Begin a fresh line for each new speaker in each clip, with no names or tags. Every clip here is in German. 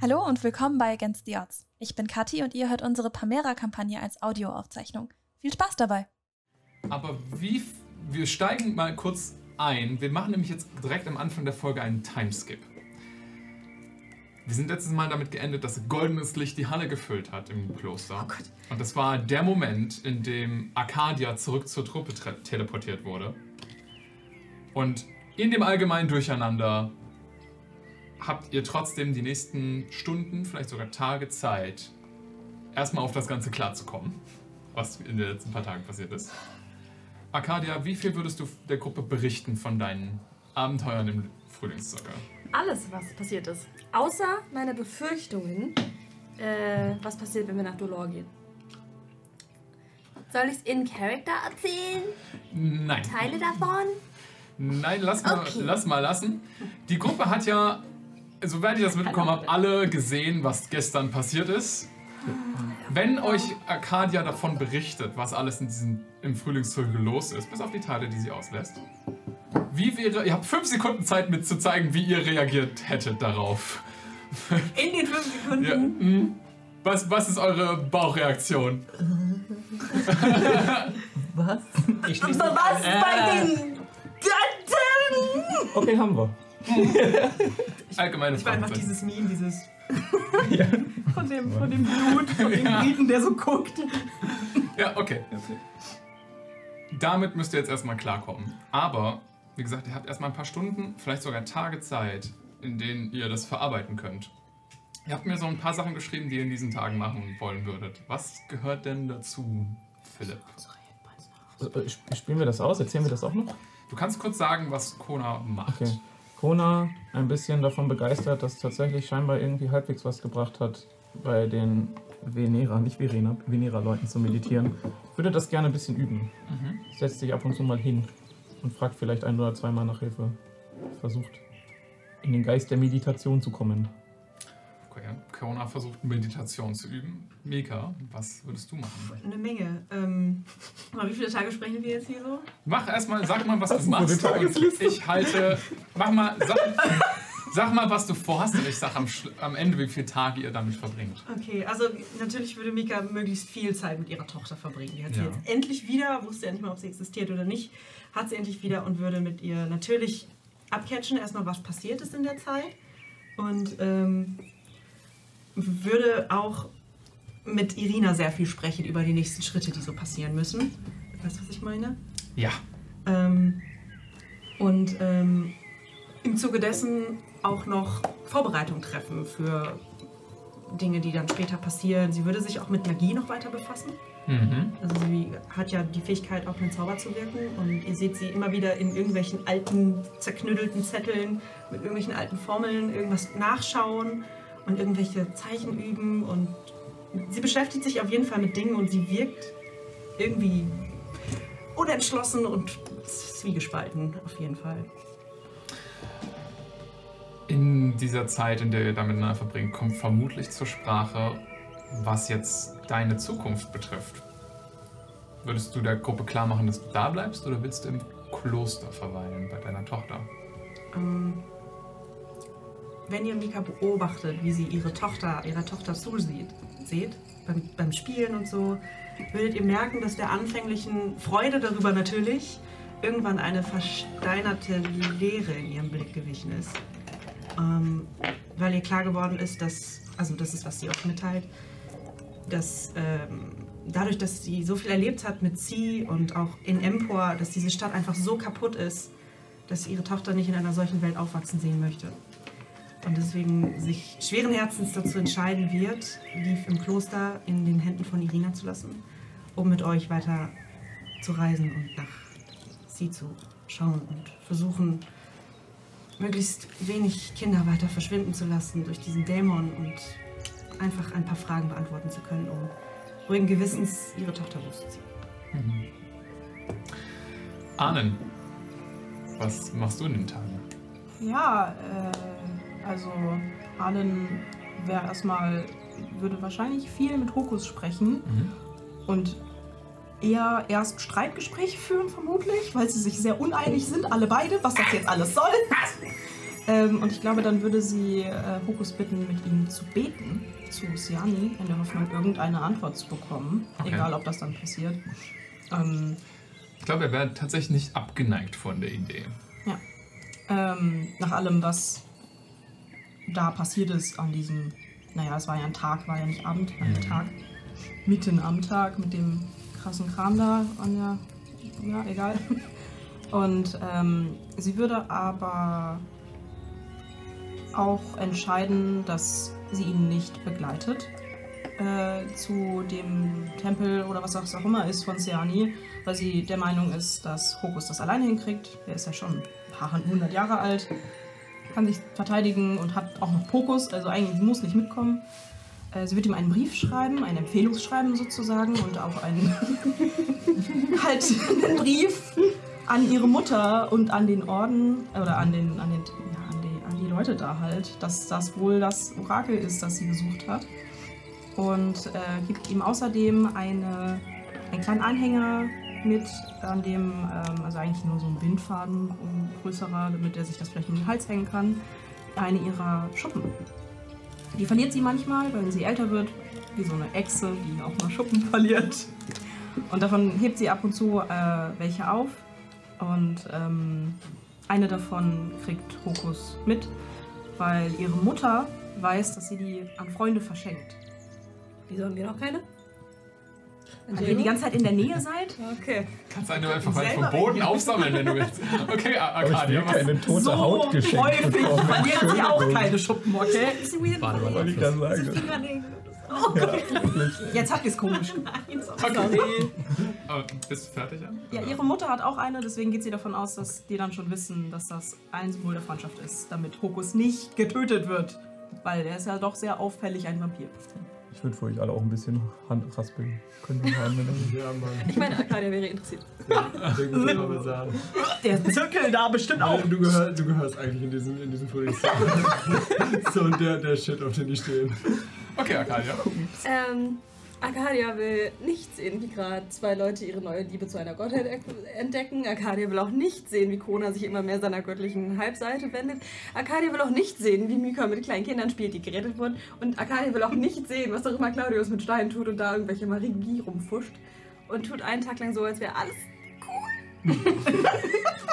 Hallo und willkommen bei Against the Odds. Ich bin Kathi und ihr hört unsere Pamera-Kampagne als Audioaufzeichnung. Viel Spaß dabei!
Aber wie. f- Wir steigen mal kurz ein. Wir machen nämlich jetzt direkt am Anfang der Folge einen Timeskip. Wir sind letztes Mal damit geendet, dass goldenes Licht die Halle gefüllt hat im Kloster. Und das war der Moment, in dem Arcadia zurück zur Truppe tre- teleportiert wurde. Und in dem allgemeinen Durcheinander habt ihr trotzdem die nächsten Stunden, vielleicht sogar Tage Zeit, erstmal auf das Ganze klarzukommen, was in den letzten paar Tagen passiert ist. Arcadia, wie viel würdest du der Gruppe berichten von deinen Abenteuern im Frühlingszucker?
Alles, was passiert ist. Außer meiner Befürchtungen, äh, was passiert, wenn wir nach Dolor gehen. Soll ich es in Character erzählen?
Nein.
Teile davon?
Nein, lass mal,
Okay.
lass mal lassen. Die Gruppe hat ja, soweit ich das mitbekommen habe, alle gesehen, was gestern passiert ist. Wenn euch Arcadia davon berichtet, was alles in diesem, im Frühlingszirkel los ist, bis auf die Teile, die sie auslässt, wie wäre, ihr habt fünf Sekunden Zeit mit zu zeigen, wie ihr reagiert hättet darauf.
In den fünf Sekunden.
Ja, mm. was, was ist eure Bauchreaktion?
Was?
Ich schließe mich
Was
Äh.
bei den Göttern?
Okay, haben wir.
Allgemeine
Ich war
Frage.
einfach
bitte.
dieses Meme, dieses. Von, dem, von dem Blut, von dem
Ja.
Briten, der so guckt.
Ja, okay. Damit müsst ihr jetzt erstmal klarkommen. Aber, wie gesagt, ihr habt erstmal ein paar Stunden, vielleicht sogar Tage Zeit, in denen ihr das verarbeiten könnt. Ihr habt mir so ein paar Sachen geschrieben, die ihr in diesen Tagen machen wollen würdet. Was gehört denn dazu, Philipp?
So, äh, sp- Spielen wir das aus? Erzählen wir das auch noch?
Du kannst kurz sagen, was Kona macht.
Okay. Kona ein bisschen davon begeistert, dass tatsächlich scheinbar irgendwie halbwegs was gebracht hat, bei den Venera, nicht Verena, Venera-Leuten zu meditieren. Ich würde das gerne ein bisschen üben. Setzt dich ab und zu mal hin und fragt vielleicht ein oder zweimal nach Hilfe. Versucht, in den Geist der Meditation zu kommen.
okay. Kona versucht, Meditation zu üben. Mika, was würdest du machen?
Eine Menge. Ähm, aber wie viele Tage sprechen wir jetzt hier so?
Mach erstmal, sag mal, was
Das
du
ist eine
machst.
gute
Und
Tagesliste.
ich halte. Mach mal, sag, sag mal, was du vorhast. Und ich sag am, Schl- am Ende, wie viele Tage ihr damit verbringt.
Okay, also natürlich würde Mika möglichst viel Zeit mit ihrer Tochter verbringen. Die hat sie
Ja.
jetzt endlich wieder, wusste ja nicht mal, ob sie existiert oder nicht, hat sie endlich wieder und würde mit ihr natürlich abcatchen, erstmal was passiert ist in der Zeit. Und ähm, würde auch mit Irina sehr viel sprechen über die nächsten Schritte, die so passieren müssen. Weißt du, was ich meine?
Ja.
Ähm, und ähm, im Zuge dessen auch noch Vorbereitungen treffen für Dinge, die dann später passieren. Sie würde sich auch mit Magie noch weiter befassen.
Mhm.
Also sie hat ja die Fähigkeit, auch einen Zauber zu wirken. Und ihr seht sie immer wieder in irgendwelchen alten, zerknüttelten Zetteln mit irgendwelchen alten Formeln irgendwas nachschauen und irgendwelche Zeichen üben. Und sie beschäftigt sich auf jeden Fall mit Dingen und sie wirkt irgendwie unentschlossen und zwiegespalten auf jeden Fall.
In dieser Zeit, in der ihr damit nahe verbringt, kommt vermutlich zur Sprache, was jetzt deine Zukunft betrifft. Würdest du der Gruppe klar machen, dass du da bleibst oder willst du im Kloster verweilen bei deiner Tochter?
Ähm, wenn ihr Mika beobachtet, wie sie ihre Tochter, ihrer Tochter zusieht, seht, beim, beim Spielen und so, würdet ihr merken, dass der anfänglichen Freude darüber natürlich irgendwann eine versteinerte Leere in ihrem Blick gewichen ist. Ähm, weil ihr klar geworden ist, dass, also das ist, was sie auch mitteilt, dass ähm, dadurch, dass sie so viel erlebt hat mit Sie und auch in Empor, dass diese Stadt einfach so kaputt ist, dass sie ihre Tochter nicht in einer solchen Welt aufwachsen sehen möchte. Und deswegen sich schweren Herzens dazu entscheiden wird, Lief im Kloster in den Händen von Irina zu lassen, um mit euch weiter zu reisen und nach sie zu schauen und versuchen, möglichst wenig Kinder weiter verschwinden zu lassen durch diesen Dämon und einfach ein paar Fragen beantworten zu können, um ruhigen Gewissens ihre Tochter loszuziehen.
Mhm.
Ahnen, was machst du in den Tagen?
Ja, äh, also Arlen wäre erstmal, würde wahrscheinlich viel mit Hokus sprechen
Mhm.
und eher erst Streitgespräche führen vermutlich, weil sie sich sehr uneinig sind, alle beide, was das jetzt alles soll.
Ähm, und ich glaube, dann würde sie äh, Hokus bitten, mit ihm zu beten, zu Siani, in der Hoffnung, irgendeine Antwort zu bekommen.
Okay.
Egal, ob das dann passiert. Ähm,
Ich glaube, er wäre tatsächlich nicht abgeneigt von der Idee.
ähm, nach allem, was da passiert ist an diesem, naja, es war ja ein Tag, war ja nicht Abend, war ja ein Tag, mitten am Tag mit dem krassen Kram da an der, ja, egal. Und ähm, sie würde aber auch entscheiden, dass sie ihn nicht begleitet äh, zu dem Tempel oder was auch immer ist von Seani, weil sie der Meinung ist, dass Hokus das alleine hinkriegt. Er ist ja schon ein paar hundert Jahre alt, kann sich verteidigen und hat auch noch Pokus, also eigentlich muss nicht mitkommen. Äh, Sie wird ihm einen Brief schreiben, ein Empfehlungsschreiben sozusagen und auch einen, halt einen Brief an ihre Mutter und an den Orden oder an, den, an, den, ja, an, die, an die Leute da halt, dass das wohl das Orakel ist, das sie besucht hat. Und äh, gibt ihm außerdem eine, einen kleinen Anhänger mit, an dem, ähm, also eigentlich nur so ein Bindfaden, ein größerer, damit er sich das vielleicht um den Hals hängen kann, eine ihrer Schuppen. Die verliert sie manchmal, wenn sie älter wird, wie so eine Echse, die auch mal Schuppen verliert. Und davon hebt sie ab und zu äh, welche auf. Und ähm, eine davon kriegt Hokus mit, weil ihre Mutter weiß, dass sie die an Freunde verschenkt.
Wieso haben wir noch keine?
Weil ihr die ganze Zeit in der Nähe seid.
Okay.
Kannst eine einfach mal
selber
vom Boden aufsammeln, wenn du willst. Okay, Ar-
Aber ich will
Arcadia, was?
keine tote Haut
häufig
geschenkt bekommen.
verliert sie auch keine Schuppen, okay?
Bisschen weird.
Warte mal,
Was soll ich
warte
da
mal.
sagen?
Oh Jetzt habt ihr es komisch.
Okay. Aber bist du fertig an?
Ja, ihre Mutter hat auch eine, deswegen geht sie davon aus, dass die dann schon wissen, dass das ein Symbol der Freundschaft ist, damit Hokus nicht getötet wird. Weil er ist ja doch sehr auffällig ein Vampir.
Ich würde für euch alle auch ein bisschen Handraspeln können. wir haben, wenn-
Ja, Mann.
Ich meine, Arcadia wäre interessiert.
Denk mal drüber sagen.
Der Zirkel da bestimmt auch.
Du, gehör, du gehörst eigentlich in diesem, in diesem Folien. so der, der Shit, auf den die stehen.
Okay, Arcadia.
Ähm, Arcadia will nicht sehen, wie gerade zwei Leute ihre neue Liebe zu einer Gottheit ek- entdecken. Arcadia will auch nicht sehen, wie Kona sich immer mehr seiner göttlichen Halbseite wendet. Arcadia will auch nicht sehen, wie Mika mit kleinen Kindern spielt, die gerettet wurden. Und Arcadia will auch nicht sehen, was auch immer Claudius mit Steinen tut und da irgendwelche Magie rumfuscht. Und tut einen Tag lang so, als wäre alles cool.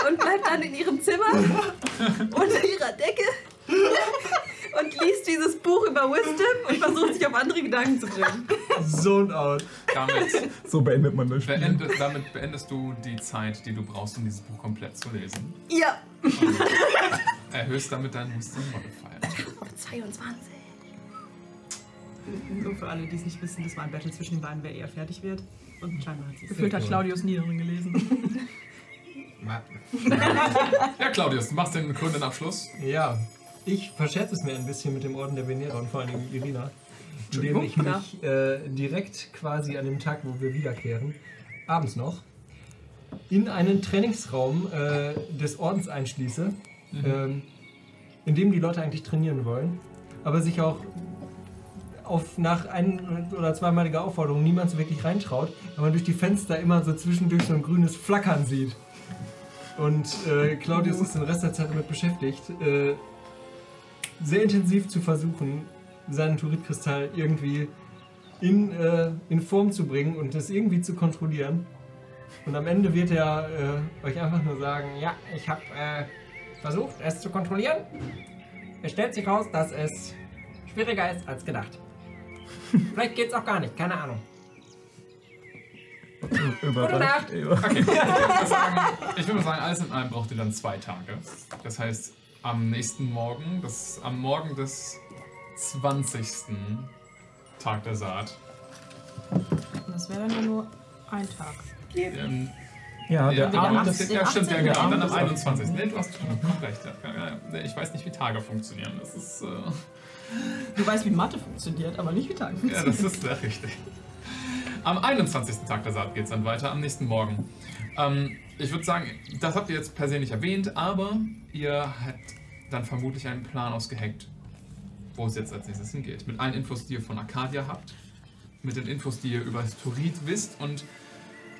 und bleibt dann in ihrem Zimmer unter ihrer Decke und liest dieses Buch über Wisdom und versucht sich auf andere Gedanken zu bringen.
So ein Out.
Damit
So beendet man das Spiel.
beendest, damit beendest du die Zeit, die du brauchst, um dieses Buch komplett zu lesen.
Ja.
Erhöhst damit deinen Wisdom Modifier.
Auf 22.
Nur für alle, die es nicht wissen, das war ein Battle zwischen den beiden, wer eher fertig wird. Und scheinbar hat sie es.
Gefühlt hat Claudius nie darin gelesen.
Ja, Claudius, du machst den grünen Abschluss.
Ja, ich verschätze es mir ein bisschen mit dem Orden der Venera und vor allen Dingen Irina, indem ich mich äh, direkt quasi an dem Tag, wo wir wiederkehren, abends noch, in einen Trainingsraum äh, des Ordens einschließe,
Mhm.
ähm, in dem die Leute eigentlich trainieren wollen, aber sich auch auf, nach ein- oder zweimaliger Aufforderung niemand so wirklich reintraut, weil man durch die Fenster immer so zwischendurch so ein grünes Flackern sieht. Und äh, Claudius ist den Rest der Zeit damit beschäftigt, äh, sehr intensiv zu versuchen, seinen Turitkristall irgendwie in, äh, in Form zu bringen und das irgendwie zu kontrollieren. Und am Ende wird er äh, euch einfach nur sagen, ja, ich habe äh, versucht, es zu kontrollieren. Es stellt sich raus, dass es schwieriger ist als gedacht. Vielleicht geht's auch gar nicht, keine Ahnung.
Überrascht.
Ich würde mal sagen, alles in allem braucht ihr dann zwei Tage. Das heißt, am nächsten Morgen, das, am Morgen des 20. Tag der Saat.
Das wäre dann ja nur ein Tag.
Ähm,
Ja,
ja,
der
genau,
Abend
das-
ist
ja, stimmt, ja,
den
genau.
18.
Dann am
Abend ist
21. Nee, du hast schon recht. Ja, ja, ja. Ich weiß nicht, wie Tage funktionieren. Das ist, äh,
Du weißt, wie Mathe funktioniert, aber nicht wie Tag
ja,
funktioniert.
das ist sehr richtig. Am 21. Tag der Saat geht es dann weiter, am nächsten Morgen. Ähm, ich würde sagen, das habt ihr jetzt per se nicht erwähnt, aber ihr habt dann vermutlich einen Plan ausgeheckt, wo es jetzt als nächstes hingeht. Mit allen Infos, die ihr von Arcadia habt, mit den Infos, die ihr über das Turit wisst und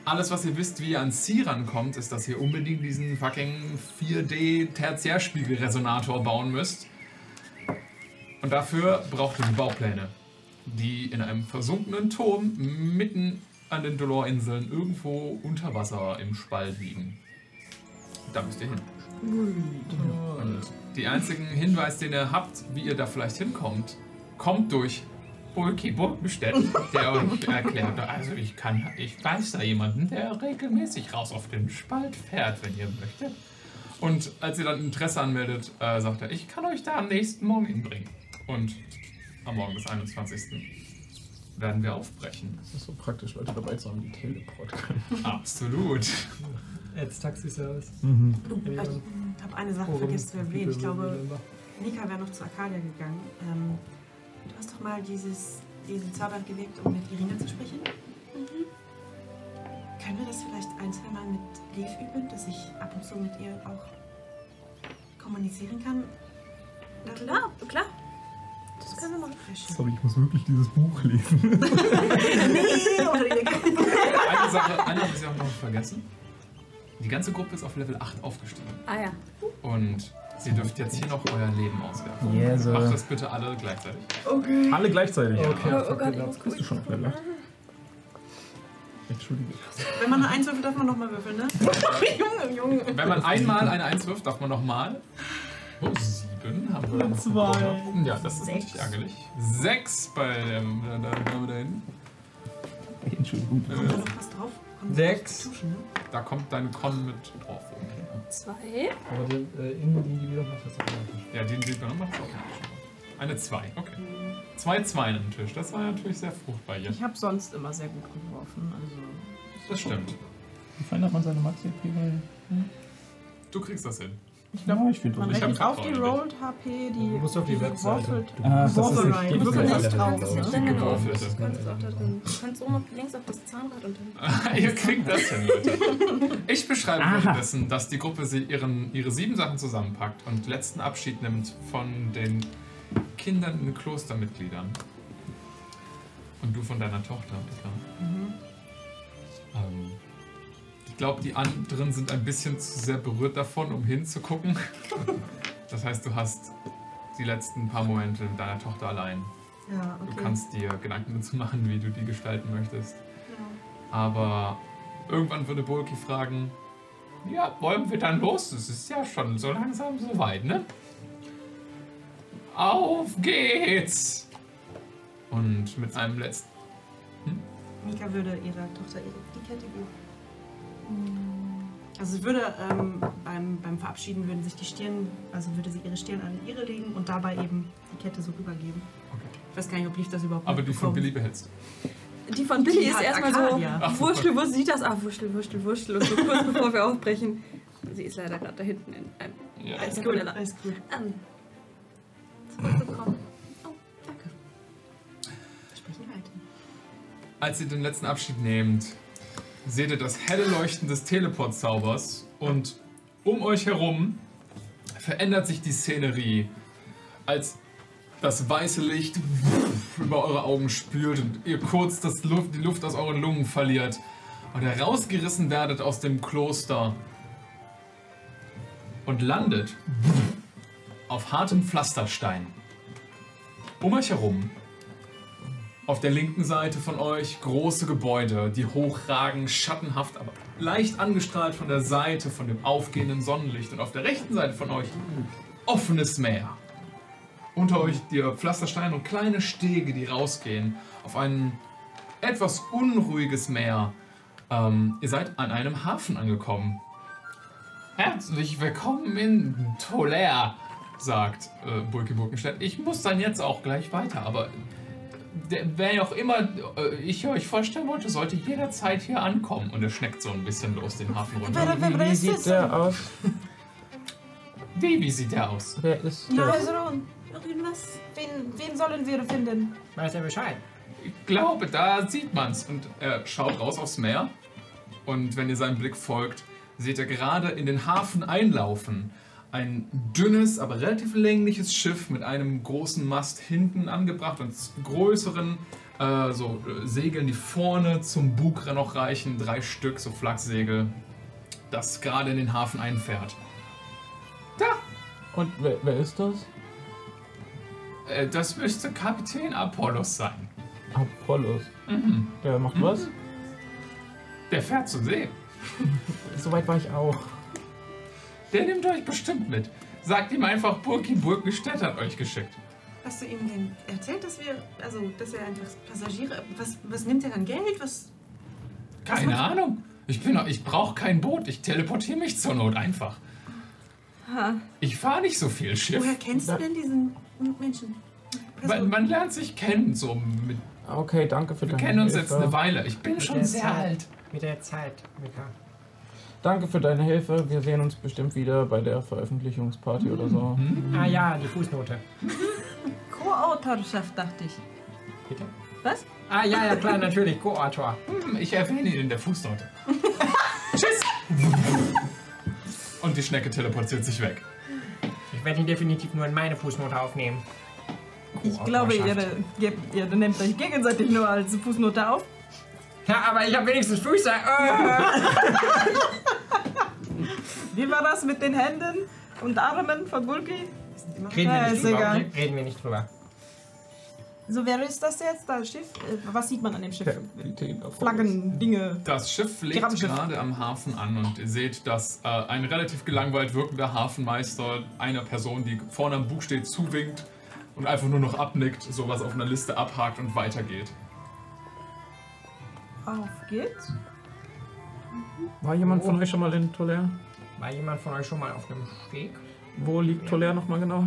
Alles, was ihr wisst, wie ihr an C rankommt, ist, dass ihr unbedingt diesen fucking 4D-Tertiärspiegelresonator bauen müsst. Und dafür braucht ihr die Baupläne, die in einem versunkenen Turm mitten an den Dolorinseln irgendwo unter Wasser im Spalt liegen. Da müsst ihr hin. Und die einzigen Hinweis, den ihr habt, wie ihr da vielleicht hinkommt, kommt durch Ulki Burkenstedt, der euch erklärt, also ich kann, ich weiß da jemanden, der regelmäßig raus auf den Spalt fährt, wenn ihr möchtet. Und als ihr dann Interesse anmeldet, äh, sagt er, ich kann euch da am nächsten Morgen hinbringen. Und am Morgen des 21. werden wir aufbrechen.
Das ist so praktisch, Leute dabei zu haben, die Teleport können.
Absolut.
Als Taxi-Service.
Mhm.
Du, äh, ich habe eine
Oh,
Sache vergessen zu erwähnen. Ich glaube, Mika wäre noch zu Arcadia gegangen. Ähm, du hast doch mal dieses, diesen Zauber gewirkt, um mit Irina zu sprechen.
Mhm.
Können wir das vielleicht ein, zwei Mal mit Leaf üben, dass ich ab und zu mit ihr auch kommunizieren kann?
Klar, klar. Das können wir machen.
Sorry, ich muss wirklich dieses Buch lesen.
Eine Sache, eine Sache ist ja auch noch vergessen. Die ganze Gruppe ist auf Level 8 aufgestiegen.
Ah ja.
Und ihr dürft jetzt hier noch euer Leben auswerfen.
Yes, sir.
Macht das bitte alle gleichzeitig.
Alle gleichzeitig.
Okay,
Oh, oh
fuck,
Gott, ich
genau.
muss
Bist du
gucken.
schon auf Level 8? Entschuldige.
Wenn man eine Eins würfelt, darf man nochmal würfeln, ne? Junge, Junge.
Wenn man einmal eine Eins wirft, darf man nochmal. Oh, sieben haben wir.
Zwei.
Ja, das ist echt ärgerlich. Sechs bei dem. Da, da, da, da, hin.
Entschuldigung.
Kommt da noch was Also drauf? Kommt
Sechs.
das Duschen, ne?
da kommt deine Con mit drauf. oben.
Zwei.
Aber den, äh, in die wieder macht das auch
Ja, den sieht man nochmal. Okay. Eine Zwei, okay. Zwei Zweien am Tisch. Das war natürlich sehr fruchtbar hier.
Ich habe sonst immer sehr gut geworfen. Also
Das stimmt.
Wie verändert man seine Max-EP? Weil
Du kriegst das hin.
ich glaube, ich finde
man
Ich hab
rechnet auf die
Vertrauen in
Rolled HP, die
Du musst auf die Webseite.
gewürfelt-
Ah, das ist
Waffel
nicht
rein.
die
Wir würfeln
Waffe.
nicht drauf.
Das ist
ne?
ja dann genau.
Gewürfelt.
Du kannst es auch da drin. Du kannst oben auf, links auf das Zahnrad und dann.
Ihr kriegt das hin, Leute. Ich beschreibe währenddessen, dass die Gruppe sie ihren, ihre sieben Sachen zusammenpackt und letzten Abschied nimmt von den Kindern in den Klostermitgliedern. Und du von deiner Tochter, Mika.
mhm.
Ähm, ich glaube, die anderen sind ein bisschen zu sehr berührt davon, um hinzugucken. Das heißt, du hast die letzten paar Momente mit deiner Tochter allein.
Ja,
Du
okay.
kannst dir Gedanken dazu machen, wie du die gestalten möchtest.
Ja.
Aber irgendwann würde Bulky fragen, ja, wollen wir dann los? Es ist ja schon so langsam soweit, ne? Auf geht's! Und mit einem letzten...
Mika würde ihrer Tochter ihre, die Kette geben. Also sie würde ähm, beim, beim Verabschieden würden sich die Stirn, also würde sie ihre Stirn an ihre legen und dabei eben die Kette so rübergeben. Ich weiß gar nicht, ob Lief das überhaupt
Aber die von
mitbekommt.
Billy behältst.
Die von Billy
Die
ist
hat
erstmal
Arcadia.
Ach,
so. Wurschtel, Wurschtel, sieht das? Ah, Wurschtel, Wurschtel, Wurschtel. Und so kurz bevor wir aufbrechen. Sie ist leider gerade da hinten in einem
Ja.
Alles
Gut,
gut.
alles gut.
Ähm, zurückgekommen. Oh, danke.
Sprechen weiter.
Als ihr den letzten Abschied nehmt, seht ihr das helle Leuchten des Teleport-Zaubers und um euch herum verändert sich die Szenerie, als das weiße Licht über eure Augen spült und ihr kurz das Luft, die Luft aus euren Lungen verliert und herausgerissen werdet aus dem Kloster und landet auf hartem Pflasterstein. Um euch herum auf der linken Seite von euch große Gebäude, die hochragen, schattenhaft, aber leicht angestrahlt von der Seite von dem aufgehenden Sonnenlicht. Und auf der rechten Seite von euch offenes Meer. Unter euch die Pflastersteine und kleine Stege, die rausgehen auf ein etwas unruhiges Meer. Ähm, ihr seid an einem Hafen angekommen. Herzlich willkommen in Tolère, sagt äh, Bulki Burkenstedt. Ich muss dann jetzt auch gleich weiter, aber äh, der, wer auch immer äh, ich euch vorstellen wollte, sollte jederzeit hier ankommen. Und er schneckt so ein bisschen los den Hafen runter.
Wer- wer- wer
Wie
ist
sieht
das?
der aus?
Wie, wie sieht der aus?
Wer ist
Na,
der?
also, irgendwas? Wen, wen sollen wir finden?
Weiß er Bescheid?
Ich glaube, da sieht man's. Und er schaut raus aufs Meer. Und wenn ihr seinem Blick folgt, seht ihr gerade in den Hafen einlaufen ein dünnes, aber relativ längliches Schiff mit einem großen Mast hinten angebracht und z- größeren äh, so äh, Segeln, die vorne zum Bug noch reichen, drei Stück, so Flachsegel, das gerade in den Hafen einfährt.
Und wer, wer ist das?
Äh, das müsste Kapitän Apollos sein.
Apollos.
Mhm.
Der macht was?
Der fährt zur See.
Soweit war ich auch.
Der nimmt euch bestimmt mit. Sagt ihm einfach, Burki Burkenstedt hat euch geschickt.
Hast du ihm denn erzählt, dass wir, also, dass er einfach Passagiere, was, was nimmt er dann Geld? Was,
Keine
Was
Ahnung. Ich bin doch, ich brauche kein Boot. Ich teleportiere mich zur Not einfach.
Ha.
Ich fahre nicht so viel
woher
Schiff.
kennst
da-
du denn diesen Menschen?
Man, man lernt sich kennen. So mit,
Okay, danke für
wir
deine
kennen uns jetzt
Hilfe.
eine Weile. Ich bin schon
der
sehr
Zeit.
alt.
Mit der Zeit, Mika.
Danke für deine Hilfe. Wir sehen uns bestimmt wieder bei der Veröffentlichungsparty oder so.
Mm-hmm.
Ah ja, die Fußnote.
Co-Autorschaft, dachte ich.
Bitte.
Was?
Ah ja, ja klar, natürlich. Koator.
Hm, ich erwähne ihn in der Fußnote. Tschüss. Und die Schnecke teleportiert sich weg.
Ich werde ihn definitiv nur in meine Fußnote aufnehmen.
Ich glaube, ihr, gebt- ihr nehmt euch gegenseitig nur als Fußnote auf.
Ja, aber ich habe wenigstens Füße. Äh.
Wie war das mit den Händen und Armen von Burki?
Reden wir
Ja,
nicht
ist
drüber.
egal.
okay? Reden wir nicht drüber.
So, wer ist das jetzt, das Schiff? Äh, Was sieht man an dem Schiff?
Kapitän Apollos.
Flaggen, Dinge.
Das Schiff legt
Piratenschiff.
gerade am Hafen an und ihr seht, dass äh, ein relativ gelangweilt wirkender Hafenmeister einer Person, die vorne am Bug steht, zuwinkt und einfach nur noch abnickt, sowas auf einer Liste abhakt und weitergeht.
Auf geht's. Oh.
War jemand
Oh.
von euch schon mal in Tolère?
War jemand von euch schon mal auf einem Steg?
Wo liegt Tolère nochmal genau?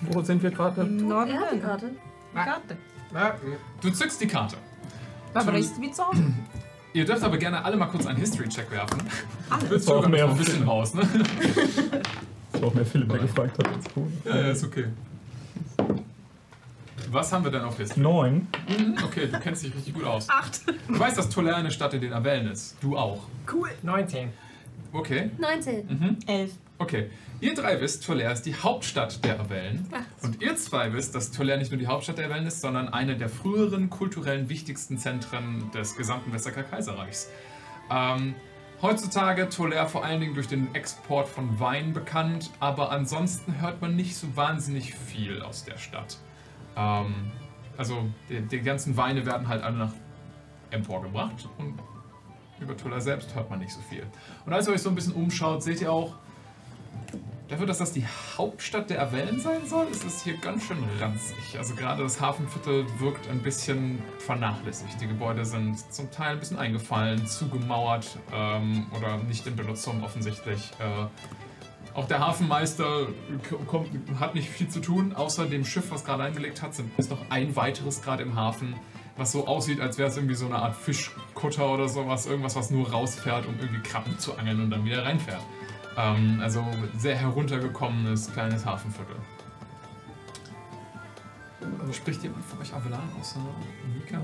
Wo sind wir gerade?
Im
Er hat die
Norden.
Karte.
Ah.
Karte.
Na,
Du zückst die Karte.
Hm.
Aber ist wie zu Hause.
Ihr dürft aber gerne alle mal kurz einen History-Check werfen.
Das
Sogar noch ein bisschen raus, ne?
Das war auch mehr Philipp, der gefragt hat. Jetzt cool.
Ja, ja, ist okay. Was haben wir denn auf History?
Neun.
Mhm, Okay, du kennst dich richtig gut aus. Acht. Du weißt, dass Tolera eine Stadt in den Avellen ist. Du auch.
19.
Okay.
19.
Mhm.
Elf.
Okay, ihr drei wisst, Tolère ist die Hauptstadt der Avellen. Und ihr zwei wisst, dass Tolère nicht nur die Hauptstadt der Avellen ist, sondern eine der früheren kulturellen wichtigsten Zentren des gesamten Westdaker Kaiserreichs. Ähm, heutzutage Tolère vor allen Dingen durch den Export von Wein bekannt, aber ansonsten hört man nicht so wahnsinnig viel aus der Stadt. Ähm, also die, die ganzen Weine werden halt alle nach emporgebracht und über Tolère selbst hört man nicht so viel. Und als ihr euch so ein bisschen umschaut, seht ihr auch, Dafür, dass das die Hauptstadt der Avellen sein soll, ist es hier ganz schön ranzig. Also gerade das Hafenviertel wirkt ein bisschen vernachlässigt. Die Gebäude sind zum Teil ein bisschen eingefallen, zugemauert ähm, oder nicht in Benutzung offensichtlich. Äh, auch der Hafenmeister k- kommt, hat nicht viel zu tun, außer dem Schiff, was gerade angelegt hat, sind- ist noch ein weiteres gerade im Hafen, was so aussieht, als wäre es irgendwie so eine Art Fischkutter oder sowas, irgendwas, was nur rausfährt, um irgendwie Krabben zu angeln und dann wieder reinfährt. Ähm, also sehr heruntergekommenes kleines Hafenviertel. Spricht jemand von euch Avelan außer Mika?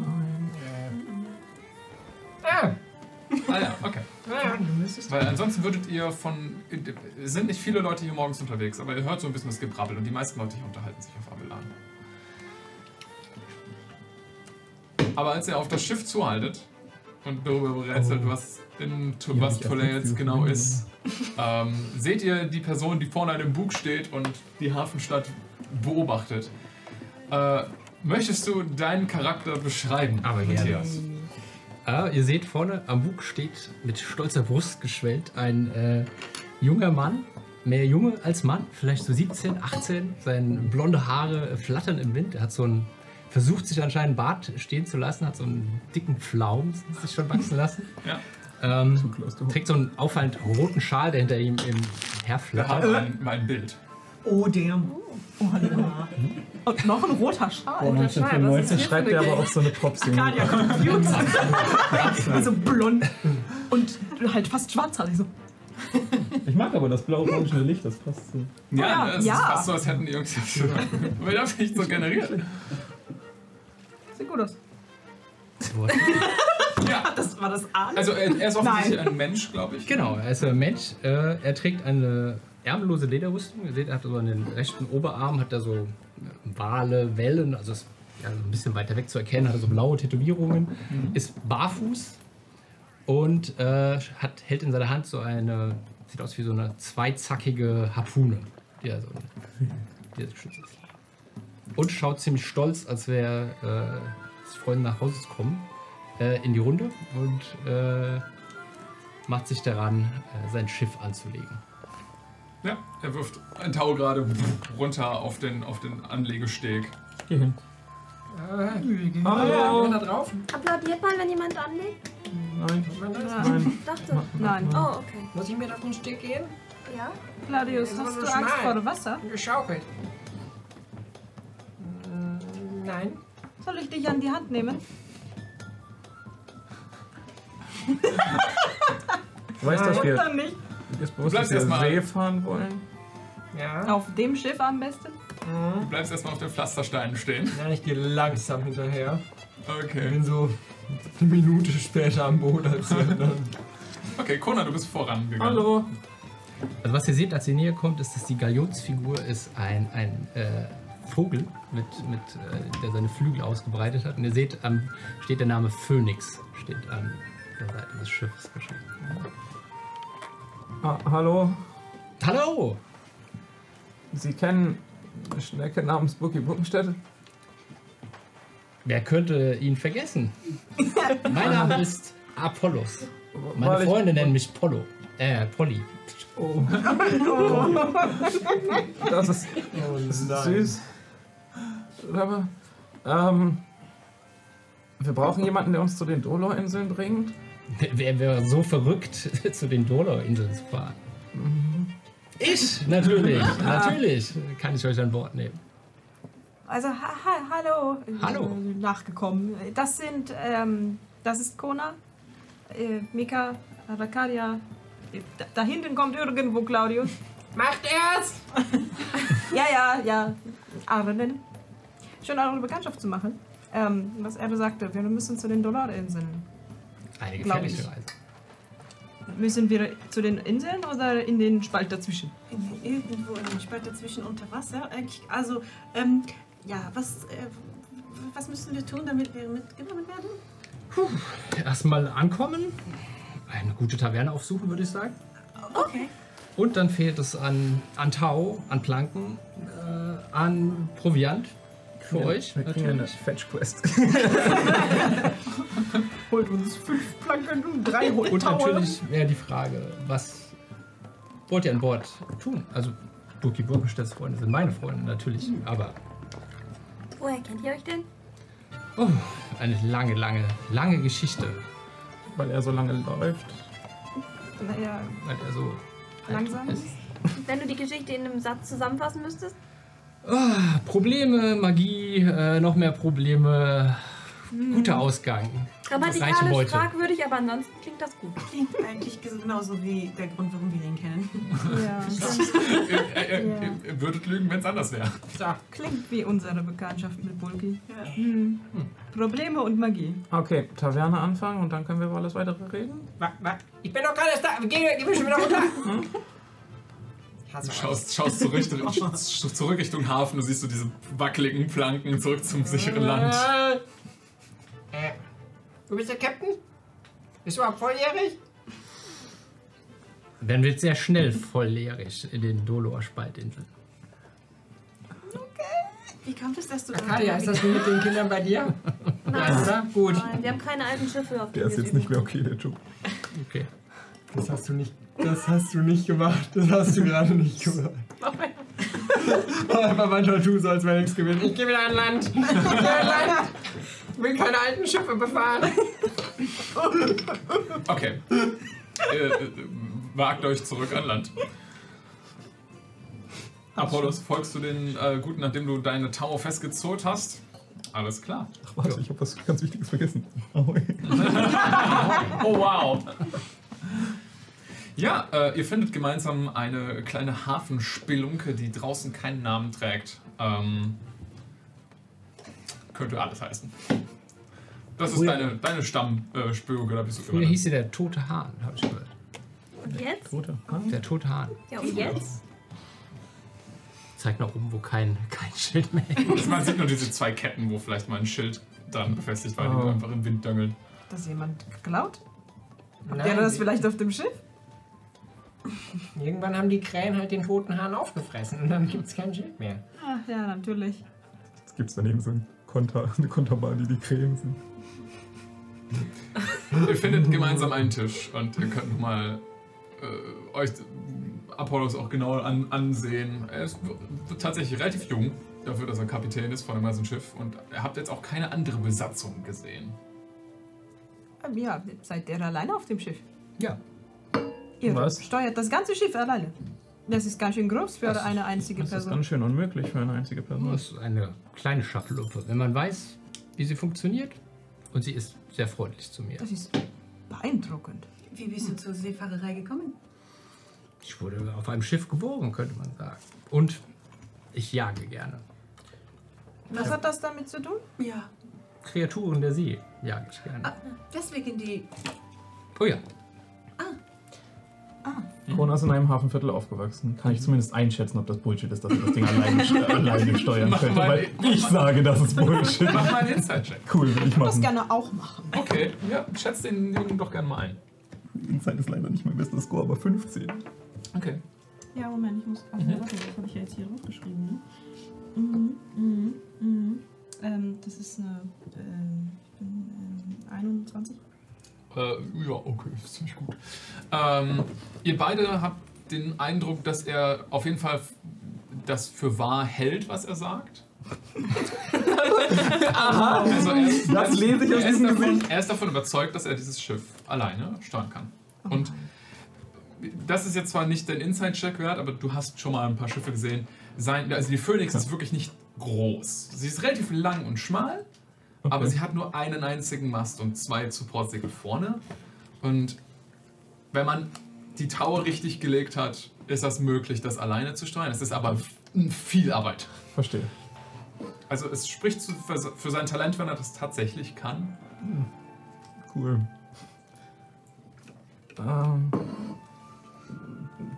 Ah,
Ah ja, okay.
ah.
Weil ansonsten würdet ihr von. es sind nicht viele Leute hier morgens unterwegs, aber ihr hört so ein bisschen das Gebrabbel und die meisten Leute hier unterhalten sich auf Avelan. Aber als ihr auf das Schiff zuhaltet und darüber rätselt,
Oh.
was in to
Ja,
was
ich hab
Tolle jetzt
mitgefühlt.
genau ist, ähm, seht ihr die Person, die vorne an dem Bug steht und die Hafenstadt beobachtet. Äh, möchtest du deinen Charakter beschreiben,
Aber
Matthias?
Ah, ihr seht vorne am Bug steht mit stolzer Brust geschwellt ein äh, junger Mann, mehr Junge als Mann, vielleicht so 17, 18. Seine blonde Haare flattern im Wind. Er hat so ein versucht sich anscheinend Bart stehen zu lassen, hat so einen dicken Pflaum sich schon wachsen lassen.
Ja.
Ähm,
close to home.
trägt so einen auffallend roten Schal, der hinter ihm im
Wir
herflattert.
haben ein, mein Bild.
Oh, damn.
Oh, Und noch ein roter Schal.
Ah,
Oh, 1995 schreibt er aber auch so eine
Kadia
Pop-Single.
confused. also blond und halt fast schwarzhaarig. So.
Ich mag aber das blau-orangene Licht, das passt so.
Ja,
ja,
es
ja.
ist fast so, als hätten die Jungs das schon. Aber ich habe nicht so generiert.
Sieht gut aus.
Ja,
Das war das A.
also
Also,
er, er ist offensichtlich ein Mensch, glaube ich.
Genau, er ist ein Mensch. Äh, er trägt eine. ärmellose Lederrüstung. Ihr seht, er hat so an den rechten Oberarm, hat er so Wale, Wellen, also ist ja, so ein bisschen weiter weg zu erkennen, hat er so blaue Tätowierungen, ist barfuß und äh, hat, hält in seiner Hand so eine, sieht aus wie so eine zweizackige Harpune, die er so die er geschützt ist. Und schaut ziemlich stolz, als wäre äh, als Freunde nach Hause kommen, äh, in die Runde und äh, macht sich daran, äh, sein Schiff anzulegen.
Ja, er wirft ein Tau gerade runter auf den, auf den Anlegesteg.
Geh hin.
Äh,
Hallo! da drauf?
Applaudiert man, wenn jemand anlegt?
Nein, nein.
Dachte.
Nein.
Oh, okay.
Muss ich mir davon Stück gehen?
Ja.
Claudius,
Ist
hast
so
du Angst
schmal.
vor dem Wasser?
Geschaukelt. Mm, Nein.
Soll ich dich an die Hand nehmen?
Du weißt, dass wir
Oder nicht?
dir ist bewusst,
Du
dass
bleibst
wir
erst mal
See
an.
fahren wollen.
Ja.
Auf dem Schiff am besten?
Du bleibst erstmal auf den Pflastersteinen stehen.
Nein, ich gehe langsam hinterher. Ich
Okay.
bin so eine Minute später am Boot als die anderen.
Okay, Kona, du bist vorangegangen.
Hallo!
Also was ihr seht, als ihr näher kommt, ist, dass die Galionsfigur ist ein, ein äh, Vogel, mit, mit, äh, der seine Flügel ausgebreitet hat. Und ihr seht, am, steht der Name Phönix steht an der Seite des Schiffes geschrieben.
Ah, hallo!
Hallo!
Sie kennen eine Schnecke namens Bucky Buckenstädte?
Wer könnte ihn vergessen? mein Name ist Apollos. Meine
Weil ich-
Freunde nennen mich Polo. Äh, Polly.
Oh. das ist süß. Aber, ähm, wir brauchen jemanden, der uns zu den Dolo-Inseln bringt.
Wer wäre so verrückt, zu den Dolor-Inseln zu fahren? Ich? Natürlich, natürlich. Kann ich euch an Bord nehmen.
Also, ha ha hallo.
Hallo.
Äh, Nachgekommen. Das sind, ähm, das ist Kona, äh, Mika, Rakaria. Äh, Da, da hinten kommt irgendwo Claudius.
Macht erst!
Ja, ja, ja. Arnen. Schön, eure Bekanntschaft zu machen. Ähm, was er sagte, wir müssen zu den Dolorinseln.
Eine
Glaub
gefährliche
ich.
Reise.
Müssen wir zu den Inseln oder in den Spalt dazwischen?
Irgendwo in dem Spalt dazwischen unter Wasser. Eigentlich- Also, ähm, ja, was, äh, was müssen wir tun, damit wir mitgenommen werden?
Erstmal ankommen, eine gute Taverne aufsuchen, würde ich sagen.
Okay.
Und dann fehlt es an, an Tau, an Planken, äh, an Proviant für euch.
Wir kriegen eine
Natürlich.
Fetch-Quest.
Holt uns fünf Planken und drei
Und natürlich wäre die Frage, was wollt ihr an Bord tun? Also, Burki Burkenstedts Freunde sind meine Freunde, natürlich. Aber
Woher kennt ihr euch denn?
oh, eine lange, lange, lange Geschichte.
Weil er so lange läuft.
Naja,
Weil er so alt
langsam.
ist.
Wenn du die Geschichte in einem Satz zusammenfassen müsstest?
Ah, Probleme, Magie, äh, noch mehr Probleme.
Hm.
Hm.
Guter Ausgang. reiche
Grammatikalisch
Beute.
fragwürdig, aber ansonsten klingt das gut.
Klingt eigentlich genauso wie der Grund, warum wir ihn kennen.
Ja.
Ihr, ihr, ihr,
Ja.
ihr würdet lügen, wenn es anders wäre.
Klingt wie unsere Bekanntschaft mit Bulki.
Ja.
Hm. Probleme und Magie.
Okay, Taverne anfangen und dann können wir über alles weitere reden.
Ich bin doch gerade erst da. Geh, geh mir schon wieder runter. Ich hasse
Du schaust, schaust zurück, sch- zurück Richtung Hafen, du siehst so diese wackeligen Planken zurück zum sicheren Land.
Äh, du bist der Captain? Bist du überhaupt volljährig?
Werden wir jetzt sehr schnell volljährig in den Dolor Spaltinseln.
Wie kommt es, dass du
Katja, ist das mit den Kindern bei dir? Nein, oder? Gut.
Nein, wir haben keine alten Schiffe auf dem wir sind.
mehr okay, der Job.
Okay.
Das hast du nicht. Das hast du nicht gemacht. Das hast du gerade nicht gemacht. Mach einfach mein Tattoo, so als wäre nichts gewesen. Ich gehe wieder an Land. Ich gehe an Land. Ich will keine alten Schiffe befahren.
Okay. ihr, äh, wagt euch zurück an Land. Apollos, folgst du den äh, Guten, nachdem du deine Tau festgezurrt hast? Alles klar.
Ach, warte, ich habe was ganz Wichtiges vergessen. Ahoi.
Oh wow. Ja, äh, ihr findet gemeinsam eine kleine Hafenspelunke, die draußen keinen Namen trägt. Ähm, könnte alles heißen. Das ist
Früher-
deine, deine Stammspelunke, äh, Spelunke, da bist du
Früher
immer.
hieß sie der tote Hahn, habe ich gehört.
Und jetzt?
Tote. Ah.
Der tote Hahn.
Ja, und jetzt?
zeig nach oben, wo kein, kein Schild mehr hängt.
Man sieht nur diese zwei Ketten, wo vielleicht mal ein Schild dran befestigt war, die
Oh.
einfach im Wind dangelt.
Dass jemand geklaut?
Nein,
Wäre das vielleicht auf dem Schiff?
Irgendwann haben die Krähen halt den toten Hahn aufgefressen und dann gibt's kein Schild mehr.
Ach ja, natürlich.
Jetzt gibt es daneben so ein Konter, eine Konterbahn, die die Creme sind.
Ihr findet gemeinsam einen Tisch und ihr könnt nochmal äh, euch Apollos auch genau an, ansehen. Er ist w- w- tatsächlich relativ jung, dafür, dass er Kapitän ist von einem ganzen Schiff und ihr habt jetzt auch keine andere Besatzung gesehen.
Ähm, Ja, seid ihr alleine auf dem Schiff?
Ja.
Ihr
Was?
steuert das ganze Schiff alleine. Das ist ganz schön groß für
Das ist-
eine einzige
Das ist
Person.
ganz schön unmöglich für eine einzige Person.
Das ist eine kleine Schachtelupfe. Wenn man weiß, wie sie funktioniert, und sie ist sehr freundlich zu mir.
Das ist beeindruckend.
Wie bist du zur Seefahrerei gekommen?
Ich wurde auf einem Schiff geboren, könnte man sagen. Und ich jage gerne.
Was hat das damit zu tun?
Ja,
Kreaturen der See jage ich gerne.
ah, deswegen die.
Oh ja,
Mhm. Corona ist in einem Hafenviertel aufgewachsen. Kann
Mhm.
ich zumindest einschätzen, ob das Bullshit ist, dass er das Ding alleine, st- alleine steuern
Mach
könnte.
mal-
Weil ich sage, das ist Bullshit.
Mach mal einen Inside-Check.
Cool, will ich
Ich das
machen.
gerne auch machen.
Okay, ja, schätzt den Jungen doch gerne mal ein.
Inside ist leider nicht mein bester Score, aber 15.
Okay.
Ja, Moment, ich muss. Ach,
Mhm.
ja, warte, das habe ich ja jetzt hier draufgeschrieben. Ne? Mhm, mhm, mhm. Ähm, das ist eine. Ähm, ich bin ähm, 21.
Äh, ja, okay, ist ziemlich gut. Ähm, ihr beide habt den Eindruck, dass er auf jeden Fall f- das für wahr hält, was er sagt. Aha. Also er, ist-
Das lese ich aus
er, ist
diesem
davon, er ist davon überzeugt, dass er dieses Schiff alleine steuern kann. Und das ist jetzt zwar nicht dein Inside-Check wert, aber du hast schon mal ein paar Schiffe gesehen. Sein, also die Phoenix ist wirklich nicht groß. Sie ist relativ lang und schmal, aber sie hat nur einen einzigen Mast und zwei Supportsegel vorne. Und wenn man die Tower richtig gelegt hat, ist das möglich, das alleine zu steuern. Es ist aber f- viel Arbeit.
Verstehe.
Also es spricht zu- für für sein Talent, wenn er das tatsächlich kann.
Cool.
Ähm,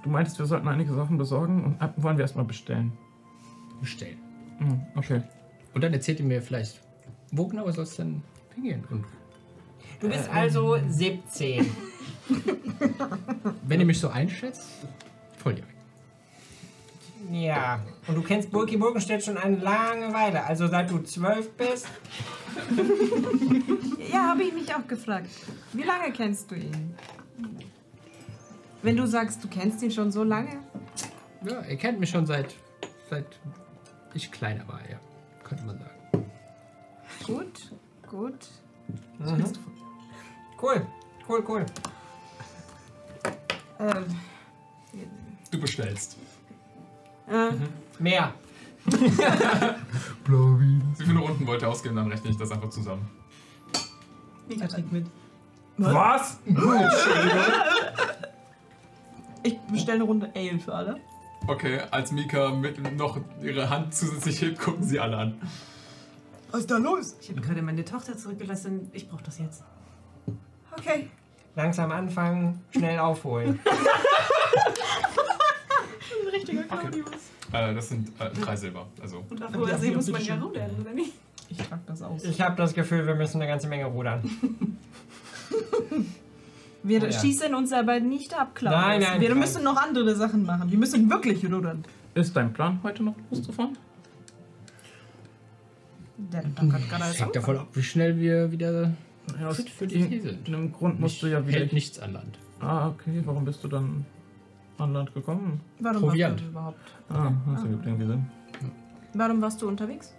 du meintest, wir sollten einige Sachen besorgen und ab- wollen wir erstmal bestellen.
bestellen.
Hm, Okay.
Und dann erzählt ihr mir vielleicht, wo genau soll es denn hingehen? Und äh,
Du bist also 17.
wenn ihr mich so einschätzt, volljährig.
Ja. Und du kennst Burki Burgenstedt schon eine lange Weile. Also seit du 12 bist.
Ja, habe ich mich auch gefragt. Wie lange kennst du ihn? Wenn du sagst, du kennst ihn schon so lange,
Ja, ihr kennt mich schon seit, seit ich kleiner war, ja. Könnte man sagen.
gut, gut.
Mhm. Cool. Cool, cool.
Ähm,
Du bestellst. Mhm.
äh,
Mehr.
Wie viele Runden wollt ihr ausgeben, dann rechne ich das einfach zusammen.
Mika trinkt mit.
Was?
Ich bestelle eine Runde Ale für alle.
Okay, als Mika mit noch ihre Hand zusätzlich hebt, gucken sie alle an.
Was ist da los?
Ich habe gerade meine Tochter zurückgelassen. Ich brauche das jetzt. Okay. Langsam anfangen, schnell aufholen.
Ein richtiger Claudius.
Äh, das sind äh, drei Silber. Also
Und auf
hoher See muss man ja
rudern, oder nicht?
Ich trage das aus.
Ich habe das Gefühl, wir müssen eine ganze Menge rudern.
Wir
Ah, ja.
schießen uns aber nicht ab, Claudius.
Nein, nein,
Wir
nein.
müssen noch andere Sachen machen. Wir müssen wirklich rudern.
Ist dein Plan, heute noch loszufahren?
Der Tag hat gerade
Hängt davon ab, wie schnell wir wieder fit für die See sind.
irgendeinem Grund musst du ja wieder.
Hält nichts an Land.
Ah, okay. Warum bist du dann an Land gekommen?
Warum
Proviant.
warst du überhaupt?
Ah, das ergibt irgendwie Sinn.
Warum warst du unterwegs?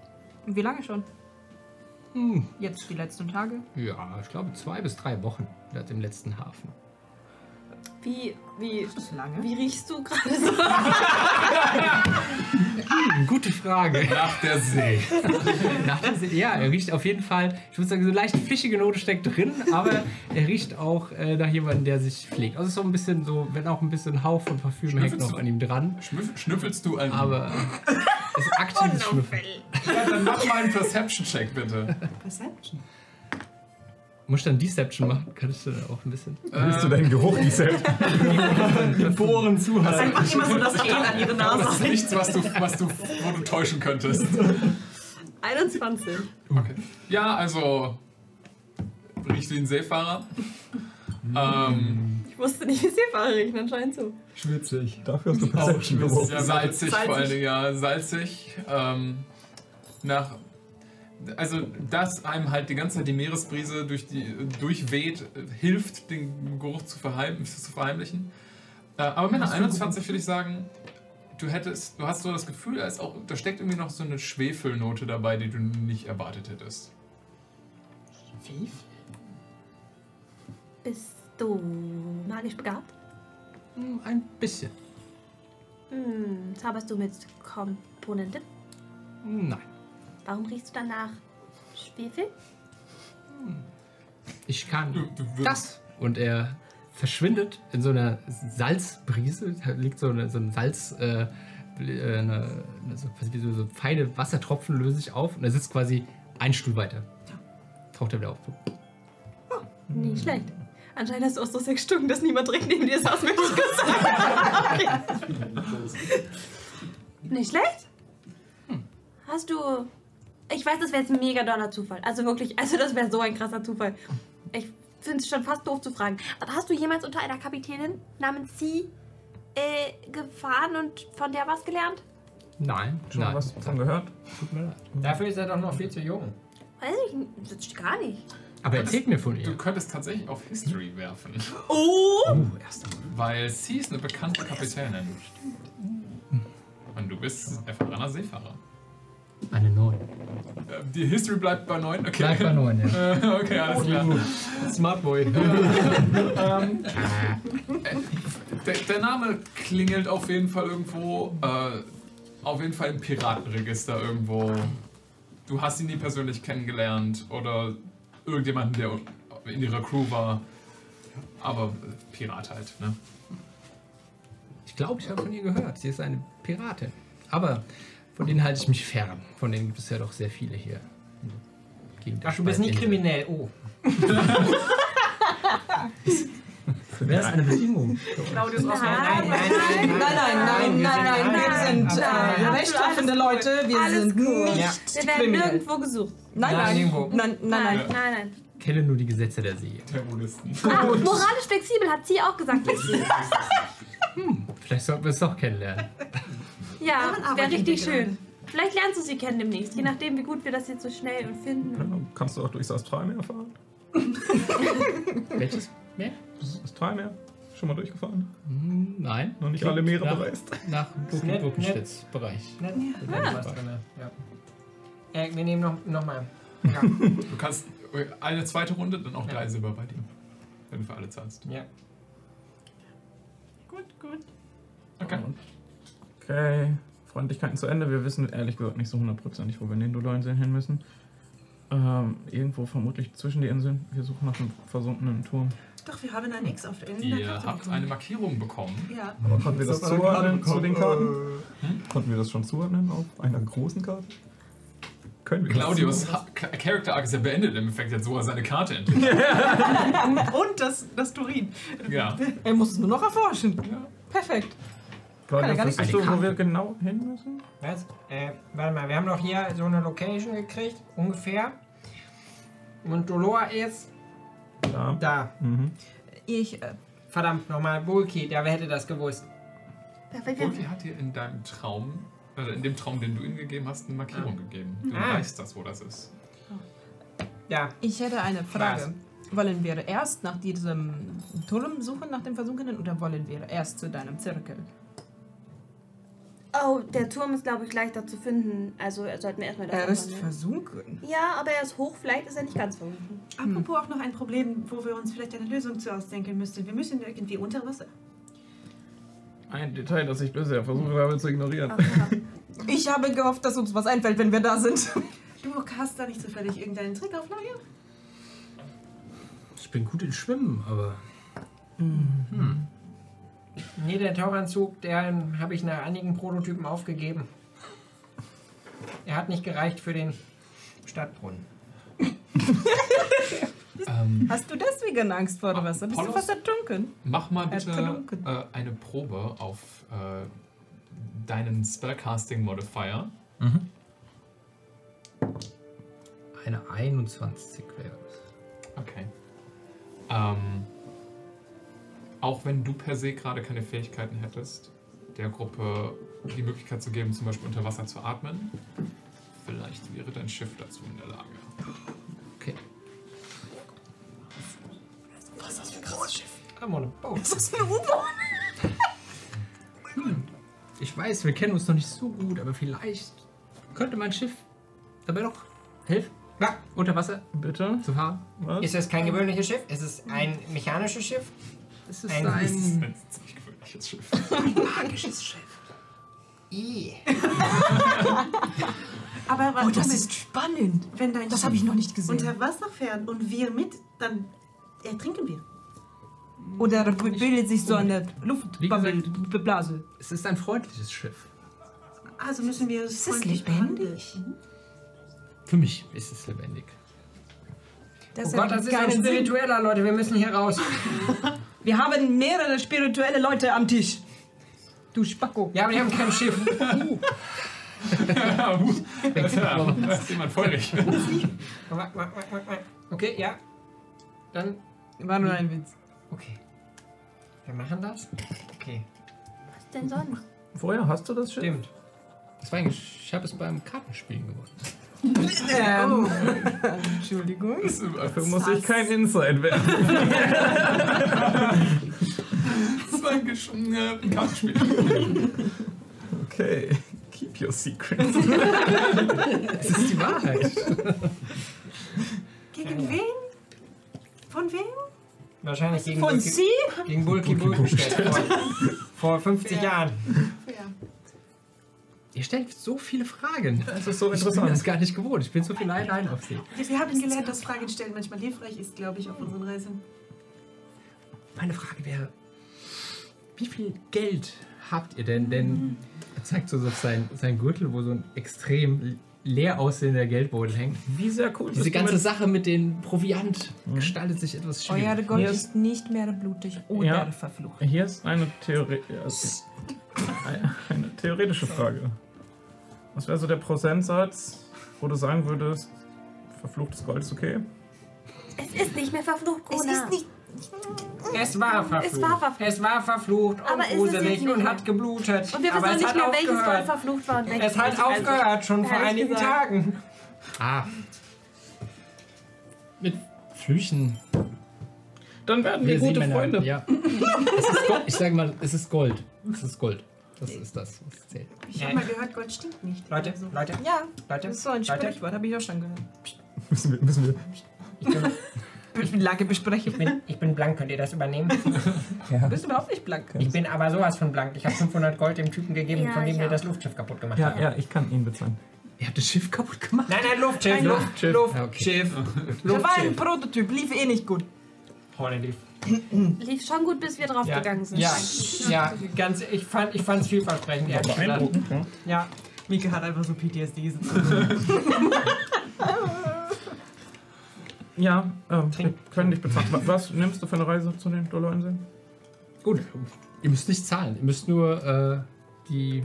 Und Wie lange schon?
Hm.
Jetzt die letzten Tage?
Ja, ich glaube zwei bis drei Wochen seit dem letzten Hafen.
Wie, wie,
Das ist lange.
wie riechst du gerade so?
Hm, Gute Frage.
nach der See.
Nach der See- ja, er riecht auf jeden Fall, ich würde sagen, so leicht fischige Note steckt drin, aber er riecht auch äh, nach jemandem, der sich pflegt. Also so ein bisschen so, wenn auch ein bisschen Hauch von Parfüm hängt noch an ihm dran.
Schnüff, schnüffelst du ein.
Aber es ist aktives Schnüffeln.
Ja, dann mach mal einen Perception-Check bitte.
Perception.
Muss ich dann Deception machen? Kannst du da auch ein bisschen.
Willst du deinen Geruch Deception?
Die Bohren zuhalten.
Einfach immer so das Gel an ihre Nase.
Das ist nichts, was du, was du, wo du täuschen könntest.
21.
Okay. Ja, also riecht wie ein Seefahrer. ähm,
Ich wusste nicht, wie Seefahrer riechen, anscheinend so.
Schwitzig. Dafür hast du
Also,
auch
Perception geworfen.
ja, salzig, vor
Salzig.
allen Dingen, ja, salzig. Ähm, nach, also, dass einem halt die ganze Zeit die Meeresbrise durch die, durchweht, äh, hilft, den Geruch zu, verheim, zu verheimlichen. Äh, aber mit einer 21 würde ich sagen, du hättest, du hast so das Gefühl, da, ist auch, da steckt irgendwie noch so eine Schwefelnote dabei, die du nicht erwartet hättest.
Bist du magisch begabt?
Ein bisschen.
Hm, zauberst du mit Komponenten?
Nein.
Warum riechst du danach Schwefel?
Ich kann
Du, du würdest-
das. Und er verschwindet in so einer Salzbrise. Da liegt so, eine, so ein Salz, äh, äh, eine, eine so, quasi wie so, so feine Wassertropfen lösen sich auf und er sitzt quasi einen Stuhl weiter. Taucht er wieder auf.
Nicht schlecht. Anscheinend hast du auch so sechs Stunden, dass niemand direkt neben dir saß, möchte ich kurz sagen.
Nicht schlecht? Hast du. Ich weiß, das wäre jetzt ein mega doller Zufall. Also wirklich, also das wäre so ein krasser Zufall. Ich finde es schon fast doof zu fragen. Aber hast du jemals unter einer Kapitänin namens Sie äh, gefahren und von der was gelernt?
Nein,
Schon
nein.
was davon gehört?
Tut mir leid.
Dafür ist er doch noch viel zu jung.
Weiß ich n- das steht gar nicht.
Aber erzählt mir von
Du
ihr.
könntest halt- tatsächlich auf History werfen.
Oh, erst einmal.
Weil sie ist eine bekannte Kapitänin. Und du bist erfahrener Seefahrer.
Eine neun.
Äh, Die History bleibt bei 9. Okay.
Gleich bei neun, ja. Oh,
Äh, okay, alles klar. Ähm,
Smart Boy.
äh, Der, der Name klingelt auf jeden Fall irgendwo. Äh, auf jeden Fall im Piratenregister irgendwo. Du hast ihn nie persönlich kennengelernt oder irgendjemanden, der in ihrer Crew war. Aber äh, Pirat halt, ne?
Ich glaube, ich habe von ihr gehört. Sie ist eine Piratin. Aber von denen halte ich mich fern. Von denen gibt es ja doch sehr viele hier. Gegen
Ach, du bist nicht kriminell. Oh.
Wäre das eine Bedingung?
Genau.
Claudius aus
Nein,
nein,
Nein, nein, nein, nein, nein, wir sind äh,
Absolut,
rechtschaffende
alles
Leute, wir
Alles
sind
cool.
nicht
Ja.
Wir werden
kriminell.
nirgendwo gesucht.
Nein,
Nein,
nein,
nirgendwo.
nein, nein, nein.
nein, nein.
Kenne nur die Gesetze der See.
Terroristen.
Ah, moralisch flexibel hat sie auch gesagt.
Vielleicht sollten wir es doch kennenlernen.
Ja, wäre richtig schön. Vielleicht lernst du sie kennen demnächst, je nachdem, wie gut wir das jetzt so schnell und finden.
Kannst du auch durchs Astralmeer fahren?
Welches Meer?
Das Astralmeer? Schon mal durchgefahren?
Hm, Nein.
Noch nicht alle Meere
nach,
bereist.
Nach
Nett,
Burgenstedt-Bereich.
Nett. Da ist was drin. Ja. Äh, wir nehmen noch, noch mal. Ja.
Du kannst äh, eine zweite Runde, dann auch drei Silber bei dir. Wenn du für alle zahlst.
ja.
Okay.
Okay, Freundlichkeiten zu Ende. Wir wissen ehrlich gesagt nicht so hundertprozentig, wo wir in den Duloinseln hin müssen. Ähm, irgendwo vermutlich zwischen die Inseln. Wir suchen nach einem versunkenen Turm.
Doch, wir haben ein X auf der Insel. der
Ihr
Karte
habt
bekommen.
eine Markierung bekommen.
Ja.
Aber konnten wir das
Das hat man gerade
zuordnen zu
bekommen.
den Karten? Hm? Konnten wir das schon zuordnen auf einer großen Karte? Können wir das
Claudius
zuordnen?
ha- K- Character Arc ist ja beendet. Im Endeffekt hat Sora seine Karte entdeckt.
Und das, das Turin.
Ja.
Er muss es nur noch erforschen.
Ja.
Perfekt. Kann er
Claudia,
gar nicht
wüsstest du, wo wir genau hin müssen?
Was? Äh, warte mal, wir haben doch hier so eine Location gekriegt, ungefähr. Und Dolor ist
Ja.
da.
Mhm.
Ich, äh,
Verdammt nochmal, Bulky, der hätte das gewusst.
Perfekt.
Wolfi hat dir in deinem Traum, also in dem Traum, den du ihm gegeben hast, eine Markierung gegeben. Du
Ah. Oh.
weißt das, wo das ist.
Ja,
ich hätte eine Frage. Wollen wir erst nach diesem Turm suchen, nach dem Versunkenen, oder wollen wir erst zu deinem Zirkel?
Oh, der Turm ist, glaube ich, leichter zu finden. Also sollten wir erstmal
Er
das
ist
machen.
versunken.
Ja, aber er ist hoch, vielleicht ist er nicht ganz versunken.
Apropos auch noch ein Problem, wo wir uns vielleicht eine Lösung zu ausdenken müssten. Wir müssen irgendwie unter Wasser.
Ein Detail, das ich bisher versuche habe zu ignorieren.
Ich habe gehofft, dass uns was einfällt, wenn wir da sind.
Du hast da nicht zufällig irgendeinen Trick auf Lager?
Ich bin gut in Schwimmen, aber hm,
nee, der Tauchanzug, den habe ich nach einigen Prototypen aufgegeben. Er hat nicht gereicht für den Stadtbrunnen.
Ähm,
Hast du deswegen Angst vor dem Wasser? Bist du
Apollos-
fast ertrunken?
mach
Er
mal
hat
bitte
verdunken.
äh, eine Probe auf äh, deinen Spellcasting Modifier.
Mhm.
Eine 21 wäre es.
Okay. Ähm, auch wenn du per se gerade keine Fähigkeiten hättest, der Gruppe die Möglichkeit zu geben, zum Beispiel unter Wasser zu atmen, vielleicht wäre dein Schiff dazu in der Lage.
Okay.
Was ist das für ein krasses Schiff?
I'm on a boat.
Das ist eine U-Bahn.
Ich weiß, wir kennen uns noch nicht so gut, aber vielleicht könnte mein Schiff dabei noch helfen,
Na,
unter Wasser
Bitte?
zu fahren.
Was?
ist es kein gewöhnliches Schiff? Ist es ein mechanisches Schiff?
Es ist
Ein-
ein.
Das ist ein ziemlich gewöhnliches Schiff.
magisches Schiff.
I.
Aber
Oh,
was,
spannend.
wenn dein
Das habe ich noch nicht gesehen.
unter Wasser fährt und wir mit, dann ertrinken wir.
Oder bildet sich so eine Luftbubble-
gesagt-
Blase.
Es ist ein freundliches Schiff.
Also müssen wir es Mhm.
Sisslich lebendig.
Für mich ist es lebendig.
Oh Gott, das ist ein spiritueller, Leute. Wir müssen hier raus.
Wir haben mehrere spirituelle Leute am Tisch. Du Spacko.
Ja, aber wir haben kein Schiff.
ja, da ist jemand feurig.
Okay, ja. Dann,
War nur ein Witz.
okay. Wir machen das. Okay,
Was denn sonst?
Woher hast du das Schiff?
stimmt.
Das war ein Gesch- ich habe es beim Kartenspielen gewonnen.
Ähm.
Oh.
Entschuldigung.
Dafür muss ich kein Insight werden.
Das war ein geschungenes Kampfspiel.
Okay. Keep your secrets.
Das ist die Wahrheit.
Gegen wen? Von wem?
Wahrscheinlich gegen
Von
Bulky-
Sie?
Gegen Bulky Bulkenstedt. Vor, vor 50 Jahren.
Ihr stellt so viele Fragen.
Das ist so
Ich bin das
interessant.
gar nicht gewohnt. Ich bin so viel allein auf sie.
Wir, wir haben gelernt, dass Fragen stellen manchmal hilfreich ist, glaube ich, auf unseren Reisen.
Meine Frage wäre, wie viel Geld habt ihr denn? Denn er zeigt so auf seinen, seinen Gürtel, wo so ein extrem leer aussehender Geldbeutel hängt.
Wie sehr cool
Diese
bist du
ganze
mit-
Sache mit dem Proviant
Hm.
gestaltet sich etwas schwierig.
Euer Gold
Hier
ist nicht mehr blutig Oh. oder
Ja.
verflucht.
Hier ist eine, Theore also eine- eine theoretische Frage. Was wäre so der Prozentsatz, wo du sagen würdest, verfluchtes Gold ist okay?
Es ist nicht mehr verflucht, Kona.
nicht.
Es war verflucht.
Es war verflucht.
Es war verflucht und
Aber ist es jetzt
gruselig
nicht
und
mehr?
hat geblutet.
Und wir
Aber
wissen
es
noch nicht
hat
mehr, welches
aufgehört.
Gold verflucht war und welches
Es hat
nicht. Also,
aufgehört, schon vor
ehrlich
einigen
gesagt.
Tagen.
Ah. Mit Flüchen.
Dann werden wir, gute
Seemänner,
Freunde.
Ja. es ist Gold. Ich sage mal, es ist Gold. Es ist Gold. Das ist das, was zählt.
Ich habe mal gehört, Gold stinkt nicht.
Leute,
Oder so.
Leute,
Ja,
Leute,
das ist so ein
Leute.
Sprichwort, habe ich auch schon gehört.
Müssen wir, müssen wir.
Lage besprechen.
Ich bin, ich bin blank, könnt ihr das übernehmen?
Du bist überhaupt nicht blank.
Ich bin aber sowas von blank. Ich habe 500 Gold dem Typen gegeben,
Ja,
von dem
ich
wir
auch.
das Luftschiff kaputt gemacht
Ja,
haben.
ja, ich kann ihn bezahlen.
Ihr habt das Schiff kaputt gemacht.
Nein, nein, Luftschiff, Luftschiff,
Luftschiff.
Ja, okay.
Luftschiff,
Da war ein
Luftschiff.
Prototyp, lief eh nicht gut.
Holiday.
Hm. Lief schon gut, bis wir draufgegangen sind.
Ja, ja, ganz, ich fand es vielversprechend, ehrlich gesagt.
ja.
Ja,
Mika hat einfach so PTSD.
Ja, ähm, wir
Trink.
können dich bezahlen. Wa- Was nimmst du für eine Reise zu den Dolorinseln?
Gut, ihr müsst nicht zahlen. Ihr müsst nur äh, die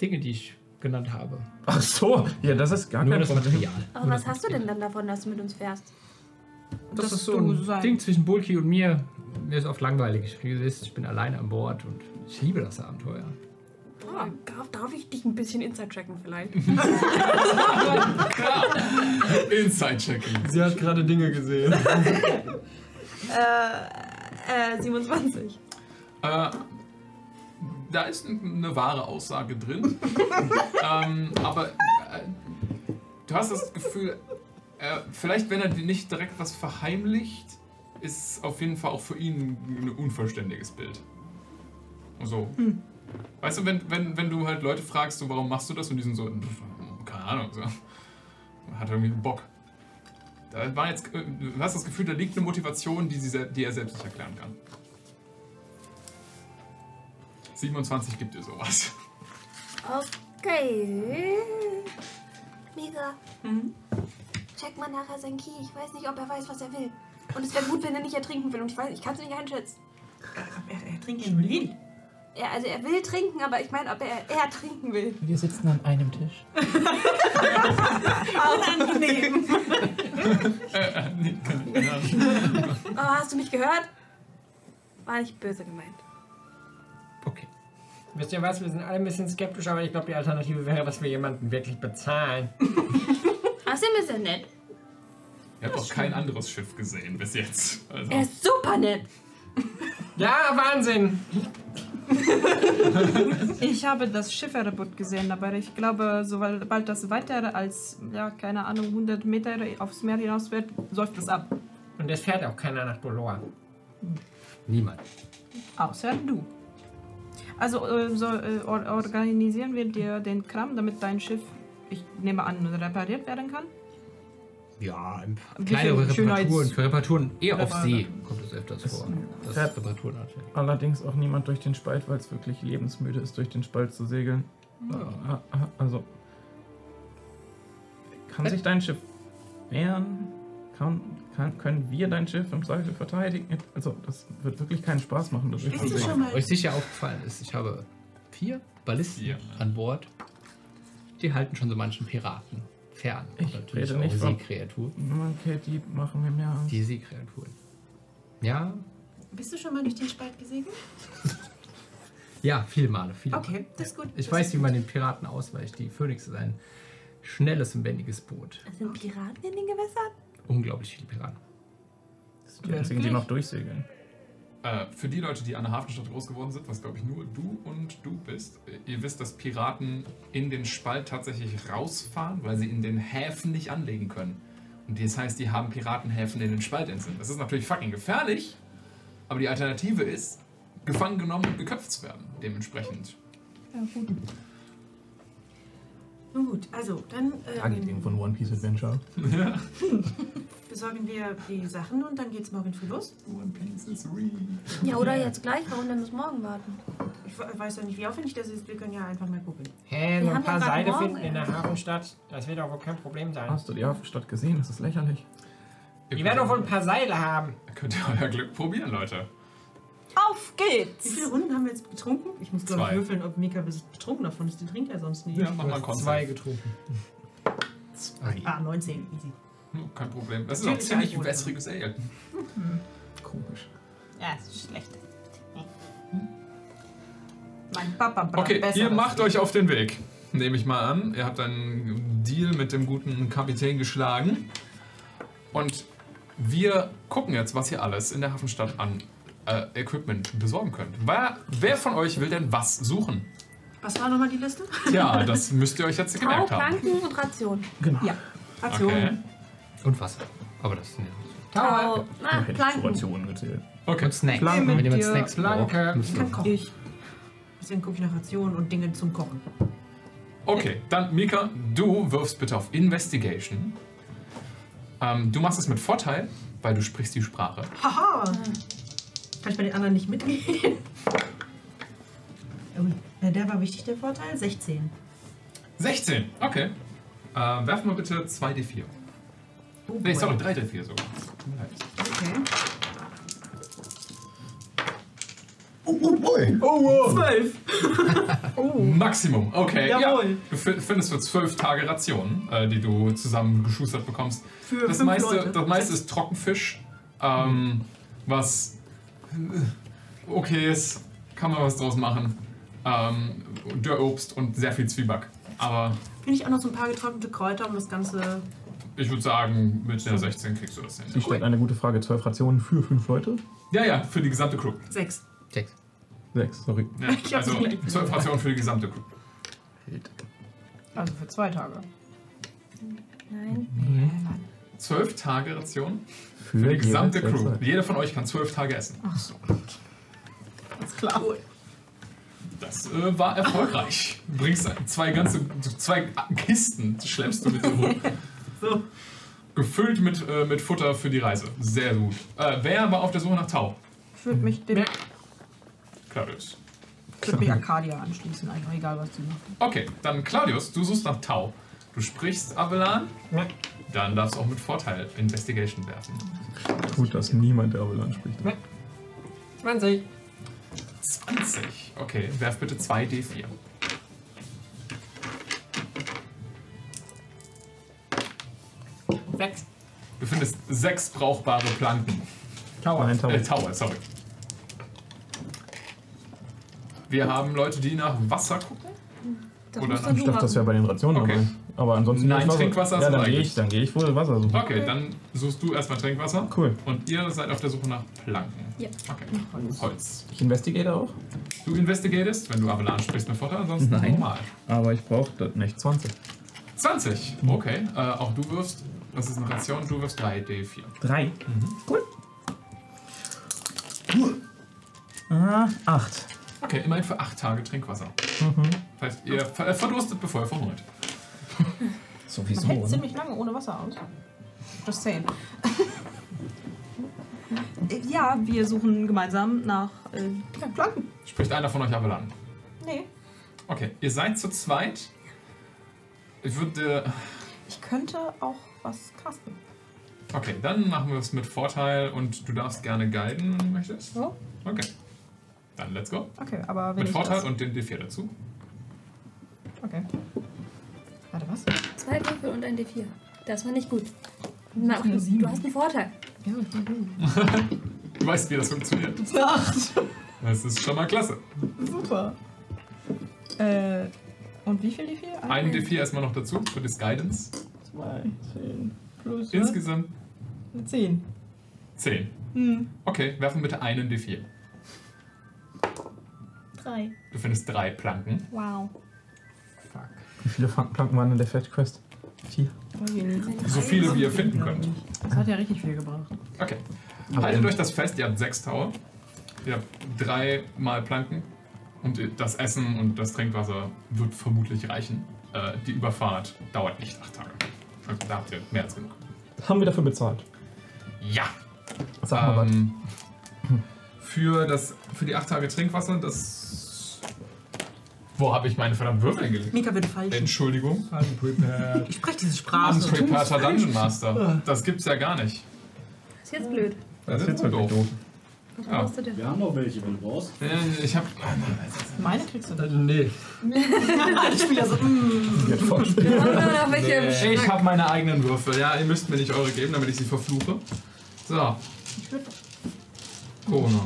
Dinge, die ich genannt habe.
Ach so, ja, das ist gar
Nur
kein
das
Problem.
Material.
Aber was hast du denn dann davon, dass du mit uns fährst?
Das,
dass
ist so
du
ein
sein-
Ding zwischen Bulky und mir. Mir ist oft langweilig. Wie ihr wisst, ich bin alleine an Bord und ich liebe das Abenteuer.
Boah, Ah, darf, darf ich dich ein bisschen inside tracken vielleicht?
Inside-Checking.
Sie hat gerade Dinge gesehen.
äh, 27.
Äh, da ist n- eine wahre Aussage drin. ähm, aber äh, du hast das Gefühl, äh, vielleicht wenn er dir nicht direkt was verheimlicht, ist es auf jeden Fall auch für ihn ein unvollständiges Bild. So. Weißt du, wenn, wenn, wenn du halt Leute fragst, so, warum machst du das? Und die sind so, "Pff, keine Ahnung, so. hat irgendwie Bock. Da war jetzt, äh, du hast das Gefühl, da liegt eine Motivation, die, sie, sel- die er selbst nicht erklären kann. 27 gibt dir sowas.
Okay. Mhm. Mika. Check mal nachher sein Key. Ich weiß nicht, ob er weiß, was er will. Und es wäre gut, wenn er nicht ertrinken will. Und ich weiß, ich kann es nicht einschätzen.
Er, er trinkt ja nur Lilly.
Ja, also er will trinken, aber ich meine, ob er er trinken will.
Wir sitzen an einem Tisch.
Unangenehm. oh, hast du mich gehört? War nicht böse gemeint.
Wisst ihr was, wir sind alle ein bisschen skeptisch, aber ich glaube, die Alternative wäre, dass wir jemanden wirklich bezahlen.
Außerdem ist er nett.
Ihr habt auch kein anderes Schiff gesehen bis jetzt. Also,
Er ist super nett.
Ja, Wahnsinn!
Ich habe das Schifferboot gesehen, aber ich glaube, sobald das weiter als, ja, keine Ahnung, 100 Meter aufs Meer hinaus wird, säuft es ab.
Und es fährt auch keiner nach Dolor.
Niemand.
Außer du. Also äh, so, äh, or organisieren wir dir den Kram, damit dein Schiff, ich nehme an, repariert werden kann.
Ja, ein
Wie
kleinere
viel Schönheits-
Reparaturen. Für Reparaturen eher auf
Reparaturen.
See kommt es öfters vor. Das
fährt-
Reparaturen anfällt.
Allerdings auch niemand durch den Spalt, weil es wirklich lebensmüde ist, durch den Spalt zu segeln.
Ja.
Ah, ah, Also.
Äh.
Kann sich dein Schiff wehren? Kann, kann, können wir dein Schiff im Zweifel verteidigen? Also, das wird wirklich keinen Spaß machen, das Schiff
Ist dir schon mal-
Euch sicher aufgefallen ist, ich habe vier Ballisten an Bord. Die halten schon so manchen Piraten fern. Und natürlich
rede nicht
auch
von-
Seekreaturen.
Okay, die machen wir mehr Angst.
Die Seekreaturen. Ja,
Bist du schon mal durch den Spalt gesegelt?
ja, viele Male. Viele
Okay,
Male.
das ist gut.
Ich
das
weiß,
ist
wie
gut.
man den Piraten ausweicht. Die Phoenix ist ein schnelles und wendiges Boot.
Sind Piraten in den Gewässern?
Unglaublich viele Piraten.
Das sind die einzigen, die noch durchsegeln.
Äh, für die Leute, die an der Hafenstadt groß geworden sind, was glaube ich nur du und du bist, äh, ihr wisst, dass Piraten in den Spalt tatsächlich rausfahren, weil sie in den Häfen nicht anlegen können. Und das heißt, die haben Piratenhäfen in den Spaltinseln. Das ist natürlich fucking gefährlich, aber die Alternative ist, gefangen genommen und geköpft zu werden. Dementsprechend.
Ja, gut. Nun gut, also dann
Da geht
äh,
irgendwo ein One Piece Adventure.
Ja.
besorgen wir die Sachen und dann geht's morgen früh los.
One Piece is real.
Ja, oder jetzt gleich. Warum denn bis morgen warten?
Ich we- weiß ja nicht, wie aufwendig das ist. Wir können ja einfach mal gucken.
Hä,
Wir
nur ein
haben ja
paar
gerade
Seile
morgen,
finden in der
äh,
Hafenstadt. Das wird doch wohl kein Problem sein.
Hast du die Hafenstadt gesehen? Das ist lächerlich.
Die werden doch wohl ein paar Seile haben.
Könnt ihr euer Glück probieren, Leute.
Auf geht's! Wie viele Runden haben wir jetzt getrunken? Ich muss glaube ich
Zwei.
würfeln, ob Mika betrunken davon ist. Die trinkt ja sonst nie.
Ja, mach
Du
mal
hast
Konzept.
zwei getrunken.
Ah, 19. Easy.
Hm, Kein Problem. Das ist auch
Natürlich
ziemlich
Alkohol.
wässriges Ale.
Komisch.
Hm. Ja, das ist schlecht. Hm. Mein Papa braucht
Okay,
besser.
ihr macht euch auf den Weg. Nehme ich mal an. Ihr habt einen Deal mit dem guten Kapitän geschlagen. Und wir gucken jetzt, was ihr alles in der Hafenstadt an äh, Equipment besorgen könnt. Wer, wer von euch will denn was suchen?
Was war nochmal die Liste?
Ja, das müsst ihr euch jetzt
Tau,
gemerkt haben.
Planken und Ration.
Ja. Aktion.
Okay.
Und Wasser. Aber das ist nicht.
Tau. Ah,
Hätte ich
Planken.
Rationen gezählt.
okay.
Und Snacks.
Nehmen wir
Wenn jemand
dir
Snacks
Blanke.
braucht,
Ich
müssen wir
kann kochen. Ich. Deswegen gucke ich nach Rationen und Dinge zum Kochen.
Okay, dann Mika, du wirfst bitte auf Investigation. Ähm, du machst es mit Vorteil, weil du sprichst die Sprache.
Haha! Kann ich bei den anderen nicht mitgehen? Ui, äh, der war wichtig, der Vorteil. 16.
16, okay. Äh, werfen wir bitte 2d4.
Oh,
Nee,
boy.
sorry, 3d4 sogar. Tut mir leid.
Okay.
Oh,
Oh,
Maximum, okay.
Oh. Jawohl.
Ja, du fi- findest für zwölf Tage Rationen, äh, die du zusammengeschustert bekommst.
Für
das,
fünf
meiste,
Leute.
das meiste ist Trockenfisch, ähm, was äh, okay ist, kann man was draus machen. Ähm, Dürrobst und sehr viel Zwieback. Aber
Finde ich auch noch so ein paar getrocknete Kräuter, um das Ganze.
ich würde sagen, mit der 16 kriegst du das
Sie
hin.
stellt eine gute Frage. Zwölf Rationen für fünf Leute?
Ja, ja, für die gesamte Crew.
Sechs.
Snacks.
Sechs, sorry.
Ja, also zwölf Rationen für die gesamte Crew.
Also für zwei Tage.
Nein.
Zwölf Tage Rationen
Für,
für die
jeweils
gesamte
sechs
Crew.
Leute.
Jeder von euch kann zwölf Tage essen.
Alles klar.
Das äh, war erfolgreich. Bringst zwei ganze zwei Kisten schleppst du mit dir hoch.
So.
Gefüllt mit, äh, mit Futter für die Reise. Sehr gut. Äh, wer war auf der Suche nach Tau?
Ich würde mich dem
Claudius.
Clippy Arcadia anschließen, einfach egal was die machen.
Okay, dann Claudius, du suchst nach Tau. Du sprichst Avelan.
Ja.
Dann darfst du auch mit Vorteil Investigation werfen.
Tut das niemand, der Abel anspricht.
20.
20. Okay, werf bitte 2d4.
Sechs.
Du findest sechs brauchbare Planken.
Tower. Nein, Tower.
Äh, Tower, sorry. Wir haben Leute, die nach Wasser gucken. Oder nach
Ich dachte, das wäre bei den Rationen
Okay.
dabei. Aber ansonsten.
Nein,
ist Wasser-
Trinkwasser
Ja,
ist
dann gehe
eigentlich-
ich, dann gehe ich wohl Wasser suchen.
Okay, dann suchst du erstmal Trinkwasser.
Cool.
Und ihr seid auf der Suche nach Planken.
Ja.
Okay. Holz.
Ich investigate auch.
Du investigatest, wenn du Avalanche sprichst, mit Vorteil, ansonsten
Nein.
normal.
Aber ich brauche das nicht. 20.
20. Okay, äh, auch du wirfst, das ist eine Ration, du wirfst 3d4.
3.
Mhm.
Cool. Ah, 8.
Okay, immerhin für 8 Tage Trinkwasser.
Mhm.
Das heißt, ihr ver äh, verdurstet, bevor ihr verhungert.
Sowieso.
Man hält
ne?
ziemlich lange ohne Wasser aus. Just saying. ja, wir suchen gemeinsam nach äh, Planken.
Spricht einer von euch Avalanche?
Nee.
Okay, ihr seid zu zweit. Ich würde.
Ich könnte auch was casten.
äh, Okay, dann machen wir es mit Vorteil und du darfst gerne guiden, wenn du möchtest.
So?
Okay. Dann let's go.
Oh. Okay, aber wenn
Mit
ich
Vorteil
das...
und den D4 dazu.
Okay. Warte, was?
Zwei Würfel und ein D4. Das war nicht gut. Na, okay. Du hast einen Vorteil.
Ja, ich bin gut.
Du weißt, wie das funktioniert.
Acht.
Das ist schon mal klasse.
Super. Äh, und wie viel die vier?
Einen D4 erstmal noch dazu für das Guidance.
Zwei, zehn, plus
Insgesamt
was? Zehn.
10.
Hm,
Okay, werfen bitte einen D4.
drei.
Du findest drei Planken.
Wow.
Fuck.
Wie viele Flanken- Planken waren in der Fat Quest? 4.
Voll wenig.
So viele, wie ihr finden könnt.
Oh Das hat ja richtig viel gebracht.
Okay.
Aber
Haltet
eben-
euch das fest, ihr habt sechs Tower. Ihr habt dreimal Planken. Und das Essen und das Trinkwasser wird vermutlich reichen. Äh, die Überfahrt dauert nicht acht Tage. Also Da habt ihr mehr als genug.
Haben wir dafür bezahlt?
Ja!
Sag mal
Ähm, für, das, für die acht Tage Trinkwasser, das. Wo habe ich meine verdammten Würfel hingelegt?
Mika wird falsch.
Entschuldigung.
Unprepared.
Ich spreche diese Sprache.
Unpreparter Dungeon Master. Das gibt's ja gar nicht.
Ist jetzt blöd.
was. Das ist jetzt
aber
wirklich doof.
Was
Ja.
brauchst du denn?
Wir haben noch welche, wenn du brauchst.
Äh, Ich habe.
Meine kriegst du dann.
Also, nee.
Alle Spieler so, mm.
Wird vorgespielt.
Nach welchem
Ich habe meine eigenen Würfel. Ja, ihr müsst mir nicht eure geben, damit ich sie verfluche. So. Corona.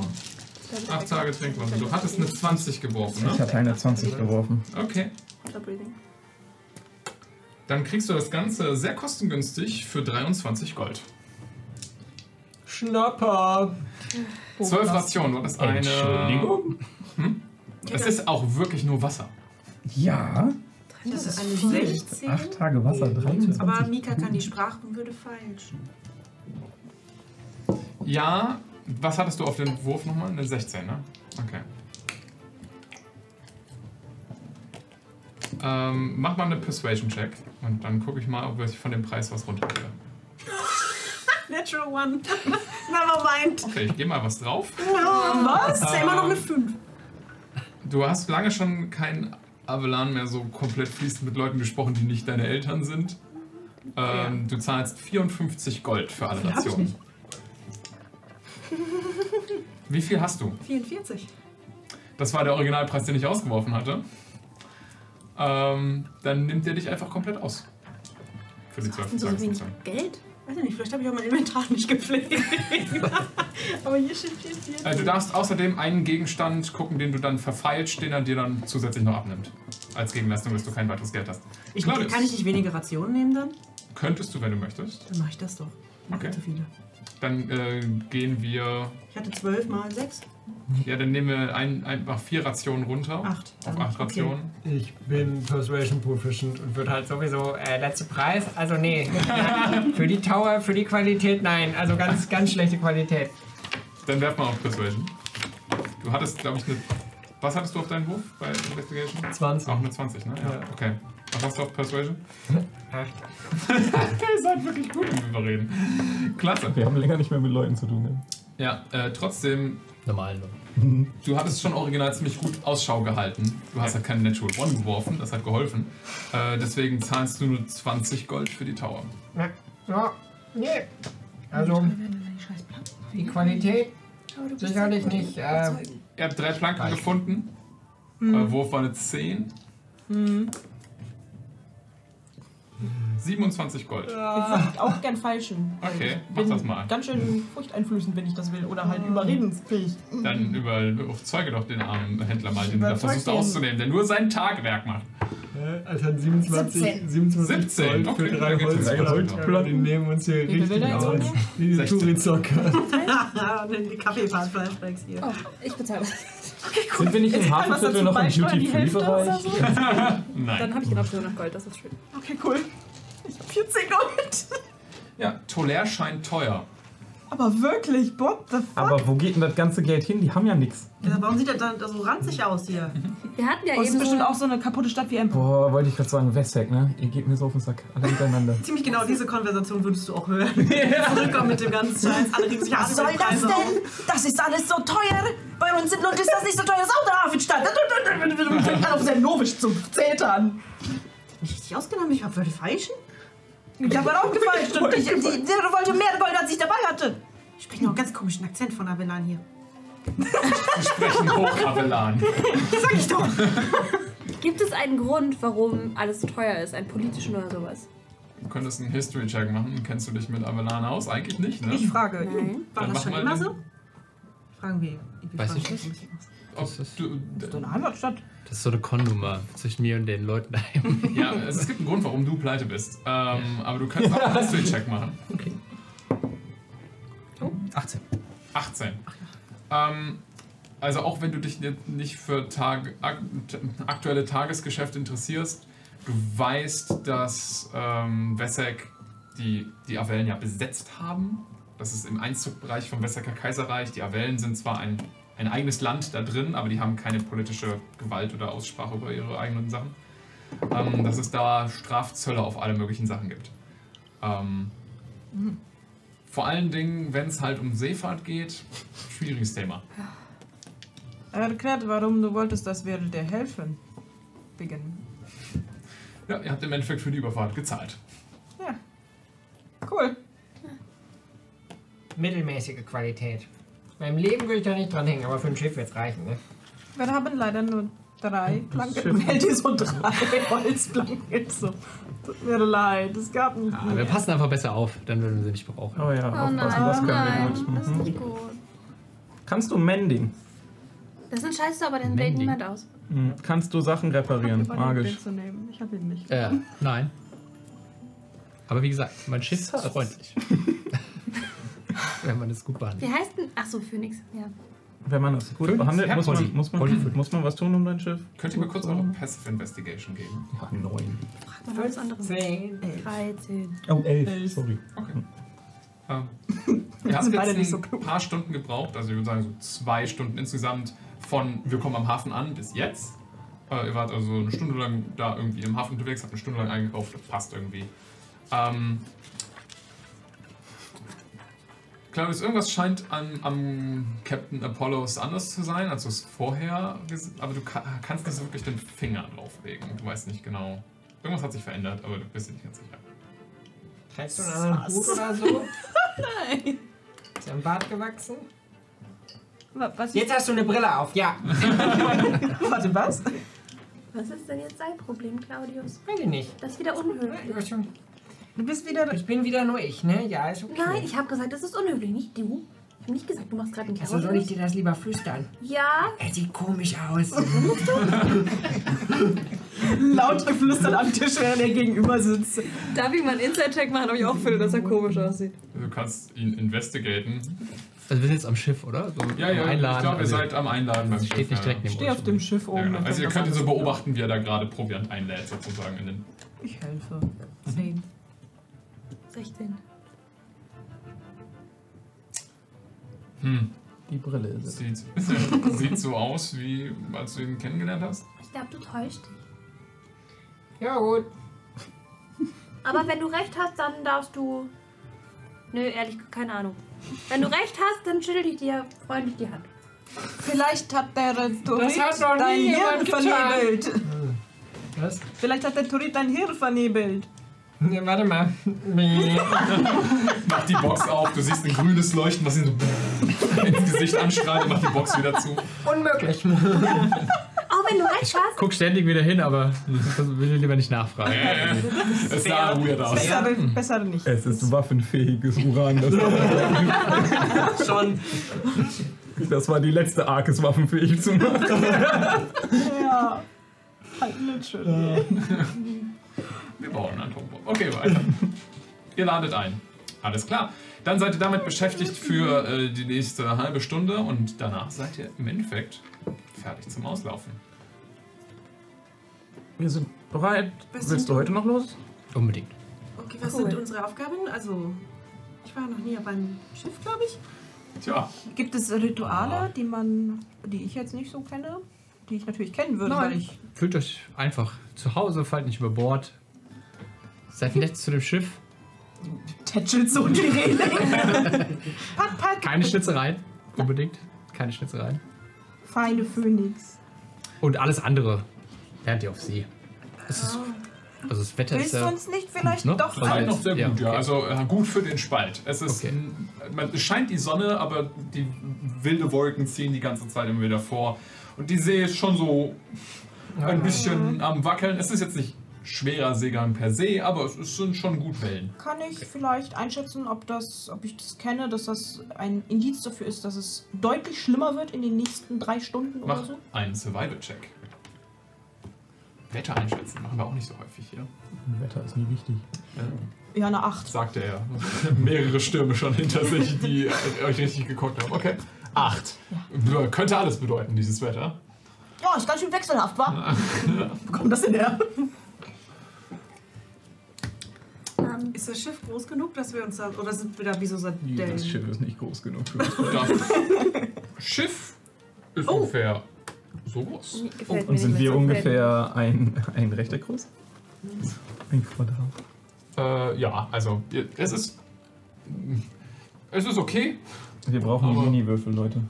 Acht Tage Trinkwasser. Du hattest eine 20 geworfen,
Ich
ne?
hatte eine 20 geworfen.
Okay.
Stop breathing.
Dann kriegst du das Ganze sehr kostengünstig für 23 Gold.
Schnapper. Oh,
12 Oh, Rationen war das eine.
Entschuldigung?
Hm? Es ist auch wirklich nur Wasser.
Ja,
Das ist eine 16.
8 Tage Wasser, 23.
Aber Mika kann die Sprache und würde falsch.
Ja, was hattest du auf den Wurf nochmal? Eine 16, ne? Okay. Ähm, mach mal einen Persuasion-Check und dann gucke ich mal, ob ich von dem Preis was runterkriege.
Natural One. Never mind.
Okay, ich gehe mal was drauf.
Was? Ist ja immer noch eine 5.
Äh, Du hast lange schon kein Avelan mehr so komplett fließend mit Leuten gesprochen, die nicht deine Eltern sind. Ähm, du zahlst 54 Gold für alle Rationen. Wie viel hast du?
44.
Das war der Originalpreis, den ich ausgeworfen hatte. Ähm, dann nimmt er dich einfach komplett aus. Für die 12
So wenig
Tagesmission.
Geld?
Weiß ich nicht, vielleicht habe ich auch mein Inventar nicht gepflegt. Aber hier steht 44.
äh, Du darfst außerdem einen Gegenstand gucken, den du dann verfeilst, den er dir dann zusätzlich noch abnimmt. Als Gegenleistung, dass du kein weiteres Geld hast.
Ich,
Claudius.
kann ich nicht weniger Rationen nehmen dann?
Könntest du, wenn du möchtest.
Dann mache ich das doch. Ich
Okay.
okay. zu viele.
Dann äh, gehen wir.
Ich hatte 12 mal 6.
Ja, dann nehmen wir ein, einfach vier Rationen runter.
Acht.
Auf acht
Okay.
Rationen.
Ich bin Persuasion Proficient und
Wird halt sowieso äh, letzter Preis. Also nee. für die Tower, für die Qualität, nein. Also ganz, ganz schlechte Qualität.
Dann werf mal auf Persuasion. Du hattest, glaube ich, eine. Was hattest du auf deinen Wurf bei Investigation?
20.
Auch eine 20, ne? Ja, okay. Was hast du auf Persuasion?
Acht.
Ihr seid wirklich gut im Überreden. Klasse.
Wir haben länger nicht mehr mit Leuten zu tun. Ne?
Ja, äh, trotzdem,
Normal. ne?
du hattest schon original ziemlich gut Ausschau gehalten. Du hast halt keinen Natural One geworfen, das hat geholfen. Äh, deswegen zahlst du nur 20 Gold für die Tower.
Ja. Ja. Nee. Also,
die scheiß Platten.
Die Qualität
Aber du bist
sicherlich
so gut
nicht. Äh,
Ihr habt drei Planken gefunden.
Ähm, Mhm.
Äh, Wurf war eine
äh,
10.
Hm.
27 Gold.
Jetzt
Ah.
hätte ich auch gern falschen. weil
Okay,
ich
mach
bin
das mal.
Ganz schön
Hm.
furchteinflößend, wenn ich das will. Oder
Ah.
halt überredensfähig.
Dann über, überzeuge doch den armen Händler mal, den du da
Überzeug
versuchst
den.
auszunehmen, der nur sein Tagwerk macht.
Äh, Alter, 27,
17.
27
17,
Gold
okay,
für drei
dann geht's
Holz.
weiter.
Die nehmen uns hier
Wie viel will
richtig
der jetzt
aus.
von
Diese Touri-Zocker.
die Kaffeefahrt-Flashbacks hier.
Oh, ich bezahle.
Sind wir nicht im
Jetzt kann was
Hafenviertel
dazu
noch im
beisteuern, die Hälfte
Duty-Free-Bereich?
Nein.
Dann habe ich genau so noch Gold, das ist schön.
Okay, cool. Ich hab 14 Gold.
Ja, Toler scheint teuer.
Aber wirklich, what the fuck?
Aber wo geht denn das ganze Geld hin? Die haben ja nichts.
Ja, warum sieht das dann so ranzig aus hier?
Wir hatten ja
Oh, es ist
eben
bestimmt
so
auch so eine kaputte Stadt wie Empor.
Boah, wollte ich gerade sagen, Westheck, ne? Ihr geht mir so auf den Sack. Alle miteinander.
Ziemlich genau diese Konversation würdest du auch hören. Zurückkommen mit dem ganzen Scheiß. Alle regen sich an
Was
über
soll
die
das
Preise auf.
denn? Das ist alles so teuer. Bei uns in Lund ist das nicht so teuer. Das ist auch der Hafenstadt. Und fängt an, auf sein Lobisch zu zetern.
Mich richtig ausgenommen, ich hab würde feilschen.
Ich habe auch gefalscht. Und ich, die, die, der wollte mehr Gold, als ich dabei hatte.
Ich spreche noch einen ganz komischen Akzent von Avelan hier.
Wir sprechen Hochavelan.
Sag ich doch.
Gibt es einen Grund, warum alles so teuer ist? Einen politischen oder sowas?
Du könntest einen History-Check machen. Kennst du dich mit Avelan aus? Eigentlich nicht, ne?
Ich frage ihn. War
Dann
das
mach
schon
mal
immer
den-
so? Fragen wir ihn. Wir
Weiß
fragen
ich
ihn.
Ob du,
So eine Heimatstadt.
Das ist so eine Konnnummer zwischen mir und den Leuten daheim.
ja, es gibt einen Grund, warum du pleite bist. Ähm, aber du kannst auch einen History-Check machen.
Okay. Oh, 18.
18. Ähm, also auch wenn du dich jetzt nicht für Tag, ak aktuelle Tagesgeschäfte interessierst, du weißt, dass ähm, Wessek die, die Avellen ja besetzt haben. Das ist im Einzugbereich vom Wesseker Kaiserreich. Die Avellen sind zwar ein, ein eigenes Land da drin, aber die haben keine politische Gewalt oder Aussprache über ihre eigenen Sachen. Ähm, dass es da Strafzölle auf alle möglichen Sachen gibt. Ähm, vor allen Dingen, wenn es halt um Seefahrt geht, schwieriges Thema.
Erklärt, warum du wolltest, dass wir dir helfen. Wegen.
Ja, ihr habt im Endeffekt für die Überfahrt gezahlt.
Cool.
mittelmäßige Qualität. Beim Leben würde ich da nicht dran hängen, aber für ein Schiff wird es reichen, ne?
Wir haben leider nur drei Planken.
Schiff.
Hält die so drei Holzplanken. So. Tut mir leid, es gab nicht.
Ah, wir passen einfach besser auf, dann würden wir sie nicht brauchen.
Oh ja,
Oh
aufpassen,
nein,
das können
nein,
wir
das
gut.
ist
Mhm.
nicht gut.
Kannst du Mending?
Das sind scheiße, aber den wählt
Mandy.
niemand aus.
Mhm. Kannst du Sachen reparieren?
Ich hab überlegt,
Magisch.
den zu nehmen. Ich habe ihn nicht.
Äh, nein. Aber wie gesagt, mein Schiff ist freundlich. Wenn man es gut behandelt.
Wie heißt denn? Achso, Phoenix. Ja.
Wenn man das gut
Fünf.
behandelt,
Ja,
muss
Polly.
man, muss,
Polly
man,
fünf.
muss man was tun, um dein Schiff?
Könnt ihr mir kurz eure Passive Investigation geben?
Ja, neun.
Frag mal noch was anderes. 13.
Oh, elf. Sorry.
Okay. Ähm, ihr habt
sind beide
jetzt ein
nicht so klug.
paar Stunden gebraucht, also ich würde sagen so zwei Stunden insgesamt von wir kommen am Hafen an bis jetzt. Äh, ihr wart also eine Stunde lang da irgendwie im Hafen unterwegs, habt eine Stunde lang eingekauft, das passt irgendwie. Ähm, Claudius, irgendwas scheint an, am Captain Apollos anders zu sein, als du es vorher ges- Aber du ka kannst nicht so wirklich den Finger drauflegen. Du weißt nicht genau. Irgendwas hat sich verändert, aber du bist dir nicht ganz sicher.
Trägst du einen anderen Hut oder
Also,
so? Ist am Bart gewachsen?
Wa- Was ist,
Jetzt hast du eine Brille auf, ja.
warte, was?
Was ist denn jetzt dein Problem, Claudius?
Weiß ich nicht.
Das ist wieder
Du
unhöflich.
bist schon-
Du bist wieder.
Ich bin wieder nur ich, ne? Ja, ist okay.
Nein, ich habe gesagt, das ist unhöflich, nicht du. Ich habe nicht gesagt, du machst gerade einen
Also soll ich dir das lieber flüstern?
Ja,
Er sieht komisch aus.
laut geflüstert am Tisch, während er gegenüber sitzt.
Darf ich mal einen Inside-Check machen, ob ich auch finde, dass er komisch aussieht?
Du kannst ihn investigaten.
Also wir sind jetzt am Schiff, oder? So
Ja,
am
ja, ich glaube, ihr
also-
seid am Einladen beim
Das steht
Schiff,
nicht direkt
ja.
neben
Steh
euch.
auf dem Schiff
Ja,
oben.
genau.
dann
Also ihr
fängt
könnt ihn
das
so
alles an.
beobachten, wie er da gerade Proviant einlädt, sozusagen. In den
Ich helfe. Zehn.
16.
hm,
Die Brille ist es.
sieht, sieht so aus, wie als du ihn kennengelernt hast.
Ich glaube, du täuscht dich.
ja gut.
Aber wenn du recht hast, dann darfst du. Nö, ehrlich, keine Ahnung. Wenn du recht hast, dann schüttel ich dir freundlich die Hand.
Vielleicht hat der Turit
hat noch nie
dein Hirn
jemand getan.
vernebelt.
Was?
Äh,
Vielleicht hat der Turit dein Hirn vernebelt.
Ja, warte mal.
Mach die Box auf, du siehst ein grünes Leuchten, was ihn so ins Gesicht anstrahlt und macht die Box wieder zu.
Unmöglich.
Auch wenn du halt reinschaust.
Guck ständig wieder hin, aber will lieber nicht nachfragen.
Es sah weird aus. Hm.
Besser, besser nicht.
Es ist waffenfähiges Uran. Das,
Schon.
das war die letzte Arc, es waffenfähig zu machen.
Ja. Halt literally.
Wir brauchen einen Atombohr. Okay, weiter. ihr ladet ein. Alles klar. Dann seid ihr damit beschäftigt für äh, die nächste halbe Stunde und danach seid ihr im Endeffekt fertig zum Auslaufen.
Wir sind bereit.
Was
Willst
sind-
du heute noch los?
Unbedingt.
Okay, was
Cool.
sind unsere Aufgaben? Also, ich war noch nie auf einem Schiff, glaube ich.
Tja,
Gibt es
Ah.
Rituale, die man, die ich jetzt nicht so kenne, die ich natürlich kennen würde,
Nein.
weil ich
Fühlt euch einfach zu Hause, fallt nicht über Bord. Seid nett zu dem Schiff.
tätschelt so die Reling. pat, pat.
Keine Schnitzereien. Unbedingt. Keine Schnitzereien.
Feine Phönix.
Und alles andere lernt ihr auf See. Es
Ah.
ist, also das Wetter
Willst
ist
du
ja.
uns nicht vielleicht
ne?
doch
Also-
seid noch sehr
Ja,
gut, ja.
okay.
Also äh, gut für den Spalt. Es ist,
Okay.
n- man, es scheint die Sonne, aber die wilde Wolken ziehen die ganze Zeit immer wieder vor. Und die See ist schon so ein bisschen am Wackeln. Es ist jetzt nicht schwerer Seegang per se, aber es, es sind schon gut Wellen.
Kann ich vielleicht einschätzen, ob das, ob ich das kenne, dass das ein Indiz dafür ist, dass es deutlich schlimmer wird in den nächsten drei Stunden
Mach
oder so?
einen Survival-Check. Wetter einschätzen machen wir auch nicht so häufig hier.
Wetter ist nie wichtig.
Ja, eine 8.
Sagte Ähm, er. Mehrere Stürme schon hinter sich, die äh, euch richtig geguckt haben. Okay. Acht. Ja, Könnte alles bedeuten, dieses Wetter.
Ja, ist ganz schön wechselhaft, wa? Wo kommt das denn her? Ähm,
Ist das Schiff groß genug, dass wir uns da. Oder sind wir da wie so Sardellen?
Das Schiff ist nicht groß genug für uns.
Das Schiff ist ungefähr so groß.
Oh. Und sind wir ungefähr ein, ein Rechteck groß? Ein Quadrat.
Äh, ja, also ihr- es ist. Es ist okay.
Wir brauchen
Aber-
Mini-Würfel, Leute.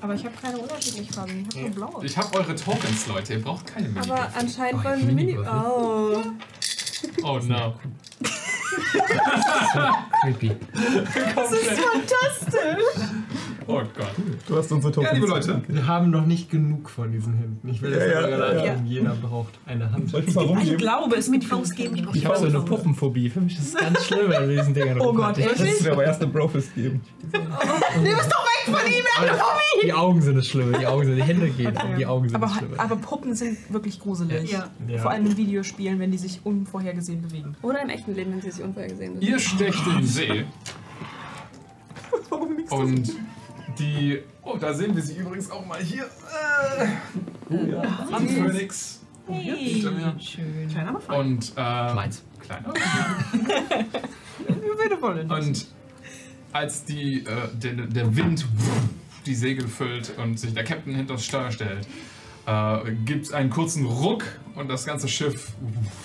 Aber ich habe keine unterschiedlichen Farben, ich habe nur blaue.
Ich habe eure Tokens, Leute. Ihr braucht keine Mini.
Aber anscheinend
Oh,
wollen wir Mini.
Mini-Würfel.
Oh.
Oh no.
Creepy.
Oh Gott.
Du hast unsere Tokens.
Ja, liebe Leute.
Wir haben noch nicht genug von diesen Hemden. Ich will das
Ja,
ja,
ja,
gerade
ja.
ja. Jeder braucht eine Hand.
Soll ich mal
Ich
rumgeben?
Also glaube, es mit Faust geben. Ich brauche
Ich habe so eine Puppenphobie. Für mich ist es ganz schlimm, wenn wir diesen Dingern
Oh Gott,
rumkommen.
Das ist aber erst eine Brofist geben.
Die Augen sind das Schlimme, die Augen sind, die Hände gehen, aber die Augen sind
Aber, halt-
das Schlimme.
aber Puppen sind wirklich gruselig.
Ja.
Vor allem in Videospielen, wenn die sich unvorhergesehen bewegen.
Oder im echten Leben, wenn sie sich unvorhergesehen sind.
Ihr stecht in den See. Und die. Oh, da sehen wir sie übrigens auch mal hier. Äh, An Phoenix. Hinter mir.
Kleiner aber fein.
Und. Äh,
Meins.
Kleiner.
Wir wollen
Und als die, äh, der, der Wind die Segel füllt und sich der Captain hinter das Steuer stellt, äh, gibt es einen kurzen Ruck und das ganze Schiff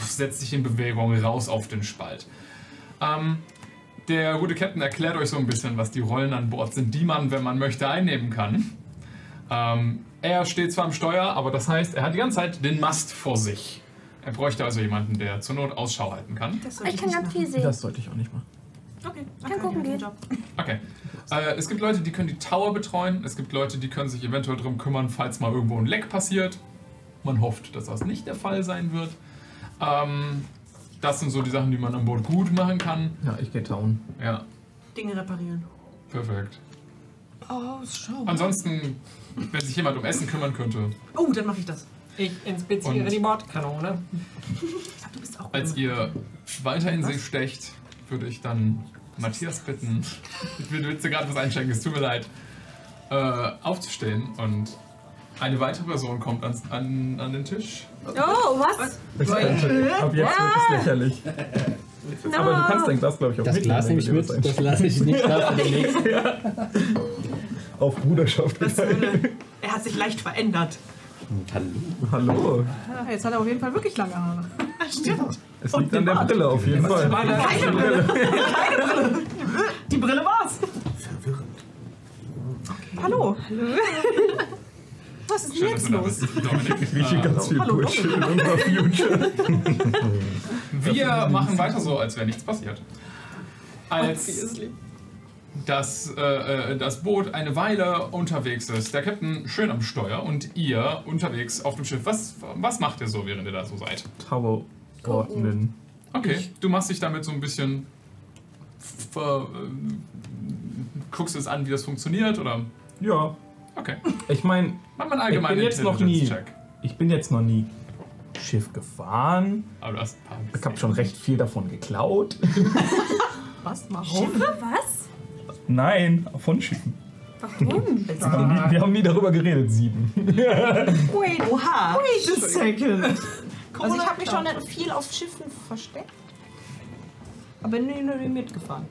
setzt sich in Bewegung raus auf den Spalt. Ähm, der gute Captain erklärt euch so ein bisschen, was die Rollen an Bord sind, die man, wenn man möchte, einnehmen kann. Ähm, er steht zwar am Steuer, aber das heißt, er hat die ganze Zeit den Mast vor sich. Er bräuchte also jemanden, der zur Not Ausschau halten kann.
Das sollte
Ich kann
nicht
ganz
machen.
viel sehen.
Das sollte ich auch nicht machen.
Okay,
kann gucken gehen.
Okay. Äh, es gibt Leute, die können die Tower betreuen. Es gibt Leute, die können sich eventuell darum kümmern, falls mal irgendwo ein Leck passiert. Man hofft, dass das nicht der Fall sein wird. Ähm, das sind so die Sachen, die man an Bord gut machen kann.
Ja, ich gehe town.
Ja,
Dinge reparieren.
perfekt.
Oh, schau.
Ansonsten, wenn sich jemand um Essen kümmern könnte,
Oh, dann mache ich das.
Ich inspiziere
Und-
die Bordkanone.
Ach, du bist auch
als ihr weiter in See stecht, würde ich dann Matthias bitten, ich will jetzt gerade was einschenken, es tut mir leid, äh, aufzustehen und eine weitere Person kommt ans, an, an den Tisch.
Oh, was?
Ich könnte, ab jetzt wird
Ah.
es lächerlich. Aber du kannst dein Glas, glaube ich, auch mitnehmen, wenn du dir was einsch-
lasse ich nicht nach dem nächsten.
Auf Bruderschaft.
Das wurde, er hat sich leicht verändert.
Hallo.
Ah, jetzt hat er auf jeden Fall wirklich lange Haare.
Stimmt.
Es liegt an der Brille auf jeden Fall.
Keine Brille. Keine Brille. Die Brille war's. Verwirrend. Hallo. Was ist denn
Schön, dass
jetzt
du da
los?
bist, Dominik.
Ich rieche ganz viel
Hallo,
Bullshit in
Dominik.
unserer Future.
Wir machen weiter so, als wäre nichts passiert. Als das, äh, äh, das Boot eine Weile unterwegs ist, der Captain schön am Steuer und ihr unterwegs auf dem Schiff. Was, was macht ihr so, während ihr da so seid?
Tower ordnen.
Okay, du machst dich damit so ein bisschen. Ver, äh, guckst es an, wie das funktioniert, oder?
Ja.
Okay.
Ich meine,
Mach
ich
mal einen
bin
allgemeinen
jetzt noch nie.
Intelligence-Check.
Ich bin jetzt noch nie Schiff gefahren.
Aber du hast ein paar
Ich habe schon recht viel davon geklaut.
Was? Warum?
Schiffe, was?
Nein, von Schiffen.
Warum?
Wir haben nie- wir haben nie darüber geredet, sieben.
Wait, Oha. wait a second.
Also ich habe mich schon viel auf Schiffen versteckt. Aber nie, nie mitgefahren.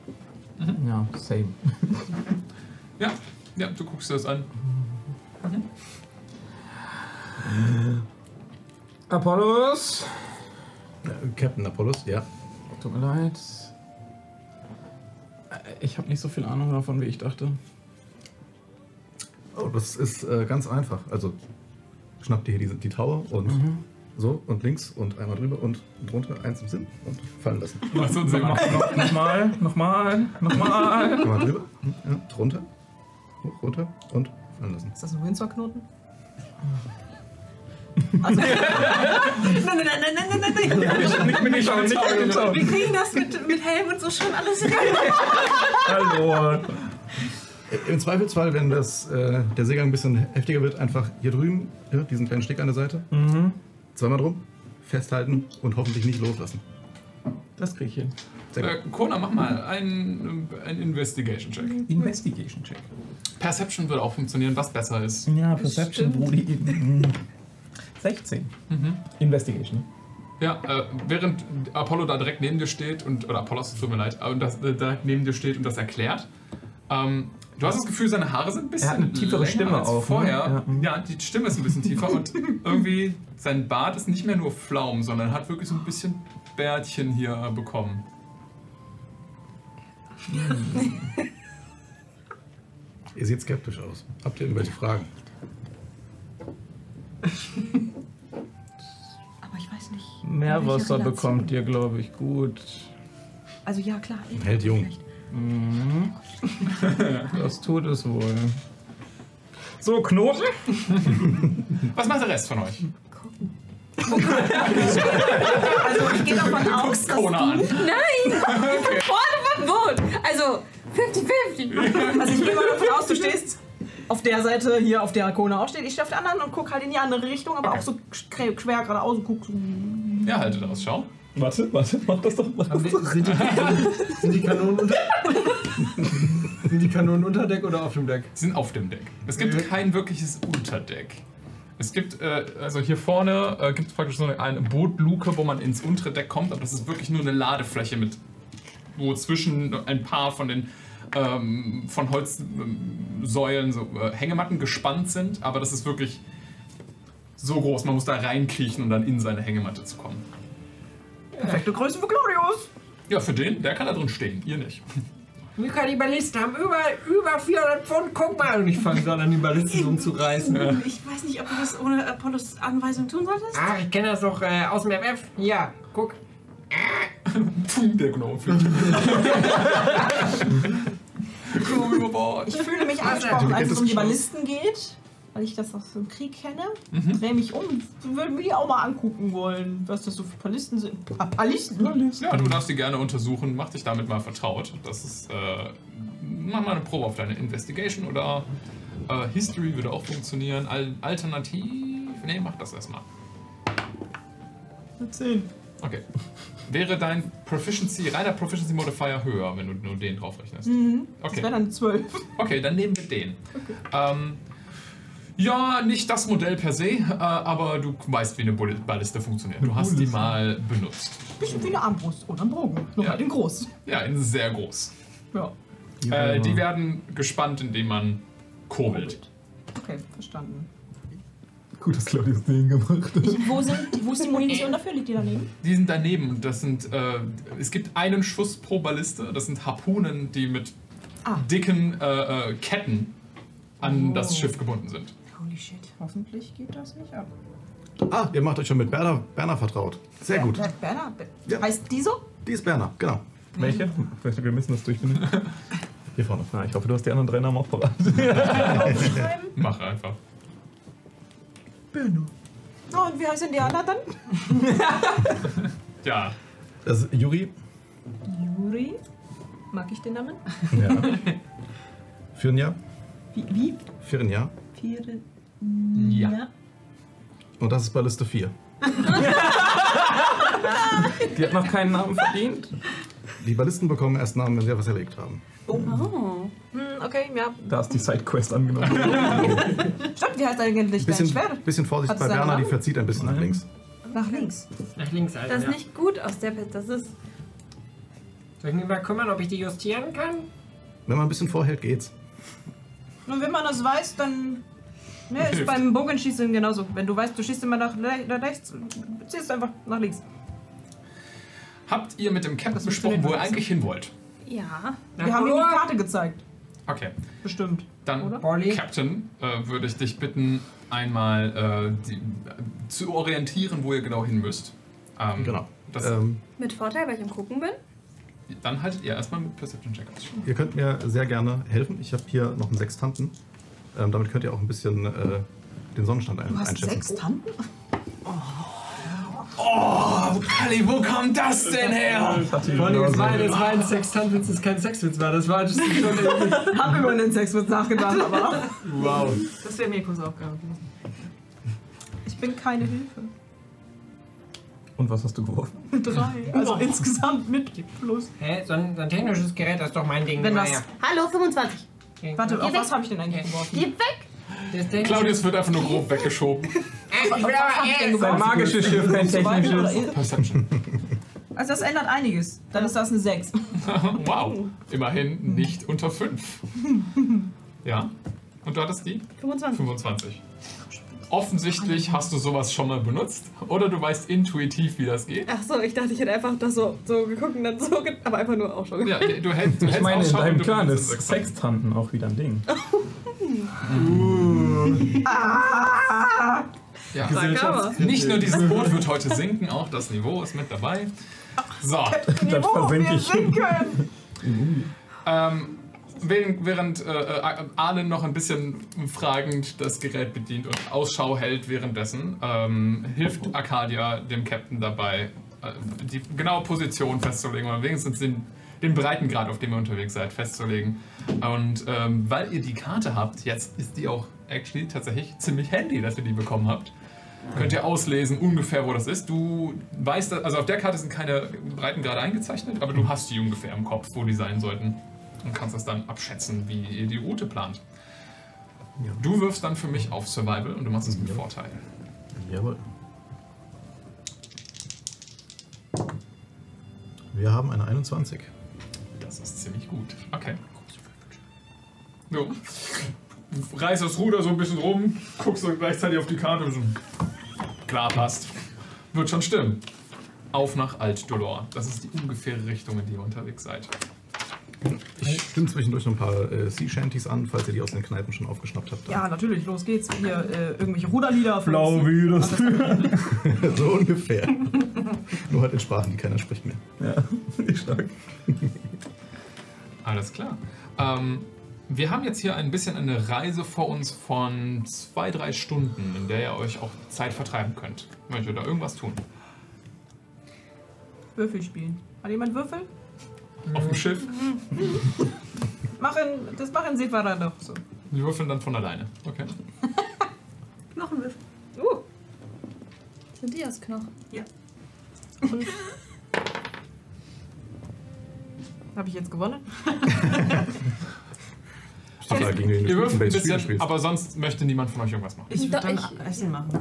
Ja, same.
Ja, ja, du guckst dir das an.
Apollos.
Captain Apollos, ja.
Tut mir leid. Äh, Ich habe nicht so viel Ahnung davon, wie ich dachte.
Oh, das ist äh, ganz einfach. Also schnapp dir hier die, die Taue und
Mhm.
so und links und einmal drüber und drunter eins im Sinn und fallen lassen.
Machst du einen Sinn.
Nochmal, nochmal, nochmal.
Einmal drüber, hm, ja, drunter, hoch, runter und fallen lassen.
Ist das ein Windsor-Knoten?
Nein, nein, nein, nein, nein, nein, nein.
Nicht mit den Schauen, nicht mit den
Wir
Schauen.
kriegen das mit, mit Helm und so schon alles rein.
Hallo.
Äh, Im Zweifelsfall, wenn das, äh, der Seegang ein bisschen heftiger wird, einfach hier drüben, ja, diesen kleinen Stick an der Seite,
Mhm.
zweimal drum, festhalten und hoffentlich nicht loslassen.
Das krieg ich hin.
Sehr
Äh,
gut.
Kona, mach mal einen, äh, einen Investigation-Check.
Investigation Check.
Perception würde auch funktionieren, was besser ist.
Ja, Perception, Brudi. 16.
Mhm.
Investigation.
Ja, äh, während Apollo da direkt neben dir steht und, oder Apollos, tut mir leid, äh, und das äh, direkt neben dir steht und das erklärt, ähm, du hast das Gefühl, seine Haare sind ein bisschen
Er hat eine tiefere
länger
Stimme
als
auch, ne?
vorher.
Ja.
Ja. die Stimme ist ein bisschen tiefer und irgendwie sein Bart ist nicht mehr nur Flaum, sondern hat wirklich so ein bisschen Bärtchen hier bekommen.
Ihr seht skeptisch aus. Habt ihr irgendwelche Fragen?
Aber ich weiß nicht.
Meerwasser
Welche Relation?
bekommt ihr, glaube ich, gut.
Also ja, klar. eh,
Hält jung.
Mhm. Das tut es wohl. So, Knoten.
Was macht der Rest von euch?
Also ich gehe davon
Du
aus,
guckst
dass
Kona an.
Wohl! Also, 50-50!
Also ich gehe mal davon aus, du stehst auf der Seite hier, auf der Kona auch steht. Ich stehe auf der anderen und gucke halt in die andere Richtung, aber auch so quer quer geradeaus und gucke so.
Ja, haltet Ausschau.
Warte, warte, mach das doch mal.
Sind die, sind die Kanonen unter Sind die Kanonen unter Deck oder auf dem Deck?
Sie sind auf dem Deck. Es gibt kein wirkliches Unterdeck. Es gibt, äh, also hier vorne äh, gibt es praktisch so eine, eine Bootluke, wo man ins untere Deck kommt, aber das ist wirklich nur eine Ladefläche mit, wo zwischen ein paar von den ähm, von Holzsäulen so äh, Hängematten gespannt sind, aber das ist wirklich so groß, man muss da reinkriechen, um dann in seine Hängematte zu kommen.
perfekte Größe für Claudius.
Ja, für den, der kann da drin stehen, ihr nicht.
Wir Kannibalisten haben über, über 400 Pfund, guck mal! Und ich fange gerade an, die um Ballisten umzureißen.
Hm, Ich weiß nicht, ob du das ohne Apollos Anweisung tun solltest.
Ach, ich kenne das doch äh, aus dem MF. Ja, guck.
Der Gnome fliegt. Gnome über Bord.
Ich fühle mich
du
angesprochen, als
kennst
es um die
das
Ballisten geht, weil ich das aus dem Krieg kenne.
Mhm.
Drehe mich um, würde mir die auch mal angucken wollen, was das so für Ballisten sind. Pa Ballisten? ne?
Ja, du darfst sie gerne untersuchen. Mach dich damit mal vertraut. Das ist. Äh, mach mal eine Probe auf deine Investigation oder äh, History würde auch funktionieren. Al alternativ. Nee, mach das erstmal.
10.
Okay. Wäre dein Proficiency, reiner Proficiency Modifier höher, wenn du nur den draufrechnest?
Hm, Mhm. Das wäre
Okay.
dann zwölf.
okay, dann nehmen wir den. Ähm, ja, nicht das Modell per se, äh, aber du weißt, wie eine Bull- Balliste funktioniert. Du hast die mal benutzt.
Bisschen wie eine Armbrust oder ein Bogen. Nur
Ja.
halt in groß.
Ja, in sehr groß.
Ja.
Äh, die werden gespannt, indem man kurbelt.
Okay, verstanden.
Gut, dass Claudius den gemacht hat.
Ich, wo, sind, die- wo ist die Munition dafür? Liegt die daneben?
Die sind daneben und das sind, äh, es gibt einen Schuss pro Balliste. Das sind Harpunen, die mit
Ah.
dicken äh, äh, Ketten an das Schiff gebunden sind.
Holy shit. Hoffentlich geht das nicht ab.
Ah, ihr macht euch schon mit Berner, Berner vertraut. Sehr gut.
Ber- Berner? Be-
Ja.
Heißt die so?
Die ist Berner, genau.
Welche? Wir müssen das durchfinden.
Hier vorne.
Ah, ich hoffe, du hast die anderen drei Namen auch parat.
Mach einfach.
Oh, und wie heißen die anderen dann?
Ja.
Das ist Juri
Juri. Mag ich den Namen?
Ja. Firnja.
Wie? wie?
Firnja.
Vier.
Ja.
Und das ist bei Liste 4.
Die hat noch keinen Namen verdient.
Die Ballisten bekommen erst Namen, wenn sie etwas erlegt haben.
Oh. Hm, okay, ja.
Da ist die Sidequest angenommen.
Stimmt, wie heißt eigentlich dein
Bisschen,
Schwert?
bisschen Vorsicht
Hat's
bei
seinen
Berner, die
Namen?
verzieht ein bisschen nach links.
Nach links.
Nach links, Alter.
Das ist
ja.
nicht gut aus der Pit. Das ist.
Soll ich mich mal kümmern, ob ich die justieren kann?
Wenn man ein bisschen vorhält, geht's.
Nun, wenn man das weiß, dann. Ne, ist
Hilft.
beim Bogenschießen genauso. Wenn du weißt, du schießt immer nach, le nach rechts, ziehst du einfach nach links.
Habt ihr mit dem Captain besprochen, wo ihr eigentlich hin wollt?
Ja.
Wir haben ihm die Karte gezeigt.
Okay.
Bestimmt.
Dann,
Oder?
Polly?
Captain, äh, würde ich dich bitten, einmal äh, die, äh, zu orientieren, wo ihr genau hin müsst. Ähm,
Genau.
Das,
Ähm,
Mit Vorteil, weil ich am Gucken bin.
Dann haltet ihr erstmal mit Perception Check aus.
ihr könnt mir sehr gerne helfen. Ich habe hier noch einen Sextanten. Ähm, damit könnt ihr auch ein bisschen äh, den Sonnenstand ein
Du hast
einschätzen.
sechs Tanten?
Oh, Kali, wo kommt das denn her?
Vor allem, das war, das war ein Sextantwitz, das ist kein Sexwitz war. Das war schon irgendwie-
Hab über den Sexwitz nachgedacht, aber.
Wow.
Das wäre Mirkos Aufgabe gewesen.
Ich bin keine Hilfe.
Und was hast du geworfen?
Drei. Also insgesamt mit plus.
Hä, so ein, so ein technisches Gerät das ist doch mein Ding.
Wenn das-
Ja,
Hallo, 25.
ja.
Warte, auf was habe ich denn eigentlich geworfen?
Geh weg.
Das Ding-
Claudius wird einfach nur grob weggeschoben.
Äh, ich will aber erst-
Ein magisches Schiff, kein
Beide oder
technisches.
in-
Perception.
Also das ändert einiges. Dann ist das eine 6.
Wow. Immerhin nicht unter 5. Ja. Und du hattest die?
25.
25. Offensichtlich hast du sowas schon mal benutzt oder du weißt intuitiv, wie das geht.
Ach so, ich dachte, ich hätte einfach das so, so geguckt und dann so, ge- aber einfach nur auch schon.
Ja, du hältst, du
Ich
hältst
meine, in
Ausschau und
deinem
du
Clan
benutzt
ist
es exakt.
Sextanten auch wieder ein Ding.
Ah!
Ja.
Sakawa.
Nicht nur dieses Boot wird heute sinken, auch das Niveau ist mit dabei. So,
Dann versinke ich.
ähm, während, während äh, äh, Arlen noch ein bisschen fragend das Gerät bedient und Ausschau hält währenddessen, ähm, hilft Arcadia dem Captain dabei, äh, die genaue Position festzulegen oder wenigstens den, den Breitengrad, auf dem ihr unterwegs seid, festzulegen. Und ähm, weil ihr die Karte habt, jetzt ist die auch actually tatsächlich ziemlich handy, dass ihr die bekommen habt. Könnt ihr auslesen ungefähr, wo das ist. Du weißt, also auf der Karte sind keine Breitengrade eingezeichnet, aber du hast die ungefähr im Kopf, wo die sein sollten. Und kannst das dann abschätzen, wie ihr die Route plant. Du wirfst dann für mich auf Survival und du machst es mit Vorteil.
Jawohl. Wir haben eine 21.
Das ist ziemlich gut. Okay. Du reißt das Ruder so ein bisschen rum, guckst so gleichzeitig auf die Karte und so. Klar, passt. Wird schon stimmen. Auf nach Alt-Dolor. Das ist die ungefähre Richtung, in die ihr unterwegs seid.
Ich stimme zwischendurch noch ein paar äh, Sea Shanties an, falls ihr die aus den Kneipen schon aufgeschnappt habt.
Ja, natürlich, los geht's. Hier äh, irgendwelche Ruderlieder. Also,
wie das
so ungefähr. Nur halt in Sprachen, die keiner spricht mehr.
Ich stark.
Alles klar. Ähm, wir haben jetzt hier ein bisschen eine Reise vor uns von zwei, drei Stunden, in der ihr euch auch Zeit vertreiben könnt. Möchtet ihr da irgendwas tun?
Würfel spielen. Hat jemand Würfel?
Auf dem Schiff?
Machen, das machen Seefahrer doch so.
Die würfeln dann von alleine. Okay.
Knochenwürfel. Uh. Sind die aus Knochen?
Habe ich jetzt gewonnen?
Total gegen den
Ihr würfelt ein
Base Spiel
bisschen,
spielst.
aber sonst möchte niemand von euch irgendwas machen.
Ich
Doch,
würde dann
ich-
Essen machen,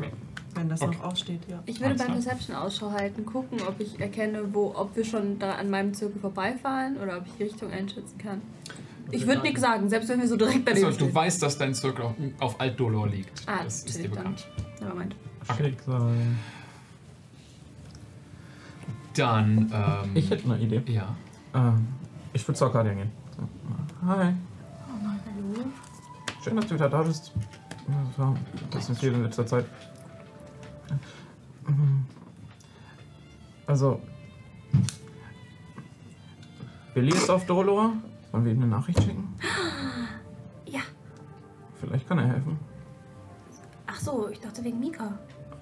wenn das
Okay.
noch aufsteht, ja.
Ich würde
Alles
beim
klar.
Perception Ausschau halten, gucken, ob ich erkenne, wo, ob wir schon da an meinem Zirkel vorbeifahren oder ob ich die Richtung einschätzen kann. Ich würde nichts sagen, selbst wenn wir so direkt
Also,
daneben
du
stehen.
weißt, dass dein Zirkel auf, auf Alt-Dolor liegt.
Ah,
das ist dir
natürlich dann.
bekannt.
Moment.
Schicksal.
Dann, ähm,
Ich hätte eine Idee.
ja.
Ähm, ich würde zu Arcadia gehen. So. Hi. Oh nein, hallo. Schön, dass du wieder da bist. Ja, das war ein bisschen viel in letzter Zeit. Also. Billy ist auf Dolor. Sollen wir ihm eine Nachricht schicken?
Ja.
Vielleicht kann er helfen.
Ach so, ich dachte wegen Mika.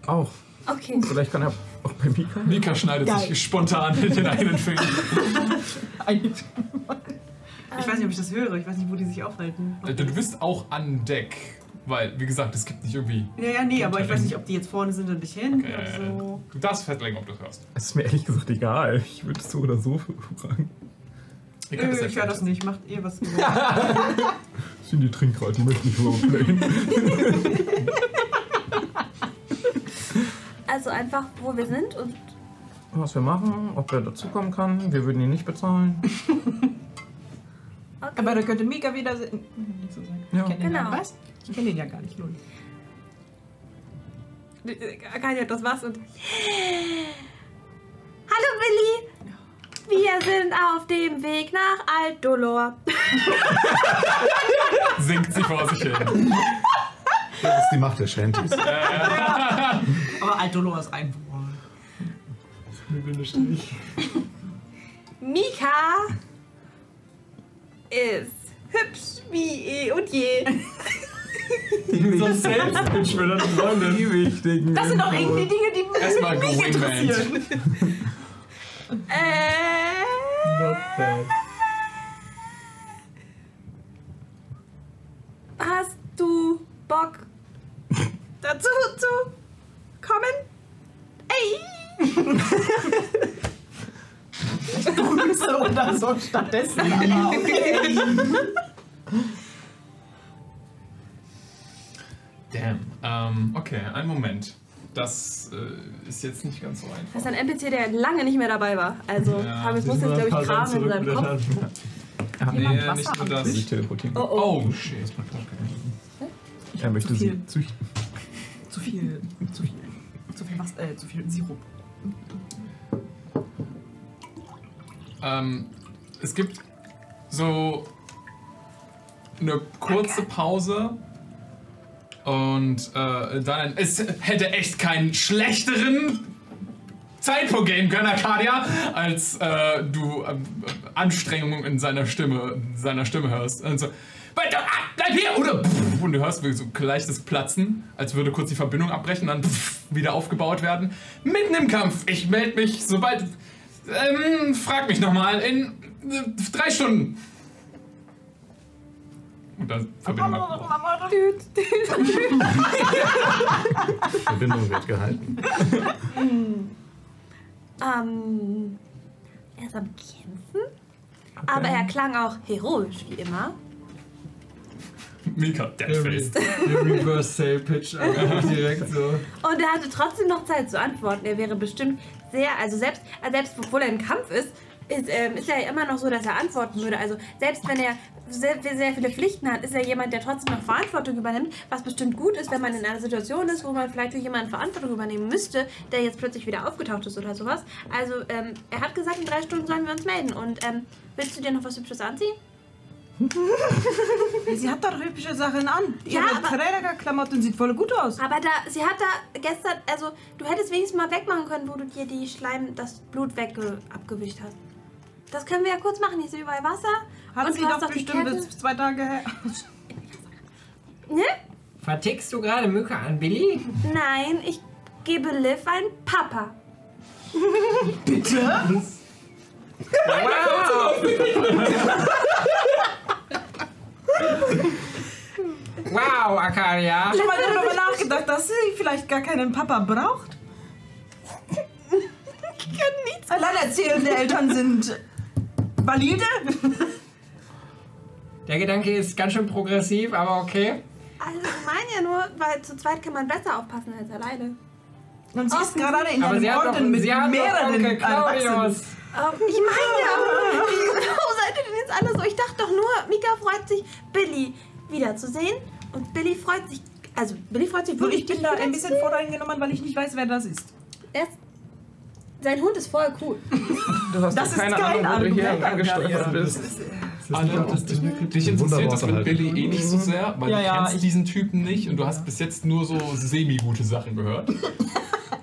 Auch.
Oh,
Okay.
Vielleicht kann er auch bei Mika.
Mika schneidet sich spontan in den einen Finger.
Ich weiß nicht, ob ich das höre. Ich weiß nicht, wo die sich aufhalten.
Äh, Du bist auch an Deck, weil, wie gesagt, es gibt nicht irgendwie.
Ja, ja, nee, aber ich weiß nicht, ob die jetzt vorne sind und nicht hinten oder so.
Du darfst festlegen, ob du es hörst.
Es ist mir ehrlich gesagt egal. Ich würde es so oder so fragen.
Ich, ich
halt
höre das nicht. Macht ihr was.
sind die Trinker, die möchten nicht roleplayen.
Also einfach, wo wir sind und
Was wir machen, ob er dazukommen kann. Wir würden ihn nicht bezahlen.
Aber da könnte Mika wieder. se- Hm, Nicht so sagen.
Ja.
Ich kenne den
Genau.
ja. Was? Ich kenne den ja gar nicht, Lul.
Akadia, das war's und.
Hallo Willi! Wir sind auf dem Weg nach Alt-Dolor.
Singt sie vor sich hin.
Das ist die Macht der Shanties.
Aber Altolor ist ein Wort.
Mügelnde Strich.
Mika ist hübsch wie eh und je.
Mit so einem Selbstpitch für deine Freundin.
Die wichtigen.
Das sind doch irgendwie Dinge, die
Erstmal
mich interessieren.
gewingmant.
Äh,
Not bad.
hast du Bock dazu zu kommen? Ey!
Grüße oder so stattdessen. Aber okay.
Damn. Ähm, okay, einen Moment. Das äh, ist jetzt nicht ganz so einfach.
Das ist ein NPC, der lange nicht mehr dabei war. Also,
Ja,
aber ich muss jetzt, glaube ich, graben in seinem Kopf.
Nee, nicht nur das.
Ich teleportieren.
Oh, oh.
Oh, shit.
Er möchte
Zu viel.
sie züchten.
zu viel, zu viel, zu viel was, äh, zu viel Sirup.
Ähm, es gibt so eine kurze Pause und äh, dann ein, es hätte echt keinen schlechteren Zeitpunkt geben können, Arcadia, als äh, du äh, Anstrengungen in seiner Stimme, seiner Stimme hörst. Und so, "Bleib da- ah, bleib hier! Oder pff, und du hörst wirklich so ein leichtes Platzen, als würde kurz die Verbindung abbrechen, dann pff, wieder aufgebaut werden. Mitten im Kampf. Ich melde mich, sobald ähm, frag mich nochmal in äh, drei Stunden. Und dann Verbindung
Oh,
abgebrochen.
Verbindung wird gehalten.
Ähm, er ist am Kämpfen. Aber er klang auch heroisch, wie immer.
Mika, Deadface.
Der Reverse Sale Pitch einfach direkt so.
Und er hatte trotzdem noch Zeit zu antworten. Er wäre bestimmt sehr, also selbst, äh, selbst obwohl er im Kampf ist, ist, ähm, ist er immer noch so, dass er antworten würde. Also selbst wenn er sehr, sehr viele Pflichten hat, ist er jemand, der trotzdem noch Verantwortung übernimmt, was bestimmt gut ist, wenn man in einer Situation ist, wo man vielleicht für jemanden Verantwortung übernehmen müsste, der jetzt plötzlich wieder aufgetaucht ist oder sowas. Also ähm, er hat gesagt, in drei Stunden sollen wir uns melden. Und ähm, willst du dir noch was Hübsches anziehen?
Sie hat doch hübsche Sachen an. Die
Ja,
hat
aber-
eine Trägerklamotten, sieht voll gut aus.
Aber da, sie hat da gestern, also du hättest wenigstens mal wegmachen können, wo du dir die Schleim, das Blut weg abgewischt hast. Das können wir ja kurz machen. Hier ist überall Wasser.
Hat
Und
sie
du hast
doch
doch die
bestimmt
Kette.
bis zwei Tage her.
Ne?
Vertickst du gerade Mücke an, Billy?
Nein, ich gebe Liv ein Papa.
Wow, Akaria!
Schon mal darüber nachgedacht, dass sie vielleicht gar keinen Papa braucht? Ich kann nichts. Alleinerziehende Eltern sind valide.
Der Gedanke ist ganz schön progressiv, aber okay.
Also ich meine ja nur, weil zu zweit kann man besser aufpassen als alleine.
Und sie ist gerade in
Aber sie
einem
hat doch,
Orden mit
sie hat doch
mehreren
Onkel
Erwachsenen.
Claudius.
Ähm, ich meine ja, warum seid ihr denn jetzt alle so? Ich dachte doch nur, Mika freut sich, Billy wiederzusehen. Und Billy freut sich, also Billy freut sich
So,
wirklich.
ich bin da ein bisschen voreingenommen, weil ich nicht weiß, wer das ist.
Er ist- Sein Hund ist voll cool.
Du hast
Das
doch
ist
keine
kein
Ahnung, wo du
Argument,
hier angesteuert bist.
Anne, das dich, dich interessiert das mit Billy eh nicht so sehr, weil
Mhm. Ja,
du
ja,
kennst
ich-
diesen Typen nicht und du hast bis jetzt nur so semi-gute Sachen gehört.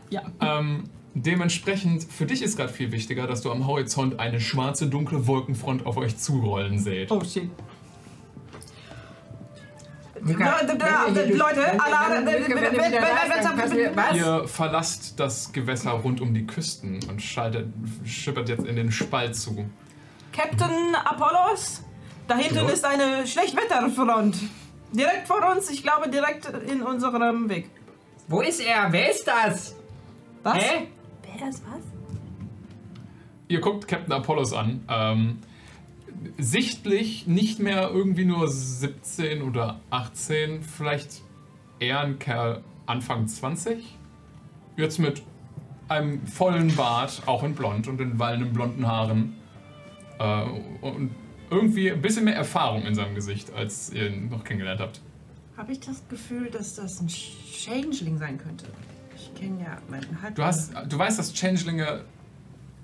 Ja.
Ähm, dementsprechend, für dich ist gerade viel wichtiger, dass du am Horizont eine schwarze, dunkle Wolkenfront auf euch zurollen seht.
Oh shit.
Da- da- da- Leute, alle- wenn- wenn- wenn- wenn-
Ihr verlasst das Gewässer rund um die Küsten und schaltet, schippert jetzt in den Spalt zu.
Captain Apollos, da hinten
Ja.
ist eine Schlechtwetterfront. Direkt vor uns, ich glaube direkt in unserem Weg.
Wo ist er? Wer ist das?
Was?
Hä?
Wer ist was?
Ihr guckt Captain Apollos an. Ähm, sichtlich nicht mehr irgendwie nur 17 oder 18, vielleicht eher ein Kerl Anfang 20. Jetzt mit einem vollen Bart, auch in blond und in wallenden blonden Haaren. Äh, und irgendwie ein bisschen mehr Erfahrung in seinem Gesicht, als ihr ihn noch kennengelernt habt.
Habe ich das Gefühl, dass das ein Changeling sein könnte? Ich kenne ja meinen Halb.
Du, hast, du weißt, dass Changelinge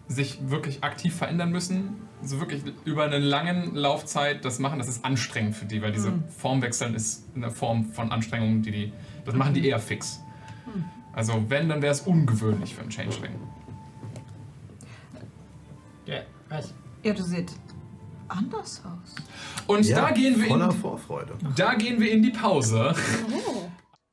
sich wirklich aktiv verändern müssen. Also wirklich über eine lange Laufzeit das machen, das ist anstrengend für die, weil diese
Mhm.
Form wechseln ist eine Form von Anstrengung, die die. Das machen die eher fix. Also wenn, dann wäre es ungewöhnlich für einen Changeling.
Ja, was?
Ja, du seht anders aus.
Und
Ja,
da gehen wir
voller
in,
Vorfreude.
Da gehen wir in die Pause.
Oh.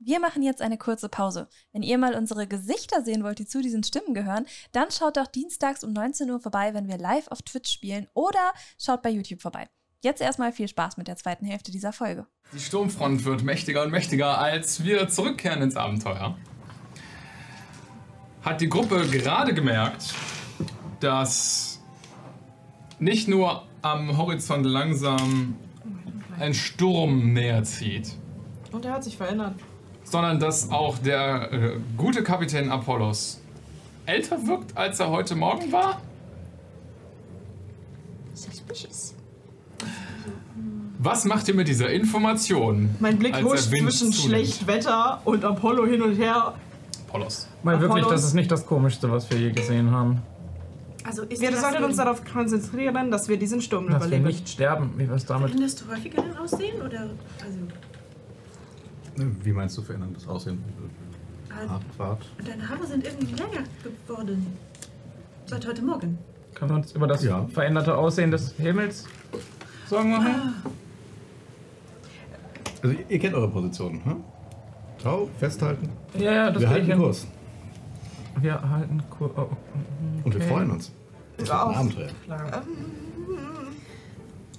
Wir machen jetzt eine kurze Pause. Wenn ihr mal unsere Gesichter sehen wollt, die zu diesen Stimmen gehören, dann schaut doch dienstags um 19 Uhr vorbei, wenn wir live auf Twitch spielen oder schaut bei YouTube vorbei. Jetzt erstmal viel Spaß mit der zweiten Hälfte dieser Folge.
Die Sturmfront wird mächtiger und mächtiger, als wir zurückkehren ins Abenteuer. Hat die Gruppe gerade gemerkt, dass nicht nur am Horizont langsam ein Sturm näher zieht,
Und er hat sich verändert.
sondern dass auch der äh, gute Kapitän Apollos älter wirkt, als er heute Morgen war?
Suspicious.
Was macht ihr mit dieser Information?
Mein Blick
als der
huscht
Wind
zwischen
zunimmt?
Schlechtwetter und Apollo hin und her.
Apollos.
Weil wirklich,
Apollos.
das ist nicht das Komischste, was wir je gesehen haben.
Also ist
Wir
das
sollten
so-
uns darauf konzentrieren, dass wir diesen Sturm
Dass wir
überleben.
nicht sterben. Wie wär's damit?
Findest du häufiger dann aussehen? Oder. Also.
Wie meinst du verändern das Aussehen?
halt-
Abfahrt.
Und deine Haare sind irgendwie länger geworden. Seit heute Morgen.
Können wir uns über das
Ja.
veränderte Aussehen des Himmels Ah. Sorgen machen?
Also ihr kennt eure Position, hm? Tau, festhalten.
Ja, ja, das
wir
krieg
halten
ich hin.
Kurs
Wir halten Kurs. Oh,
und wir
okay.
freuen uns. Das wird ein Abenteuer.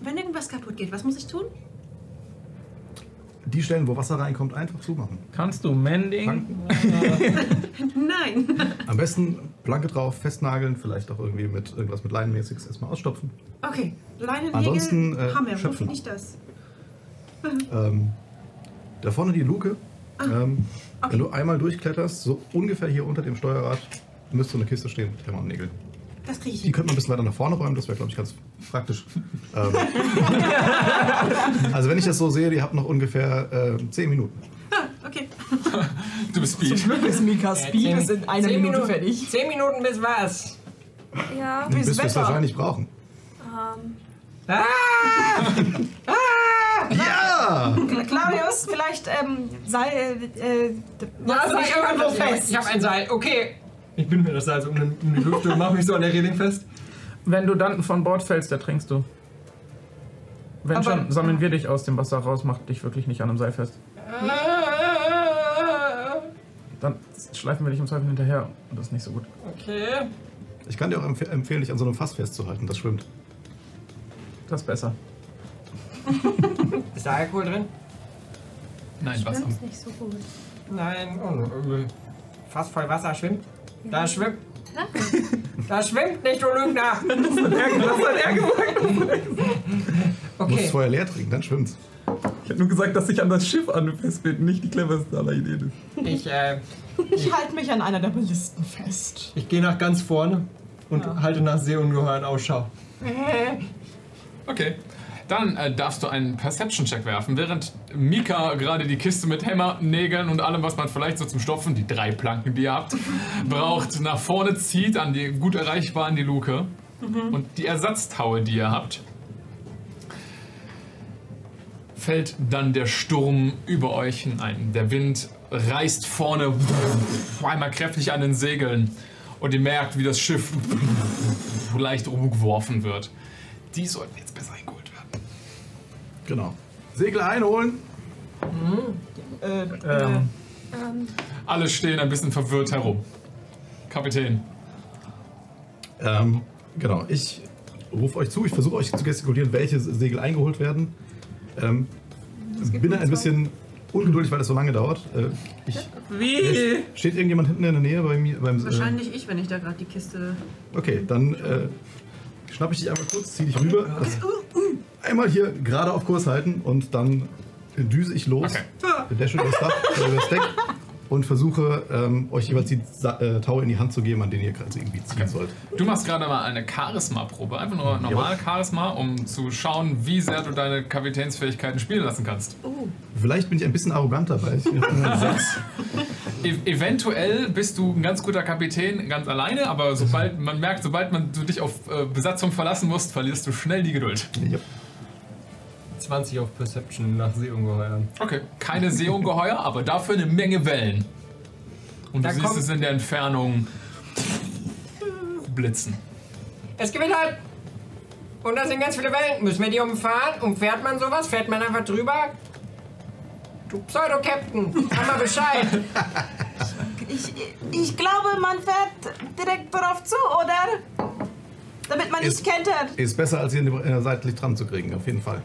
Wenn irgendwas kaputt geht, was muss ich tun?
Die Stellen, wo Wasser reinkommt, einfach zumachen.
Kannst du Mending?
Nein.
Am besten Planke drauf, festnageln, vielleicht auch irgendwie mit irgendwas mit Leinenmäßiges erstmal ausstopfen.
Okay. Leinennägel,
Ansonsten, äh,
Hammer.
schöpfen.
Nicht das.
Ähm, da vorne die Luke.
Ah,
Ähm, Wenn du einmal durchkletterst, so ungefähr hier unter dem Steuerrad, müsste so eine Kiste stehen mit Hämmer und Nägeln.
Das kriege ich
Die
hin.
könnte man ein bisschen weiter nach vorne räumen, das wäre, glaube ich, ganz praktisch. ähm, also wenn ich das so sehe, ihr habt noch ungefähr äh, 10 Minuten.
Okay.
Du bist Speed.
Glück ist Mika Speed,
zehn-
ist in einer
zehn
Minute
Minuten.
fertig.
Zehn Minuten bis was?
Ja.
Bis wir es
Wetter.
wahrscheinlich brauchen.
Ähm,
Ah!
Ja!
Äh,
Claudius, vielleicht ähm, sei. Äh, äh,
Ja,
machst du
sei
dich
irgendwo fest. Ich habe ein Seil. Oh Okay.
Ich bin mir das also um den- um die Hüfte und mache mich so an der Reling fest.
Wenn du dann von Bord fällst, ertrinkst du. Wenn
Aber-
schon, sammeln wir dich aus dem Wasser raus, macht dich wirklich nicht an einem Seil fest.
Ah.
Dann schleifen wir dich im Zweifel hinterher und das ist nicht so gut.
Okay.
Ich kann dir auch empf empfehlen, dich an so einem Fass festzuhalten, das schwimmt.
Das ist besser.
Ist da Alkohol drin?
Nein, was?
Schwimmt nicht so gut.
Nein. Oh, irgendwie fast voll Wasser schwimmt. Da schwimmt. Da schwimmt nicht, du Lügner.
Das hat er gesagt.
Du musst es
Okay.
vorher leer trinken, dann schwimmt's.
Ich habe nur gesagt, dass ich an das Schiff an festbilden nicht die cleverste aller Ideen ist.
Ich, äh,
Ich halte mich an einer der Ballisten fest.
Ich gehe nach ganz vorne und halte nach Seeungeheuern Ausschau.
Äh,
Okay. Dann äh, darfst du einen Perception-Check werfen, während Mika gerade die Kiste mit Hämmer, Nägeln und allem, was man vielleicht so zum Stopfen, die drei Planken, die ihr habt, braucht, nach vorne zieht, an die gut erreichbar an die Luke. Und die Ersatztaue, die ihr habt, fällt dann der Sturm über euch hinein. Der Wind reißt vorne einmal kräftig an den Segeln und ihr merkt, wie das Schiff leicht umgeworfen wird. Die sollten jetzt besser eingeholt werden.
Genau. Segel einholen.
Ähm,
äh.
alle stehen ein bisschen verwirrt herum. Kapitän.
Ähm, genau, ich rufe euch zu, ich versuche euch zu gestikulieren, welche Segel eingeholt werden. Ähm, bin ein bisschen ungeduldig, weil das so lange dauert. Äh, ich,
Wie?
Steht irgendjemand hinten in der Nähe bei mir? Beim,
Wahrscheinlich ich, wenn ich da gerade die Kiste.
Äh, okay, dann äh, schnapp ich dich einmal kurz, zieh dich rüber. Das, einmal hier gerade auf Kurs halten und dann düse ich los. Okay. Dash übers Dach, äh, übers Deck und versuche ähm, euch jeweils die Sa äh, Taue in die Hand zu geben, an denen ihr gerade irgendwie ziehen sollt.
Du machst gerade mal eine Charisma-Probe, einfach nur normal Charisma, um zu schauen, wie sehr du deine Kapitänsfähigkeiten spielen lassen kannst.
Vielleicht bin ich ein bisschen arrogant dabei. Ich bin auf einer Sechs.
E eventuell bist du ein ganz guter Kapitän ganz alleine, aber sobald man merkt, sobald man du dich auf äh, Besatzung verlassen musst, verlierst du schnell die Geduld.
20 auf Perception nach Seeungeheuern.
Okay. Keine Seeungeheuer, aber dafür eine Menge Wellen. Und
Da
du siehst
kommt-
es in der Entfernung blitzen.
Es gewinnt halt! Und da sind ganz viele Wellen. Müssen wir die umfahren? Umfährt man sowas? Fährt man einfach drüber? Du Pseudo-Captain, sag mal Bescheid.
Ich, ich glaube, man fährt direkt darauf zu, oder? Damit man
Ist-
nicht kentert.
Ist besser, als ihr in der seitlich dran zu kriegen, auf jeden Fall.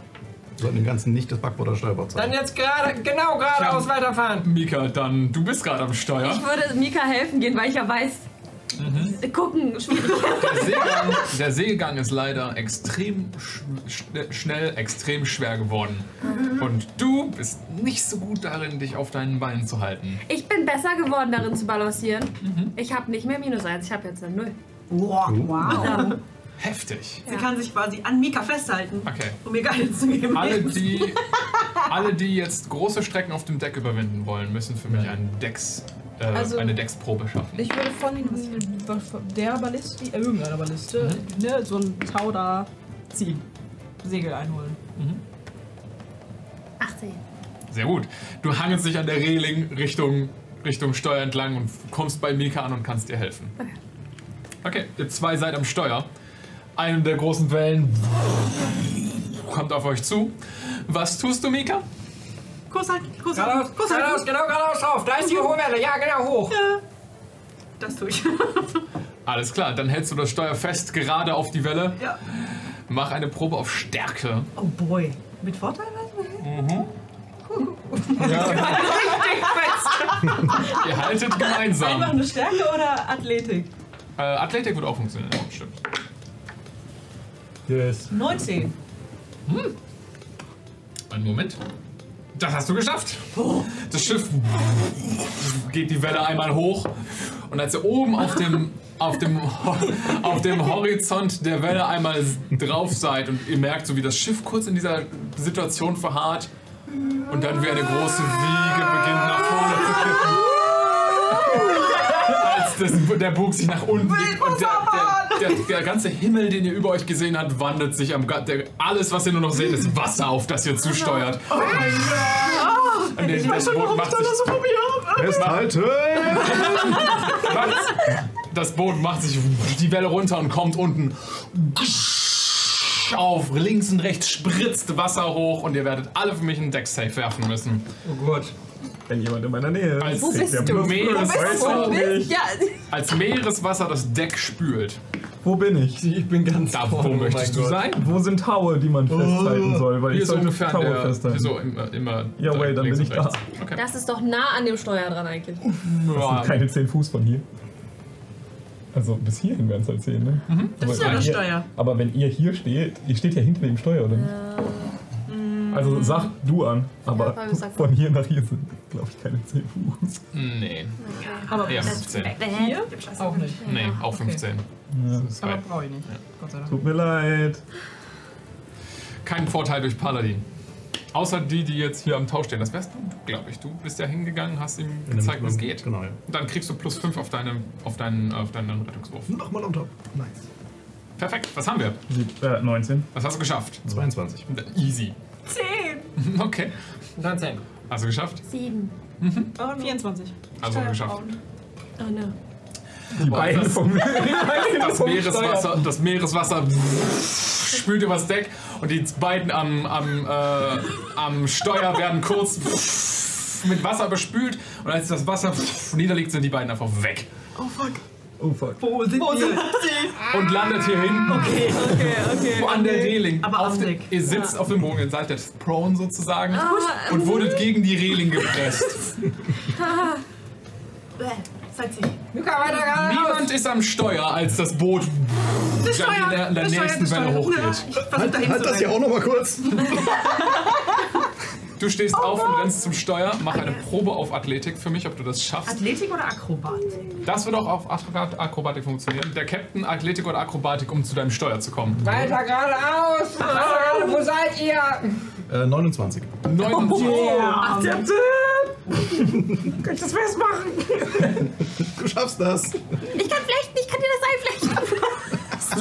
Wir sollten dem Ganzen nicht das Backboard oder Steuerbord zeigen.
Dann jetzt gerade, genau geradeaus weiterfahren.
Mika, dann du bist gerade am Steuer.
Ich würde Mika helfen gehen, weil ich ja weiß,
Mhm.
gucken, schwierig.
Der Seegang, der Seegang ist leider extrem sch schn- schnell, extrem schwer geworden. Und du bist nicht so gut darin, dich auf deinen Beinen zu halten.
Ich bin besser geworden darin zu balancieren.
Mhm.
Ich habe nicht mehr minus eins, ich habe jetzt eine Null.
Wow. wow.
Heftig.
Sie kann sich quasi an Mika festhalten,
Okay.
um mir Guidance zu geben.
Alle die, alle, die jetzt große Strecken auf dem Deck überwinden wollen, müssen für mich einen Dex, äh,
Also-
eine Decksprobe schaffen.
Ich würde von der Balliste, äh, irgendeiner Balliste,
Mhm.
ne, so ein Tau da ziehen. Segel einholen.
Mhm.
18.
Sehr gut. Du hangelst dich an der Reling Richtung, Richtung Steuer entlang und kommst bei Mika an und kannst ihr helfen. Okay, ihr zwei seid am Steuer. Eine der großen Wellen kommt auf euch zu. Was tust du, Mika?
Kurs halten, Kurs halten,
Geradeaus,
Kurs
geradeaus,
halten.
genau geradeaus drauf. Da ist die hohe Welle. Ja, genau, hoch.
Mhm. Das tue ich.
Alles klar, dann hältst du das Steuer fest, gerade auf die Welle.
Ja.
Mach eine Probe auf Stärke.
Oh boy. Mit Vorteil?
Mhm. Ihr haltet
Einfach
gemeinsam.
nur Stärke oder Athletik?
Äh, Athletik wird auch funktionieren, ja, stimmt.
Yes.
19.
Hm. Einen Moment. Das hast du geschafft. Das Schiff geht die Welle einmal hoch und als er oben auf dem, auf dem, Ho- auf dem Horizont der Welle einmal drauf seid und ihr merkt, so wie das Schiff kurz in dieser Situation verharrt und dann wie eine große Wiege beginnt nach vorne zu kippen. Als das, der Bug sich nach unten biegt und der, der, der, der ganze Himmel, den ihr über euch gesehen habt, wandelt sich am Ga- der, alles, was ihr nur noch seht, ist Wasser, auf das ihr zusteuert. Oh mein Gott! Und der, das Boot macht sich
Festhalten!
das Boot macht sich die Welle runter und kommt unten auf. Links und rechts spritzt Wasser hoch und ihr werdet alle für mich einen Deck-Safe werfen müssen.
Oh Gott.
Wenn jemand in meiner Nähe ist.
Als,
kriegt der Plus-
Meereswasser,
Ja,
als Meereswasser das Deck spült.
Wo bin ich?
Ich bin ganz
Da,
vorne,
wo
oh mein
möchtest du
Gott.
sein?
Wo sind Taue, die man festhalten soll? Weil
Hier
ich
so
sollte
ungefähr an
Taue
der,
festhalten.
so immer, immer
Ja, wait, dann
links
bin ich
und
da.
rechts. Okay.
Das ist doch nah an dem Steuer dran eigentlich.
Ja,
Keine 10 Fuß von hier. Also bis hierhin wären es halt 10, ne?
Mhm.
Das ist ja
wenn
das
ihr-
Steuer.
Aber wenn ihr hier steht, ihr steht ja hinter dem Steuer, oder nicht?
Mhm.
Also sag du an, aber
Fabio, sag
von hier nach hier sind, glaube ich, keine 10 Fuß.
nee.
Aber
Ja, 15.
hier? Auch nicht.
Nee, auch 15.
Ja.
Das ist weit.
Brauche ich nicht. Gott sei Dank.
Tut mir leid.
Kein Vorteil durch Paladin. Außer die, die jetzt hier am Tausch stehen. Das wärst du, glaube ich. Du bist ja hingegangen, hast ihm gezeigt, was geht.
Genau, ja.
Dann kriegst du plus 5 auf, deinem, auf, deinen, auf deinen Rettungswurf.
Nochmal on top. Nice.
Perfekt, was haben wir?
Sieb, äh, 19.
Das hast du geschafft.
22.
Easy.
10.
Okay.
19.
Hast du geschafft?
Sieben.
Oh, 24.
Mhm. Also geschafft.
Oh no.
Die
beiden vom- die beiden
das,
vom
Meereswasser, das Meereswasser spült übers Deck und die beiden am, am, äh, am Steuer werden kurz mit Wasser bespült und als das Wasser niederliegt, sind die beiden einfach weg.
Oh fuck.
Oh fuck.
Wo sind Wo sind sie?
Und landet hier hinten.
Okay, okay, okay.
An der Reling.
Aber
auf
am
den,
Deck.
ihr sitzt auf dem Bogen, ihr seid jetzt prone sozusagen
Ah.
und wurdet gegen die Reling gepresst.
Bäh, seid sie.
Luca, weiter geradeaus.
Niemand ist am Steuer, als das Boot
Das
dann in der, in der
das
nächsten
das
Welle hochgeht.
Ja, ich versuch
Halt,
dahin
halt
zu
das
rennen.
hier auch nochmal kurz.
Du stehst
Oh
auf und rennst zum Steuer. Mach eine Probe auf Athletik für mich, ob du das schaffst.
Athletik oder Akrobatik?
Das wird auch auf Akrobat Akrobatik funktionieren. Der Captain Athletik und Akrobatik, um zu deinem Steuer zu kommen.
Weiter geradeaus. Weiter geradeaus. Wo seid ihr?
Äh, 29.
Oh,
29.
Kann ich das festmachen?
Du schaffst das.
Oh,
Ich kann flechten, ich kann dir das einflechten.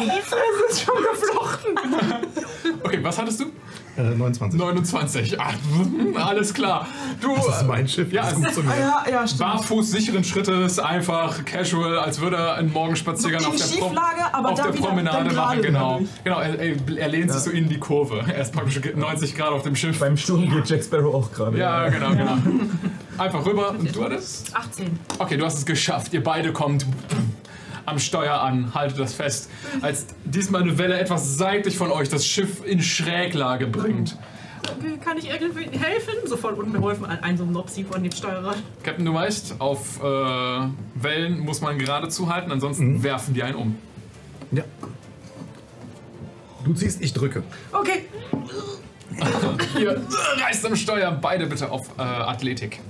Die Fresse ist schon geflochten.
Okay, was hattest du?
Äh, 29.
29. Ah, Alles klar. Du
Das ist mein Schiff.
Ja,
das
es-
kommt zu mir.
Ah, Ja, ja, stimmt.
barfuß sicheren Sprintes, einfach casual, als würde er einen Morgenspaziergang
So
auf
in
der, Prom
Schieflage, aber
auf
dann
der
wieder-
Promenade
dann
machen.
gerade
Genau, genau er, er, er lehnt sich so in die Kurve. Er ist praktisch 90 Grad auf dem Schiff.
Beim Sturm geht Jack Sparrow auch gerade.
Ja, genau, genau. Einfach rüber. Und du hattest?
18.
Okay, du hast es geschafft. Ihr beide kommt am Steuer an. Haltet das fest. Als diesmal eine Welle etwas seitlich von euch das Schiff in Schräglage bringt.
Kann ich irgendwie helfen? So voll unbeholfen. Ein so ein Nopsi von dem Steuerer.
Captain, du weißt, auf äh, Wellen muss man gerade zuhalten, ansonsten werfen die einen um.
Mhm. Ja. Du ziehst, ich drücke.
Okay.
Ihr reißt am Steuer. Beide bitte auf äh, Athletik.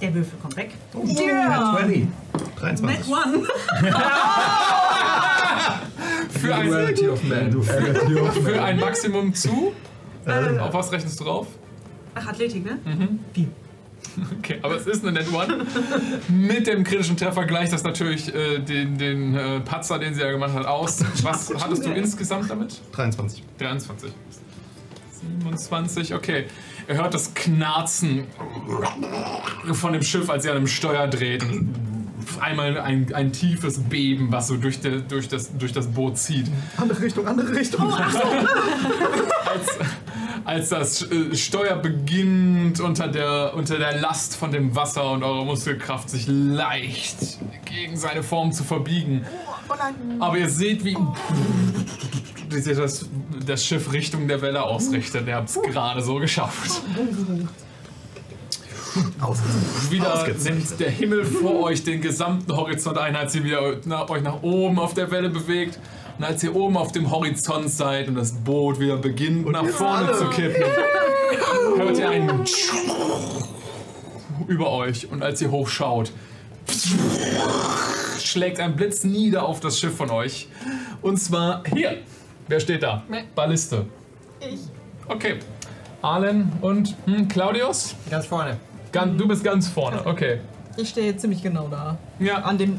Der Würfel kommt weg.
Oh, yeah. 20. 23.
One.
Für ein,
of Man. Du
für ein Maximum zu. Ähm, Auf was rechnest du drauf?
Ach, Athletik, ne?
Mhm. Okay, aber es ist eine Net One. Mit dem kritischen Treffer gleicht das natürlich äh, den, den äh, Patzer, den sie ja gemacht hat, aus. Was hattest du insgesamt damit?
23.
23. 27, okay. Er hört das Knarzen von dem Schiff, als er an dem Steuer dreht. Einmal ein, ein tiefes Beben, was so durch, der, durch, das, durch das Boot zieht.
Andere Richtung, andere Richtung.
Als das äh, Steuer beginnt unter der, unter der Last von dem Wasser und eurer Muskelkraft sich leicht gegen seine Form zu verbiegen. Aber ihr seht, wie wie sich das, das Schiff Richtung der Welle ausrichtet. Ihr habt es gerade so geschafft. Wieder nimmt der Himmel vor euch den gesamten Horizont ein, als ihr wieder na, euch nach oben auf der Welle bewegt. Und als ihr oben auf dem Horizont seid und das Boot wieder beginnt nach vorne zu kippen, hört ihr einen über euch. Und als ihr hochschaut, schlägt ein Blitz nieder auf das Schiff von euch. Und zwar hier. Wer steht da? Balliste. Ich. Okay. Arlen und hm, Claudius?
Ganz vorne.
Gan- du bist ganz vorne, okay.
Ich stehe ziemlich genau da.
Ja,
An dem.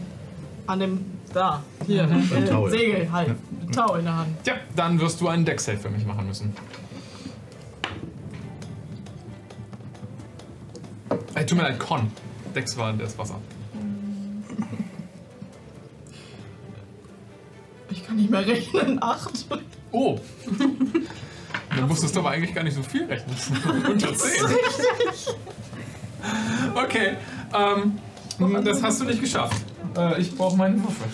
An dem. Da. Hier. Äh,
Tau.
Segel halt. Mit Tau in der Hand.
tja, Mhm. dann wirst du einen Decksave für mich machen müssen. Ey, Äh, tut mir leid, Con. Dex war das Wasser.
Ich kann nicht mehr rechnen. Acht.
Oh! Dann musstest du aber eigentlich gar nicht so viel rechnen. Unter 10. Okay, ähm, das hast du nicht geschafft. Äh, ich brauche meine Waffe.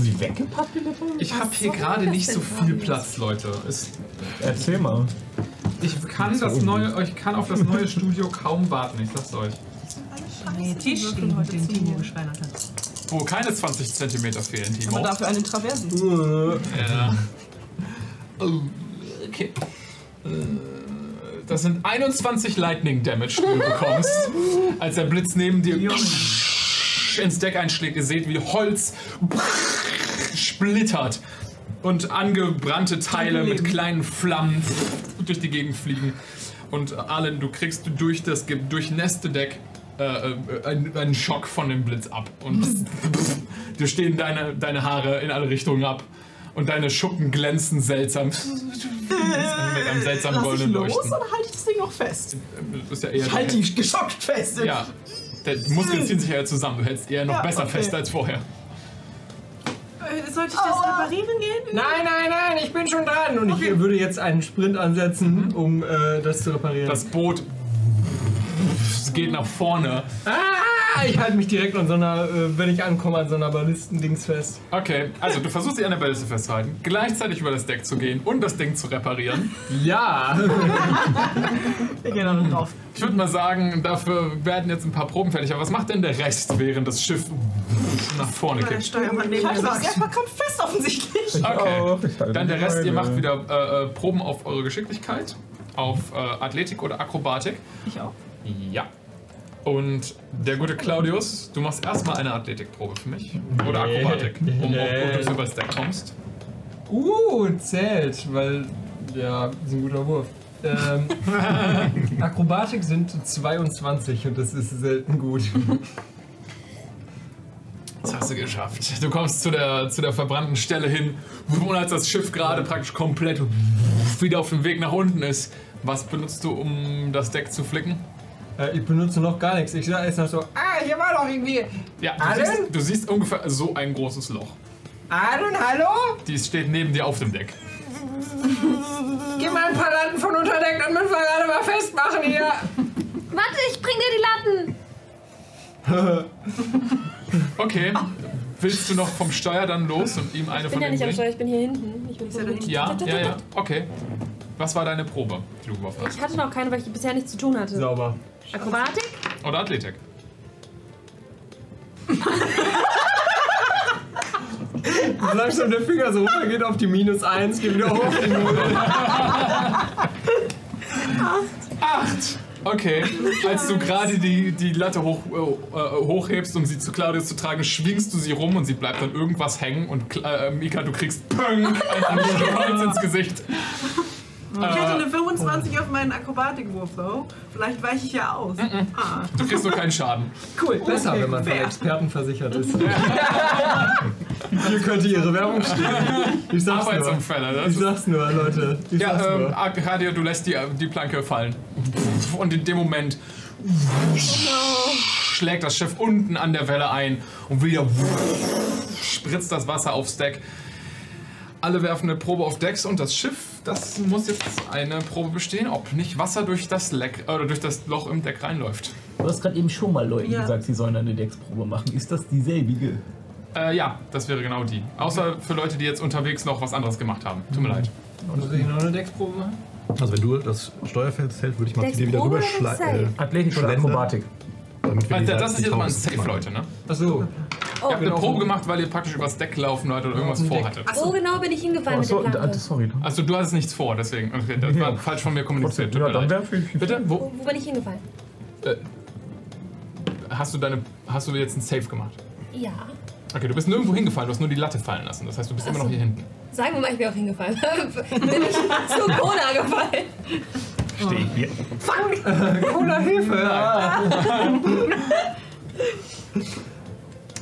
Sie weggepackt?
Oh, Ich habe hier gerade nicht so viel Platz, Leute. Es,
Erzähl mal.
ich kann das neue, ich kann auf das neue Studio kaum warten, ich sag's euch.
Nee, Tisch, den den Timo geschreiner kann.
Wo Oh, keine 20 cm fehlen,
Aber
Timo. Äh,
dafür eine Traversen.
Äh,
Ja. Oh, Okay. Äh, Das sind 21 Lightning Damage, die du bekommst, als der Blitz neben dir ins Deck einschlägt. Ihr seht, wie Holz splittert und angebrannte Teile mit kleinen Flammen durch die Gegend fliegen. Und Allen, du kriegst durch das ge- durchnässte Deck äh, äh, einen, einen Schock von dem Blitz ab. Und dir stehen deine, deine Haare in alle Richtungen ab. und deine Schuppen glänzen seltsam. mit einem seltsamen
Lass ich
goldenen
los
Leuchten.
oder halte ich das Ding noch fest?
Das ist ja eher
Ich halte ihn geschockt fest.
ja, der- die Muskeln ziehen sich ja zusammen. Du hältst eher noch
Ja,
besser
okay.
fest als vorher.
Äh, Sollte ich das reparieren gehen?
Nein, nein, nein, ich bin schon dran.
Und ich würde jetzt einen Sprint ansetzen, um äh, das zu reparieren.
Mhm. Das Boot es geht nach vorne.
ah, ich halte mich direkt an so einer, äh, wenn ich ankomme, an so einer Ballistendings fest.
Okay, also du versuchst sie an der Bälle zu festhalten, gleichzeitig über das Deck zu gehen und das Ding zu reparieren.
Ja!
Wir gehen dann drauf.
Ich würde mal sagen, dafür werden jetzt ein paar Proben fertig. Aber was macht denn der Rest, während das Schiff nach vorne
Der
kippt?
Steuermann neben mir sagt. Er kommt fest offensichtlich.
Okay.
Auch, Oh, ich halte
Dann der
die
Rest,
Beine.
ihr macht wieder äh, äh, Proben auf eure Geschicklichkeit, auf äh, Athletik oder Akrobatik.
Ich auch.
Ja. Und der gute Claudius, du machst erstmal eine Athletikprobe für mich. Oder
Nee.
Akrobatik, um, um, ob
Nee.
du übers Deck kommst.
Uh, zählt, weil, ja, ist ein guter Wurf. Ähm, Akrobatik sind 22 und das ist selten gut.
Das hast du geschafft. Du kommst zu der, zu der verbrannten Stelle hin, und als das Schiff gerade praktisch komplett wieder auf dem Weg nach unten ist. Was benutzt du, um das Deck zu flicken?
Äh, ich benutze noch gar nichts. Ich sage erst noch so,
Ah, hier war doch irgendwie.
Ja, du
Allen?
siehst, du siehst ungefähr so ein großes Loch.
Aaron, hallo?
Die steht neben dir auf dem Deck.
Gib mal ein paar Latten von Unterdeck, dann müssen wir gerade mal festmachen hier.
Warte, ich bring dir die Latten.
Okay. Willst du noch vom Steuer dann los und ihm eine
Ich
von
bin ja
den
nicht am
bringen?
Steuer, ich bin hier hinten. Ich, bin vorne.
Ja, ja, ja. Okay. Was war deine Probe, die du geworfen hast?
ich hatte noch keine, weil ich bisher nichts zu tun hatte.
sauber.
Akrobatik?
Oder Athletik?
Langsam der Finger so runtergeht auf die minus 1, geht wieder hoch auf die Null. Ah,
Acht! Okay, als du gerade die, die Latte hoch, äh, äh, hochhebst, um sie zu Claudius zu tragen, schwingst du sie rum und sie bleibt an irgendwas hängen und Kla- äh, Mika, du kriegst Pöng einen Stolz ins Gesicht.
Ich hätte
Äh,
eine 25 auf meinen Akrobatikwurf, though. Vielleicht weiche ich ja aus. Ah,
du kriegst so keinen Schaden.
cool.
Besser,
Okay,
wenn man von
fair.
Experten versichert ist. Hier könnte ihre Werbung stehen. Ich sag's nur.
Arbeitsunfälle, das
Ich
ist
sag's nur, Leute. Ich sag's
Also Ja, ähm,
nur.
Radio, du lässt die, äh, die Planke fallen. Und in dem Moment schlägt das Schiff unten an der Welle ein und wieder spritzt das Wasser aufs Deck. Alle werfen eine Probe auf Decks und das Schiff, das muss jetzt eine Probe bestehen, ob nicht Wasser durch das Leck äh, oder durch das Loch im Deck reinläuft.
Du hast gerade eben schon mal Leuten
Ja.
gesagt, sie sollen eine Decksprobe machen. Ist das dieselbige?
Äh, ja, das wäre genau die. Außer für Leute, die jetzt unterwegs noch was anderes gemacht haben. Tut mir leid.
Muss ich noch eine Decksprobe machen?
Also wenn du das Steuerfeld zählt, würde ich mal zu dir wieder
Decksprobe
rüber
oder Safe?
schlagen.
Athletik oder
Schlender.
Akrobatik?
damit wir die Oh.
Also, das
Seiten
ist jetzt mal ein
nicht
Safe,
rausmachen.
Leute, ne?
Achso.
Ihr habt eine Probe gemacht, weil ihr praktisch übers Deck laufen wolltet oder irgendwas vorhattet.
Wo genau bin ich hingefallen
Achso,
mit der
da-
Planke?
sorry.
Also du hattest nichts vor, deswegen. Okay, das war falsch von mir kommuniziert. Tut
Ja,
mir
dann
leid.
werfe ich.
Bitte? Wo, äh,
Wo, wo bin ich hingefallen?
hast du deine. Hast du jetzt einen Safe gemacht?
Ja.
Okay, du bist nirgendwo hingefallen, du hast nur die Latte fallen lassen. Das heißt, du bist immer noch hier hinten.
Sagen wir mal, ich wäre auch hingefallen. bin ich zu Cola gefallen.
Stehe ich hier.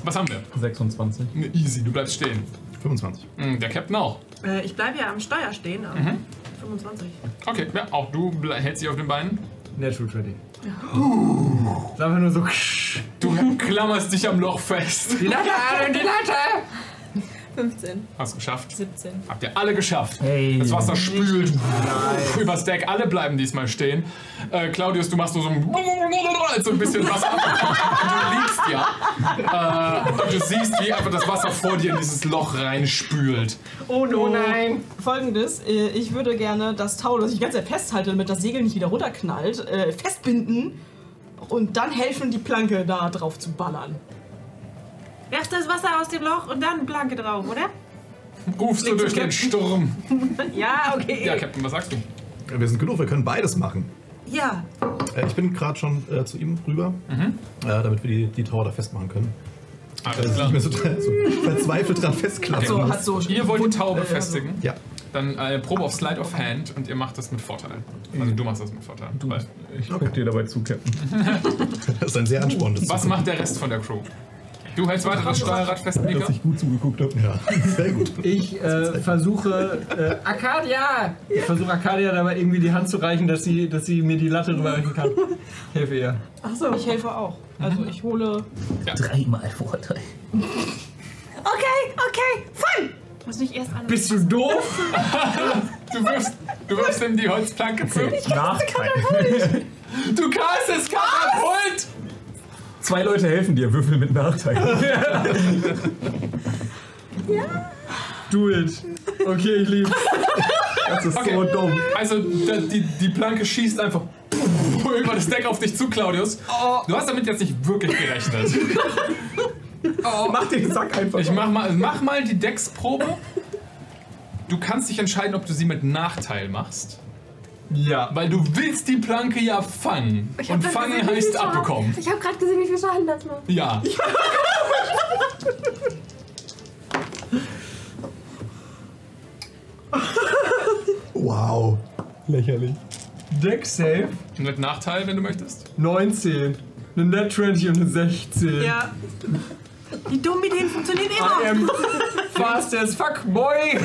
Was haben wir?
26.
Ne, Easy, du bleibst stehen.
25.
Hm, Der Captain auch.
Äh, ich bleibe ja am Steuer stehen, aber 25.
Okay, ja, auch du ble- hältst dich auf den Beinen.
Natural 20. Ist einfach nur so. ksch.
Du klammerst dich am Loch fest.
Die Latte,
äh,
Aaron, die Latte.
15.
Hast geschafft.
17.
Habt ihr alle geschafft.
Hey.
Das Wasser spült übers Deck. Alle bleiben diesmal stehen. Äh, Claudius, du machst nur so ein, als so ein bisschen Wasser abkommt. Du liegst ja. Äh, und du siehst, wie einfach das Wasser vor dir in dieses Loch reinspült.
Oh no.
Nein.
Folgendes, äh, ich würde gerne das Tau, das ich die ganze Zeit festhalte, damit das Segel nicht wieder runterknallt, äh, festbinden und dann helfen, die Planke da drauf zu ballern.
Werft das Wasser aus dem Loch und dann Planke drauf, oder?
Rufst du durch den Sturm.
Ja, okay.
Ja, Captain, was sagst du?
Ja, Wir sind genug, wir können beides machen.
Ja.
Äh, ich bin gerade schon äh, zu ihm rüber, äh, damit wir die, die Tower da festmachen können.
Alles
Also, Dass ich
klar.
nicht mehr so, so verzweifelt dran festklappen
So,
muss.
hat so Äh, also-
Ihr wollt die Taube befestigen.
Ja,
Dann eine Probe auf Slide of Hand und ihr macht das mit Vorteil.
Mhm.
Also du machst das mit Vorteil. Weil-
Ich guck dir dabei zu, Captain.
das ist ein sehr anspornendes
Was
Ziel.
macht der Rest von der Crew? Du hältst weiter das Steuerrad fest, Mika.
Dass ich gut zugeguckt habe. Ja, sehr gut.
Ich äh, versuche äh,
Arcadia!
ich versuche Arcadia dabei irgendwie die Hand zu reichen, dass sie, dass sie mir die Latte rüberreichen kann. Helfe ihr.
Achso. Ich helfe auch. Also ich hole.
Dreimal Vorteil.
Okay, okay, voll!
Muss nicht erst an.
Bist du doof? du, wirfst, du wirfst ihm die Holzplanke zu.
Nachteil.
Du kannst es Katapult!
Zwei Leute helfen dir, Würfel mit Nachteil.
Do it. Okay, ich lieb's.
Das ist
Okay.
so dumm.
Also da, die, die Planke schießt einfach über das Deck auf dich zu, Claudius.
Oh.
Du hast damit jetzt nicht wirklich gerechnet.
Oh.
Mach den Sack einfach.
Ich mach mal, mach mal die Decksprobe. Du kannst dich entscheiden, ob du sie mit Nachteil machst.
Ja.
Weil du willst die Planke ja fangen.
Ich hab
Und
grad
fangen
gesehen, wie viel
heißt
Schaden-
abbekommen.
Ich habe gerade gesehen, wie viel Schaden das macht.
Ja.
Wow. Lächerlich.
Deck Save
Mit Nachteil, wenn du möchtest.
19. Eine Net 20 und eine 16.
Ja. Die dummen Ideen funktionieren
Ah,
I
immer.
am fast as fuck, boy.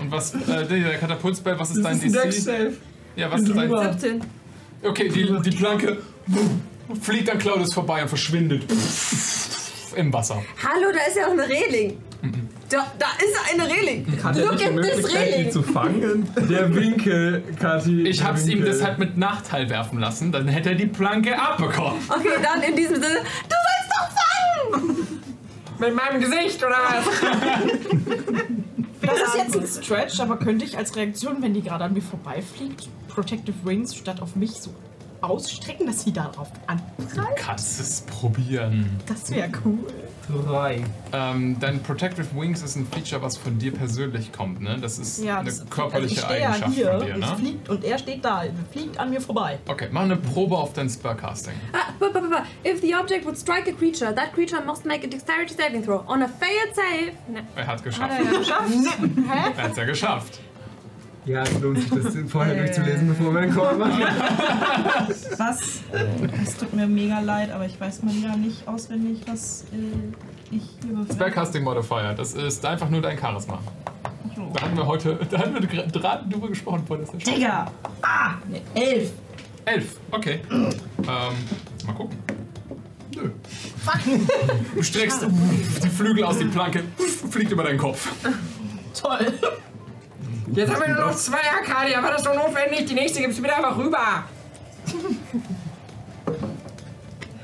Und was, äh, der Katapultspell, was ist
Das
dein
ist ein Deck
DC?
Save.
Ja, was ist dein
17.
Okay, die, die Planke fliegt an Claudius vorbei und verschwindet im Wasser.
Hallo, da ist ja auch eine Reling. Da, da ist eine Reling.
er
Look at this
die
Reling.
zu fangen.
Der Winkel, Kathi.
Ich
der
hab's ihm
Winkel.
deshalb mit Nachteil werfen lassen, dann hätte er die Planke abbekommen.
Okay, dann in diesem Sinne, du sollst doch fangen!
Mit meinem Gesicht, oder was?
Das ist jetzt ein Stretch, aber könnte ich als Reaktion, wenn die gerade an mir vorbeifliegt, Protective Rings statt auf mich so ausstrecken, dass sie darauf anprallt?
Kannst es probieren.
Das wäre cool.
Drei.
Ähm, dein Protective Wings ist ein Feature, was von dir persönlich kommt, ne? Das ist eine
das-
körperliche
also ich stehe ja
Eigenschaft
hier,
von dir,
Es
ne?
fliegt und er steht da, fliegt an mir vorbei.
Okay, mach eine Probe auf dein Spellcasting.
Ah, bu- bu- bu- bu- If the object would strike a creature, that creature must make a dexterity saving throw. On a failed save. Ne.
Er hat
Ah,
geschafft.
Hä?
Er hat's ja geschafft.
Ja, es lohnt sich, das vorher durchzulesen, bevor wir einen Call machen.
Was? Es tut mir mega leid, aber ich weiß mal ja nicht auswendig, was äh, ich hier
Spellcasting Modifier, das ist einfach nur dein Charisma.
so.
Da hatten wir heute, da hatten wir gra- gerade drüber gesprochen vor der Session.
Digga! Ah! Ne, elf!
Elf, okay. ähm, mal gucken. Nö. Du streckst die Flügel aus die Planke, fliegt über deinen Kopf.
Toll!
Jetzt haben wir nur noch zwei Arcadia. War das so notwendig? Die nächste gibt's wieder einfach rüber.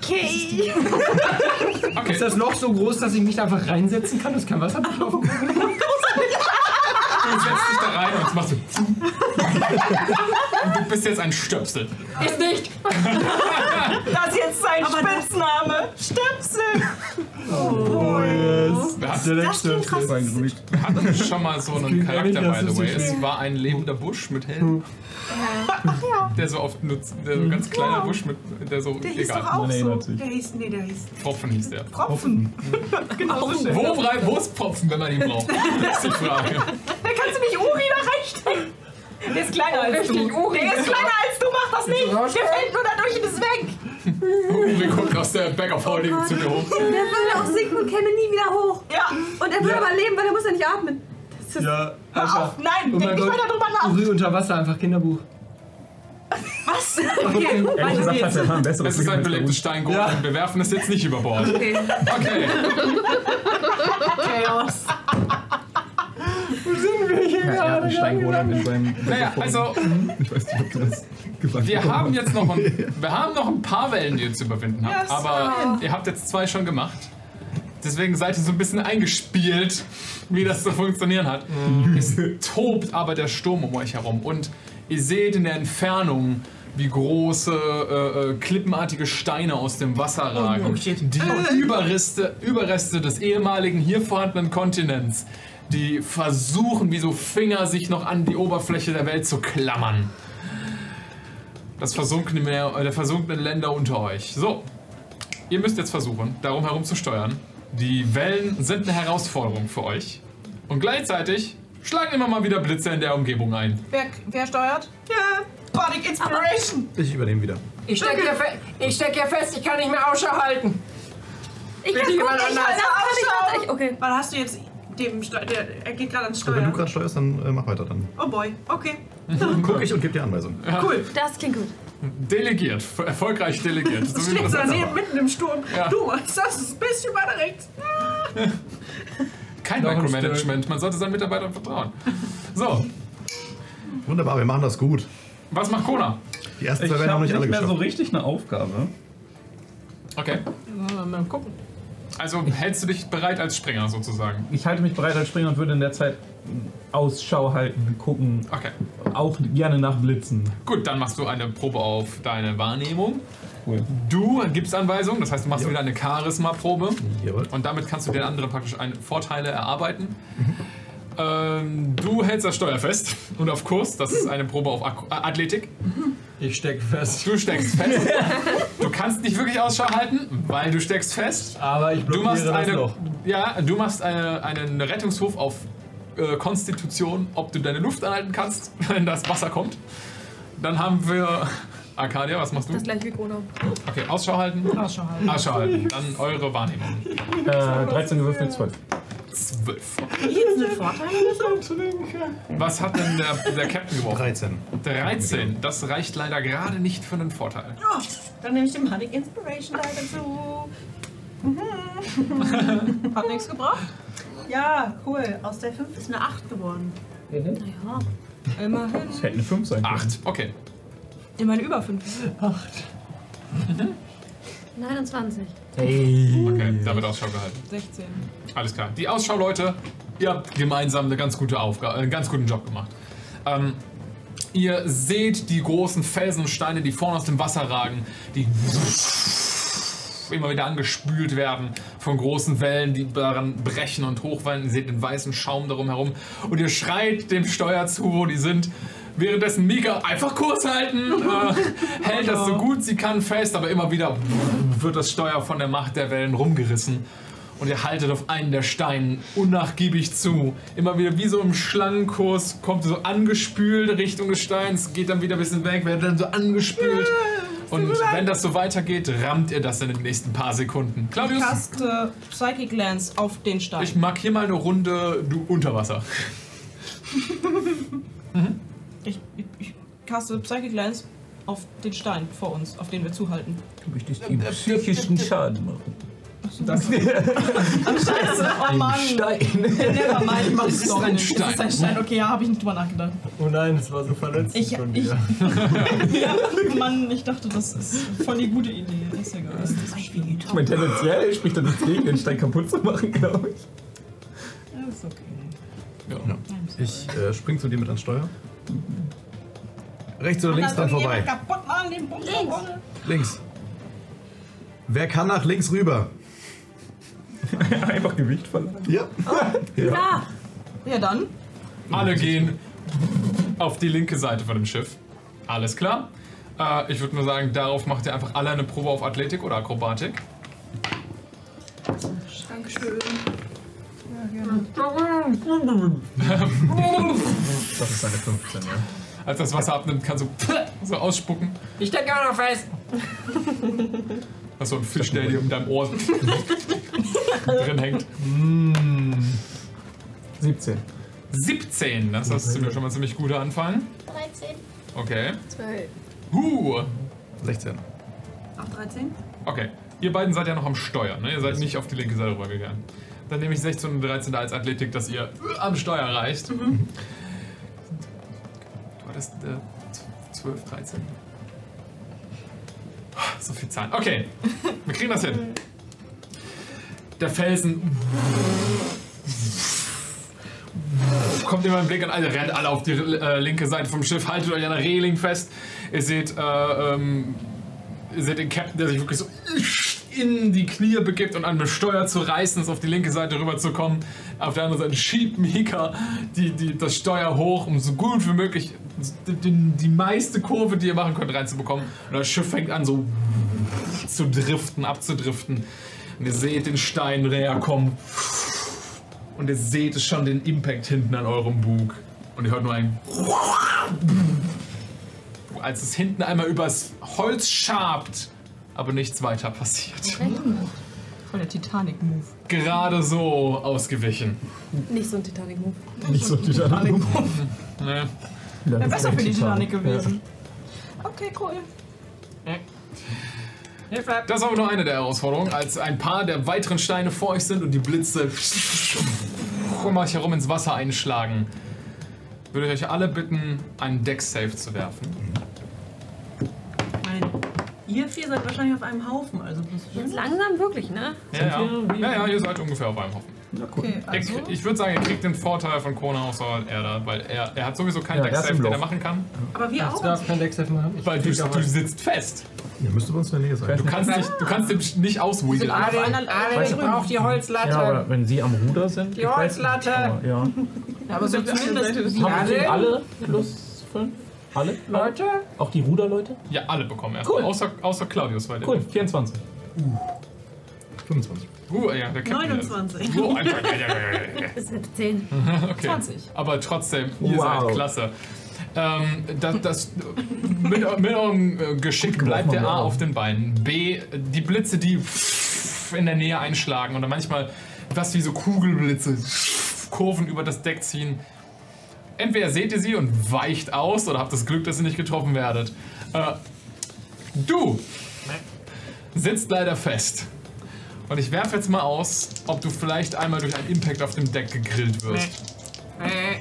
Okay.
Okay.
Ist das Loch so groß, dass ich mich da einfach reinsetzen kann? Das kann Wasser durchlaufen.
Du setzt dich da rein und jetzt machst du. und du bist jetzt ein Stöpsel.
Ist nicht.
Das ist jetzt sein Spitzname! Stöpsel!
Wer hat,
Der letzte.
wer hat schon mal so einen
klingt
Charakter,
ehrlich,
by
das ist
the way?
so
Es
schön.
war ein lebender Busch mit Helm. Der so oft nutzt, der so ganz kleiner Busch mit, der so,
Der hieß doch
egal,
auch
Man
so.
erinnert sich.
Der hieß, nee, der hieß
Pfropfen hieß der.
Tropfen. genau so
Wo, brei- wo ist Pfropfen, wenn man ihn braucht? Das ist die Frage.
Da kannst du nicht Uri da reinstecken! Der ist kleiner als
Richtig,
du.
Uri.
Der ist kleiner als du, mach das nicht! Der fällt nur dadurch und ist weg!
Uri guckt aus der Back of
Oh
Holding zu dir hoch.
Der würde auch sinken und käme nie wieder hoch.
Ja!
Und er würde
Ja.
aber leben, weil er muss ja nicht atmen. Das ist
Ja,
Hör
einfach.
auf! Nein!
Oh
Denk
mein
nicht
Gott.
weiter drüber nach!
Rü unter Wasser, einfach Kinderbuch.
Was?
Ehrlich gesagt hat er mal ein besseres
Es ist
Leben als der
ein belegtes
Hund.
Steingut.
Ja.
Wir werfen es jetzt nicht über Bord.
okay.
Okay.
Chaos!
Er hat einen Steinbruder in seinem.
Naja, also
Ich weiß nicht, ob du das gesagt
wir haben jetzt noch ein, wir haben noch ein paar Wellen, die ihr zu überwinden habt. aber ihr habt jetzt zwei schon gemacht. Deswegen seid ihr so ein bisschen eingespielt, wie das zu funktionieren hat. Es tobt aber der Sturm um euch herum und ihr seht in der Entfernung, wie große äh, äh, klippenartige Steine aus dem Wasser ragen, die Überreste, Überreste des ehemaligen hier vorhandenen Kontinents, die versuchen, wie so Finger sich noch an die Oberfläche der Welt zu klammern. Das versunkene Meer, äh, der versunkenen Länder unter euch. So, ihr müsst jetzt versuchen, darum herum zu steuern. Die Wellen sind eine Herausforderung für euch. Und gleichzeitig schlagen immer mal wieder Blitze in der Umgebung ein.
Wer, wer steuert? Ja! Bonic Inspiration!
Ich übernehme wieder.
Ich stecke hier, fe ich steck hier fest. Ich kann nicht mehr Ausschau halten.
Ich
Wenn
kann
dir
gucken,
jemand
ich
anders
kann- das kann ich-
anschauen.
warte, ich- okay.
Weil hast du jetzt dem Steu der, Er geht gerade ans
Also, wenn du
Steuer.
gerade steuerst, dann äh, mach weiter dann.
Oh boy, okay.
Dann guck ich und gebe dir Anweisungen.
Cool.
Das klingt gut.
Delegiert, f- erfolgreich delegiert.
Du
wie man
stehst da
das
neben,
sagt.
mitten im Sturm.
Ja.
Du machst das ist ein bisschen weiter rechts.
Kein
Noch ein
Micromanagement, man sollte seinen Mitarbeitern vertrauen. So,
Wunderbar, wir machen das gut.
was macht Kona?
Die ersten
Ich
zwei werden auch
habe
nicht
nicht
alle
mehr so
geschafft.
richtig eine Aufgabe.
Okay.
Mal gucken.
Also hältst du dich bereit als Springer sozusagen?
Ich halte mich bereit als Springer und würde in der Zeit Ausschau halten, gucken.
Okay.
Auch gerne nach Blitzen.
Gut, dann machst du eine Probe auf deine Wahrnehmung.
Cool.
Du gibst Anweisungen, das heißt, du machst wieder eine Charisma-Probe.
Jawohl.
Und damit kannst du den anderen praktisch ein- Vorteile erarbeiten.
Mhm.
Ähm, du hältst das Steuer fest und auf Kurs. Das ist eine Probe auf Ak äh, Athletik.
Mhm. Ich stecke fest.
Du steckst fest. du kannst nicht wirklich Ausschau halten, weil du steckst fest.
Aber ich
Du
blockiere
machst
das
eine,
Loch.
ja, du machst eine, einen Rettungsruf auf äh, Konstitution, ob du deine Luft anhalten kannst, wenn das Wasser kommt. Dann haben wir Arcadia, was machst du?
Das gleich wie Kona.
Okay, Ausschau halten.
Ausschau halten.
Ausschau halten. Dann eure Wahrnehmung.
Äh, 13 gewürfelt, 12.
Zwölf.
Hier sind Vorteile.
Was hat denn der, der Captain geworfen?
13.
13. Das reicht leider gerade nicht für einen Vorteil.
Oh, dann nehme ich den Panic Inspiration da dazu. Mhm.
Hat nichts gebracht.
Ja, cool. Aus der 5 ist eine 8 geworden.
Mhm.
Immerhin.
Das hätte eine 5 sein können.
Acht. Okay.
Immerhin über 5.
29.
Okay, da wird Ausschau gehalten.
16.
Alles klar. Die Ausschau, Leute, ihr habt gemeinsam eine ganz gute Aufgabe, einen ganz guten Job gemacht. Ähm, ihr seht die großen Felsen und Steine, die vorne aus dem Wasser ragen, die immer wieder angespült werden von großen Wellen, die daran brechen und hochwallen. Ihr seht den weißen Schaum darum herum und ihr schreit dem Steuer zu, wo die sind. Währenddessen Mika einfach kurz halten, äh, hält das so gut sie kann fest, aber immer wieder wird das Steuer von der Macht der Wellen rumgerissen. Und ihr haltet auf einen der Steinen unnachgiebig zu. Immer wieder wie so im Schlangenkurs kommt ihr so angespült Richtung des Steins, geht dann wieder ein bisschen weg, werdet dann so angespült. Und wenn das so weitergeht, rammt ihr das in den nächsten paar Sekunden. Claudius,
Kaste Psychic Lance äh, auf den Stein.
ich mag hier mal eine Runde du unter Wasser.
Mhm. Ich, ich, ich kaste Psychic Lance auf den Stein vor uns, auf den wir zuhalten.
Du
Äh,
möchtest ihm psychischen Schaden machen.
Scheiße, oh Mann.
Stein.
Nevermind, ich mach's doch
ein
nicht.
Stein.
Es ist ein Stein. Okay, ja, habe ich nicht drüber nachgedacht.
Oh nein, es war so verletzt.
Ich-
schon
ich-
wieder.
Ja, Mann, ich dachte, das ist voll die gute Idee. Ist egal. Das ist
Ich meine, tendenziell spricht er das gegen, den Stein kaputt zu machen, glaube ich.
okay.
Ich äh, spring zu dir mit ans Steuer. Rechts oder links dran vorbei?
also kaputt machen, den Bums da vorne.
Links. Wer kann nach links rüber?
Einfach Gewicht verlangen.
Ja.
Ja,
Ja, dann.
Alle gehen auf die linke Seite von dem Schiff. Alles klar. Äh, ich würde nur sagen, darauf macht ihr einfach alle eine Probe auf Athletik oder Akrobatik.
Dankeschön.
Das ist eine 15, ja.
Als das Wasser abnimmt, kannst du so ausspucken.
Ich stecke auch noch fest.
Das ist so ein Fisch, der dir um deinem Ohr drin hängt.
Mm.
17.
17, das ist ziemlich- schon mal ein ziemlich guter Anfang.
13.
Okay.
12.
Huh.
16.
Auf 13?
Okay. Ihr beiden seid ja noch am Steuer, ne? Ihr seid nicht auf die linke Seite rübergegangen. Dann nehme ich 16 und 13 als Athletik, dass ihr äh, am Steuer reicht. Du hattest äh, 12, 13. So viel Zahlen. Okay, wir kriegen das hin. Der Felsen kommt immer im Blick und alle rennt alle auf die äh, linke Seite vom Schiff, haltet euch an der Reling fest. Ihr seht, äh, ähm, ihr seht den Captain, der sich wirklich so in die Knie begibt und an dem Steuer zu reißen, ist auf die linke Seite rüberzukommen. Auf der anderen Seite schiebt Mika die, die, das Steuer hoch, um so gut wie möglich die, die, die meiste Kurve, die ihr machen könnt, reinzubekommen. Und das Schiff fängt an so zu driften, abzudriften. Und ihr seht den Stein näher kommen. Und ihr seht es schon den Impact hinten an eurem Bug. Und ihr hört nur ein. Als es hinten einmal übers Holz schabt, aber nichts weiter passiert.
Hm. Voll der Titanic-Move.
Gerade so ausgewichen.
Nicht so ein Titanic-Move.
Nicht so Titanic.
Ne?
Wäre besser für die Titanic gewesen. Okay, cool.
Das ist aber nur eine der Herausforderungen, als ein paar der weiteren Steine vor euch sind und die Blitze um euch herum ins Wasser einschlagen. Würde ich euch alle bitten, einen Deck-Safe zu werfen.
Nein. Ihr vier seid wahrscheinlich auf einem Haufen, also
Jetzt langsam wirklich, ne?
Ja, ja. ja, ja, ihr seid ungefähr auf einem Haufen.
Okay,
Ihr kriegt- Ich würde sagen, ihr kriegt den Vorteil von Kona aus, weil er da, weil er, er hat sowieso keinen
Ja,
Deck
er ist
Safe,
im
den er
Loch.
machen kann.
aber wir auch.
darf kein Decksafe machen. Ich
Weil du,
krieg aber-
du sitzt fest.
Ihr müsst bei uns in der Nähe sein.
Du kannst dich, du kannst dem nicht auswiegeln.
Auf
Adelin,
einer-
Adelin braucht die Holzlatte.
Ja, aber wenn sie am Ruder sind.
Die
ich weiß
Holzlatte.
nicht, aber, Ja.
Ja, aber so zumindest
Haben
Ja,
kriegen
denn-
alle plus 5? Alle?
Leute,
Auch die Ruderleute?
Ja, alle bekommen erstmal.
Cool.
Außer, außer Claudius, weil der.
Cool, 24.
25.
Uh, ja, der kennt ihn jetzt.
29.
So einfach. Ja, ja, ja, ja, ja.
Das sind 10.
Okay.
20.
Aber trotzdem, ihr
Wow.
seid klasse. Ähm, das, das, mit, mit eurem äh, Geschick bleibt der A auf den Beinen. B, die Blitze, die in der Nähe einschlagen oder manchmal was wie so Kugelblitze, Kurven über das Deck ziehen. Entweder seht ihr sie und weicht aus oder habt das Glück, dass ihr nicht getroffen werdet. Äh, du sitzt leider fest. Und ich werfe jetzt mal aus, ob du vielleicht einmal durch einen Impact auf dem Deck gegrillt wirst.
Äh.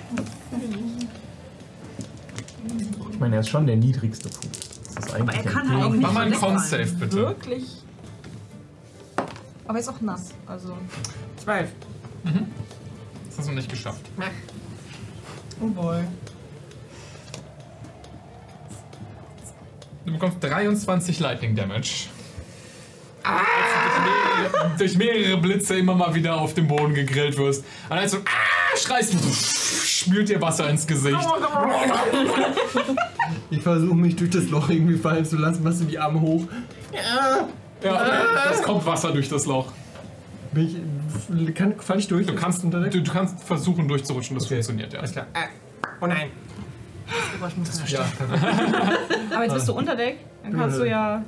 Ich meine, er ist schon der niedrigste Punkt. Das ist eigentlich
Er
der
kann halt auch
Mach
nicht
mal einen
verletzt sein.
Con-Save bitte.
wirklich. Aber er ist auch nass, also.
12.
Das hast du nicht geschafft.
Oh boy.
Du bekommst 23 Lightning Damage.
Ah!
Als du durch, mehrere, durch mehrere Blitze immer mal wieder auf dem Boden gegrillt wirst. Und als du ah, schreist, spült dir Wasser ins Gesicht.
Ich versuche mich durch das Loch irgendwie fallen zu lassen, was die Arme hoch.
Ja, es kommt Wasser durch das Loch.
Bin ich, kann, fall ich durch?
Du kannst, du,
unter Deck?
du kannst versuchen durchzurutschen, das funktioniert ja.
Alles klar. Äh, oh nein.
Ja,
Aber jetzt bist du unter Deck, dann kannst du ja.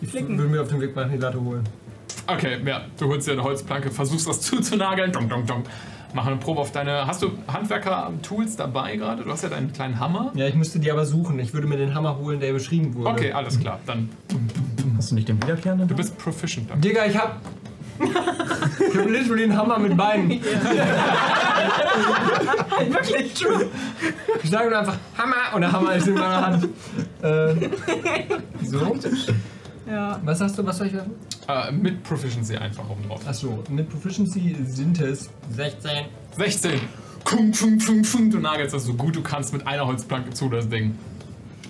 ich
Flicken.
würde mir auf den Weg machen, die Latte holen.
Okay, ja, du holst dir eine Holzplanke, versuchst das zuzunageln. Dong, dong, dong. Mach eine Probe auf deine. Hast du Handwerker-Tools dabei gerade? Du hast ja deinen kleinen Hammer.
Ja, ich müsste die aber suchen. Ich würde mir den Hammer holen, der beschrieben wurde.
Okay, alles klar. Dann
Hast du nicht den wiederkehrenden?
du bist proficient. damit.
Digga, ich hab. ich hab literally einen Hammer mit Beinen. Wirklich true. Ich sage nur einfach Hammer und der Hammer ist in meiner Hand. Äh, so.
Ja.
Was hast du, was soll ich werfen?
Äh, mit Proficiency einfach oben drauf.
Achso, mit Proficiency sind es
16.
16. Kung, kung, kung, kung. Du nagelst das so gut du kannst mit einer Holzplanke zu, das Ding.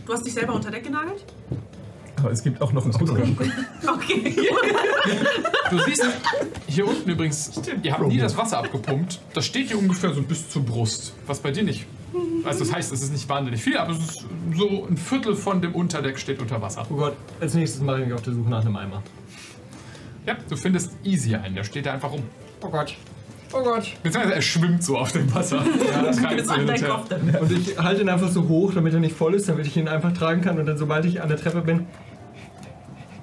Du hast dich selber unter Deck genagelt?
Aber es gibt auch noch einen Ausgang.
Okay.
Du siehst hier unten übrigens, ihr habt nie das Wasser abgepumpt. Das steht hier ungefähr so bis zur Brust. Was bei dir nicht. Also, das heißt, es ist nicht wahnsinnig viel, aber es ist so ein Viertel von dem Unterdeck steht unter Wasser.
Oh Gott, als nächstes mache ich mich auf der Suche nach einem Eimer.
Ja, du findest Easy einen, der steht da einfach rum.
Oh Gott. Oh Gott.
Beziehungsweise er schwimmt so auf dem Wasser. Ja, das kann
Bis an dein Kopf. dann.
Und ich halte ihn einfach so hoch, damit er nicht voll ist, damit ich ihn einfach tragen kann. Und dann, sobald ich an der Treppe bin,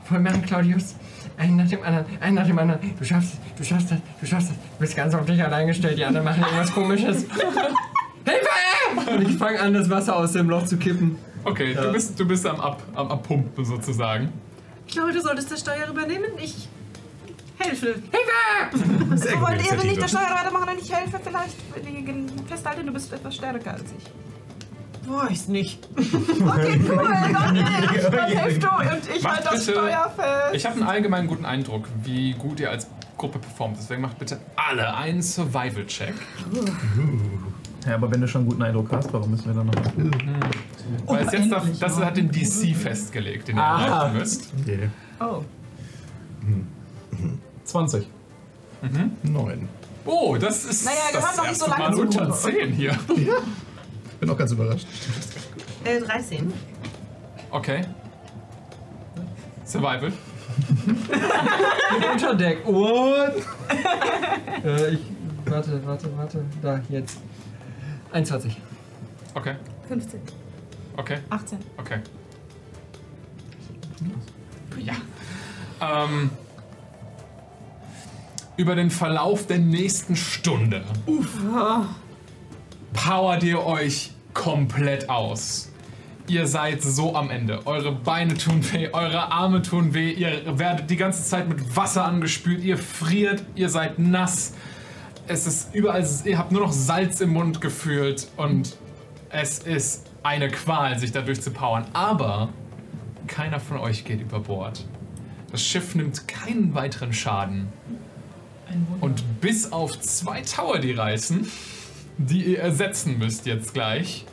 Voll machen, Claudius. Einen nach dem anderen, einen nach dem anderen. Du schaffst es, du schaffst es, du schaffst es. Du bist ganz auf dich allein gestellt. Die anderen machen irgendwas komisches.
und ich fange an, das Wasser aus dem Loch zu kippen.
Okay, du bist, du bist am, Ab, am Abpumpen sozusagen.
Ich glaube, du solltest das Steuer übernehmen. Ich helfe.
Sehr
So
gute
wollt ihr nicht
Initiative.
der Steuerreiter machen, dann ich helfe vielleicht. Festhalten, du bist etwas stärker als ich.
Weiß nicht.
Okay, cool, okay. Dann helft du und ich
Macht
halte das
bitte-
Steuer fest.
Ich habe einen allgemeinen guten Eindruck, wie gut ihr als Gruppe performt. Deswegen macht bitte alle einen Survival-Check.
Ja, aber wenn du schon einen guten Eindruck hast, warum müssen wir dann noch.
Oh,
Weil es jetzt darf, das hat den
Mhm.
DC festgelegt, den ihr erreichen müsst.
Okay.
Oh.
20.
Neun.
Mhm. Oh, das ist
Naja, wir
das
haben noch nicht
erste
so lange
Mal
zu
unter
tun.
10 hier.
Bin auch ganz überrascht.
Äh, 13.
Okay. Survival.
Unter Deck und. äh, ich. Warte, warte, warte. Da, jetzt. 21.
Okay,
15.
okay,
18.
okay. Ja. Ähm, über den Verlauf der nächsten Stunde. Powert ihr euch komplett aus. Ihr seid so am Ende. Eure Beine tun weh, eure Arme tun weh, ihr werdet die ganze Zeit mit Wasser angespült, ihr friert, ihr seid nass. Es ist überall, ihr habt nur noch Salz im Mund gefühlt und es ist eine Qual, sich dadurch zu powern. Aber keiner von euch geht über Bord. Das Schiff nimmt keinen weiteren Schaden. Und bis auf zwei Tower, die reißen, die ihr ersetzen müsst jetzt gleich,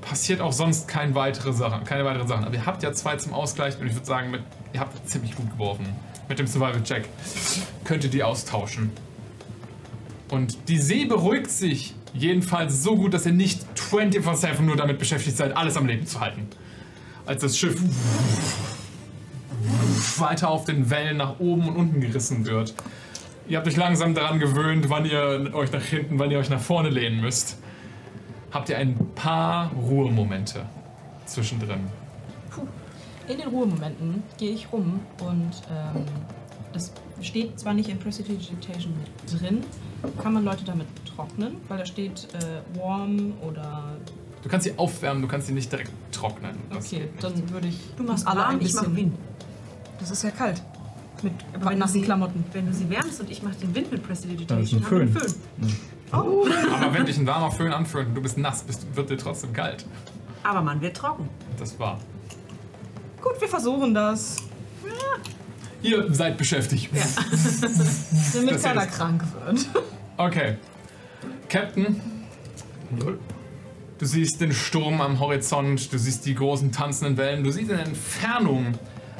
passiert auch sonst keine weitere Sache, keine weiteren Sachen. Aber ihr habt ja zwei zum Ausgleich und ich würde sagen, mit, ihr habt ziemlich gut geworfen. Mit dem Survival Check könnt ihr die austauschen. Und die See beruhigt sich jedenfalls so gut, dass ihr nicht 24-7 nur damit beschäftigt seid, alles am Leben zu halten. Als das Schiff weiter auf den Wellen nach oben und unten gerissen wird. Ihr habt euch langsam daran gewöhnt, wann ihr euch nach hinten, wann ihr euch nach vorne lehnen müsst. Habt ihr ein paar Ruhemomente zwischendrin.
In den Ruhemomenten gehe ich rum und ähm, das steht zwar nicht in Prestidigitation mit drin, kann man Leute damit trocknen, weil da steht äh, warm oder
Du kannst sie aufwärmen, du kannst sie nicht direkt trocknen. Das
okay,
geht nicht.
dann würde ich
also Du machst
alle
warm,
ein
ich mach
bisschen-
Wind.
Das ist ja kalt. Mit
Aber wenn du
nassen
sie-
Klamotten.
Wenn du sie wärmst und ich mache den Wind mit Prestidigitation,
Dann ist ein
haben wir einen
Föhn.
Föhn.
Aber wenn dich ein warmer Föhn anfühlt und du bist nass, bist, wird dir trotzdem kalt.
Aber man wird trocken.
Das war.
Gut, wir versuchen das.
Ihr seid beschäftigt.
Damit
Das
keiner
ist-
krank wird.
Okay. Captain. Du siehst den Sturm am Horizont, du siehst die großen tanzenden Wellen, du siehst in der Entfernung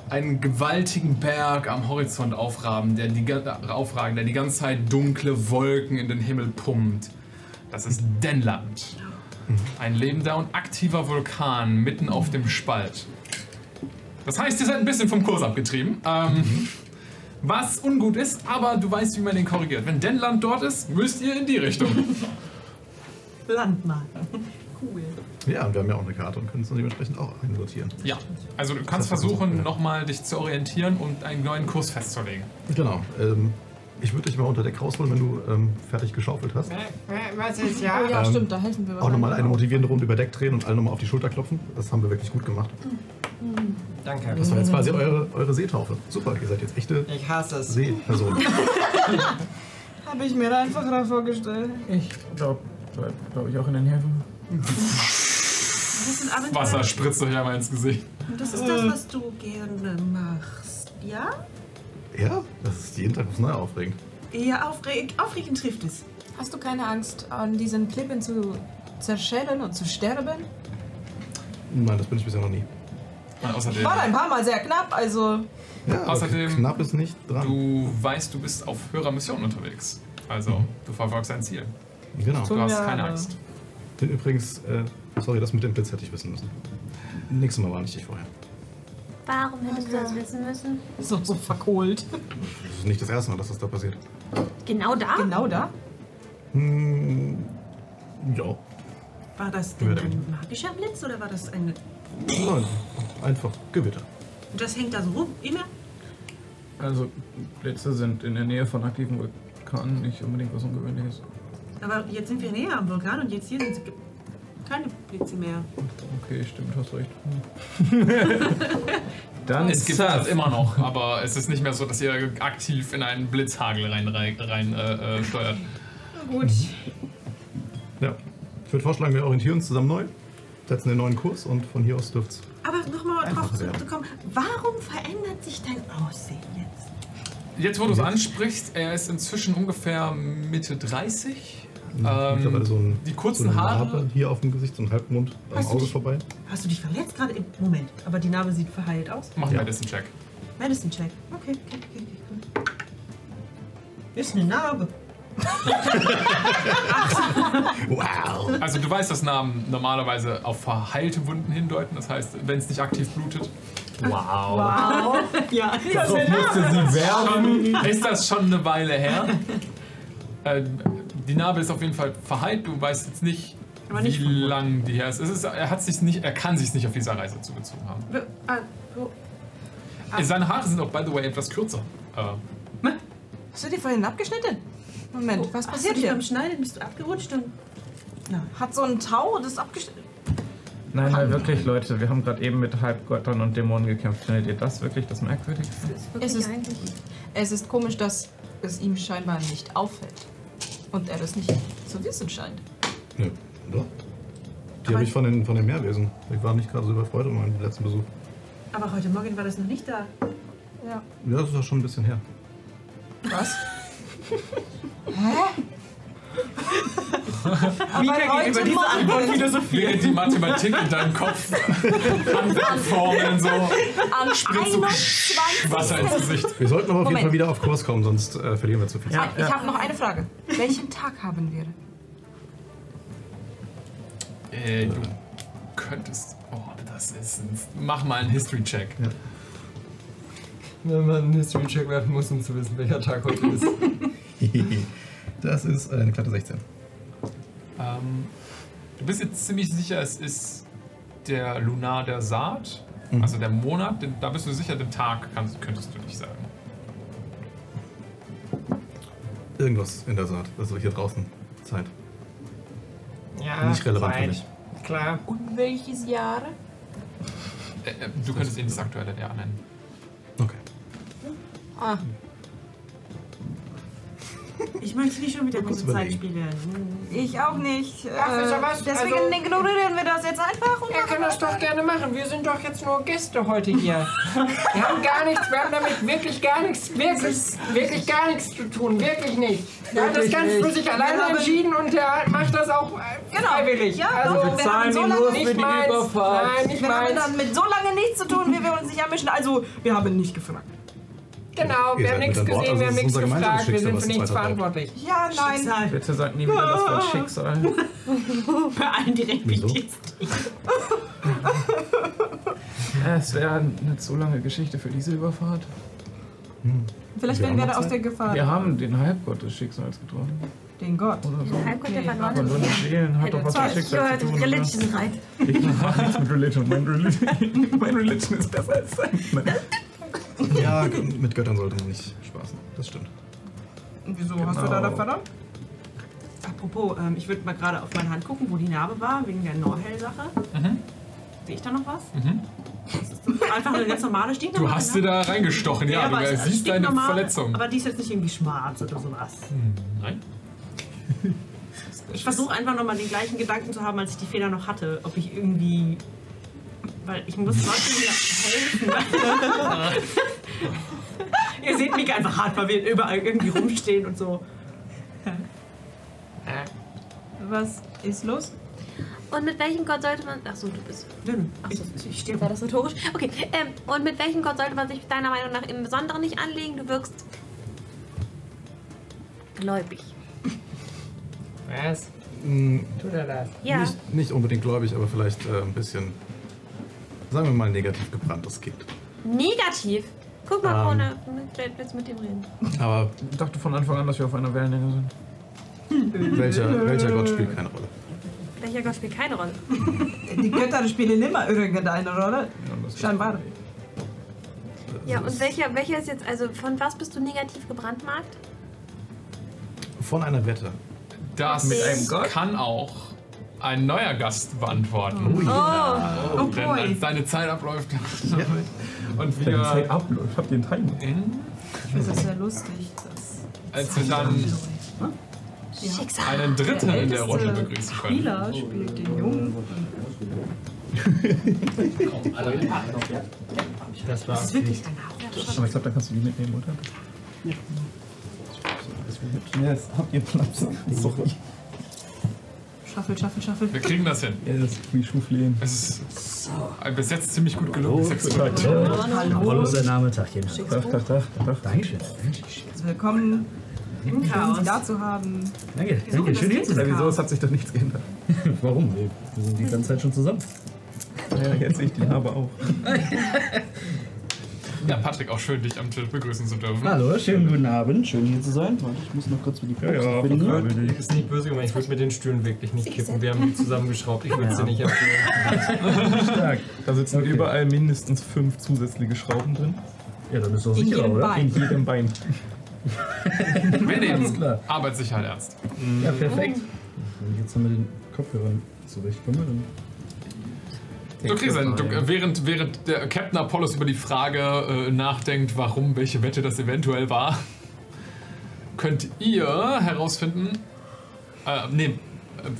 einen gewaltigen Berg am Horizont aufragen, der die, ga- aufragen, der die ganze Zeit dunkle Wolken in den Himmel pumpt. Das ist Denland. Ein lebender und aktiver Vulkan mitten auf dem Spalt. Das heißt, ihr seid ein bisschen vom Kurs abgetrieben. Ähm, was ungut ist, aber du weißt, wie man den korrigiert. Wenn Denland dort ist, müsst ihr in die Richtung.
Landmarken. Cool.
Ja, und wir haben ja auch eine Karte und können es dann dementsprechend auch einsortieren.
Ja. Also du kannst versuchen, nochmal dich zu orientieren und einen neuen Kurs festzulegen.
Genau. Ähm, ich würde dich mal unter Deck rausholen, wenn du ähm, fertig geschaufelt hast.
Was ist ja?
Oh ja,
Ähm,
stimmt, da helfen wir
Auch nochmal
wahrscheinlich
eine motivierende Runde über Deck drehen und alle nochmal auf die Schulter klopfen. Das haben wir wirklich gut gemacht.
Danke.
Das war jetzt quasi
Mhm.
eure, eure Seetaufe. Super, ihr seid jetzt echte
Ich hasse es.
Seepersonen.
Habe ich mir einfacher vorgestellt.
Ich glaube, glaube ich auch in den Häfen.
Das sind Abenteuer.
Wasser spritzt euch einmal ins Gesicht.
Und Das ist das,
Äh.
was du gerne machst. Ja?
ja, das ist jeden Tag aufs Neue aufregend.
Ja, aufregend, aufregend trifft es.
Hast du keine Angst, an diesen Klippen zu zerschellen und zu sterben?
Nein, das bin ich bisher noch nie.
Und außerdem,
War ein paar Mal sehr knapp, also
Ja, aber
Außerdem-
knapp ist nicht dran.
du weißt, du bist auf höherer Mission unterwegs. Also, du verfolgst ein Ziel.
Genau.
Du hast
mir
keine
aber-
Angst.
Denn übrigens, äh, sorry, das mit dem Blitz hätte ich wissen müssen. Nächstes Mal war nicht ich vorher.
Warum hättest du das wissen müssen?
ist auch so verkohlt.
Das ist nicht das erste Mal, dass das da passiert.
Genau da?
Genau da?
Hm, ja.
War das
Ja,
denn
dann-
ein magischer Blitz oder war das eine.
Nein, einfach Gewitter.
Das hängt da so rum, immer?
Also, Blitze sind in der Nähe von aktiven Vulkanen nicht unbedingt was Ungewöhnliches.
Aber jetzt sind wir näher am Vulkan und jetzt hier sind sie- keine Blitze mehr.
Okay, stimmt, hast recht. Dann
Es gibt das immer noch, aber es ist nicht mehr so, dass ihr aktiv in einen Blitzhagel rein, rein äh, äh, steuert.
Gut.
Ja. Ich würde vorschlagen, wir orientieren uns zusammen neu, setzen den neuen Kurs und von hier aus dürft's.
Aber nochmal drauf
Einfach werden.
zurückzukommen, warum verändert sich dein Aussehen jetzt?
Jetzt, wo du es ansprichst, er ist inzwischen ungefähr Mitte 30. Ähm,
mittlerweile so ein,
die
so
kurzen
eine
Haare.
Narbe hier auf dem Gesicht, so ein Halbmond am
Hast du
Auge
dich-
vorbei.
Hast du dich verletzt gerade? im Moment, aber die Narbe sieht verheilt aus.
Mach
Ja.
ja. Medicine Check.
Medicine Check. Okay, okay, okay. okay. Ist eine Narbe.
Wow!
Also du weißt, dass Namen normalerweise auf verheilte Wunden hindeuten. Das heißt, wenn es nicht aktiv blutet,
Wow.
Ja, das
Darauf musste sie werben.
ist das schon eine Weile her. Ähm, die Narbe ist auf jeden Fall verheilt. Du weißt jetzt nicht,
Aber nicht
wie
von wo.
lang die her ist. Es ist er, hat sich nicht, er kann sich nicht auf dieser Reise zugezogen haben.
ah,
Äh, Seine Haare sind auch, by the way, etwas kürzer. Äh,
Hast du dir vorhin abgeschnitten? Moment, was
hast
passiert
du dich
hier?
beim Schneiden bist du abgerutscht und
Hat so ein Tau das abgeschnitten?
Nein, nein, wirklich, Leute, wir haben gerade eben mit Halbgöttern und Dämonen gekämpft. Findet ihr das wirklich das Merkwürdigste?
Es ist, es ist komisch, dass es ihm scheinbar nicht auffällt. Und er das nicht zu wissen scheint.
Nö, doch. Die habe ich von den, von den Meerwesen. Ich war nicht gerade so überfreut um meinen letzten Besuch.
Aber heute Morgen war das noch nicht da.
Ja.
Ja, das ist doch schon ein bisschen her.
Was? Hä?
Mika geht über diese Antwort wieder so viel. Während die Mathematik in deinem Kopf an Formeln so
Am 21.
Wasser ins Gesicht.
Wir sollten aber auf
Moment.
jeden Fall wieder auf Kurs kommen, sonst äh, verlieren wir zu viel
Ah, Ich habe noch eine Frage. Welchen Tag haben wir?
Äh, du könntest. Oh, das ist. Ein, mach mal einen History-Check.
Wenn man einen History-Check werfen muss, um zu wissen, welcher Tag heute ist.
das ist eine glatte 16.
Ähm, du bist jetzt ziemlich sicher, es ist der Lunar der Saat,
Mhm.
also der Monat. Den, da bist du sicher, den Tag kannst, könntest du nicht sagen.
Irgendwas in der Saat. Also hier draußen. Zeit.
Ah,
Ja,
Nicht relevant für
Zeit.
mich.
Klar.
Und welches Jahr?
Äh, äh, du könntest eben das aktuelle Jahr nennen.
Ah,
Ich möchte nicht schon wieder mit
kurz
der Zeit
überlegen.
spielen.
ich auch nicht. Äh,
Ach, wisst ihr was?
deswegen
Also-
ignorieren wir das jetzt einfach. Und
Er kann das doch gerne machen. Wir sind doch jetzt nur Gäste heute hier. Wir haben gar nichts, wir haben damit wirklich gar nichts, wirklich, wirklich gar nichts zu tun. Wirklich nicht. Er hat das
Wirklich
ganz
nicht.
für sich
Wir
alleine
haben-
entschieden und er macht das auch äh,
Genau.
freiwillig.
Ja, doch, wir Wir haben zahlen so ihm lange nur für nicht die meins.
Überfahrt. Nein, nicht
wir haben
meins.
damit so lange nichts zu tun, wie wir uns nicht einmischen. Also, wir haben nicht gefragt.
Genau,
Ihr
wir haben
seid mit
nichts
an Bord,
gesehen,
also
wir
es
haben
ist
nichts
unser gemeinsames
gefragt, wir
Schicksal,
sind
was
für
uns
nichts
weiter
verantwortlich.
Ja, nein.
Bitte sag nie wieder das Wort Schicksal.
Bei allen direkt
Es wäre eine zu lange Geschichte für diese Überfahrt.
Vielleicht werden wir da aus der Gefahr.
Wir haben den Halbgott des Schicksals getroffen.
Den Gott.
Den
Halbgott der
Aber nur die Seelen hat doch was mit Schicksal zu tun. oder?
Religion rein.
Ich mache nichts mit Religion. Mein Religion, mein Religion ist besser als sein.
Ja, mit Göttern sollte man nicht spaßen. Das stimmt.
Wieso hast du da
Genau.
da verdammt? Apropos, ähm, ich würde mal gerade auf meine Hand gucken, wo die Narbe war, wegen der Norhell-Sache.
Mhm.
Sehe ich da noch was? Einfach eine ganz normale Stinknormale.
Du
ne?
hast dir da reingestochen, ja, du
es-
siehst deine
stinknormal,
Verletzung. Hm.
Aber die ist jetzt nicht irgendwie schwarz oder sowas.
Nein?
Ich versuche einfach nochmal den gleichen Gedanken zu haben, als ich die Feder noch hatte. Ob ich irgendwie. Weil ich muss Leuten wieder helfen. Ihr seht Mika einfach hart verwirrt überall irgendwie rumstehen und so.
Äh, Was ist los?
Und mit welchem Gott sollte man. Achso, du bist. Achso,
ich stehe.
War das rhetorisch? Okay, ähm, und mit welchem Gott sollte man sich deiner Meinung nach im Besonderen nicht anlegen? Du wirkst. gläubig.
Was?
Mm,
Tut er das?
Ja.
Nicht, nicht unbedingt gläubig, aber vielleicht äh, ein bisschen, sagen wir mal, negativ gebrannt. Das geht.
Äh.
Negativ. Guck mal,
Ähm.
Krone. Willst willst du mit dem reden?
Aber
Ich dachte von Anfang an, dass wir auf einer Wellenlänge sind.
welcher, welcher Gott spielt keine Rolle?
Welcher Gott spielt keine Rolle?
Die Götter spielen immer irgendeine Rolle. Scheinbar.
Ja, und welcher, welcher ist jetzt. Also, von was bist du negativ gebrandmarkt?
Von einer Wette.
Das
Mit einem
kann auch ein neuer Gast beantworten.
Oh ja.
Oh. Oh
Denn
boy.
als deine Zeit abläuft. Und
Deine Zeit
wir,
abläuft. Habt ihr einen Timer?
Ich finde das sehr lustig. Das
als wir dann einen Dritten in der Runde begrüßen können.
Spieler spielt den Jungen.
Das war.
Das ist wirklich dein Haut.
Aber ich glaube, da kannst du die mitnehmen, oder?
Ja.
Ja, jetzt habt ihr Platz. Sorry.
Schaffel, schaffel, schaffel.
Wir kriegen das hin.
Yes, we Schuflehen.
Es ist äh, bis jetzt ziemlich gut gelungen. Sexualität.
Hallo, unser Name, Tachchen.
Dach, dach, dach, dach.
Dankeschön.
Willkommen im
Chaos.
Chaos. da zu haben.
Danke,
Wieso?
danke.
Das
Schön, hier
geht
zu
doch
sein.
gar
Wieso?
nicht.
Es hat sich doch nichts geändert. Warum? Wir wir sind die ganze Zeit schon zusammen.
Ja, jetzt sehe ich die Narbe auch.
Ja, Patrick, auch schön, dich am Tisch begrüßen zu dürfen.
Hallo, schönen guten Abend. Schön, hier zu sein. Warte, ich muss noch kurz mit die Props verbinden.
Ist nicht böse gemeint, ich würde mit den Stühlen wirklich nicht kippen. Wir haben die zusammengeschraubt, ich würde
Ja.
sie nicht abnehmen.
Stark.
Da sitzen überall mindestens fünf zusätzliche Schrauben drin.
Ja, dann ist doch
In
sicher,
jedem
oder?
Bein.
In jedem Bein.
Wer
Alles
eben?
klar.
Arbeitssicherheit Arzt.
Ja, perfekt. Wenn ich jetzt noch mit den Kopfhörern zurechtkomme, dann.
Du kriegst einen, du, äh, während, während der Captain Apollos über die Frage äh, nachdenkt, warum, welche Wette das eventuell war, könnt ihr herausfinden. Äh, nee,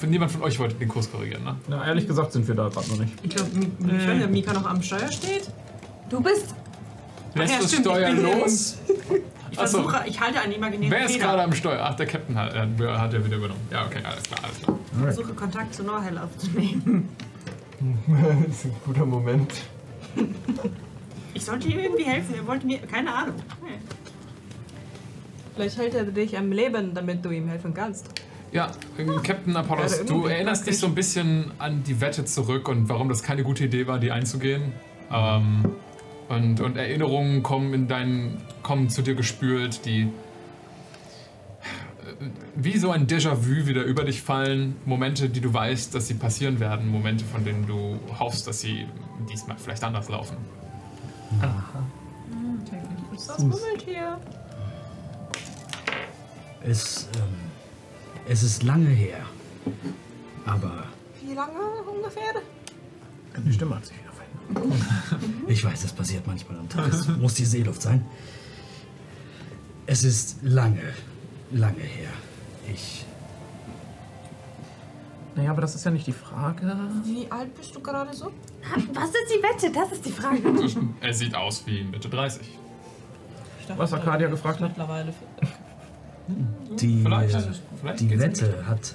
äh, niemand von euch wollte den Kurs korrigieren, ne?
Na, ehrlich gesagt sind wir da gerade noch nicht.
Ich glaube, ich weiß nicht, ob Mika noch am Steuer steht.
Du bist.
Lässt
ja,
das
stimmt, ich
Steuer
bin-
los?
Ich
Achso.
versuche, ich halte einen imaginären
Wer ist
Feder.
gerade am Steuer? Ach, der Captain hat, hat, hat ja wieder übernommen. Ja, okay, alles klar, alles klar.
Ich versuche Kontakt zu Norhell aufzunehmen.
das ist ein guter Moment.
Ich sollte ihm irgendwie helfen, er wollte mir. Keine Ahnung. Vielleicht hält er dich am Leben, damit du ihm helfen kannst.
Ja, äh, Captain
Ja,
Apollos, du
irgendwie
erinnerst dich so ein bisschen an die Wette zurück und warum das keine gute Idee war, die einzugehen. Ähm, und, und Erinnerungen kommen in deinen, kommen zu dir gespült, die äh, wie so ein Déjà-vu wieder über dich fallen. Momente, die du weißt, dass sie passieren werden. Momente, von denen du hoffst, dass sie diesmal vielleicht anders laufen.
Hm, Ist das Murmeltier?
Es, ähm, es ist lange her. Aber
Wie lange ungefähr?
die Stimme hat sich wieder verändert. ich weiß, das passiert manchmal am Tag. Es muss die Seeluft sein. Es ist lange, lange her. Ich.
Naja, aber das ist ja nicht die Frage.
Wie alt bist du gerade so?
Was ist die Wette? Das ist die Frage.
Er sieht aus wie Mitte 30.
Was Arcadia gefragt hat?
Mittlerweile.
Die,
Vielleicht.
äh,
Vielleicht
die
geht's
Wette hat.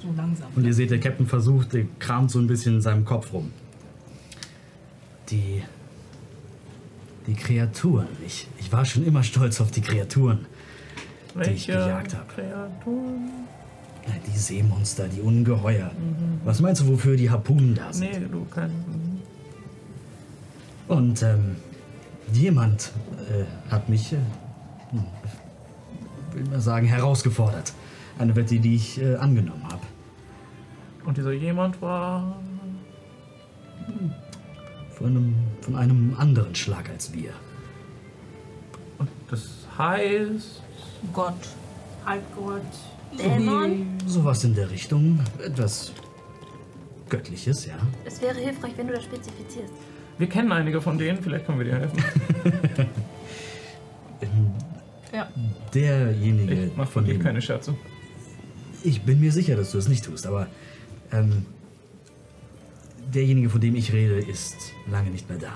So langsam.
Und ihr seht, der Captain versucht, der kramt so ein bisschen in seinem Kopf rum. Die. Die Kreaturen. Ich, ich war schon immer stolz auf die Kreaturen, die ich gejagt habe.
Kreaturen?
Na, Die Seemonster, die Ungeheuer.
Mhm.
Was meinst du, wofür die Harpunen da sind?
Nee, du kannst.
Und ähm, jemand äh, hat mich, äh, hm, will mal sagen, herausgefordert. Eine Wette, die ich äh, angenommen habe.
Und dieser jemand war.
Von einem, von einem anderen Schlag als wir.
Das heißt.
Gott.
Halbgott.
Sowas in der Richtung. Etwas Göttliches, ja.
Es wäre hilfreich, wenn du das spezifizierst.
Wir kennen einige von denen, vielleicht können wir dir helfen.
Ja.
Derjenige. Ich mach von dir keine
Scherze.
Ich bin mir sicher, dass du es nicht tust, aber ähm, derjenige, von dem ich rede, ist lange nicht mehr da.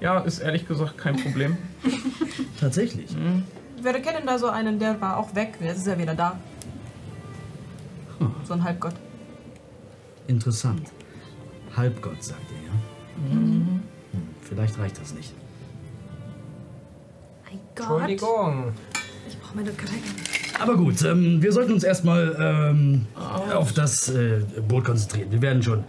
Ja, ist ehrlich gesagt kein Problem. Mhm.
Tatsächlich.
Wir kennen da so einen, der war auch weg. Jetzt ist er wieder da.
Hm.
So ein Halbgott.
Interessant. Halbgott, sagt er, ja.
Mhm.
Hm, Vielleicht reicht das nicht.
Entschuldigung.
Ich brauche meine Karriere.
Aber gut, ähm, wir sollten uns erstmal ähm, auf das äh, Boot konzentrieren. Wir werden schon.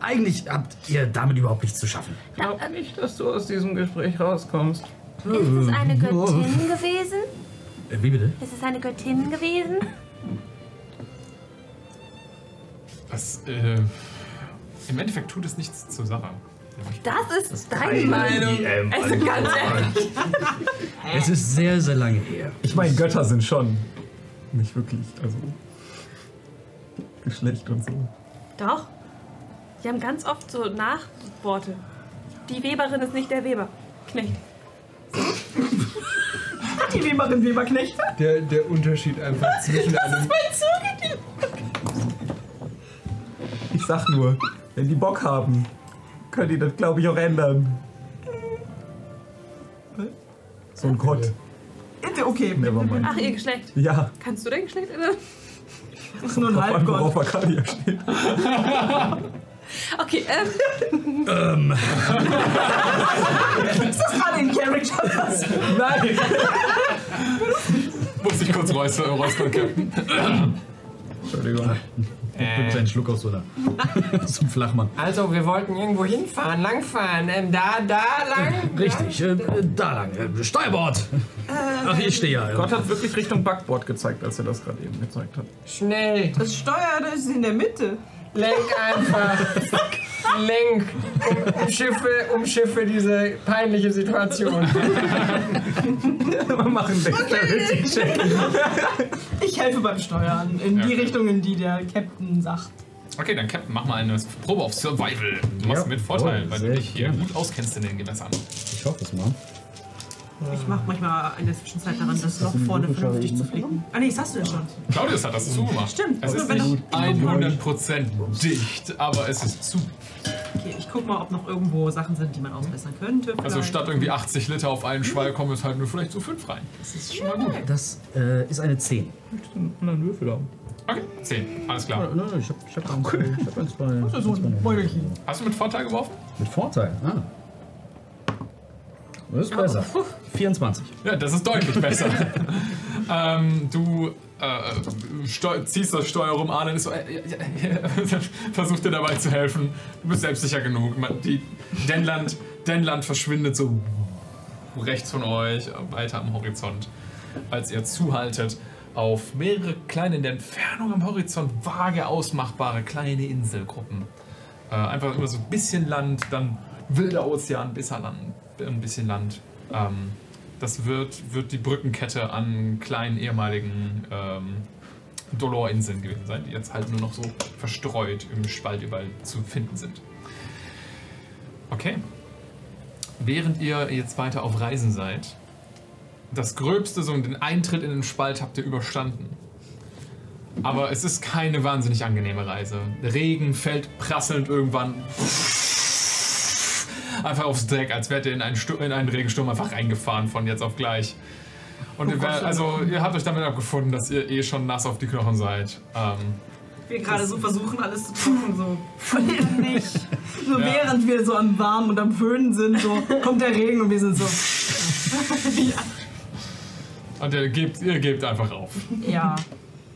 Eigentlich habt ihr damit überhaupt nichts zu schaffen.
Glaub nicht, dass du aus diesem Gespräch rauskommst.
Ist es
Äh,
Ähm.
eine Göttin gewesen?
Äh, Wie bitte?
Ist es eine Göttin gewesen?
Das, äh, Im Endeffekt tut es nichts zur Sache.
Das ist
deine
deine
Meinung.
Meinung.
DM,
Also
Oh
ganz ehrlich.
Es ist sehr, sehr lange her.
Ich meine, Götter sind schon. Nicht wirklich. Also. Geschlecht und so.
Doch. Die haben ganz oft so Nachworte. Die Weberin ist nicht der Weber. Knecht.
Hat die Weberin Weberknechte? Der, der Unterschied einfach zwischen einem.
Ich sag nur, wenn die Bock haben, können die das, glaube ich, auch ändern. So ein Gott.
Okay.
Nevermind.
Ach, ihr Geschlecht.
Ja.
Kannst du dein Geschlecht erinnern?
Ist nur ein Halbgott. Worauf Arcadia steht.
Okay, ähm.
Ähm.
Ist das gerade in Character?
Nein.
Muss ich kurz räuspern, räuspern Captain.
Entschuldigung.
Äh. Nimmt seinen Schluck aus so einer. zum Flachmann.
Also, wir wollten irgendwo hinfahren, langfahren. Ähm, da, da, lang.
Richtig, äh, da lang. Äh, Steuerbord!
Äh,
Ach, ich stehe halt. ja.
Gott hat wirklich Richtung Backboard gezeigt, als er das gerade eben gezeigt hat.
Schnell.
Das Steuer das ist in der Mitte.
Lenk einfach. Flenk um, umschiffe, umschiffe diese peinliche Situation.
Wir machen
Ich helfe beim Steuern. In die Richtung, in die der Captain sagt.
Okay, dann Captain, mach mal eine Probe auf Survival. Du machst mit Vorteil,
jawohl,
weil du
sehr
dich hier gut auskennst in den Gewässern.
Ich hoffe es mal.
Ich mache manchmal in der Zwischenzeit daran, das Loch vorne vernünftig zu flicken. Ah nee, das hast du ja schon.
Claudius hat das zugemacht.
Stimmt,
Es
aber
ist
wenn
nicht
doch-
100% dicht, aber es ist zu.
Okay, ich guck mal, ob noch irgendwo Sachen sind, die man ausbessern könnte.
Also statt irgendwie 80 Liter auf einen Schwall kommen es halt nur vielleicht so 5 rein. Das ist schon mal gut.
Das äh, ist eine 10.
Einen Würfel haben.
Okay, 10. Alles klar.
Nein, nein, ich hab, ich hab einen Ball, ich hab einen Ball.
Das ist so ein Bäuerchen. Hast du mit Vorteil geworfen?
Mit Vorteil, ah. Das ist besser.
Oh.
24.
Ja, das ist deutlich besser. ähm, du äh, steu- ziehst das Steuer rum, Arlen ist so, äh, äh, äh, versucht dir dabei zu helfen. Du bist selbstsicher genug. Man, die Denland, Denland verschwindet so rechts von euch, äh, weiter am Horizont, als ihr zuhaltet auf mehrere kleine in der Entfernung am Horizont vage ausmachbare kleine Inselgruppen. Äh, einfach immer so ein bisschen Land, dann wilder Ozean, bisschen Land, ein bisschen Land. Ähm, das wird, wird die Brückenkette an kleinen ehemaligen ähm, Dolor-Inseln gewesen sein, die jetzt halt nur noch so verstreut im Spalt überall zu finden sind. Okay. Während ihr jetzt weiter auf Reisen seid, das Gröbste, so den Eintritt in den Spalt habt ihr überstanden. Aber es ist keine wahnsinnig angenehme Reise. Regen fällt prasselnd irgendwann einfach aufs Deck, als wärt ihr in einen, Stu- in einen Regensturm einfach reingefahren von jetzt auf gleich. Und ihr wär, also ihr habt euch damit abgefunden, dass ihr eh schon nass auf die Knochen seid. Ähm,
Wir gerade so versuchen, alles zu tun. So.
Nicht. So
Ja.
während wir so am Warmen und am Föhnen sind, so kommt der Regen und wir sind so.
und ihr gebt, ihr gebt einfach auf.
Ja,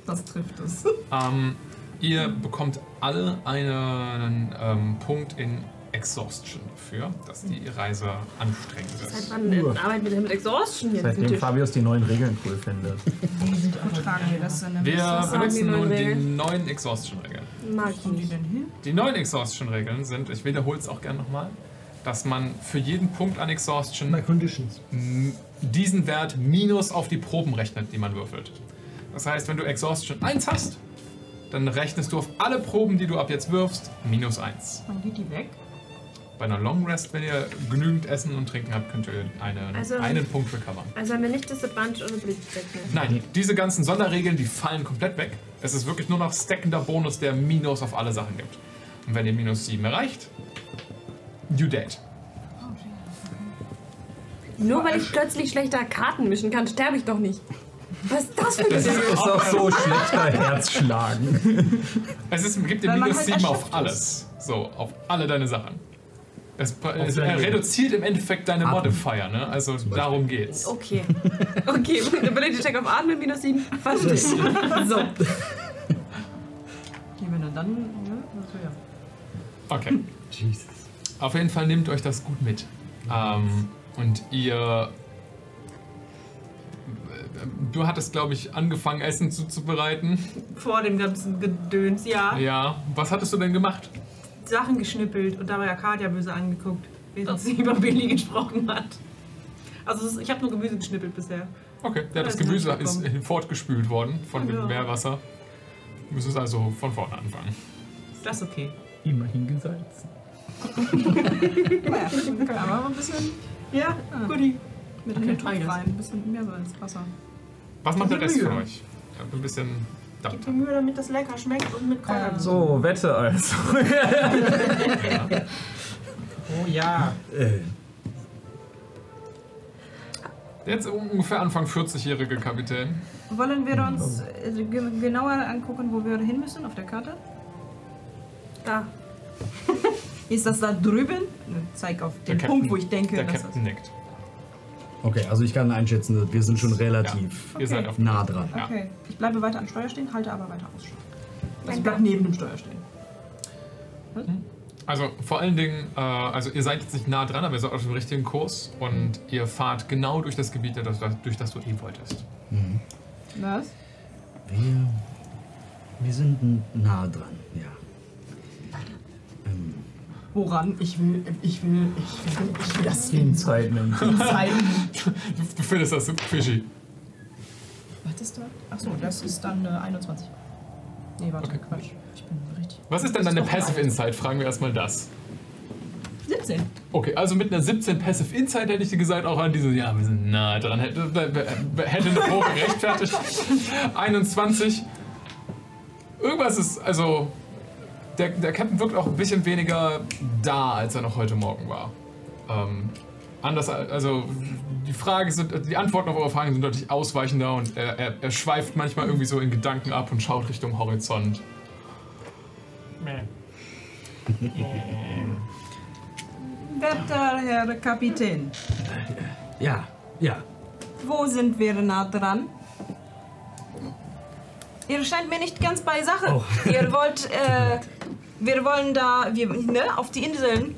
das trifft es.
Ähm, ihr bekommt alle einen ähm, Punkt in Exhaustion dafür, dass die Reise anstrengend ist.
Seit wann äh, arbeiten wir denn mit Exhaustion hier?
Seitdem Fabius die neuen Regeln cool findet.
Tragen wir das denn?
Wir
Was sagen
benutzen
die neuen
nun die
Regeln?
neuen Exhaustion-Regeln.
Mag ich nicht.
Die neuen Exhaustion-Regeln sind, ich wiederhole es auch gerne nochmal, dass man für jeden Punkt an Exhaustion m- diesen Wert minus auf die Proben rechnet, die man würfelt. Das heißt, wenn du Exhaustion 1 hast, dann rechnest du auf alle Proben, die du ab jetzt wirfst, minus 1.
Man geht die weg.
Bei einer Long Rest, wenn ihr genügend Essen und Trinken habt, könnt ihr eine,
Also-
einen Punkt recovern.
Also haben wir nicht Disadvantage und Blitzdeck mehr.
Nein, diese ganzen Sonderregeln, die fallen komplett weg. Es ist wirklich nur noch stackender Bonus, der Minus auf alle Sachen gibt. Und wenn ihr Minus 7 erreicht, you dead.
Nur weil ich plötzlich schlechter Karten mischen kann, sterbe ich doch nicht. Was ist das für eine
Das ist
Idee?
auch so schlechter
Herzschlagen.
Es ist, gibt dir
Weil man
Minus
halt
7 auf
erschöpft
alles. So, auf alle deine Sachen. Es, es
dein Leben.
reduziert im Endeffekt deine Modifier, ne? Also darum geht's.
Okay. Okay, Ability Check auf Atmen minus 7. Verstehe.
Das-
So.
Okay, wenn er dann. Ja, also ja.
Okay. Jesus. Auf jeden Fall nehmt euch das gut mit. Ähm, und ihr. Du hattest, glaube ich, angefangen, Essen zuzubereiten.
Vor dem ganzen Gedöns, ja.
Ja. Was hattest du denn gemacht?
Sachen geschnippelt und dabei Arcadia böse angeguckt, während sie über Billy gesprochen hat. Also es ist- ich habe nur Gemüse geschnippelt bisher.
Okay. Ja, das
Alles
Gemüse ist
mitbekommen.
fortgespült worden von
Ja.
Also.
dem Meerwasser. Du müsstest also von vorne anfangen.
Das ist okay.
Immerhin gesalzen.
Naja, aber ein bisschen.
Ja, goodie.
Mit
Ah. Okay,
einem Topf
beides.
rein. Ein bisschen mehr Salz, Wasser.
Was macht der
Gib mir
Rest von
Mühe.
euch? Ich hab ein bisschen.
Gib mir Mühe, damit das lecker schmeckt und mit
Ähm.
Kräutern.
So, Wette also.
Oh ja.
Jetzt ungefähr Anfang 40-jährige Kapitän.
Wollen wir uns äh, ge- genauer angucken, wo wir hin müssen auf der Karte?
Da.
Ist das da drüben? Ne, Zeig auf den
Der
Punkt, wo ich denke,
Der
dass
Captain nickt.
Okay, also ich kann einschätzen, wir sind schon relativ
Ihr seid auf-
nah dran.
Okay, ich bleibe weiter am Steuer stehen, halte aber weiter Ausschau. Also ich
Danke.
bleib neben dem Steuer stehen.
Also vor allen Dingen, äh, also ihr seid jetzt nicht nah dran, aber ihr seid auf dem richtigen Kurs und ihr fahrt genau durch das Gebiet, das, das- durch das du eh wolltest.
Was?
Mhm. Wir, wir sind nah dran, ja. Ähm,
woran ich will, ich will, ich will, ich will das
In Zeit, Mensch.
Du, du findest das so fishy.
Was ist da? Achso, das ist dann äh, 21. Nee, warte, Quatsch. Ich bin richtig.
Was ist denn deine Passive Insight? Fragen wir erstmal das.
17.
Okay, also mit einer 17 Passive Insight hätte ich dir gesagt, auch an diese, ja, wir sind nah dran, hätte, äh, hätte eine Probe gerechtfertigt. 21. Irgendwas ist, also, der, der Captain wirkt auch ein bisschen weniger da, als er noch heute Morgen war. Ähm, anders, als- also, die Frage sind, die Antworten auf eure Fragen sind deutlich ausweichender und er, er, er schweift manchmal irgendwie so in Gedanken ab und schaut Richtung Horizont.
Wetter, Herr Kapitän.
Ja, ja.
Wo sind wir nah dran? Ihr scheint mir nicht ganz bei Sache. Ihr wollt, äh, wir wollen da, wir, ne, auf die Inseln.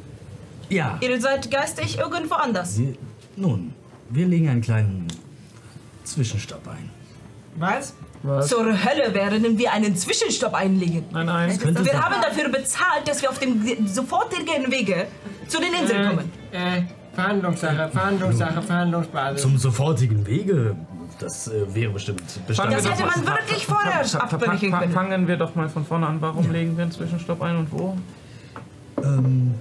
Ja.
Ihr seid geistig irgendwo anders.
Wir, nun, wir legen einen kleinen Zwischenstopp ein.
Was? Zur Hölle werden wir einen Zwischenstopp einlegen.
Nein, nein.
Könnte
wir
sein.
haben dafür bezahlt, dass wir auf dem sofortigen Wege zu den Inseln kommen.
Äh, äh, Verhandlungssache, Verhandlungssache, Verhandlungsbasis.
Zum sofortigen Wege, das äh, wäre bestimmt
Fangen wir doch mal- fa- fa- fa- fa-
abbrechen
fa-
können.
Fangen wir doch mal von vorne an. Warum legen wir einen Zwischenstopp ein und wo?
Ähm,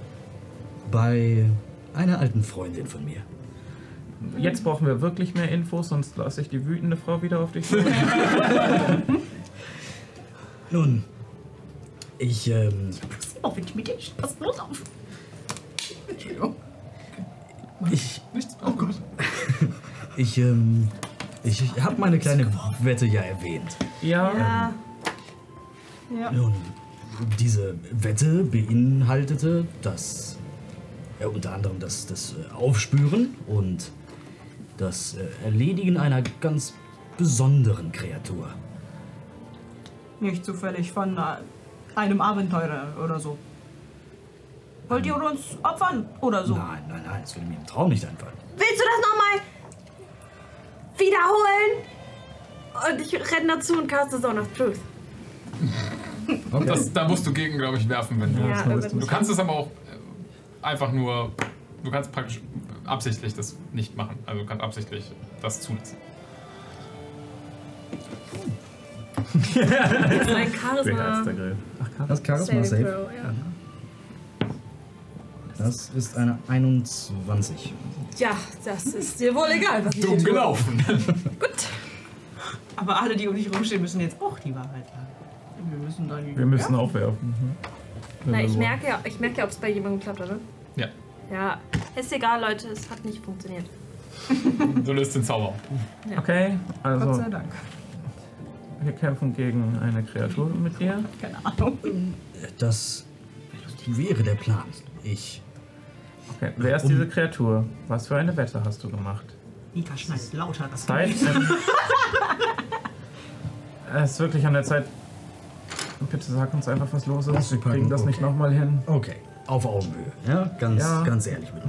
bei einer alten Freundin von mir.
Jetzt brauchen wir wirklich mehr Infos, sonst lasse ich die wütende Frau wieder auf dich los.
Nun, ich, ähm,
Oh, wenn ich mit dir Spaß bloß auf. Entschuldigung.
ich,
Nichts. Oh Gott.
ich, ähm, ich, ich habe meine kleine Wette ja erwähnt.
Ja. Ja.
Nun, diese Wette beinhaltete das, ja, unter anderem das, das äh, Aufspüren und das äh, Erledigen einer ganz besonderen Kreatur.
Nicht zufällig von äh, einem Abenteurer oder so. Wollt ihr uns opfern oder so?
Nein, nein, nein, das würde mir im Traum nicht einfallen.
Willst du das nochmal wiederholen? Und ich renne dazu und caste Zone of Truth.
Das, da musst du gegen, glaube ich, werfen, wenn du.
Ja, das musst du.
du kannst es aber auch äh, einfach nur. Du kannst praktisch absichtlich das nicht machen. Also du kannst absichtlich das zulassen.
Das ist ein Charisma.
Das Charisma
Saving
Save.
Throw, ja.
Das ist eine 21.
Ja, das ist dir wohl egal, was ich hier tue.
Aber alle, die um dich rumstehen, müssen jetzt auch die Wahrheit sagen. Wir müssen dann.
Wir müssen aufwerfen. Mhm.
Na, ich merke ja, ich merke ja, ob es bei jemandem klappt, oder?
Ja.
Ja. Ist egal, Leute, es hat nicht funktioniert.
Du löst den Zauber.
Okay, also.
Gott sei Dank.
Wir kämpfen gegen eine Kreatur mit dir.
Keine Ahnung.
Das wäre der Plan. Ich.
Okay, wer ist diese Kreatur? Was für eine Wette hast du gemacht?
Nika schneidet lauter das
Zeit. Ähm, es ist wirklich an der Zeit. Bitte sag uns einfach, was los ist. Wir kriegen das nicht nochmal hin.
Okay, auf Augenhöhe. Ja, ganz,
Ja. Mhm.
ganz ehrlich mit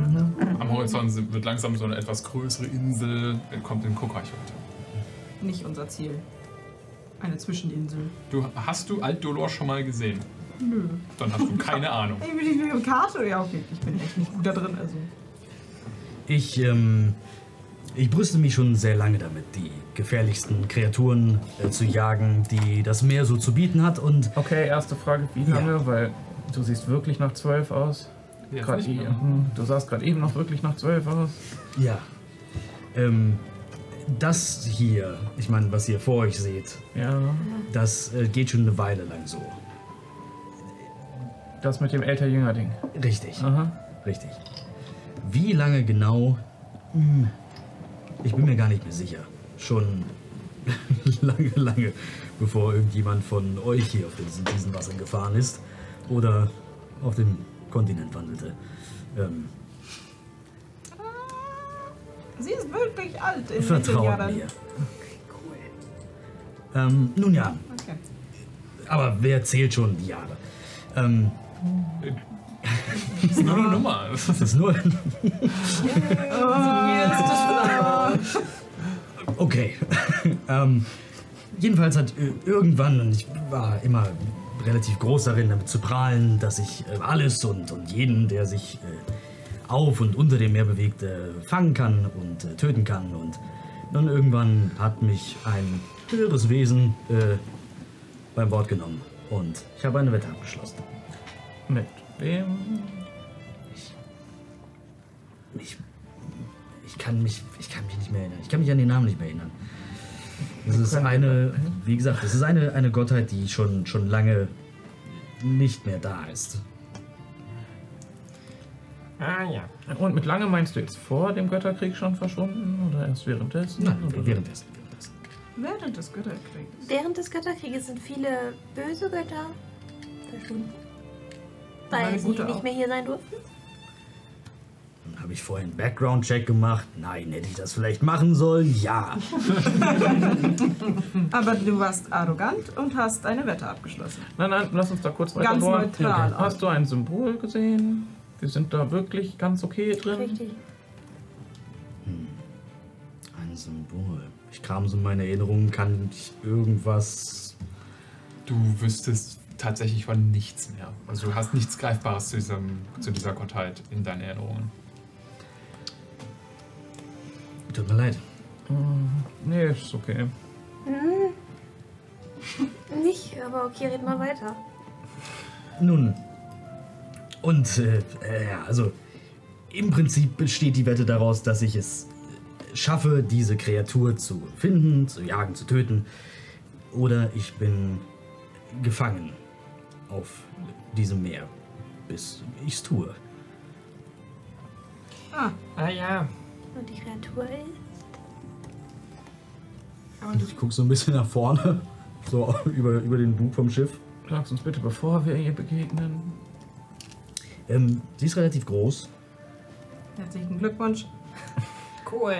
Am Horizont sind- wird langsam so eine etwas größere Insel, äh, kommt in Kokaiche runter.
Nicht unser Ziel. Eine Zwischeninsel.
Du, hast du Alt Dolor schon mal gesehen?
Nö.
Dann hast du keine Ahnung.
Ich bin nicht mit Karte. Ja, okay. Ich bin echt nicht gut da drin. Also.
Ich, ähm, ich brüste mich schon sehr lange damit, die gefährlichsten Kreaturen äh, zu jagen, die das Meer so zu bieten hat. Und
okay, erste Frage, wie lange? Weil du siehst wirklich nach zwölf aus.
Jetzt
Gerade
nicht
eben. Hm,
mehr.
Du sahst gerade eben noch wirklich nach zwölf aus.
Ja. Ähm, das hier, ich meine, was ihr vor euch seht,
Ja.
das äh, geht schon eine Weile lang so.
Das mit dem Älter-Jünger-Ding.
Richtig.
Aha.
Richtig. Wie lange genau? Hm, Ich bin mir gar nicht mehr sicher. Schon lange, lange, bevor irgendjemand von euch hier auf diesen, diesen Wassern gefahren ist oder auf dem Kontinent wandelte. Ähm,
Sie ist wirklich alt in
Vertraut
Mitteljahren.
mir. ähm, nun ja,
Okay.
aber wer zählt schon die Jahre? Ähm,
Das ist nur eine Nummer. Das
ist nur.
Äh,
Okay. ähm, jedenfalls hat äh, irgendwann, und ich war immer relativ groß darin, damit zu prahlen, dass ich äh, alles und, und jeden, der sich äh, auf und unter dem Meer bewegt, äh, fangen kann und äh, töten kann. Und dann irgendwann hat mich ein höheres Wesen äh, beim Wort genommen. Und ich habe eine Wette abgeschlossen.
Mit wem?
Ich, ich, kann mich, ich kann mich nicht mehr erinnern. Ich kann mich an den Namen nicht mehr erinnern. Es ist eine,
ne?
wie gesagt, es ist eine, eine Gottheit, die schon, schon lange nicht mehr da ist.
Ah ja. Und mit lange meinst du jetzt vor dem Götterkrieg schon verschwunden oder erst währenddessen?
Nein,
oder?
währenddessen.
Während des Götterkriegs.
Während des Götterkrieges sind viele böse Götter verschwunden.
Meine
Weil sie
Gute
nicht
auch.
mehr hier sein durften.
Dann habe ich vorhin einen Background-Check gemacht. Nein, hätte ich das vielleicht machen sollen? Ja.
Hm.
Aber du warst arrogant und hast eine Wette abgeschlossen.
Nein, nein, lass uns da kurz
Ganz
weiter bohren.
neutral auch.
Hast du ein Symbol gesehen? Wir sind da wirklich ganz okay drin. Richtig.
Ein Symbol. Ich kram so in meine Erinnerungen, kann ich irgendwas.
Du wüsstest tatsächlich von nichts mehr. Also du hast nichts Greifbares zu, diesem, zu dieser Gottheit in deinen Erinnerungen.
Tut mir leid.
Hm, Nee, ist okay.
Hm. Nicht, aber okay, red mal weiter.
Nun. Und, äh, äh, ja, also, im Prinzip besteht die Wette daraus, dass ich es äh, schaffe, diese Kreatur zu finden, zu jagen, zu töten. Oder ich bin gefangen auf diesem Meer, bis ich es tue.
Ah,
ah ja.
Und die Kreatur ist.
Ich guck so ein bisschen nach vorne, so über, über den Bug vom Schiff.
Sag's uns bitte, bevor wir ihr begegnen.
Ähm, sie ist relativ groß,
Herzlichen Glückwunsch.
Cool.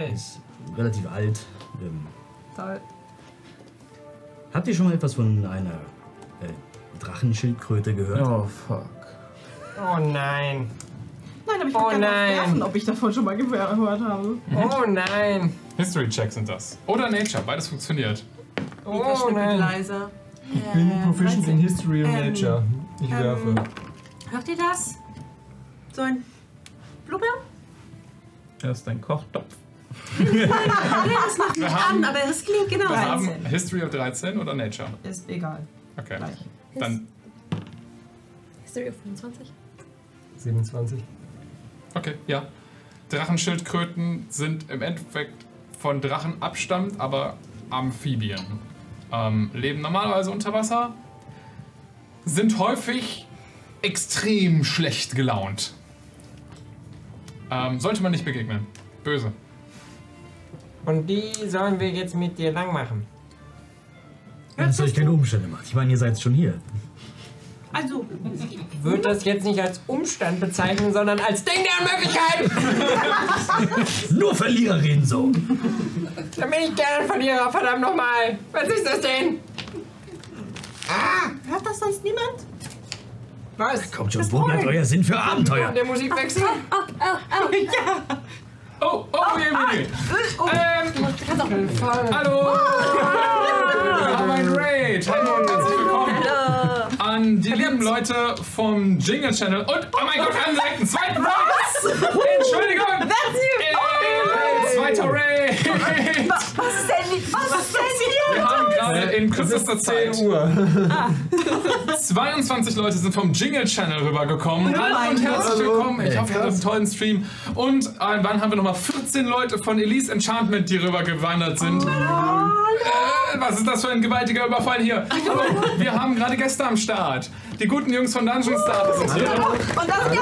relativ alt. Ähm,
Toll.
habt ihr schon mal etwas von einer äh, Drachenschildkröte gehört?
Oh, fuck.
Oh nein.
Nein, aber ich
Oh
kann
nein.
werfen, ob ich davon schon mal gehört
Mhm.
habe.
Oh nein.
History-Checks sind das. Oder Nature, beides funktioniert.
Mika schnippelt
nein.
leiser. Äh,
Ich bin proficient in History and
Ähm,
Nature. Ich
ähm,
werfe.
Hört ihr das? So ein Blubber?
Das ist ein Kochtopf.
Nee, das macht
Wir
nicht
haben-
an, aber es klingt genau
Wir
so.
haben History of 13 oder Nature.
Ist egal.
Okay. Dann,
History of 25.
27.
okay, ja. Drachenschildkröten sind im Endeffekt von Drachen abstammt, aber Amphibien. Ähm, leben normalerweise unter Wasser, sind häufig extrem schlecht gelaunt. Ähm, sollte man nicht begegnen. Böse.
Und die sollen wir jetzt mit dir lang machen.
Wenn es euch keine Umstände macht. Ich meine, ihr seid schon hier.
Also,
Wird das jetzt nicht als Umstand bezeichnen, sondern als Ding der Unmöglichkeit!
Nur Verlierer reden so.
Dann bin ich gerne von dir, verdammt nochmal! Was ist das denn? Ah!
Hört das sonst niemand?
Was?
Kommt schon, wo bleibt euer Sinn für Abenteuer?
Der Musikwechsel? Oh, oh, oh, ja!
Oh, oh, Emily!
Oh, ähm,
Hallo! Wir haben ein Raid! Hallo und herzlich willkommen an die lieben Leute vom Jingle Channel. Und, oh mein Gott, wir haben direkt einen zweiten Raid! Entschuldigung!
Oh.
Äh, Zweiter Raid!
Was ist denn, was ist denn
Wir haben gerade in kürzester Zeit 10 Uhr. 22 Leute sind vom Jingle Channel rübergekommen.
Oh
Hallo und
mein
herzlich
Gott.
willkommen. Ich
Hey,
hoffe, ihr hattet einen tollen Stream. Und äh, dann haben wir nochmal 14 Leute von Elise Enchantment, die rübergewandert
Oh
sind. Äh, was ist das für ein gewaltiger Überfall hier? Und wir haben gerade Gäste am Start. Die guten Jungs von Dungeon Star sind hier.
Und das ist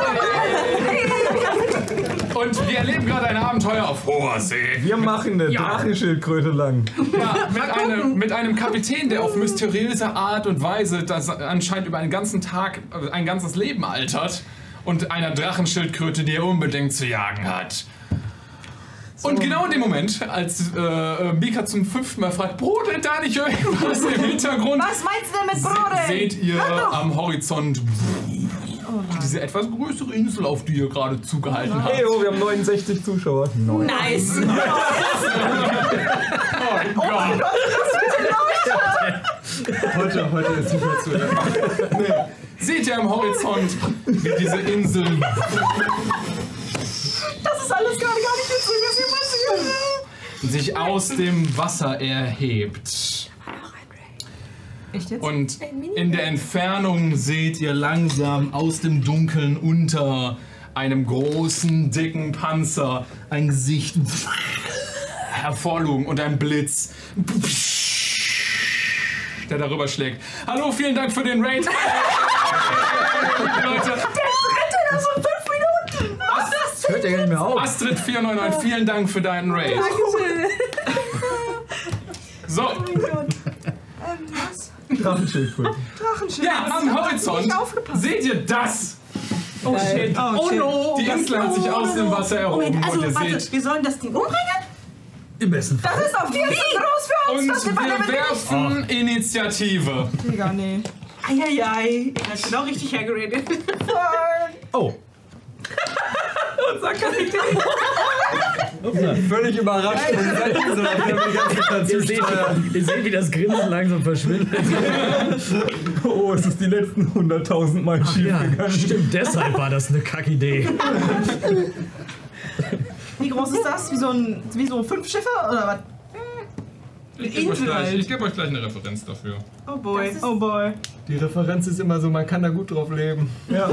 ja
Und wir erleben gerade ein Abenteuer auf hoher See.
Wir machen eine
Ja.
Drachenschildkröte lang.
Ja, mit einem, mit einem Kapitän, der auf mysteriöse Art und Weise das anscheinend über einen ganzen Tag, äh, ein ganzes Leben altert. Und einer Drachenschildkröte, die er unbedingt zu jagen hat. Und genau in dem Moment, als äh, äh, Mika zum fünften Mal fragt, brodelt da nicht irgendwas im Hintergrund?
Was meinst du denn mit brodeln?
Seht ihr
Hör doch. Oh
am Horizont diese etwas größere Insel, auf die ihr gerade zugehalten habt.
Hey, oh, wir haben 69 Zuschauer. Neun.
Nice.
Nice.
Oh mein Gott, was für Leute!
Heute, heute ist nicht mehr zu nee. Seht ihr am Horizont, wie diese Inseln.
Das ist alles gerade gar nicht witzig, was hier passiert.
sich aus dem Wasser erhebt. Und in der Entfernung seht ihr langsam aus dem Dunkeln unter einem großen, dicken Panzer ein Gesicht hervorlugen und ein Blitz, der darüber schlägt. Hallo, vielen Dank für den Raid. Leute.
Der dritte, das fünf Minuten. Was ist
Hört ja gar nicht mehr auf. Astrid49, vielen Dank für deinen Raid. So,
Oh Ähm, was?
Drachenschildkröte.
Drachenschild.
Ja, am Horizont seht ihr das?
Oh
shit. Oh, no. Oh, Die Insel hat sich aus dem Wasser erhoben
Moment, also
und ihr
warte,
seht-
wir sollen das Ding umbringen?
Im besten
Das ist auf jeden Fall zu groß für uns.
Und
das wir
wir werfen Initiative.
Digga, nee. Eieiei, ihr habt genau richtig hergeredet.
Oh.
Und sag gar nicht.
Völlig überrascht. ihr, seht, ihr seht, wie das Grinsen langsam verschwindet.
Oh, es ist die letzten 100.000 Mal schief gegangen.
Stimmt, deshalb war das eine Kackidee.
Wie groß ist das? Wie so, ein, wie so fünf Schiffe oder was?
Ich gebe euch,
Insel
gleich-
halt.
ich geb euch gleich eine Referenz dafür.
Oh boy, oh boy.
Die Referenz ist immer so, man kann da gut drauf leben.
Ja.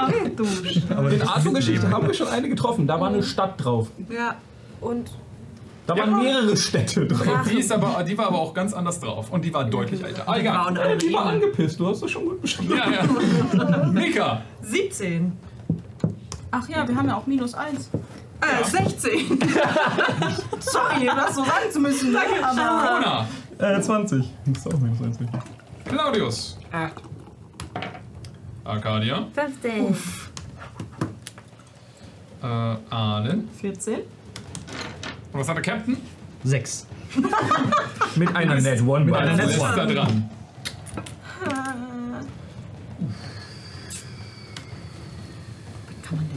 Ach du Sch-
Aber in Arthur-Geschichte haben wir schon eine getroffen. Da war eine Stadt drauf.
Ja.
Und
Da waren mehrere Städte drauf.
Die, ist aber, die war aber auch ganz anders drauf. Und die war deutlich älter. Ah, egal.
Ja, die war angepisst. Du hast das schon gut beschrieben.
Ja, ja. Mika.
17.
Ach ja, wir haben ja auch minus eins.
Äh, 16. Sorry, das so sagen zu müssen. ne?
Danke,
aber
Corona.
Äh, 20. Das ist auch minus 20.
Claudius. Arcadia.
15.
Äh, Arlen.
14.
Und was hat der Captain?
Sechs.
Mit einer Net One.
Mit einer Net
One.
One. Da dran.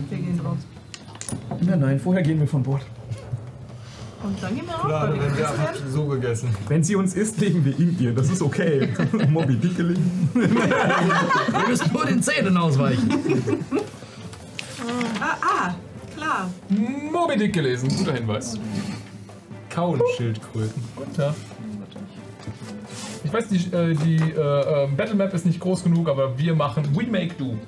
Wir gehen raus.
Nein, nein, vorher gehen wir von Bord.
Und dann gehen wir raus.
Klar,
weil
wenn
wir
wir
gegessen
einfach
werden.
so gegessen.
Wenn sie uns isst, legen wir in ihr. Das ist okay. Moby Dick gelegen.
Wir müssen nur den Zähnen ausweichen.
Ah, ah, klar.
Moby Dick gelesen. Guter Hinweis. Kauen Schildkröten. Unter. Ich weiß, die, äh, die äh, ähm, Battle Map ist nicht groß genug, aber wir machen We Make Do. Ähm,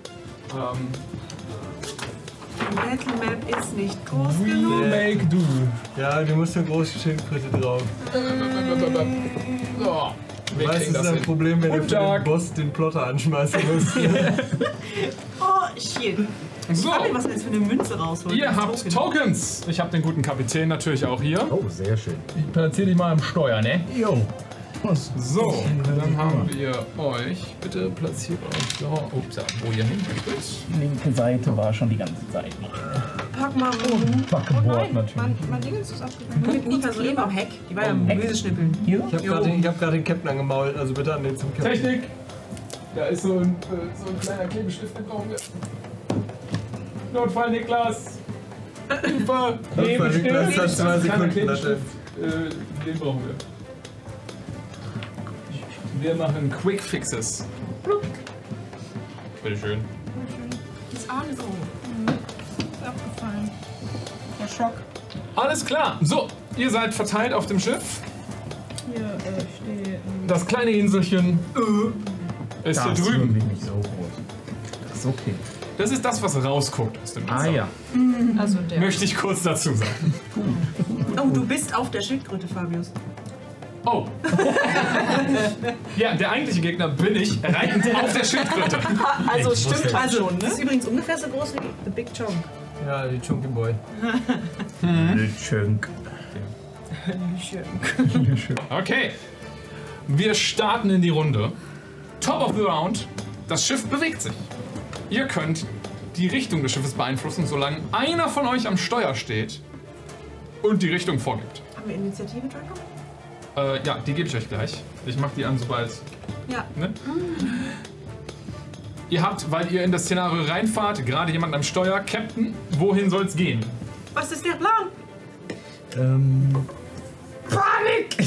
Die Battle Map ist nicht groß
We
genug.
Make Do.
Ja, du musst eine große Schildkröte drauf.
Äh.
So, wir
Weißt du, das
kriegen das
ist ein
hin.
Problem, wenn du
Guten
für den
Tag.
Boss den Plotter anschmeißen musst.
Oh, shit. Ich
So.
kann mir was jetzt für eine Münze rausholen.
Ihr habt Tokens. Ich habe den guten Kapitän natürlich auch hier.
Oh, sehr schön.
Ich platziere dich mal am Steuer, ne?
Jo.
So, dann haben wir euch. Bitte platziert euch da. Ups, wo ihr hin möchtet.
Linke Seite war schon die ganze Zeit.
Pack mal rum.
Backboard
oh,
natürlich.
Mein, mein Ding ist abgegangen. Mit Nika so eben am Heck. Die war ja am
Oh.
Heck?
Gemüse schnippeln.
Ich hab gerade den, ich hab grad den Captain angemault, also bitte an den zum Captain.
Technik! Da ist so ein, äh, so ein kleiner Klebestift, den brauchen wir. Notfall Niklas! Hilfe!
Notfall Niklas hat zwei
Kleiner
Sekunden,
Klebestift, äh, Den brauchen wir. Wir machen Quick Fixes. Bitteschön.
Das Arme so. Ist abgefallen. Mhm. Der Schock.
Alles klar. So, ihr seid verteilt auf dem Schiff.
Hier äh, steht. ähm,
Das kleine Inselchen äh, ist hier drüben.
wirklich nicht so groß. Das ist okay.
Das ist das, was rausguckt aus dem
Ah
Wasser.
ja.
Also der.
Möchte ich kurz dazu sagen.
Oh, du bist auf der Schildkröte, Fabius.
Oh. ja, der eigentliche Gegner bin ich, reitend auf der Schildkröte.
Also
Ich wusste
stimmt
das
also,
schon, ne?
Das ist übrigens ungefähr so groß wie The Big Chong.
Ja, die Chunky Boy.
Lütschönk.
Okay. Wir starten in die Runde. Top of the round. Das Schiff bewegt sich. Ihr könnt die Richtung des Schiffes beeinflussen, solange einer von euch am Steuer steht und die Richtung vorgibt.
Haben wir Initiative, Draco?
Äh, ja, die gebe ich euch gleich. Ich mach die an, sobald.
Ja.
Ne?
Mm.
Ihr habt, weil ihr in das Szenario reinfahrt, gerade jemanden am Steuer. Captain, wohin soll's gehen?
Was ist der Plan?
Ähm,
Panik!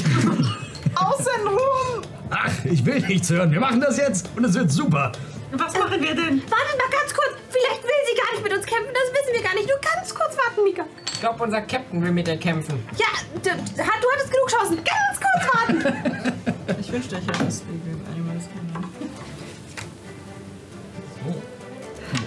Außen rum!
Ach, ich will nichts hören. Wir machen das jetzt und es wird super.
Was machen wir denn?
Wartet mal ganz kurz. Vielleicht will sie gar nicht mit uns kämpfen. Das wissen wir gar nicht. Nur ganz kurz warten, Mika.
Ich glaube, unser Captain will mit dir kämpfen.
Ja, d- d- ha- du hattest genug Chancen. Ganz kurz warten.
Ich wünschte, ich hätte das Baby Animals kennengelernt.
Oh.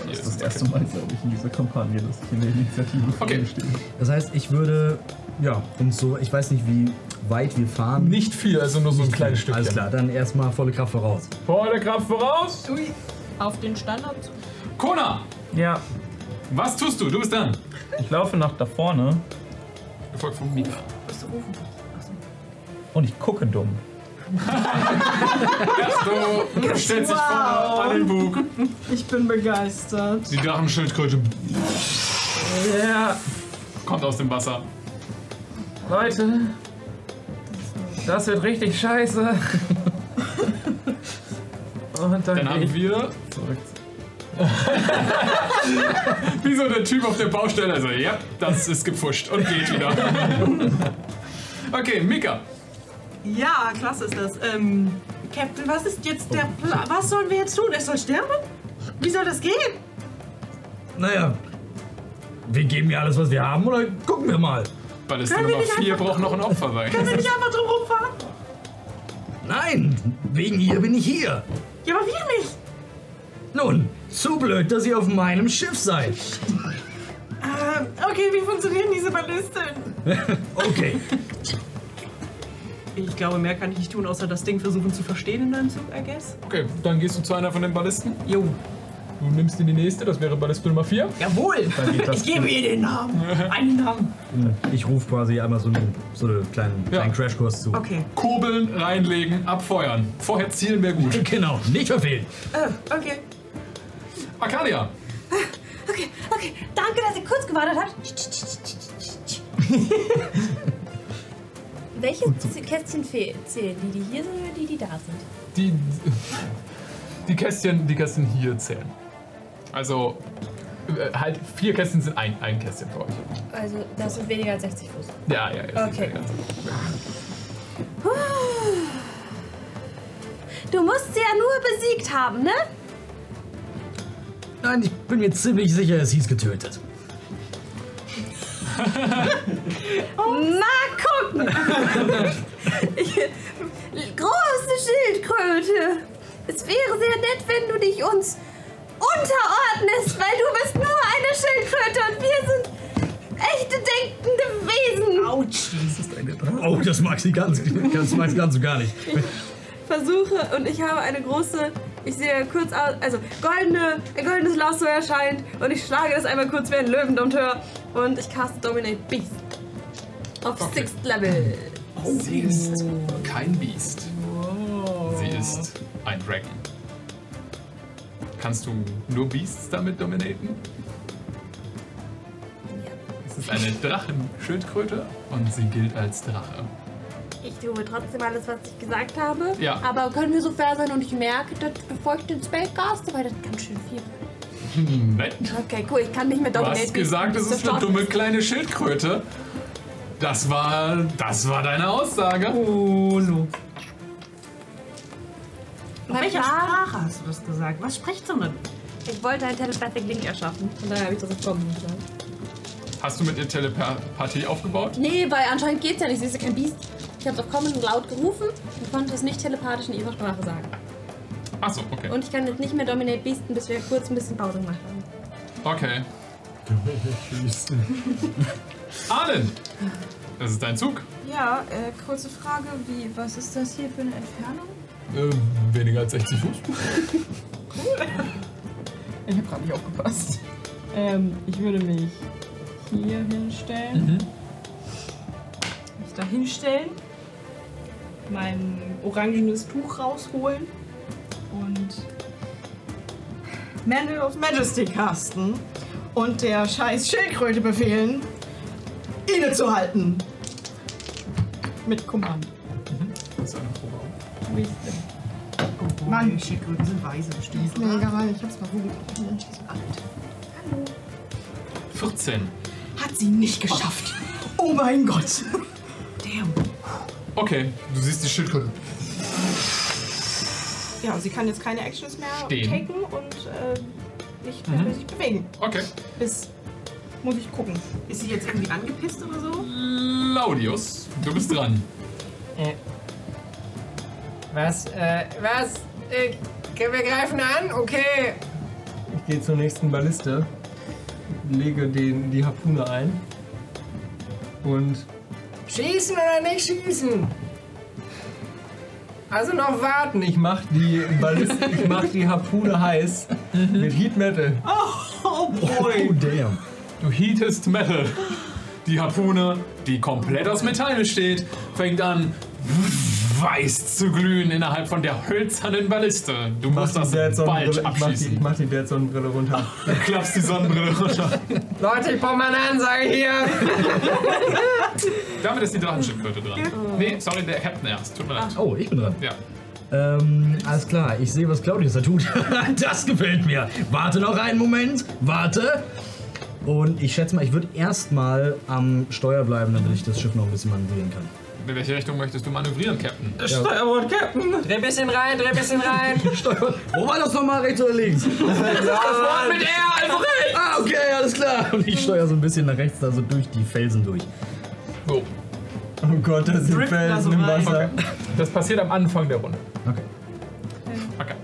Das ist das erste Mal, glaube ich, in dieser Kampagne, dass ich in der Initiative okay. stehe.
Das heißt, ich würde, ja, und so, ich weiß nicht, wie weit wir fahren. Nicht viel, also nur so ein kleines Stückchen. Alles klar, dann erstmal volle Kraft voraus.
Volle Kraft voraus!
Auf den Standard?
Kona!
Ja.
Was tust du? Du bist dran.
Ich laufe nach da vorne
Gefolgt von Mika.
und ich gucke dumm.
Ersto stellt sich vor an den Bug.
Ich bin begeistert.
Die Drachenschildkröte
Ja,
kommt aus dem Wasser.
Leute. Das wird richtig scheiße. Und dann,
Dann haben wir. Wie so der Typ auf der Baustelle. Also, ja, das ist gepfuscht und geht wieder. Okay, Mika.
Ja, klasse ist das. Ähm, Captain, was ist jetzt der Plan? Was sollen wir jetzt tun? Er soll sterben? Wie soll das gehen?
Naja, wir geben ihr alles, was wir haben, oder gucken wir mal.
Balliste
Können wir
Nummer
nicht
4
einfach-
braucht noch ein Opfer bei.
Können wir nicht einfach drum rumfahren?
Nein, wegen ihr bin ich hier.
Ja, aber wir nicht.
Nun, zu blöd, dass ihr auf meinem Schiff seid.
Ähm, okay, wie funktionieren diese Ballisten?
okay.
Ich glaube, mehr kann ich nicht tun, außer das Ding versuchen zu verstehen in deinem Zug, I guess.
Okay, dann gehst du zu einer von den Ballisten. Jo. Du nimmst dir die nächste, das wäre Balliste Nummer 4.
Jawohl!
Dann geht das
Ich gebe
gut.
ihr den Namen. Einen Namen.
Ich rufe quasi einmal so einen, so einen kleinen, kleinen Crashkurs zu.
Okay.
Kurbeln, reinlegen, abfeuern. Vorher zielen wäre gut.
Genau, nicht verfehlen.
Oh,
Äh, okay.
Arcadia.
Okay, okay. Danke, dass ihr kurz gewartet habt. Welches Z- Kästchen fe- zählen? Die, die hier sind oder die, die da sind?
Die, die, Kästchen, die Kästchen hier zählen. Also, äh, halt, vier Kästchen sind ein, ein Kästchen für euch.
Also, das sind weniger als 60 Fuß.
Ja, ja, ja.
Okay. Du musst sie ja nur besiegt haben, ne?
Nein, ich bin mir ziemlich sicher, es hieß getötet.
Na, gucken! Ich- Große Schildkröte! Es wäre sehr nett, wenn du dich uns unterordnest, weil du bist nur eine Schildkröte und wir sind echte denkende Wesen.
Autsch!
Das ist eine Oh, das mag sie ganz, ganz, mag sie ganz und gar nicht.
versuche und ich habe eine große, ich sehe kurz aus, also goldene, ein goldenes Lasso erscheint und ich schlage das einmal kurz wie ein Löwendompteur und ich caste Dominate Beast. Auf Sixth Level.
Sie ist kein Biest. Sie ist ein Dragon. Kannst du nur Beasts damit dominaten? Es ist eine Drachenschildkröte und sie gilt als Drache.
Ich tue trotzdem alles, was ich gesagt habe.
Ja.
Aber können wir so fair sein und ich merke, dass bevor ich den Spell caste, weil das ganz schön viel wird.
Hm, nett.
Okay, cool, ich kann nicht mehr
Du
Dominate
hast gesagt, es ist eine dumme kleine Schildkröte. Das war, das war deine Aussage. Oh, no.
Auf welcher Sprache hast du das gesagt? Was spricht sie denn?
Ich wollte einen Telepathic Link erschaffen. Und daher habe ich das jetzt kommen gesagt.
Hast du mit ihr Telepathie aufgebaut?
Nee, weil anscheinend geht's ja nicht. Sie ist ja kein Biest. Ich habe doch Common laut gerufen und konnte es nicht telepathisch in ihrer Sprache sagen.
Achso, okay.
Und ich kann jetzt nicht mehr Dominate Beasten, bis wir kurz ein bisschen Pause gemacht haben.
Okay. Arlen! Das ist dein Zug.
Ja, äh, kurze Frage, wie, was ist das hier für eine Entfernung?
Äh, weniger als 60 Fuß.
Ich habe gerade nicht aufgepasst. Ähm, ich würde mich hier hinstellen. Mich da hinstellen. Mein orangenes Tuch rausholen. Und Manual of Majesty casten. Und der scheiß Schildkröte befehlen, innezuhalten. Mit Command.
Das ist eine Probe auch.
Mann.
Die Schildkröten sind weise bestimmt.
Ist mir egal, ich hab's mal hochgekommen. Mensch, ist alt.
14.
Hat sie nicht geschafft. Oh mein Gott.
Okay, du siehst die Schildkröte.
Ja, und sie kann jetzt keine Actions mehr
Stehen.
taken und äh, nicht
Mhm.
mehr sich bewegen.
Okay.
Bis. Muss ich gucken.
Ist sie jetzt irgendwie angepisst oder so?
Claudius, du bist dran.
Was, äh, was? Äh, wir greifen an? Okay.
Ich gehe zur nächsten Balliste, lege den, die Harpune ein und
Schießen oder nicht schießen? Also noch warten.
ich mach die Balliste, ich mach die Harpune heiß mit Heat Metal.
Oh,
Oh, damn. Du heatest Metal. Die Harpune, die komplett aus Metall besteht, fängt an weiß zu glühen innerhalb von der hölzernen Balliste. Du musst das bald
Sonnenbrille- ich, mach die,
abschießen.
ich mach die Dead Sonnenbrille runter.
Du klappst die Sonnenbrille runter.
Leute, ich brauche mal eine Ansage hier.
Damit ist die Drachenschiffkröte dran. Nee, sorry, der Captain erst. Tut mir leid.
Oh, ich bin dran.
Ja.
Ähm, alles klar, ich sehe, was Claudius da tut. das gefällt mir. Warte noch einen Moment. Warte. Und ich schätze mal, ich würde erstmal am Steuer bleiben, damit ich das Schiff noch ein bisschen manövrieren kann.
In welche Richtung möchtest du manövrieren, Captain?
Steuerbord, Captain. Dreh ein bisschen rein, dreh ein bisschen rein.
Steuerbord. Wo war das nochmal, rechts oder links?
Vorne mit R, also rechts.
Ah, okay, alles klar. Und ich steuere so ein bisschen nach rechts, da so durch die Felsen durch.
Oh.
Oh Gott, das sind Felsen im Wasser.
Das passiert am Anfang der Runde.
Okay.
Okay.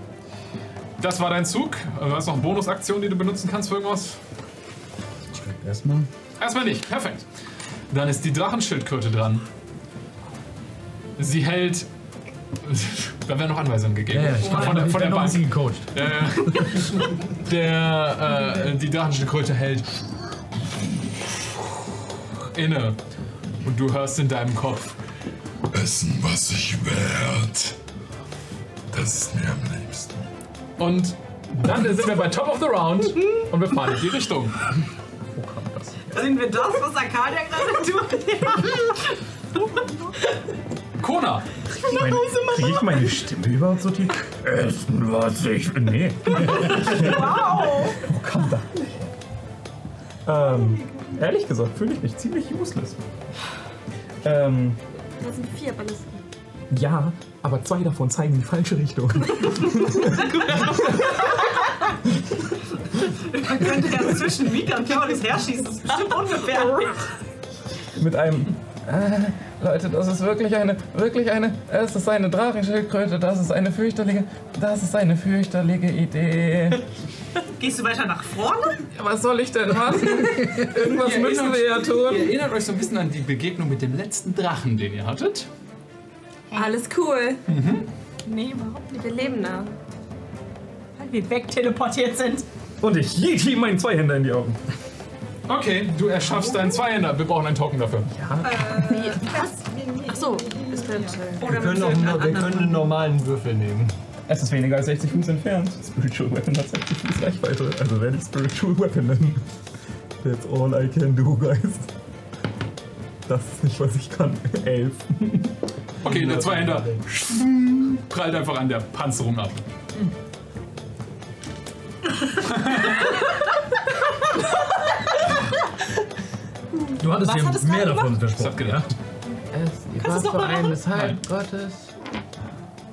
Das war dein Zug. Äh, Hast du noch eine Bonusaktion, die du benutzen kannst für irgendwas?
Erstmal.
Erstmal nicht, perfekt. Dann ist die Drachenschildkröte dran. Sie hält. Da werden noch Anweisungen gegeben.
Ja, ja, ich glaub,
von der,
ich
von der
bin noch ein
Bank.
bisschen gecoacht.
Äh, der, äh, die Drachenschildkröte hält. inne. Und du hörst in deinem Kopf. Essen, was ich wert. Das ist mir am liebsten. Und dann sind wir bei Top of the Round und wir fahren in die Richtung.
Sind wir das, was Arcadia gerade tut?
Kona!
Meine, krieg ich meine Stimme überhaupt so tief? Essen, was ich. Nee.
wow!
Wo kam da? Ähm, ehrlich gesagt fühle ich mich ziemlich useless. Ähm,
Das sind vier Ballisten.
ja, aber zwei davon zeigen die falsche Richtung.
Man könnte ja zwischen Mika und Claudius herschießen. Das ist bestimmt ungefährlich.
mit einem. Äh, Leute, das ist wirklich eine, wirklich eine, es ist eine Drachenschildkröte, das ist eine fürchterliche, das ist eine fürchterliche Idee.
Gehst du weiter nach vorne?
Was soll ich denn machen? Irgendwas
Ihr
müssen
erinnert-
wir ja
Ihr
tun.
erinnert euch so ein bisschen an die Begegnung mit dem letzten Drachen, den ihr hattet.
Hm. Alles cool.
Mhm.
Nee, überhaupt nicht. Wir leben da.
Weil wir wegteleportiert sind.
Und ich jiet ihm meinen Zweihänder in die Augen.
Okay, du erschaffst deinen Zweihänder. Wir brauchen einen Token dafür.
Äh, was? Ach so, ist dann
Wir können, auch, nur- wir können einen normalen Würfel nehmen.
Es ist weniger als 60 Fuß entfernt. Spiritual Weapon hat 60 Fuß Reichweite. Also werde ich Spiritual Weapon nennen. That's all I can do, guys. Das ist nicht, was ich kann. Elf.
Okay, der Zweihänder prallt einfach an der Panzerung ab.
Du hattest
Was
dir
hat es
mehr
gerade
davon
gemacht?
versprochen. Ja?
Es
Kannst du's noch mal machen? Nein.
Gottes.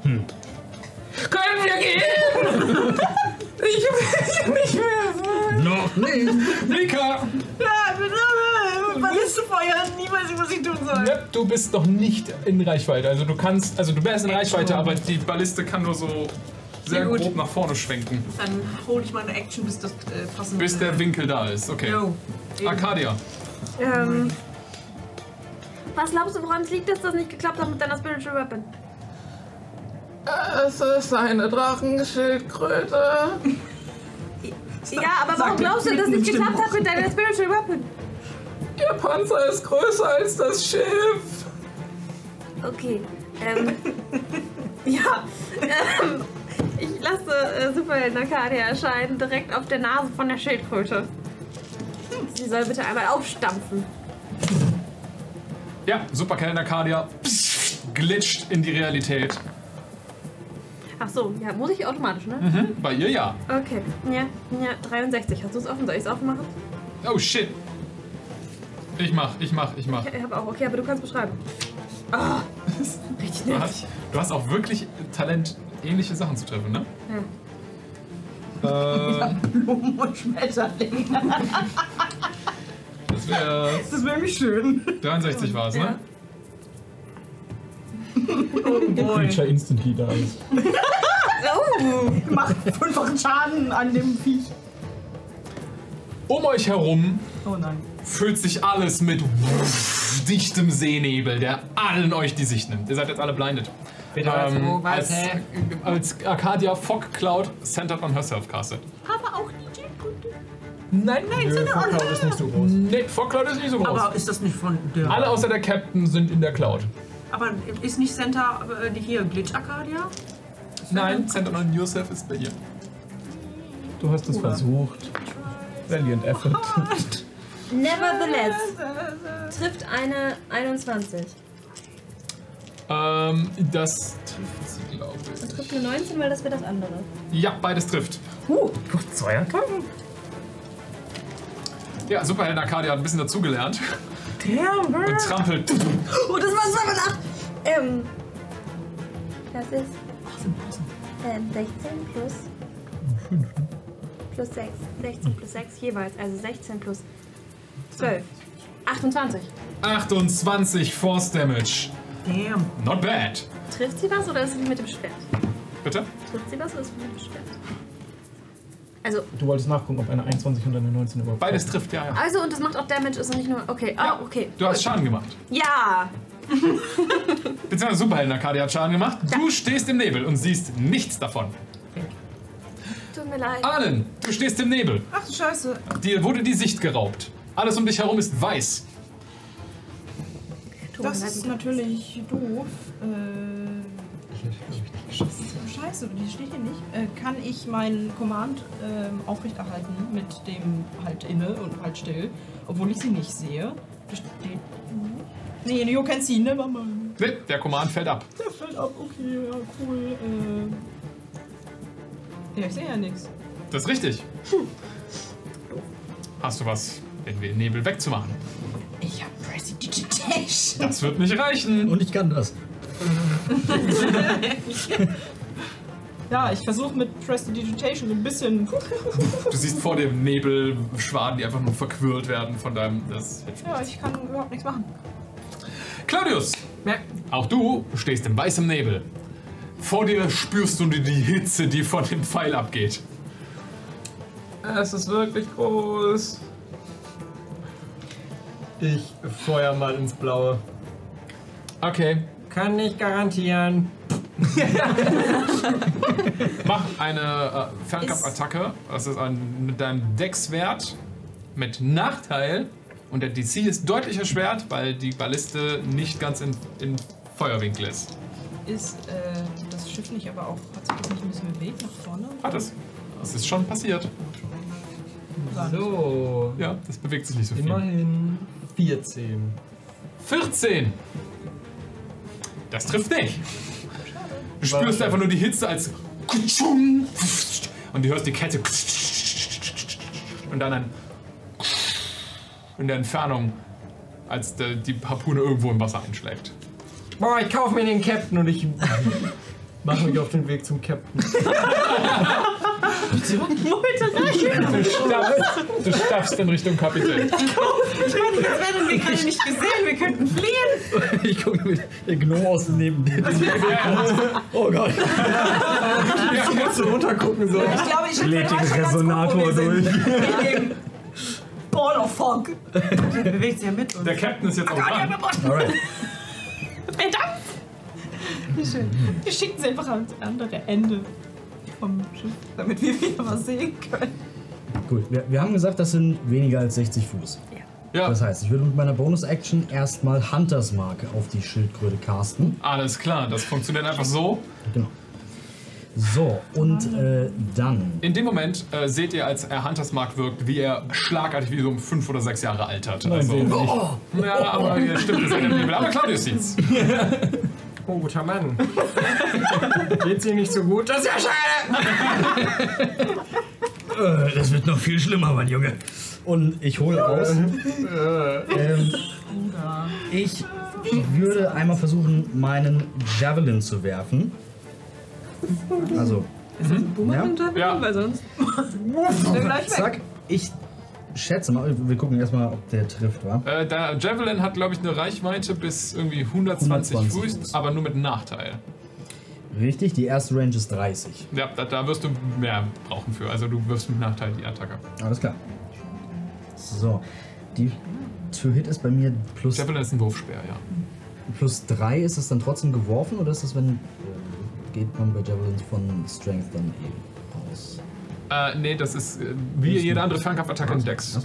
Hm.
Können wir gehen? Ich will nicht mehr.
Noch nicht.
Mika!
Balliste feuern, nie weiß ich, was ich tun soll.
Ja, du bist noch nicht in Reichweite. Also du kannst, also du wärst in Reichweite, aber die Balliste kann nur so sehr
Sehr gut.
grob nach vorne schwenken.
Dann hole ich meine Action, bis das äh, passende.
Bis der Winkel da ist. Okay.
Jo. Eben.
Arcadia.
Ähm, was glaubst du, woran es liegt, dass das nicht geklappt hat mit deiner Spiritual Weapon?
Es ist eine Drachenschildkröte.
Ja, aber warum glaubst du, dass es nicht geklappt hat mit deiner Spiritual Weapon?
Der Panzer ist größer als das Schiff.
Okay. Ähm, ja. Ähm, ich lasse äh, Superhelden Arcadia erscheinen, direkt auf der Nase von der Schildkröte. Sie soll bitte einmal aufstampfen.
Ja, Superkellen Arcadia glitscht in die Realität.
Ach so, ja, muss ich automatisch, ne?
Mhm. Bei ihr ja.
Okay. Ja, ja, 63. Hast du es offen? Soll ich es offen machen?
Oh shit. Ich mach, ich mach, ich mach.
Ich habe auch. Okay, aber du kannst beschreiben. Ah, richtig
Du
nervig.
hast, du hast auch wirklich Talent, ähnliche Sachen zu treffen, ne?
Ja.
Äh,
Blumen und Schmetterlinge.
das wäre
Das wäre nämlich schön.
63 war es, ne?
Creature instantly dies.
oh, macht fünffachen Schaden an dem Viech.
Um euch herum
Oh nein.
füllt sich alles mit dichtem Seenebel, der allen euch die Sicht nimmt. Ihr seid jetzt alle blinded. Ähm,
was? Wo, was,
als,
hä?
als Arcadia Fog Cloud centered on herself castet.
Aber auch die Jeep-Gute.
Nein,
nein, sind auch
Cloud ist nicht so groß. Nee, Fog Cloud ist nicht so groß.
Aber ist das nicht von der.
Alle außer der Captain sind in der Cloud.
Aber ist nicht Center äh, die hier Glitch Arcadia?
Nein, centered on yourself ist bei ihr.
Du hast es
Oder?
versucht. Valiant effort.
Nevertheless trifft eine 21.
Ähm, das trifft sie, glaube
Das trifft nur 19, weil das wäre das andere.
ich. Ja, beides trifft.
Huh,
Zwei Attacken? Ja, Superheld Arcadia hat ein bisschen dazugelernt.
Damn,
Und trampelt.
Oh, das war 2 mal 8. Ähm. Das ist. Äh, 16 plus.
ne?
5. Plus 6. 16 plus 6 jeweils. Also 16 plus 12. 28.
28 Force Damage.
Damn.
Not bad.
Trifft sie was oder ist es wie mit dem Schwert?
Bitte?
Trifft sie was oder ist es wie mit dem Schwert? Also.
Du wolltest nachgucken, ob eine 21 und eine 19 überhaupt.
Beides trifft, ja, ja.
Also, und das macht auch Damage, ist nicht nur. Okay, ah, okay.
Du hast Schaden gemacht.
Ja!
Beziehungsweise Superheld Arcadia hat Schaden gemacht. Du stehst im Nebel und siehst nichts davon.
Tut mir leid.
Allen, du stehst im Nebel.
Ach du Scheiße.
Dir wurde die Sicht geraubt. Alles um dich herum ist weiß.
Das ist natürlich doof. Äh, Scheiße, die steht hier nicht. Äh, kann ich meinen Command ähm, aufrechterhalten mit dem halt inne und halt still, obwohl ich sie nicht sehe? Da steht. Nee, you can see, never mind.
Nee, Ne, Der Command fällt ab.
Der fällt ab, okay, ja, cool. Äh, ja, ich sehe ja nichts.
Das ist richtig. Hast du was, irgendwie den Nebel wegzumachen?
Ich habe Prestidigitation.
Das wird nicht reichen. Und ich kann das.
ja, ich versuche mit Prestidigitation so ein bisschen.
Du siehst vor dem Nebel Schwaden, die einfach nur verquirlt werden von deinem. Das hilft.
ja, ich kann überhaupt nichts machen.
Claudius! Auch du stehst in weißem Nebel. Vor dir spürst du die Hitze, die von dem Pfeil abgeht.
Es ist wirklich groß.
Ich feuer mal ins Blaue.
Okay.
Kann nicht garantieren.
Mach eine äh, Fernkampfattacke. Das ist ein, mit deinem Deckswert mit Nachteil. Und der DC ist deutlich erschwert, weil die Balliste nicht ganz in, in Feuerwinkel ist.
Ist äh, das Schiff nicht aber auch. Hat sich das nicht ein bisschen bewegt nach vorne?
Hat es. Ah, Das ist schon passiert.
So.
Ja, das bewegt sich nicht so viel.
Immerhin 14.
14! Das trifft nicht. Du spürst einfach nur die Hitze als Kutschung. und du hörst die Kette und dann ein in der Entfernung, als der, die Harpune irgendwo im Wasser einschlägt.
Boah, ich kauf mir den Captain und ich.
Mach mich auf den Weg zum Captain.
Du stapfst, du stapfst in Richtung Kapitän.
Ich meine, jetzt werden wir gerade nicht gesehen, wir könnten fliehen.
Ich gucke mir den Gnome aus dem Neben. oh Gott.
Ja, ich muss so runtergucken. So.
Ich glaube, ich
Lädt den Resonator durch.
Ball of Fog. Der bewegt sich ja mit uns. Ah
Der Captain ist jetzt auch dran.
Alright.
Verdammt! Wie schön. Wir schicken sie einfach ans andere Ende vom Schiff, damit wir wieder was sehen können.
Gut, wir, wir haben gesagt, das sind weniger als 60 Fuß.
Ja.
Das heißt, ich würde mit meiner Bonus-Action erstmal Hunters Mark auf die Schildkröte casten.
Alles klar, das funktioniert einfach so.
So, und äh, dann.
In dem Moment äh, seht ihr, als er Hunters Mark wirkt, wie er schlagartig wie so um fünf oder sechs Jahre altert.
Nein, sehen wir nicht.
Ja, oh, aber ja, stimmt, ihr seid im Nebel. Aber Claudius sieht's.
Oh, guter Mann. Geht's ihm nicht so gut? Das ist ja schade!
Äh, das wird noch viel schlimmer, mein Junge. Und ich hole aus. ähm, ich würde einmal versuchen, meinen Javelin zu werfen. Also.
Ist das ein Bumerang ja. Weil sonst. Schnell gleich weg.
Zack. Ich schätze mal, wir gucken erstmal, ob der trifft, wa?
Äh, der Javelin hat, glaube ich, eine Reichweite bis irgendwie 120,
120
Fuß, aber nur mit Nachteil.
Richtig, die erste Range ist 30.
Ja, da, da wirst du mehr brauchen für. Also du wirst mit Nachteil die Attacke.
Alles klar. So. Die To Hit ist bei mir plus.
Javelin ist ein Wurfspeer, ja.
Plus 3 ist es dann trotzdem geworfen oder ist das, wenn. äh, Geht man bei Javelins von Strength dann eh aus?
Äh, nee, das ist äh, wie jede andere Fernkampfattacke in Dex.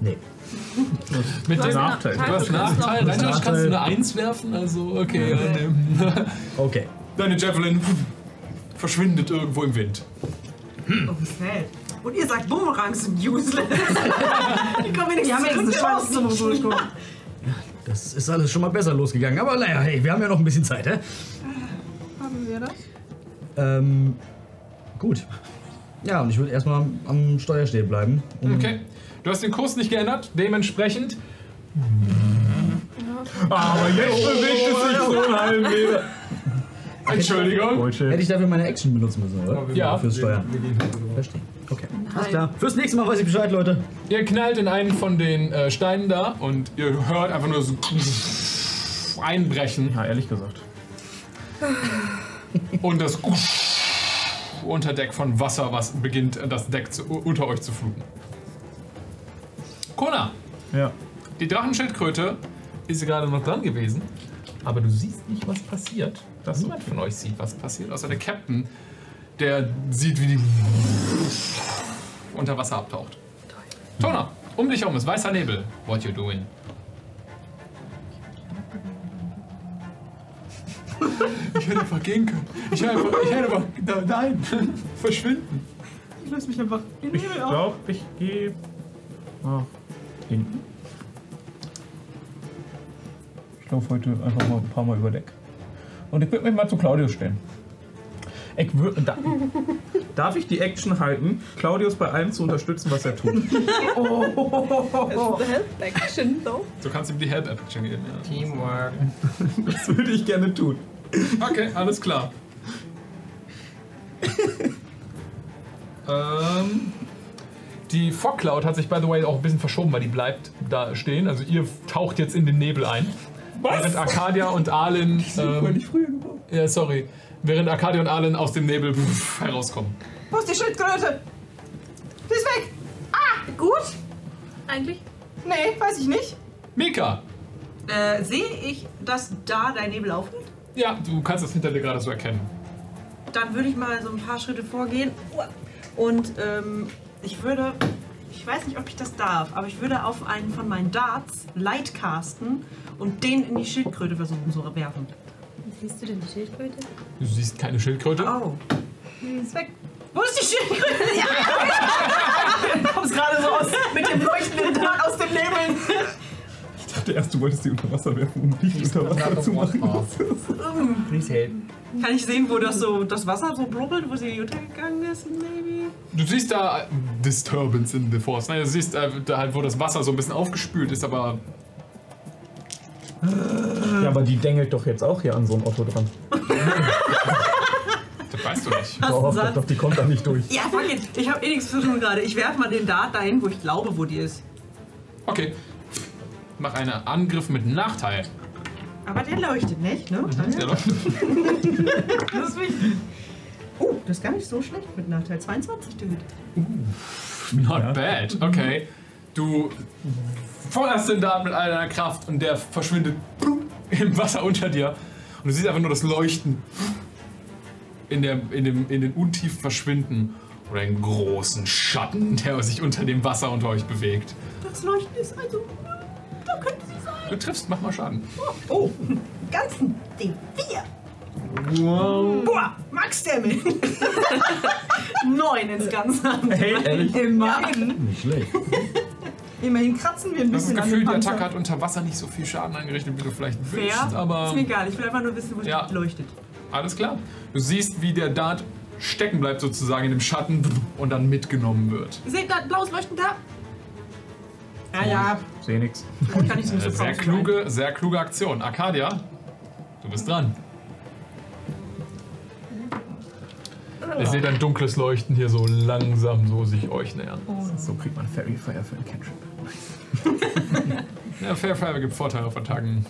Nee.
Mit dem
Nachteil.
Du hast Nachteil. Rein kannst du eine 1 werfen, also okay.
Ja.
äh, nimm.
Okay.
Deine Javelin verschwindet irgendwo im Wind.
Auf dem Feld. Und ihr sagt, Bumerangs sind useless. die kommen
Die haben
wenigstens
wenigstens
raus zum Durchgucken.
Das ist alles schon mal besser losgegangen. Aber naja, hey, wir haben ja noch ein bisschen Zeit, hä?
Haben wir das?
Ähm, gut. Ja, und ich würde erstmal am Steuer stehen bleiben. um-
Okay. Du hast den Kurs nicht geändert, dementsprechend.
Aber
Oh,
jetzt bewegt es sich so einen halben Meter.
Entschuldigung.
Hätte ich dafür meine Action benutzen müssen, oder?
Ja.
Fürs Steuern. Verstehe. Okay. Alles klar. Fürs nächste Mal weiß ich Bescheid, Leute.
Ihr knallt in einen von den äh, Steinen da und ihr hört einfach nur so einbrechen. Ja, ehrlich gesagt. Und das Unterdeck von Wasser, was beginnt, das Deck zu, unter euch zu fluten. Kona!
Ja.
Die Drachenschildkröte ist gerade noch dran gewesen, aber du siehst nicht, was passiert. Dass niemand von euch sieht, was passiert, außer der Captain, der sieht, wie die unter Wasser abtaucht. Tona, um dich herum ist weißer Nebel. What you doing? Ich hätte einfach gehen können. Ich hätte einfach, ich hätte einfach da- nein, verschwinden.
Ich löse mich einfach in den
Ich
Himmel auf.
glaube, ich gehe nach hinten. Ich laufe heute einfach mal ein paar Mal über Deck. Und ich würde mich mal zu Claudius stellen. Ich wür- da, darf ich die Action halten, Claudius bei allem zu unterstützen, was er tut?
Oh.
Action, though.
Du kannst ihm die Help Action geben. Ja.
Teamwork. Das würde ich gerne tun.
Okay, alles klar. ähm, die Fog Cloud hat sich, by the way, auch ein bisschen verschoben, weil die bleibt da stehen. Also ihr taucht jetzt in den Nebel ein. Was? Während Arcadia und Arlen... Ähm, nicht früher ja, sorry. Während Arcadia und Arlen aus dem Nebel pff, herauskommen.
Wo ist die Schildkröte? Die ist weg. Ah, gut.
Eigentlich?
Nee, weiß ich nicht.
Mika!
Äh, sehe ich, dass da dein Nebel aufgeht?
Ja, du kannst das hinter dir gerade so erkennen.
Dann würde ich mal so ein paar Schritte vorgehen. Uah. Und ähm, ich würde, ich weiß nicht, ob ich das darf, aber ich würde auf einen von meinen Darts Light casten und den in die Schildkröte versuchen zu werfen.
Siehst du denn die Schildkröte?
Du siehst keine Schildkröte.
Oh. Die ist weg. Wo ist die Schildkröte? Ja. Kommst gerade so aus mit dem leuchtenden Dart aus dem Nebel.
Ich dachte erst, du wolltest die unter Wasser werfen, um dich unter Wasser zu machen.
Mm.
Please help.
Kann ich sehen, wo das so das Wasser so blubbelt, wo sie untergegangen ist, maybe?
Du siehst da äh, Disturbance in the Force. Nein, du siehst äh, da halt, wo das Wasser so ein bisschen aufgespült ist, aber
Ja, aber die dengelt doch jetzt auch hier an so einem Otto dran.
das weißt du nicht.
Hast du
Doch,
gesagt?
doch, doch, die kommt da nicht durch.
Ja, fuck it. Ich habe eh nichts zu tun gerade. Ich werf mal den Dart dahin, wo ich glaube, wo die ist.
Okay. Mach einen Angriff mit Nachteil.
Aber der leuchtet nicht, ne?
Der leuchtet.
Das ist wichtig. Oh, das ist gar nicht so schlecht mit Nachteil 22, Dude.
Not bad. Okay. Du feuerst den Dart mit all deiner Kraft und der verschwindet blum, im Wasser unter dir. Und du siehst einfach nur das Leuchten in, der, in, dem, in den Untiefen verschwinden. Oder einen großen Schatten, der sich unter dem Wasser unter euch bewegt.
Das Leuchten ist also. Da könnte sie sein.
Du triffst, mach mal Schaden.
Oh, ganzen D4.
Wow.
Boah, Max Damage. Neun ins Ganze.
Hey, ehrlich?
Immerhin.
Nicht schlecht.
Immerhin kratzen wir ein
Das ist
bisschen
das Gefühl, die
an dem
Attacke
Panzer.
hat unter Wasser nicht so viel Schaden angerichtet, wie du vielleicht wünschst,
Fair.
aber.
ist mir egal. Ich will einfach nur wissen, wo die
Ja.
leuchtet.
Alles klar. Du siehst, wie der Dart stecken bleibt sozusagen in dem Schatten und dann mitgenommen wird.
Seht ihr das blaues Leuchten da?
Ja, ja.
Sehe nix.
Kann ich so
Eine Äh, sehr kluge, sehr kluge Aktion. Arcadia, du bist dran. Ich sehe dein dunkles Leuchten hier so langsam so sich euch nähern.
Oh.
So kriegt man Fairy Fire für einen Cantrip.
Ja, Fairfire gibt Vorteile auf Attacken.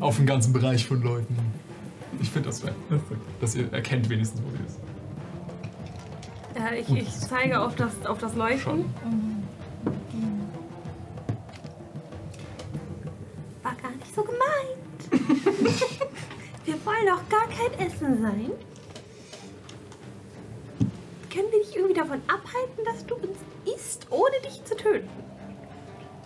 Auf den ganzen Bereich von Leuten. Ich finde das fair. Dass ihr erkennt wenigstens, wo sie ist.
Ja, Äh, ich, ich zeige auf das, auf das Leuchten.
War gar nicht so gemeint. wir wollen auch gar kein Essen sein. Können wir dich irgendwie davon abhalten, dass du uns isst, ohne dich zu töten?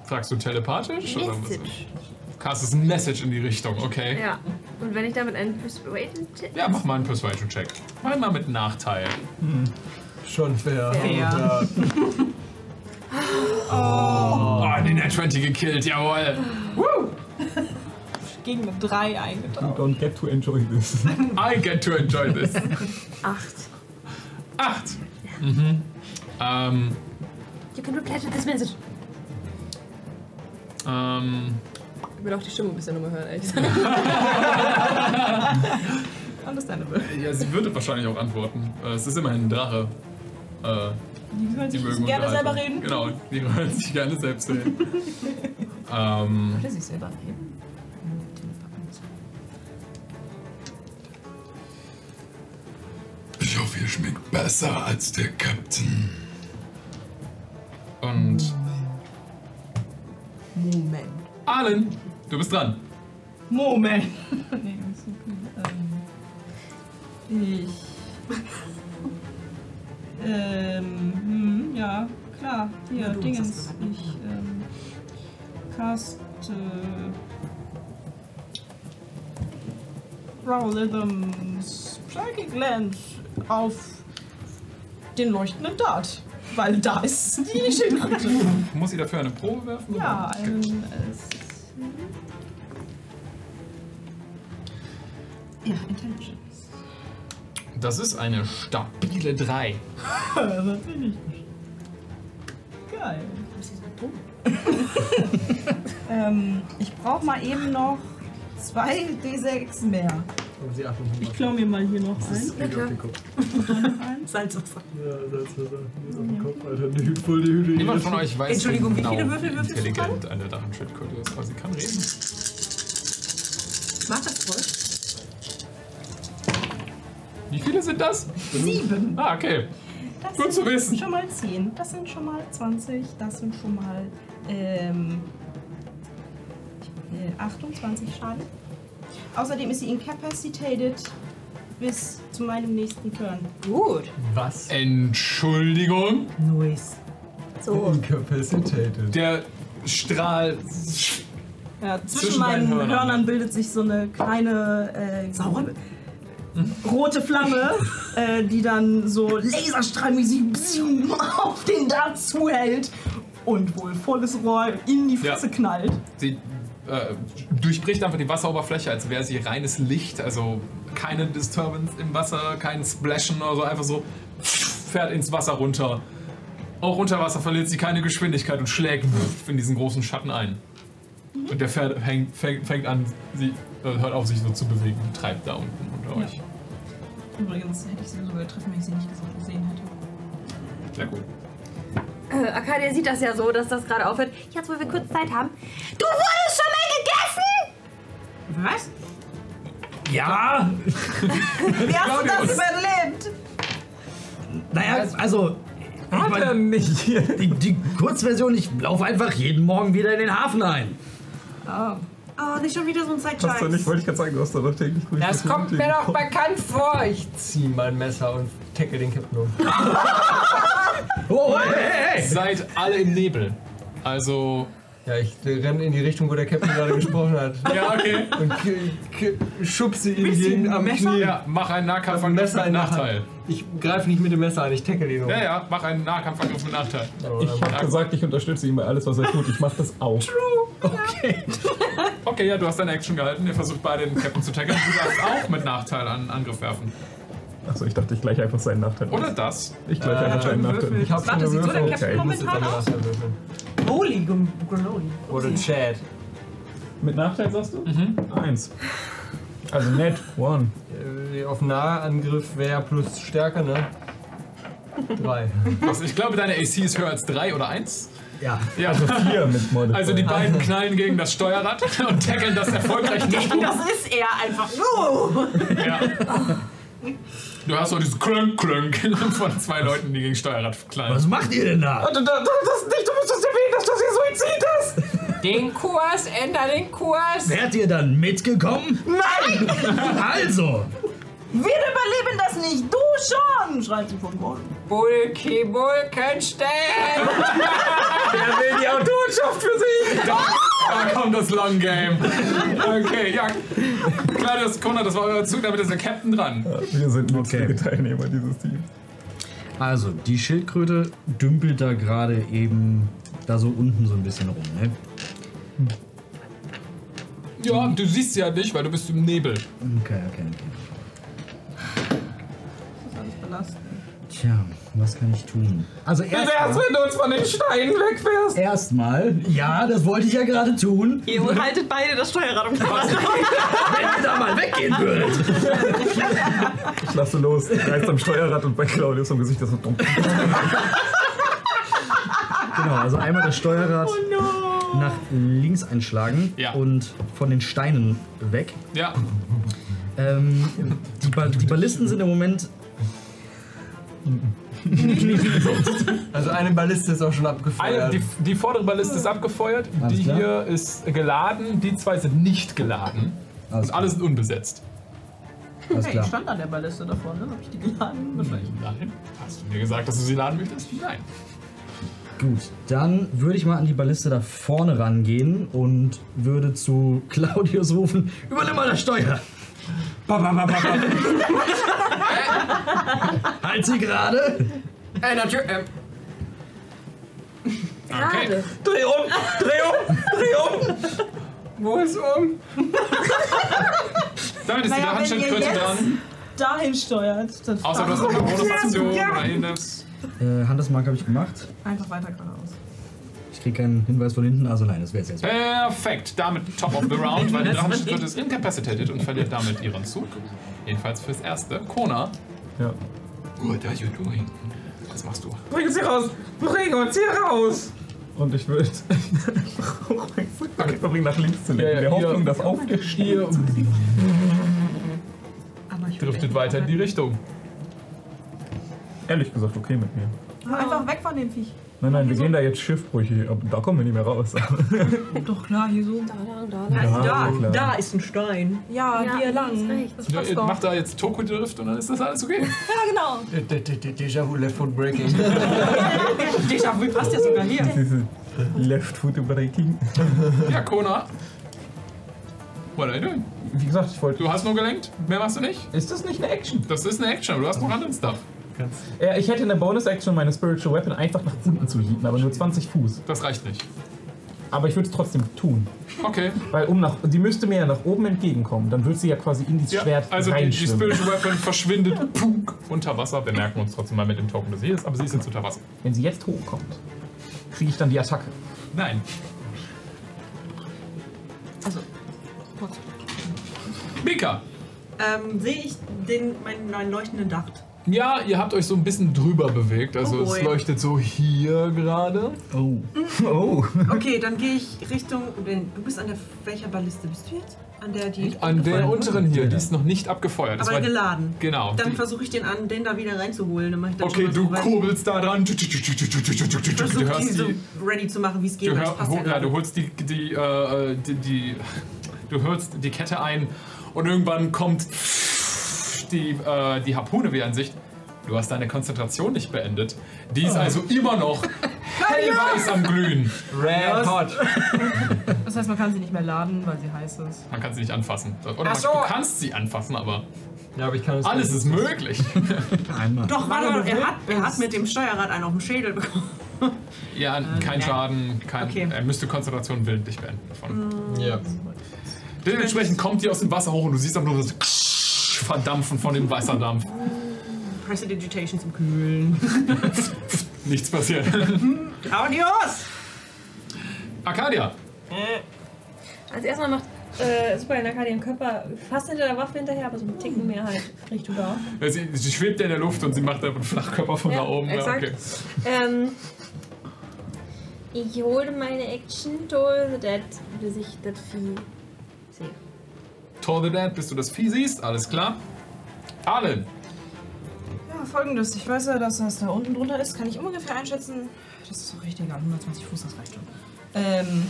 Fragst du telepathisch? Oder
Message.
was? Castest ein Message in die Richtung, okay.
Ja. Und wenn ich damit einen Persuasion Check.
Ja, mach mal einen Persuasion-Check. Mal mal mit Nachteil.
Hm.
Schon fair.
Fair.
Oder-
Oh, den hat 20 gekillt, jawohl.
Gegen eine 3 eingetragen.
You don't get to enjoy this.
I get to enjoy this.
Acht.
Acht. Mhm. Ähm,
You can reply to this message.
ähm,
Ich will auch die Stimme ein bisschen nochmal hören, ehrlich gesagt. Understandable.
ja, sie würde wahrscheinlich auch antworten. Äh, Es ist immerhin ein Drache. Äh,
Die hören sich
mögen
gerne
Unterhaltung.
selber reden.
Genau, die hören sich gerne selbst reden. ähm,
Würde sich selber reden.
Ich hoffe, ihr schmeckt besser als der Captain. Und
Moment.
Allen, du bist dran.
Moment. Nee, das ist okay. Ähm, ich. ähm, hm, ja, klar. Hier,
Ja, du musst
Dingens.
das
Ich ähm, cast. Rowlithm Psychic Lens auf den leuchtenden Dart. Weil da ist die nicht hin konnte.
Muss ich dafür eine Probe werfen?
Ja, ein. äh, es- Ja, Intelligence.
Das ist eine stabile 3.
Natürlich. Geil. ähm, ich brauche mal eben noch zwei D6 mehr. Ich klau mir mal hier noch
Das
ein.
geht auf den Kopf.
Salzwasser.
Ja, Salzwasser. Geht auf den Kopf, Alter. Die Hü- voll die Hüte.
Niemand von euch weiß,
Entschuldigung, wie
genau,
viele Würfel würfelst du
intelligent eine Drachenschildkröte ist, aber sie kann reden.
Mach das voll.
Wie viele sind das?
Sieben.
Ah, okay.
Das
Gut
sind
zu wissen.
Schon mal 10, das sind schon mal 20, das sind schon mal ähm, äh, 28 Schaden. Außerdem ist sie incapacitated bis zu meinem nächsten Turn. Gut.
Was? Entschuldigung.
Nice.
So.
Incapacitated.
Der Strahl.
Ja, zwischen,
Zwischen
meinen
deinen
Hörnern.
Hörnern.
bildet sich so eine kleine äh, rote Flamme, äh, die dann so laserstrahlmäßig bzzm auf den Dart zuhält und wohl volles Rohr in die Fresse knallt.
Sie äh, durchbricht einfach die Wasseroberfläche, als wäre sie reines Licht. Also keine Disturbance im Wasser, kein Splashen oder so. Einfach so fährt ins Wasser runter. Auch unter Wasser verliert sie keine Geschwindigkeit und schlägt in diesen großen Schatten ein.
Mhm.
Und der Pferd hängt, fängt, fängt an, sie äh, hört auf, sich so zu bewegen und treibt da unten unter euch.
Übrigens hätte ich sie sogar getroffen, wenn ich sie nicht gesehen hätte.
Sehr gut.
Äh, Arcadia sieht das ja so, dass das gerade aufhört. Jetzt, wo wir kurz Zeit haben. Du wurdest schon
mal gegessen!
Ja!
Wie hast du das
Claudius.
überlebt?
Naja, also. Ich mein, nicht. Die, die Kurzversion, ich laufe einfach jeden Morgen wieder in den Hafen ein.
Oh.
Ah,
Oh, nicht schon wieder so ein
Hast du
Zeitscheiß.
nicht, wollte ich gerade sagen, du hast da doch täglich
Das kommt mir doch bekannt vor. Ich
Zieh mein Messer und tackle den Captain um.
Oh,
Seid alle im Nebel. Also.
Ja, ich renne in die Richtung, wo der Captain gerade gesprochen hat.
Ja, okay.
Und k- k- schubse ihn gegen am Knie.
Ja, mach einen Nahkampfangriff
Messer
mit
in der Hand.
Nachteil.
Ich greife nicht mit dem Messer an, ich tackle ihn um.
Ja, ja, mach einen Nahkampfangriff mit Nachteil.
Ich hab gesagt, ich unterstütze ihn bei alles, was er tut. Ich mach das auch.
Okay, ja, du hast deine Action gehalten. Ihr versucht beide den Captain zu tackeln. Du darfst auch mit Nachteil einen Angriff werfen.
Achso, ich dachte, ich gleich einfach seinen Nachteil.
Oder das? Äh,
Ich gleich einfach seinen Nachteil.
Ich hab schon gewürfelt. Okay, ich muss jetzt aber Nachteil würfeln.
Groli, Gum- Groli.
Oder Chad. Mit Nachteil sagst du? Mhm. Eins. Also net, one.
Äh, Auf Nahangriff wäre plus stärker, ne? Drei.
Also ich glaube, deine AC ist höher als 3 oder 1.
Ja.
ja.
Also vier mit Modifier.
Also die beiden knallen gegen das Steuerrad und tackeln das erfolgreich nicht um.
Das ist er einfach. No!
Du hast so dieses Klönk, Klönk von zwei Leuten, die gegen Steuerrad knallen.
Was macht ihr denn da?
Das ist nicht, Oh, du musst das erwähnen, dass das hier Suizid ist! Den Kurs, änder den Kurs!
Wärt ihr dann mitgekommen?
Nein!
Also,
Wir überleben das nicht, du schon! schreit sie von Boden.
Bulky Bulkenstein! Der will die Autorschaft für sich!
Da, da kommt Ah, das Long Game. Okay, ja. Kleines Konrad, das war euer Zug, damit ist der Captain dran.
Wir sind nur okay. Teilnehmer dieses Teams.
Also, die Schildkröte dümpelt da gerade eben da so unten so ein bisschen rum, ne?
Ja, du siehst sie ja nicht, weil du bist im Nebel.
Okay, okay, okay.
Das ist alles belastend.
Tja, was kann ich tun? Also
Wie wär's, wenn du uns von den Steinen wegfährst?
Erstmal, ja, das wollte ich ja gerade tun.
Ihr haltet beide das Steuerrad um.
Wenn ihr da mal weggehen würdet.
Ich lasse los, reißt am Steuerrad und bei Claudius im Gesicht das so dumm.
Genau, also einmal das Steuerrad
Oh
nach links einschlagen und von den Steinen weg.
Ja.
Ähm, die, ba die Ballisten sind im Moment
Also eine Balliste ist auch schon
Eine,
abgefeuert.
die, die vordere Balliste ist abgefeuert,
Alles
die
klar.
hier ist geladen, die zwei sind nicht geladen. und alle sind unbesetzt.
hey, ich stand an der Balliste ne? da vorne, hab ich die geladen? Wahrscheinlich.
Nein. Hast du mir gesagt, dass du sie laden möchtest? Nein.
Gut, dann würde ich mal an die Balliste da vorne rangehen und würde zu Claudius rufen: Übernimm mal das Steuer! Ba, ba, ba, ba, ba. halt sie gerade!
Äh, natürlich. Ähm.
Okay.
Dreh um! Dreh um! Dreh um! Wo ist um?
Damit
Naja,
ist die
wenn ihr
Handschildkröte
jetzt-
dran.
Dahin steuert, dann
Außer du hast noch eine Bonusaktion oder ähnliches.
Äh, Handelsmark habe ich gemacht.
Einfach weiter geradeaus.
Ich kriege keinen Hinweis von hinten, also nein, das wäre es jetzt.
Äh. Perfekt, damit top of the round, weil die Drachenschildkröte ist incapacitated und verliert damit ihren Zug. Jedenfalls fürs Erste. Kona.
Ja.
What are you doing? Was machst du?
Bring uns hier raus! Bring uns hier raus!
Und ich Oh würde. okay. Verbringen nach links zu lenken. in der Hoffnung, dass auf der Stier.
Driftet weiter in die Richtung.
Ehrlich gesagt, okay mit mir.
Einfach weg von dem Viech.
Nein, nein, wir gehen da jetzt schiffbrüchig. aber Da kommen wir nicht mehr raus.
Doch klar, hier so. Da, da,
lang.
Also
Ja, klar.
da, da ist ein Stein. Ja,
Ja,
hier
links,
lang.
rechts.
Das
Ja,
passt
ihr
doch.
macht da jetzt Toku-Drift und dann ist das alles okay.
Ja, genau.
Déjà vu, left foot breaking.
Déjà vu passt ja sogar hier.
Left Foot Breaking.
Ja, Kona. What are you doing?
Wie gesagt, ich wollte.
Du hast nur gelenkt, mehr machst du nicht.
Ist das nicht eine Action?
Das ist eine Action, aber du hast noch anderen Stuff.
Äh, ich hätte eine Bonus-Action, meine Spiritual Weapon einfach nach unten zu hieben, aber nur 20 Fuß.
Das reicht nicht.
Aber ich würde es trotzdem tun.
Okay.
Weil um nach, die müsste mir ja nach oben entgegenkommen. Dann würde sie ja quasi in dieses Schwert
Also die, die
reinschwimmen.
Spiritual Weapon verschwindet punk, unter Wasser. Wir merken uns trotzdem mal mit dem Token, dass sie ist, aber sie ist jetzt unter Wasser.
Wenn sie jetzt hochkommt, kriege ich dann die Attacke.
Nein.
Also,
Mika!
ähm, sehe ich den, meinen, meinen leuchtenden Dacht?
Ja, ihr habt euch so ein bisschen drüber bewegt. Also
Oh
es
boy.
leuchtet so hier gerade.
Oh. Oh.
Okay, dann gehe ich Richtung. wenn- Du bist an der. Welcher Balliste bist du jetzt? An der, die.
An der
abgefeuert wurde?
unteren hier, die ist noch nicht abgefeuert. Das
Aber
war-
geladen.
Genau.
Dann
die-
versuche ich den an, den da wieder reinzuholen. Dann mach ich das
Okay,
schon mal so
du
weit.
kurbelst da dran. Du
Versuch, die
hörst
so
die,
ready zu machen, wie es geht.
Du,
weil das
hör,
passt
ho,
ja
ja,
gerade.
du holst die, die, äh, die, die, du hörst die Kette ein und irgendwann kommt die, äh, die Harpune wieder in Sicht. Du hast deine Konzentration nicht beendet. Die
Oh.
ist also immer noch hellweiß am Glühen.
Red
hot.
Das heißt, man kann sie nicht mehr laden, weil sie heiß ist.
Man kann sie nicht anfassen. Oder
Ach
man,
so.
du kannst sie anfassen, aber
Ja, aber ich kann
alles ist möglich.
Einmal.
Doch, warte mal, er hat, er hat mit dem Steuerrad einen auf den Schädel bekommen.
Ja,
Ähm,
kein
nein.
Schaden, kein, er müsste Konzentration willentlich beenden davon.
Mm.
Ja.
Dementsprechend kommt die aus dem Wasser hoch und du siehst einfach nur das Verdampfen von dem Wasserdampf.
Prestidigitation zum Kühlen.
Mhm.
Nichts passiert.
Claudius!
Arcadia!
Als Also erstmal macht äh, Super in Arcadia den Körper fast hinter der Waffe hinterher, aber so einen Ticken mehr halt Richtung da.
Sie, sie schwebt in der Luft und sie macht einfach einen Flachkörper von
Ja,
da oben.
exakt. Ähm, ich hole meine Action Tool, so that, bis ich das Vieh sehe.
Toll the Dead, bis du das Vieh siehst, alles klar. Arlen,
Ja, folgendes. Ich weiß ja, dass das da unten drunter ist. Kann ich ungefähr einschätzen. Das ist doch richtig, egal. 120 Fuß, das reicht schon. Ähm.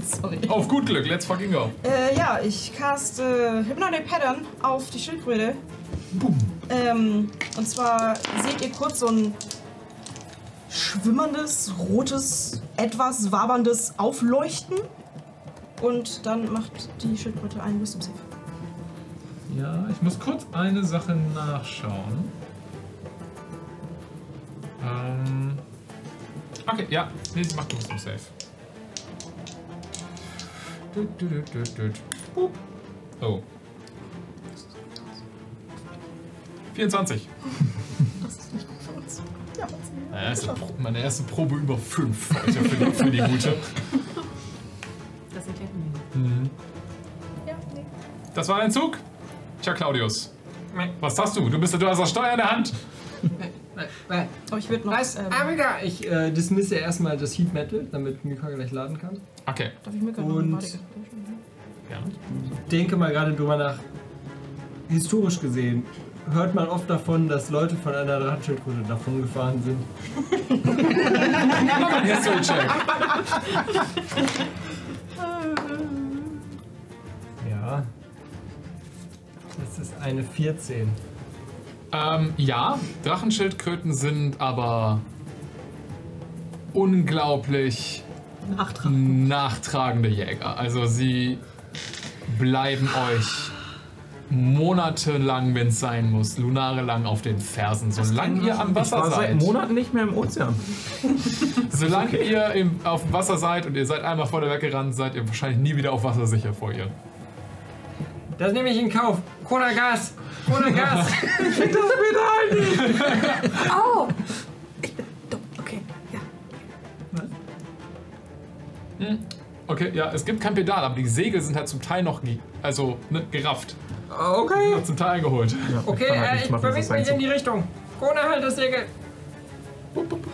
Sorry.
auf gut Glück, let's fucking go.
Äh, ja, ich cast äh, Hypnotic Pattern auf die Schildkröte. Ähm, und zwar seht ihr kurz so ein schwimmerndes, rotes, etwas waberndes Aufleuchten. Und dann macht die Schildkröte einen Wisdom Save.
Ja, ich muss kurz eine Sache nachschauen. Ähm. Okay, ja, nee, sie macht Wisdom Safe. Düt, düt, düt, düt, düt. Boop. Oh. 24.
Das ist nicht gut für uns. Ja,
Meine erste, Pro- meine erste Probe über 5 Alter, für, die, für die gute.
Das erklärt mir.
Ja, nee.
Das war dein Zug? Tja, Claudius. Was hast du? Du, bist, du hast das Steuer in der Hand.
Oh, ich würde noch.
Was?
ähm,
ah, wieder. Ich,
Ich äh, dismisse erstmal das Heat Metal, damit Mika gleich laden kann.
Okay.
Darf ich mir gerade noch eine
Und
Body
denke mal gerade drüber nach. Historisch gesehen hört man oft davon, dass Leute von einer Radschildkröte davon gefahren sind.
Mach mal einen History-Check.
Ja. Das ist eine 14.
Ähm, ja, Drachenschildkröten sind aber unglaublich nachtragende Jäger. Also sie bleiben euch monatelang, wenn es sein muss, lunare lang auf den Fersen, solange ihr am
ich
Wasser
war seit
seid.
Monaten nicht mehr im Ozean.
Solange ihr im, auf dem Wasser seid und ihr seid einmal vor der weggerannt, seid ihr wahrscheinlich nie wieder auf Wasser sicher vor ihr.
Das nehme ich in Kauf. Cola Gas. Cola Gas. ich krieg das wieder ein.
Oh.
Au! Ich bin dumm. Okay.
Okay, ja, es gibt kein Pedal, aber die Segel sind halt zum Teil noch, ge- also ne, gerafft. Okay. Noch zum Teil geholt.
Okay,
halt
äh, ich bewege mich in die Richtung. Cola halt das Segel.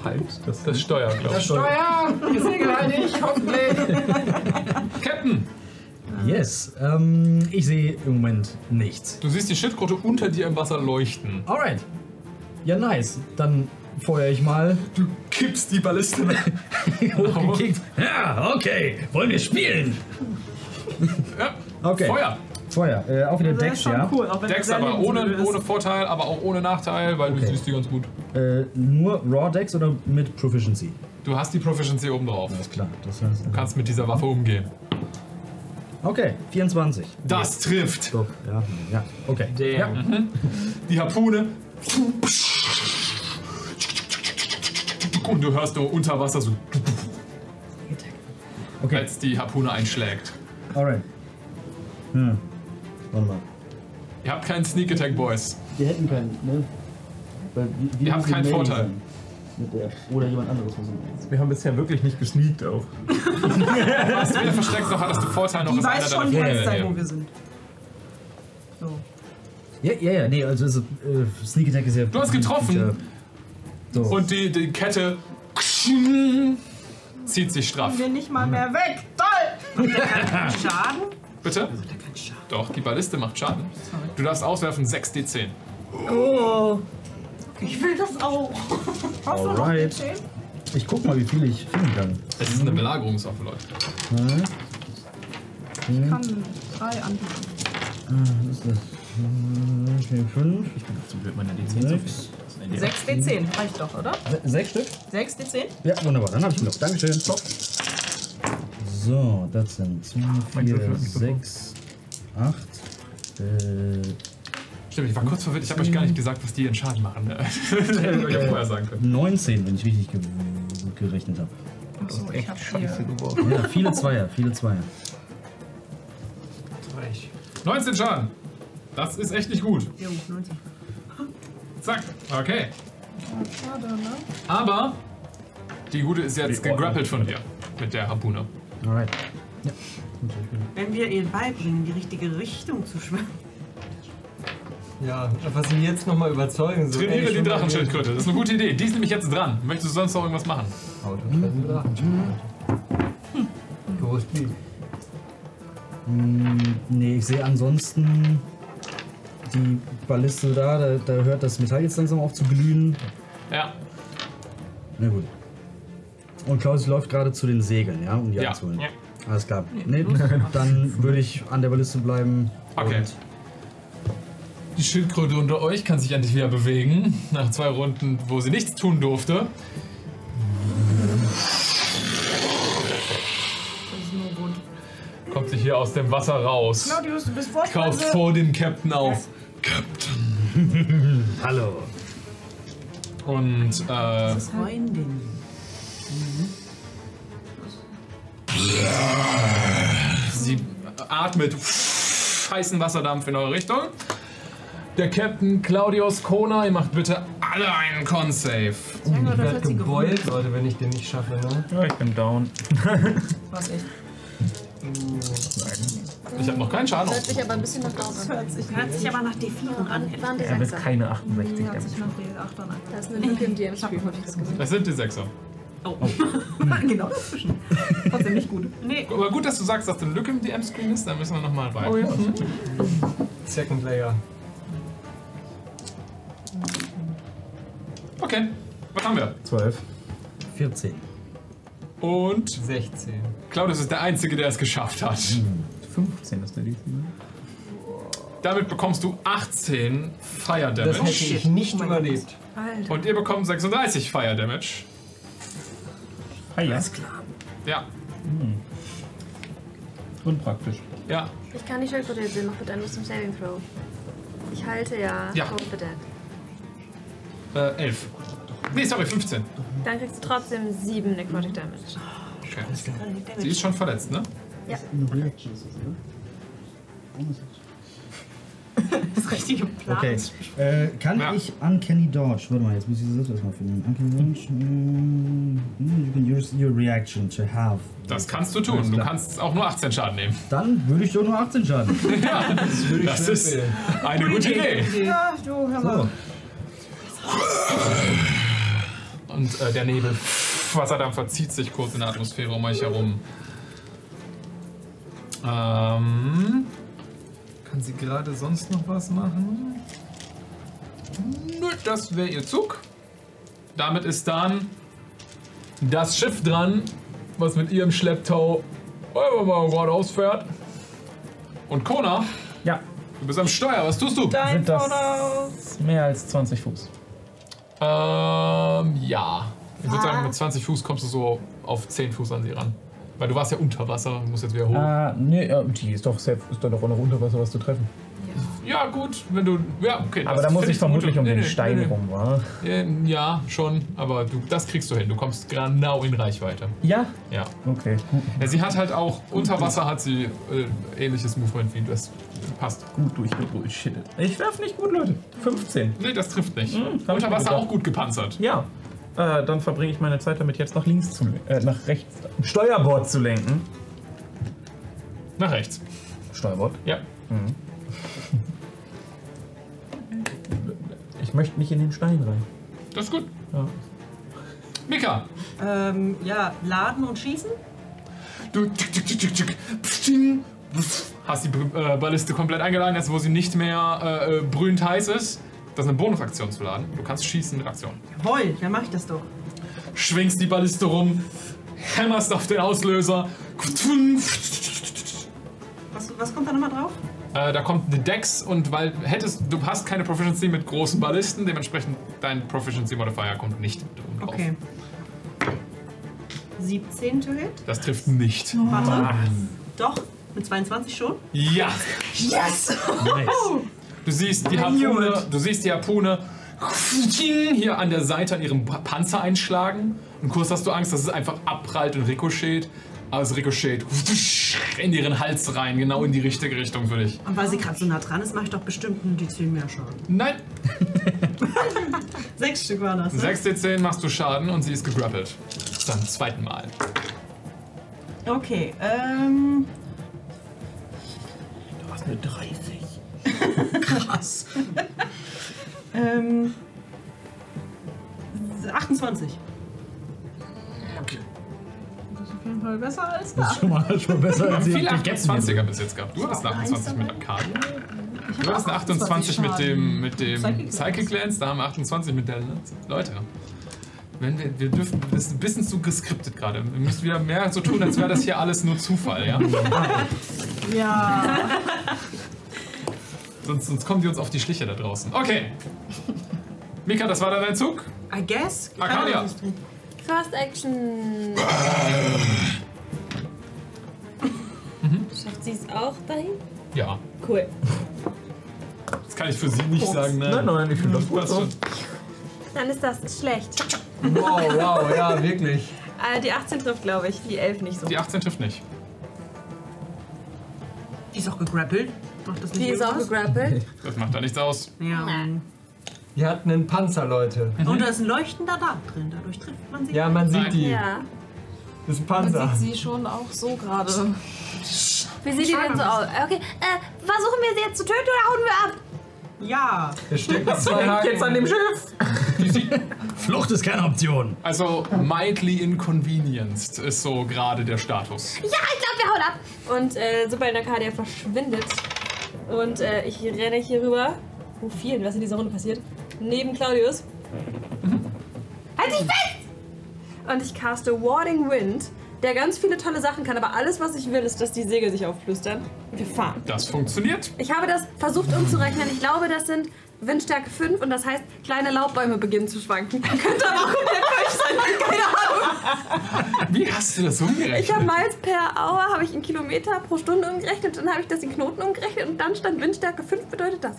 Halt, das, das Steuer, glaube ich.
Das Steuer. Das Segel halte ich. Hoffentlich.
Yes, ähm, ich sehe im Moment nichts.
Du siehst die Schildkröte unter dir im Wasser leuchten.
Alright. Ja, nice. Dann feuer ich mal. Du kippst die Balliste hochgekickt. Ja, okay. Wollen wir spielen? okay.
Feuer.
Feuer. Äh, auch wieder Dex, ja.
Dex aber ohne, ohne Vorteil, aber auch ohne Nachteil, weil du siehst die ganz gut.
Äh, nur Raw Dex oder mit Proficiency?
Du hast die Proficiency oben drauf. Alles
klar. Das heißt,
du kannst mit dieser Waffe umgehen.
Okay, 24.
Das trifft.
Doch, ja, ja. Okay. Ja.
Die Harpune. Und du hörst nur unter Wasser so. Als die Harpune einschlägt.
Alright. Hm. Warte mal.
Ihr habt keinen Sneak Attack, Boys.
Wir hätten keinen, ne? Weil wir,
Ihr habt
müssen
keinen
Mail
Vorteil.
sein. Mit der, oder jemand anderes muss sein.
Wir haben bisher wirklich nicht gesneakt auch.
Du hast weder versteckt noch hattest du Vorteil noch
Die
ist
weiß
einer
schon die
deiner
ganze
Freunde
Zeit,
in
wo
der
wir sind. So.
Ja, ja, ja, nee, also ist, äh, Sneak Attack ist ja.
Du hast getroffen.
So.
Und die, die Kette zieht sich straff.
Kommen wir nicht mal mehr weg. Toll! Schaden?
Bitte? Doch, die Balliste macht Schaden. Du darfst auswerfen 6d10.
Oh. Ich will das auch. Hast du noch
Alright.
den Chain?
Ich guck mal, wie viel ich finden kann.
Es ist eine
Mhm.
Belagerungswaffe, Leute.
Hm.
Ich
Hm.
kann drei anbieten.
Hm, was ist das? Hm, Okay, fünf. Ich bin
zum Glück meiner
D10
zu
finden.
6 D10 reicht doch, oder?
Sechs Stück?
6 D10?
Ja, wunderbar. Dann habe ich genug. Dankeschön. Top. So, das sind 2,
Mein Würfel
4,
hat nicht so
6, 8. Äh,
Stimmt, ich war kurz verwirrt. Ich habe euch gar nicht gesagt, was die ihren Schaden machen. Das hätte ich euch auch vorher sagen können.
19, wenn ich richtig ge gerechnet habe.
Achso, ich hab hier.
Ja, viele Zweier, viele Zweier.
19 Schaden. Das ist echt nicht gut.
Jo, 19.
Zack. Okay.
Schade, ne?
Aber die Gute ist jetzt gegrappelt von dir. mit der Harpune.
Alright.
Wenn wir ihr beibringen, die richtige Richtung zu schwimmen.
Ja, was sie jetzt nochmal überzeugen soll.
Trainiere die Drachenschildkröte. Das ist eine gute Idee. Die ist nämlich jetzt dran. Möchtest du sonst noch irgendwas machen?
Haut und fressen wir Drachenschildkröte. Groß Spiel.
Hm, nee, ich sehe ansonsten die Balliste da, da, da hört das Metall jetzt langsam auf zu glühen.
Ja.
Na gut. Und Klaus läuft gerade zu den Segeln, ja, um die
Ja.
abzuholen.
Ja.
Alles klar. Nee, dann würde ich an der Balliste bleiben.
Okay. Die Schildkröte unter euch kann sich endlich wieder bewegen. Nach zwei Runden, wo sie nichts tun durfte.
Das ist nur gut.
Kommt sie hier aus dem Wasser raus.
Genau,
Claudius, du bist Also
Kauft
also-
Vorspeise.
vor dem Captain auf. Captain.
Hallo.
Und äh,
Freundin.
sie atmet heißen Wasserdampf in eure Richtung. Der Captain Claudius Kona, ihr macht bitte alle einen Con-Save.
Sagen wir, das hat sie
Oh, Gebeult, Leute, wenn ich den nicht schaffe, ne?
Ja, ich bin down.
Was echt?
Ich habe noch keinen Schaden.
Hört sich aber ein bisschen nach draußen. Hört sich, hört sich aber nach D4 an. Waren
Er wird keine 68
Hört
damit.
sich nach D8 an.
Das ist eine Lücke im DM-Spiel,
habe ich das gesehen.
Das sind die Sechser.
genau dazwischen. Trotzdem nicht gut. Nee.
Aber gut, dass du sagst, dass eine Lücke im DM-Screen ist, dann müssen wir nochmal weiter.
Oh ja. Second Layer.
Okay, was haben wir?
12. 14.
Und
16.
Claudius ist der Einzige, der es geschafft hat.
Mhm.
15 ist der ne? DC.
Damit bekommst du 18 Fire Damage.
Das hätte ich nicht
Oh
überlebt.
Alter.
Und ihr bekommt 36 Fire Damage.
Alles
klar. Ja,
Hm. Unpraktisch.
ja.
Ich kann nicht Schildkröte jetzt sehen, mach bitte einen Wisdom Saving Throw. Ich halte ja.
Ja.
Hope for Dead.
Äh, 11. Nee, sorry, 15.
Dann kriegst du trotzdem 7 Necrotic Damage.
Okay. Sie ist schon verletzt, ne?
Ja.
Eine Reaction ist das, oder?
Das richtige Plan.
Okay. Äh, kann ich Uncanny Dodge? Warte mal, jetzt muss ich das erstmal finden. Uncanny Dodge. mm, you can use your reaction to have.
Das kannst du tun. Du kannst auch nur 18 Schaden nehmen.
Dann würde ich doch nur 18 Schaden.
Ja, das,
würde ich schon
ist
empfehlen.
eine gute Idee.
Ja, du, hör mal.
So.
Und äh, der Nebel, Wasserdampfer zieht sich kurz in der Atmosphäre um euch herum. Ähm, kann sie gerade sonst noch was machen? Nö, das wäre ihr Zug. Damit ist dann das Schiff dran, was mit ihrem Schlepptau oh, einfach mal geradeaus fährt. Und Kona?
Ja.
Du bist am Steuer, was tust du?
Sind das mehr als 20 Fuß?
Ähm, ja. Ich würde sagen, mit 20 Fuß kommst du so auf 10 Fuß an sie ran. Weil du warst ja unter Wasser und musst jetzt wieder hoch.
Ah, nee, äh, die ist doch safe, ist doch noch unter Wasser was zu treffen.
Ja, gut, wenn du. Ja, okay.
Aber
das
da muss
find
ich vermutlich
gut.
um
Nee,
den
nee,
Stein
nee, nee.
rum, wa?
Ähm, Ja, schon, aber du, das kriegst du hin. Du kommst genau in Reichweite.
Ja?
Ja.
Okay, gut,
ja sie hat halt auch. Unter Wasser hat sie äh, ähnliches Movement wie du. Das passt.
gut durchgebullshittet. Ich werf nicht gut, Leute. 15.
Nee, das trifft nicht.
Hm, hab ich
unter
mir
Wasser
gedacht.
auch gut gepanzert.
Ja. Äh, dann verbringe ich meine Zeit damit, jetzt nach links zu le- äh, nach rechts, Steuerbord zu lenken.
Nach rechts.
Steuerbord?
Ja.
Mhm. Ich möchte nicht in den Stein rein.
Das ist gut.
Ja.
Mika!
Ähm, ja, laden und schießen?
Du tschick, tschick, tschick, tschick, tschick, pfting, pf, hast die äh, Balliste komplett eingeladen, jetzt wo sie nicht mehr äh, äh, brühend heiß ist. Das ist eine Bonusaktion zu laden. Du kannst schießen mit Aktion.
Jawohl, dann mach ich das doch.
Schwingst die Balliste rum, hämmerst auf den Auslöser.
Was, was kommt da nochmal drauf?
Äh, da kommt eine Dex und weil hättest du hast keine Proficiency mit großen Ballisten, dementsprechend dein Proficiency Modifier kommt nicht mit oben drauf.
Okay. 17 to hit?
Das trifft nicht.
Warte. Doch, mit 22 schon.
Ja.
Yes!
Du siehst die
I knew
Harpune, du siehst die Harpune hier an der Seite an ihrem Pa- Panzer einschlagen. Und kurz hast du Angst, dass es einfach abprallt und ricochet. Aber es ricochet in ihren Hals rein, genau in die richtige Richtung für dich.
Und weil sie gerade so nah dran ist, mache ich doch bestimmt nur die 10 mehr Schaden.
Nein!
Sechs Stück waren das, ne?
6d10 machst du Schaden und sie ist gegrappelt. Zum zweiten Mal.
Okay, ähm.
Du hast eine 30.
Krass. ähm. 28.
Okay.
Das ist auf jeden Fall besser als
Das ist schon mal-
schon mal
Wir
besser
haben
als
viele
die Gästen
28er
hier.
bis jetzt gehabt. Du hattest eine 28 mit Arcadia.
Ich
Du hattest eine 28 mit dem, mit dem
Psychic
Psychic, Lens, da haben wir 28 mit der Lens. Leute, wenn wir, wir dürfen, das ist ein bisschen zu geskriptet gerade. Wir müssen wieder mehr so tun, als wäre das hier alles nur Zufall, ja?
Ja.
sonst, sonst kommen die uns auf die Schliche da draußen. Okay. Mika, das war dann dein Zug.
I guess.
Arcadia.
First Action.
Mhm.
Schafft sie es auch dahin?
Ja,
Cool.
das kann ich für sie nicht
Ups.
sagen, nein. Nein, nein, ich finde das gut so.
Dann ist das schlecht.
Wow, wow, ja, wirklich.
Äh, die 18 trifft, glaube ich. Die 11 nicht so.
Die 18 trifft nicht.
Die ist auch gegrappelt. Macht das nicht
Die ist auch
irgendwas?
gegrappelt.
Das macht da nichts aus.
Ja.
Ihr habt einen Panzer, Leute.
Und da ist ein leuchtender Dark drin, dadurch trifft man sie.
Ja, man sieht
nicht.
die. Ja. Das ist ein
Man
Panzer.
sieht sie schon auch so gerade.
Wie sieht die denn so aus? Okay, äh, versuchen wir sie jetzt zu töten oder hauen wir ab?
Ja.
Es stecken
zwei Haken. Jetzt an dem
Schiff.
Flucht ist keine Option. Also, mildly inconvenienced ist so gerade der Status.
Ja, ich glaube, wir hauen ab. Und äh, sobald Nakadia verschwindet und äh, ich renne hier rüber. Oh, viel, was in dieser Runde passiert. Neben Claudius. Halt dich fest! Und ich caste Warding Wind, der ganz viele tolle Sachen kann, aber alles, was ich will, ist, dass die Segel sich aufflüstern. Und wir fahren.
Das funktioniert.
Ich habe das versucht umzurechnen. Ich glaube, das sind Windstärke 5 und das heißt, kleine Laubbäume beginnen zu schwanken. Könnte aber auch komplett falsch sein. Keine Ahnung.
Wie hast du das umgerechnet?
Ich habe Miles per Hour, habe ich in Kilometer pro Stunde umgerechnet, dann habe ich das in Knoten umgerechnet und dann stand Windstärke 5 bedeutet das.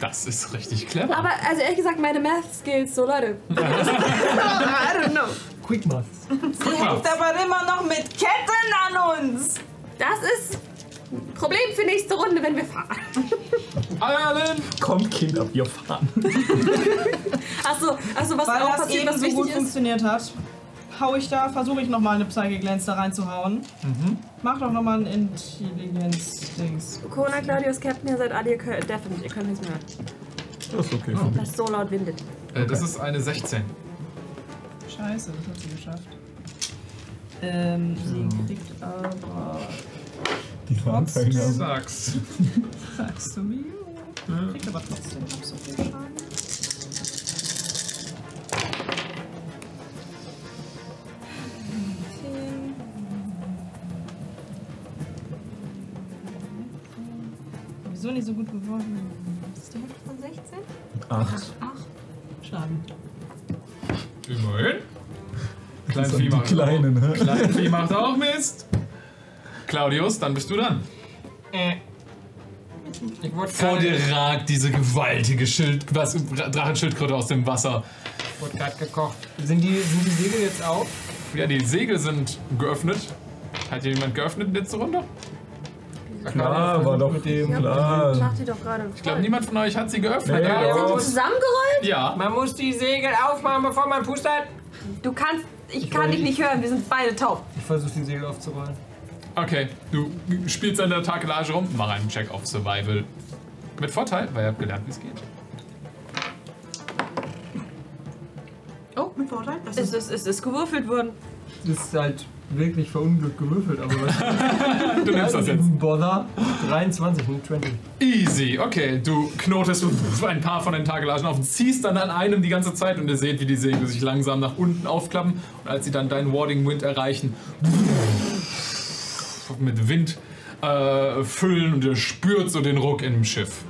Das ist richtig clever.
Aber also ehrlich gesagt, meine Math-Skills, so Leute. I don't know.
Quick Math.
Guck mal.
hängt aber immer noch mit Ketten an uns.
Das ist Problem für nächste Runde, wenn wir fahren.
Allen!
Kommt, Kind, ab, wir fahren.
Achso, also
Weil das eben so gut funktioniert hat, hau ich da, versuche ich nochmal eine Psychic Glance da reinzuhauen. Mach doch nochmal ein Intelligenz-Dings.
Kona, Claudius, Captain, ihr seid alle, ihr könnt, definitely, ihr könnt nichts mehr. Oh,
Das ist okay.
Das ist so laut windet.
Äh, das ist eine 16.
Scheiße, das hat sie geschafft. Ähm, sie kriegt aber.
Die
Anfänger. Sag's.
Sagst du mir? Kriegt aber trotzdem noch so viel Schaden. Wieso nicht so gut geworden?
Das ist die Hälfte von 16?
Acht.
Schaden.
Immerhin.
Die
Kleinvieh macht,
Kleinen, hä?
Kleinvieh macht auch Mist. Claudius, dann bist du dran.
Äh.
Ich wollte
Vor dir
gerade
ragt diese gewaltige Schild was, Drachenschildkröte aus dem Wasser.
wurde gerade gekocht.
Sind die, sind die Segel jetzt auf? Ja, die Segel sind geöffnet. Hat hier jemand geöffnet letzte Runde?
Klar, war doch
dem.
Macht die doch gerade.
Ich glaube, niemand von euch hat sie geöffnet.
Nee,
oder?
aber-
Zusammengerollt?
Ja.
Man muss die Segel aufmachen, bevor man pustet.
Du kannst. Ich, kann dich nicht hören, wir sind beide taub.
Ich versuche den Segel aufzurollen.
Okay, du spielst an der Takelage rum. Mach einen Check auf Survival. Mit Vorteil, weil ihr habt gelernt, wie es geht.
Oh, mit Vorteil. Das
Es ist, es ist gewürfelt worden.
Das ist halt wirklich verunglückt gewürfelt, aber was.
Du nimmst das jetzt.
Bother. 23, nicht 20.
Easy, okay. Du knotest ein paar von den Tagelagen auf, ziehst dann an einem die ganze Zeit und ihr seht, wie die Segel sich langsam nach unten aufklappen. Und als sie dann deinen Warding Wind erreichen, mit Wind äh, füllen und ihr spürt so den Ruck im Schiff.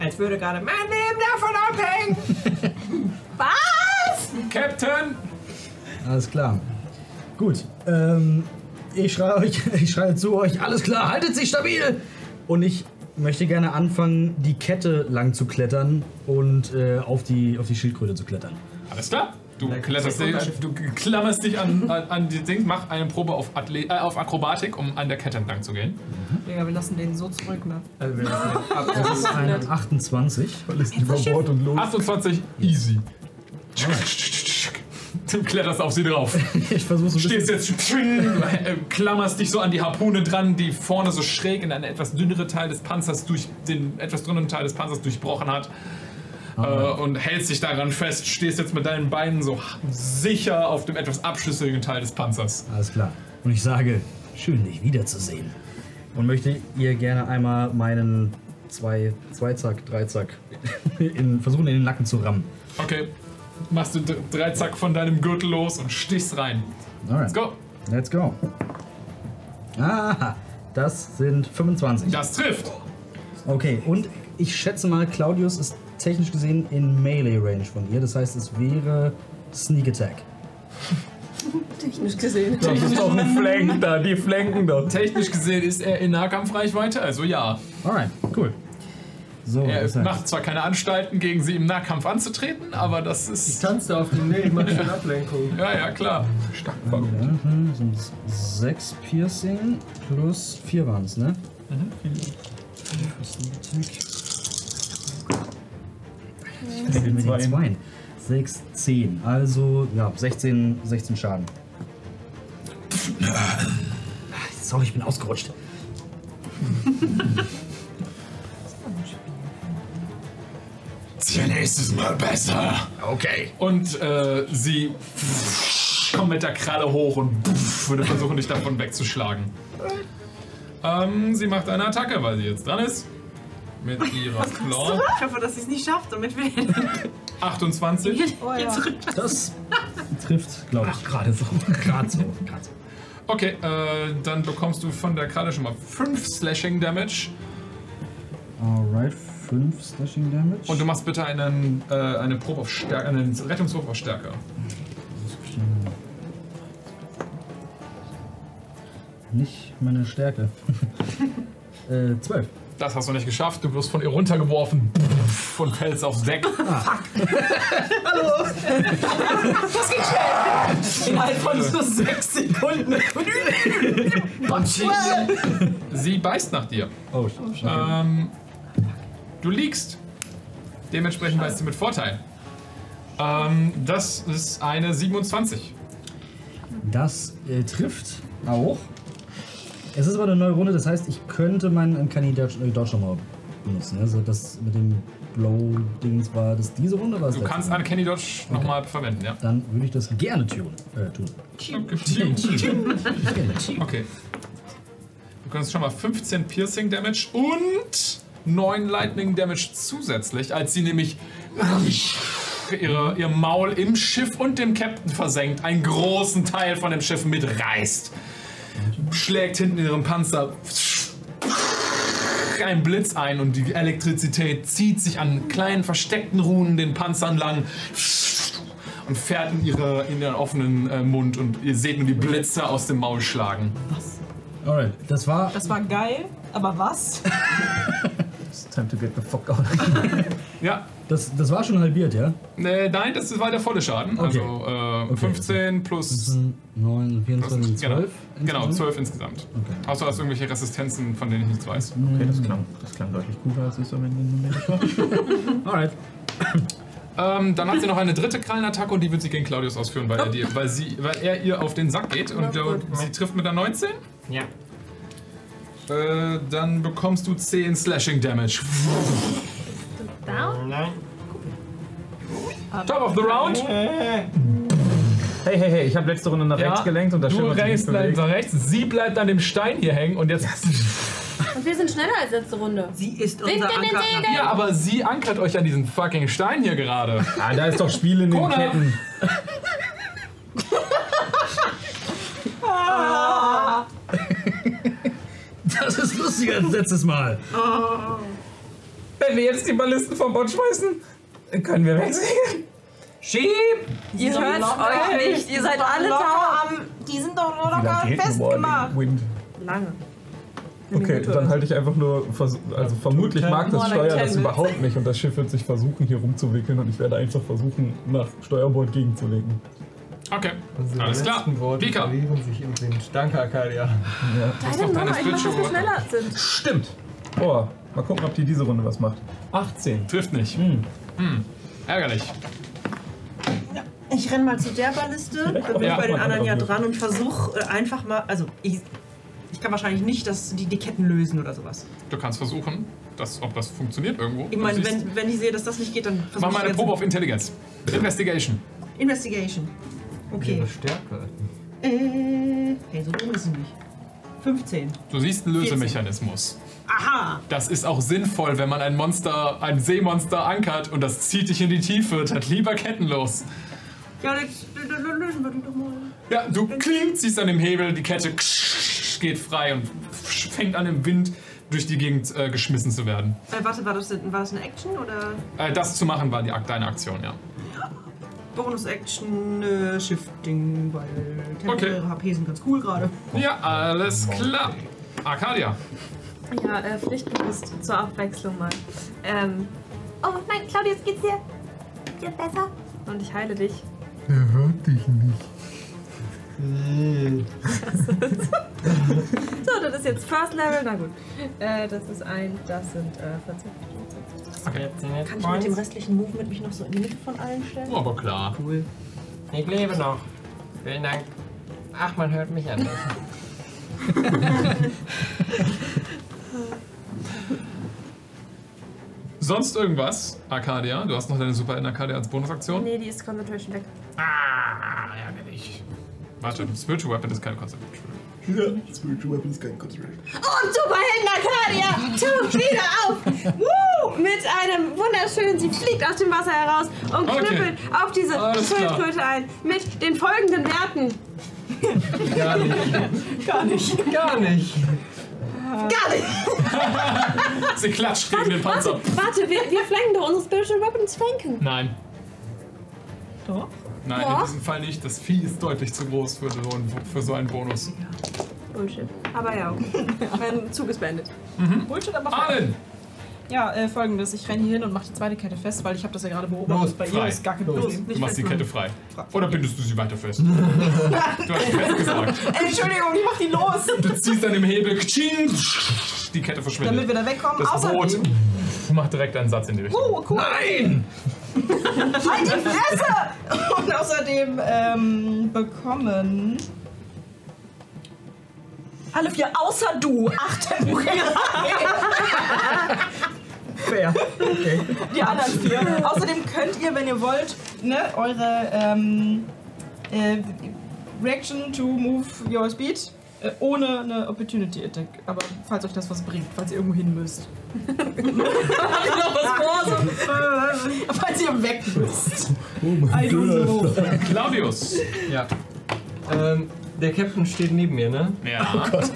Als würde gerade mein
Leben davon abhängen.
Was?
Captain!
Alles klar. Gut. Ähm, ich, schreie euch, ich schreie zu euch, alles klar, haltet sich stabil! Und ich möchte gerne anfangen, die Kette lang zu klettern und äh, auf, die, auf die Schildkröte zu klettern.
Alles klar. Du, kletterst, du klammerst dich an, an, an die Dings, mach eine Probe auf, Atle äh, auf Akrobatik, um an der Kette entlang zu gehen.
Digga, wir lassen den so zurück, ne?
Also,
Das ist eine 28.
Verlässt über Bord und los.
28, easy. Du kletterst auf sie drauf.
Ich versuche so ein
Stehst jetzt, äh, klammerst dich so an die Harpune dran, die vorne so schräg in einen etwas dünneren Teil des Panzers durch den etwas dünneren Teil des Panzers durchbrochen hat.
Oh
Äh, und hältst dich daran fest, stehst jetzt mit deinen Beinen so sicher auf dem etwas abschüssigen Teil des Panzers.
Alles klar. Und ich sage, schön dich wiederzusehen. Und möchte ihr gerne einmal meinen zwei, Zweizack, Dreizack in, versuchen in den Nacken zu rammen.
Okay, machst du d- drei Zack von deinem Gürtel los und stichst rein.
Let's
go.
Let's go. Ah, das sind 25.
Das trifft.
Okay, und ich schätze mal, Claudius ist technisch gesehen in Melee-Range von ihr. Das heißt, es wäre Sneak Attack.
Technisch gesehen.
Das ist doch ein Flanker, die flanken doch.
Technisch gesehen ist er in Nahkampfreichweite, also ja.
Alright, cool. So,
Er
das heißt-
macht zwar keine Anstalten, gegen sie im Nahkampf anzutreten, aber das ist. Ich
tanze auf dem Weg, mach schon Ablenkung.
Ja, ja, klar. Stark.
Mhm, sind sechs Piercing plus vier waren es, ne? Ich will mit den Zweien. Sechs, zehn. Also, ja, 16, 16 Schaden. Ah, Sorry, ich bin ausgerutscht.
Nächstes Mal besser.
Okay.
Und äh, sie kommt mit der Kralle hoch und würde versuchen, dich davon wegzuschlagen. Ähm, sie macht eine Attacke, weil sie jetzt dran ist. Mit ihrer Claw.
Ich hoffe, dass sie es nicht schafft, damit wir
28.
oh, ja.
Das trifft, glaube ich. gerade so. Gerade so. Gerade so.
Okay, äh, dann bekommst du von der Kralle schon mal 5 Slashing Damage.
Alright, fünf Slashing Damage.
Und du machst bitte einen, äh, eine Probe auf Stärke, einen Rettungswurf auf Stärke.
Nicht meine Stärke. äh, zwölf.
Das hast du nicht geschafft, du wirst von ihr runtergeworfen und fällst aufs Deck.
Hallo! Das geht schnell!
Innerhalb von so
sechs Sekunden.
Sie beißt nach dir.
Oh,
ähm, Du liegst. Dementsprechend beißt sie mit Vorteil. Ähm, das ist eine 27.
Das äh, trifft auch. Es ist aber eine neue Runde, das heißt, ich könnte meinen Uncanny Dodge, äh, Dodge nochmal benutzen. Also das mit dem Blow-Dings war das diese Runde? War das
Du
letzte
kannst
Mal?
Uncanny Dodge
Okay.
nochmal verwenden, ja.
Dann würde ich das gerne tun. Äh, tun.
Okay. Du kannst schon mal 15 Piercing Damage und 9 Lightning Damage zusätzlich, als sie nämlich ihre, ihr Maul im Schiff und dem Captain versenkt, einen großen Teil von dem Schiff mitreißt. Schlägt hinten ihren Panzer ein Blitz ein und die Elektrizität zieht sich an kleinen versteckten Runen den Panzern lang und fährt in, ihre, in ihren offenen äh, Mund und ihr seht nur die Blitze aus dem Maul schlagen.
Alright, das war.
Das war geil, aber was?
It's time to get the fuck out.
ja.
Das, das war schon halbiert, ja?
Äh, nein, das war der volle Schaden.
Okay.
Also äh, 15 plus.
9, 24,
genau,
12.
genau, 12 insgesamt. Außer du hast irgendwelche Resistenzen, von denen ich nichts weiß.
Okay, das klang, das klang deutlich cooler, als ich so am Ende gemerkt habe.
Alright.
Ähm, dann hat sie noch eine dritte Krallenattacke und die wird sie gegen Claudius ausführen, weil, er, dir, weil, sie, weil er ihr auf den Sack geht und äh, sie trifft mit der 19.
Ja.
Äh, dann bekommst du 10 Slashing Damage.
Nein.
Top of the round.
Äh.
Hey,
hey, hey, ich habe letzte Runde nach rechts gelenkt und das
Du
Schiff hat sich
rechts,
nicht
bleibst
bewegt.
nach rechts, sie bleibt an dem Stein hier hängen und jetzt.
Und wir sind schneller als letzte Runde.
Sie ist
Sinkt
unser
in den
Anker-
Segel!
Ja, aber sie ankert euch an diesen fucking Stein hier gerade.
Ah, da ist doch Spiel in den
Kona.
Ketten.
Ah.
Das ist lustiger als letztes Mal.
Oh.
Wenn wir jetzt die Ballisten vom Bord schmeißen, können wir wegsegeln. Schieb!
Ihr
Die
hört
sind
euch
doch locker-
nicht, ihr
die
seid
sind doch
alle
locker
taub.
am- Die sind doch nur locker festgemacht.
Wind.
Lange.
Okay, dann halte ich einfach nur, vers- also vermutlich mag das
More like
Steuer das
Tennis.
überhaupt nicht und das Schiff wird sich versuchen hier rumzuwickeln und ich werde einfach versuchen nach Steuerbord gegenzulenken.
Okay, alles klar.
Worte
Pika.
verlieren sich im Wind. Danke, Arcadia.
Das
Deine Nummer, ich weiß, dass wir schneller sind.
Stimmt. Oh, mal gucken, ob die diese Runde was Hm. macht. 18.
Hm.
Trifft nicht. Ärgerlich.
Ich renn mal zu der Balliste,
Vielleicht
dann
auch
bin ich
ja,
bei den
man
anderen
hat
ja
auch
dran und versuche äh, einfach mal. Also, ich, ich kann wahrscheinlich nicht das, die, die Ketten lösen oder sowas.
Du kannst versuchen, dass, ob das funktioniert irgendwo.
Ich meine,
Du siehst-
wenn, wenn ich sehe, dass das nicht geht, dann versuche
Mach
ich.
mal eine
jetzt-
Probe auf Intelligenz. Investigation.
Investigation. Okay.
Stärke.
Äh, hey, so dumm ist sie nicht. 15.
Du siehst einen Lösemechanismus.
Aha!
Das ist auch sinnvoll, wenn man ein Monster, ein Seemonster ankert und das zieht dich in die Tiefe. Dann lieber kettenlos.
Ja, dann dann- dann lösen wir die doch mal.
Ja, du klingt, ziehst an dem Hebel, die Kette geht frei und fängt an im Wind durch die Gegend äh, geschmissen zu werden.
Äh, warte, war das, war das eine Action oder
Äh, das zu machen war die, Ak- deine Aktion, ja.
Bonus-Action, äh, Shifting, weil temporäre HP sind ganz cool gerade.
Ja, alles klar. Arcadia.
Ja, äh, Pflichtbewusst zur Abwechslung mal. Ähm, oh nein, Claudius, geht's dir? Geht's besser? Und ich heile dich.
Er hört dich nicht.
So, das ist jetzt First Level. Na gut. Äh, das ist ein, das sind äh, 14.
Okay.
Kann ich mit dem restlichen Movement mich noch so in die Mitte von allen stellen?
Oh, Aber klar.
Cool.
Ich lebe noch. Vielen Dank. Ach, man hört mich an.
Sonst irgendwas, Arcadia? Du hast noch deine Super in Arcadia als Bonusaktion?
Nee, die ist Concentration weg.
Ah, ärgerlich. Warte, Spiritual Weapon ist keine Konzentration.
Ja, Spiritual Weapon ist kein Concentration.
Und Superhelden Arcadia taucht wieder auf. Woo! Mit einem wunderschönen, sie fliegt aus dem Wasser heraus und
Okay.
knüppelt auf diese
Alles klar.
Schildkröte ein. Mit den folgenden Werten.
Gar nicht. Gar nicht. Gar nicht.
Ah.
Gar nicht.
Sie klatscht gegen den Panzer.
Warte, wir, wir flanken doch unsere Spiritual Weapons flanken.
Nein.
Doch.
Nein,
Ja.
in diesem Fall nicht. Das Vieh ist deutlich zu groß für so einen, für so einen Bonus.
Bullshit.
Aber ja, mein Zug ist beendet.
Mhm.
Bullshit, aber
Allen!
Ja, äh, folgendes. Ich renne hier hin und mache die zweite Kette fest, weil ich habe das ja gerade beobachtet.
Los,
Bei ihr
frei.
ist gar kein
Los,
Problem.
Du machst die Kette frei. Oder bindest du sie weiter fest? du hast fest gesagt.
Entschuldigung, ich mach die los.
Du ziehst an dem Hebel. Kching, die Kette verschwindet.
Damit wir da wegkommen,
Das
außerdem-
Boot macht direkt einen Satz in die Richtung.
Oh, cool.
Nein!
Halt die Fresse! Und außerdem ähm, bekommen. Alle vier, außer du, acht temporäre HP.
Fair. Okay.
Die anderen vier. Außerdem könnt ihr, wenn ihr wollt, ne, eure ähm, äh, Reaction to move your speed äh, ohne eine Opportunity Attack. Aber falls euch das was bringt, falls ihr irgendwo hin müsst. Hab ich noch was vor? So. falls ihr weg müsst.
Oh mein
Claudius!
Ja. Ähm, der Captain steht neben mir, ne?
Ja.
Oh Gott.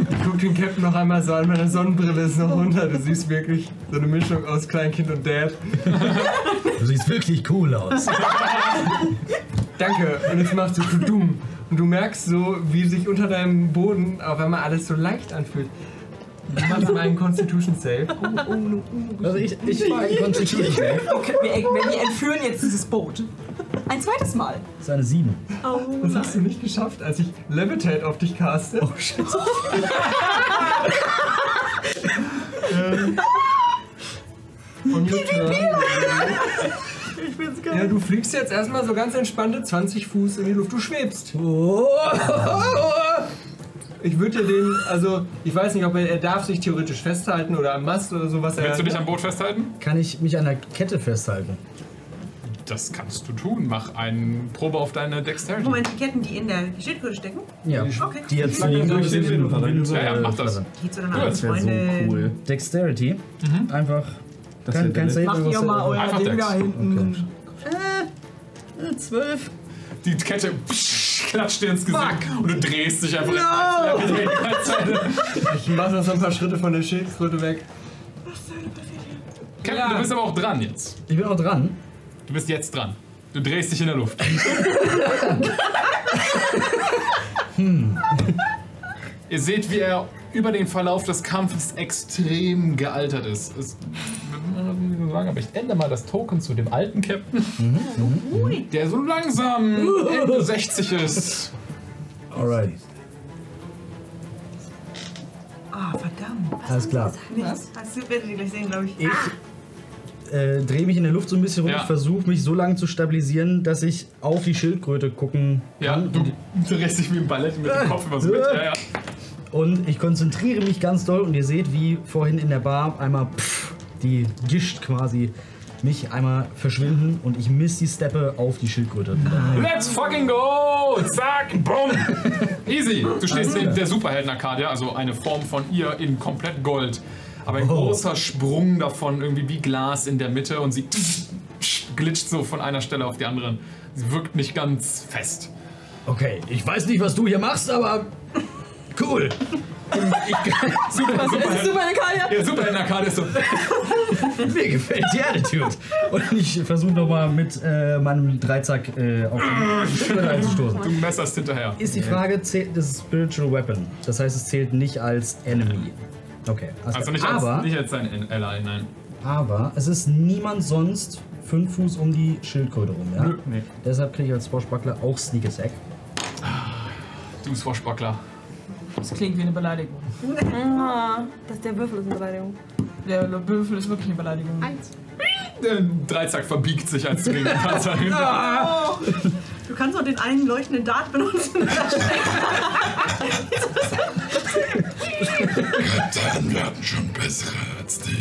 Ich guck den Captain noch einmal so an, meine Sonnenbrille ist noch runter. Du siehst wirklich so eine Mischung aus Kleinkind und Dad.
Du siehst wirklich cool aus.
Danke. Und jetzt machst du dumm. Und du merkst so, wie sich unter deinem Boden auf einmal alles so leicht anfühlt. Mach mal einen Constitution Save.
Also ich, ich war ein Constitution Save.
Okay, wir, wir wir entführen jetzt dieses Boot. Ein zweites Mal.
Das ist eine 7.
Oh
Das hast du nicht geschafft, als ich Levitate auf dich caste. Oh shit. Von mir
Ich bin's
Ja, du fliegst jetzt erstmal so ganz entspannte 20 Fuß in die Luft. Du schwebst. Ich würde dir den, also ich weiß nicht, ob er, er darf sich theoretisch festhalten oder am Mast oder so, was er.
Willst du dich am Boot festhalten?
Kann ich mich an der Kette festhalten?
Das kannst du tun. Mach eine Probe auf deine Dexterity.
Moment, die Ketten, die in der Schildkröte stecken?
Ja.
Okay.
Die jetzt fliegen durch den Wind.
Ja, ja, mach das.
Geht zu deiner
Ja, das wäre so
Freundin.
cool. Dexterity. Einfach.
Das
Kein,
wär
kein
der
Save, aber
letzte. Macht ihr
was-
mal
Ah,
euer Einfach Ding Dex. da hinten.
Äh, zwölf.
Die Kette klatscht dir ins Gesicht und du drehst dich einfach.
Ich mach noch so ein paar Schritte von der Schildkröte weg.
Captain, du bist aber auch dran jetzt.
Ich bin auch dran.
Du bist jetzt dran. Du drehst dich in der Luft. Ihr seht, wie er über den Verlauf des Kampfes extrem gealtert ist. Es, aber ich ändere mal das Token zu dem alten Captain, der so langsam Ende 60 ist.
Alright.
Ah, verdammt.
Alles klar.
Ah, Ah.
Nichts. Das werdet ihr gleich sehen, glaube ich.
Ich äh, drehe mich in der Luft so ein bisschen rum.
Ja.
Ich versuche mich so lange zu stabilisieren, dass ich auf die Schildkröte gucken
Ja, du drehst dich wie ein Ballett mit dem Kopf über so mit. Ja, ja.
Und ich konzentriere mich ganz doll und ihr seht, wie vorhin in der Bar einmal pff, die Gischt quasi mich einmal verschwinden und ich miss die Steppe auf die Schildkröte.
Let's fucking go! Zack, bumm! Easy! Du stehst neben der Superhelden Arcadia, also eine Form von ihr in komplett Gold. Aber
Oh.
ein großer Sprung davon, irgendwie wie Glas in der Mitte und sie glitscht so von einer Stelle auf die andere. Sie wirkt nicht ganz fest.
Okay, ich weiß nicht, was du hier machst, aber cool.
Super,
Superhelden- Super Arcadia.
Ja, Superhelden Arcadia ist so.
Mir gefällt die Attitude. Und ich versuche nochmal mit äh, meinem Dreizack äh, auf die Schildkröte einzustoßen.
Du messerst hinterher.
Ist die Frage, zählt das ist Spiritual Weapon? Das heißt, es zählt nicht als Enemy. Okay.
Also nicht
aber,
als, nicht als sein Ally, nein.
aber es ist niemand sonst fünf Fuß um die Schildkröte rum, ja?
Nö, nee.
Deshalb kriege ich als Swashbuckler auch Sneak Attack.
Du Swashbuckler.
Das klingt wie eine Beleidigung.
Ah. Das ist der Würfel ist eine Beleidigung.
Der Würfel ist wirklich eine Beleidigung. Eins.
Der Dreizack verbiegt sich als du gegen den Panzer hin.
Ah. Du kannst auch den einen leuchtenden Dart benutzen.
Dann werden schon bessere als die.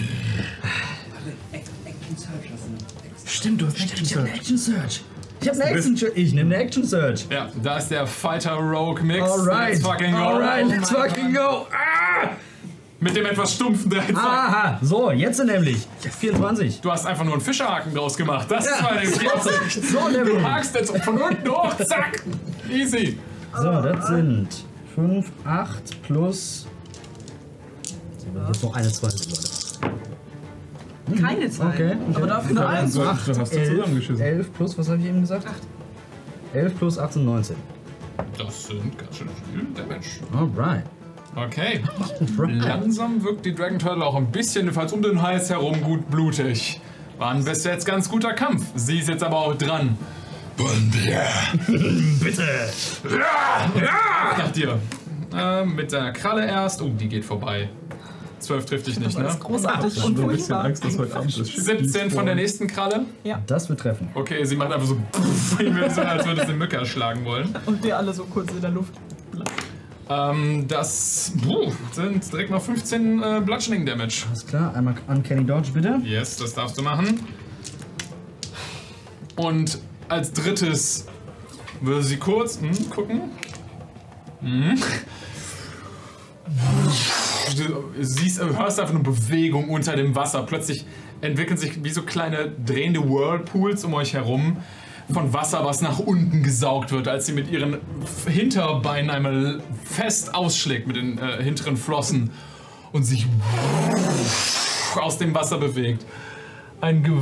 Stimmt, du hast Action Search. Action Search. Ich hab eine
Du bist-
Action Search. Ich nehme eine Action Search.
Ja, da ist der Fighter Rogue Mix.
Alright.
Let's fucking go.
Alright, let's
Oh mein
fucking go. Ah!
Mit dem etwas stumpfen Dreizack.
Aha, so, jetzt nämlich. 24.
Du hast einfach nur einen Fischerhaken draus gemacht. Das
Ja,
ist
so-
meine Absicht.
so nämlich.
Du hakst jetzt von unten hoch, zack. Easy.
So, das sind 5, 8 plus. Jetzt noch eine 20, Leute.
Keine Zahl.
Okay.
Aber dafür eine Eins.
Acht,
Du hast
elf,
zusammengeschissen.
11 plus, was habe ich eben gesagt? 8. 11 plus 18, 19.
Das sind ganz schön viel Damage.
Alright.
Okay. Langsam wirkt die Dragon Turtle auch ein bisschen, jedenfalls um den Hals herum, gut blutig. War ein bis jetzt ganz guter Kampf. Sie ist jetzt aber auch dran. Wollen wir?
Bitte!
Nach dir. Ähm, mit deiner Kralle erst. Oh, die geht vorbei. 12 trifft dich nicht, ne?
Das ist großartig Ich hab und schon ein bisschen furchtbar. Angst, dass heute Abend das Schiff
17 von der
liegt.
nächsten Kralle.
Ja. Das wird treffen.
Okay, sie macht einfach so, so als würde sie eine Mücke erschlagen wollen.
Und wir alle so kurz in der Luft.
Ähm, das puh, sind direkt mal 15 äh, Bludgeoning Damage.
Alles klar, einmal Uncanny Dodge bitte.
Yes, das darfst du machen. Und als drittes würde sie kurz hm, gucken. Hm. Du siehst, hörst einfach eine Bewegung unter dem Wasser. Plötzlich entwickeln sich wie so kleine drehende Whirlpools um euch herum von Wasser, was nach unten gesaugt wird, als sie mit ihren Hinterbeinen einmal fest ausschlägt mit den äh, hinteren Flossen und sich aus dem Wasser bewegt. Ein Ge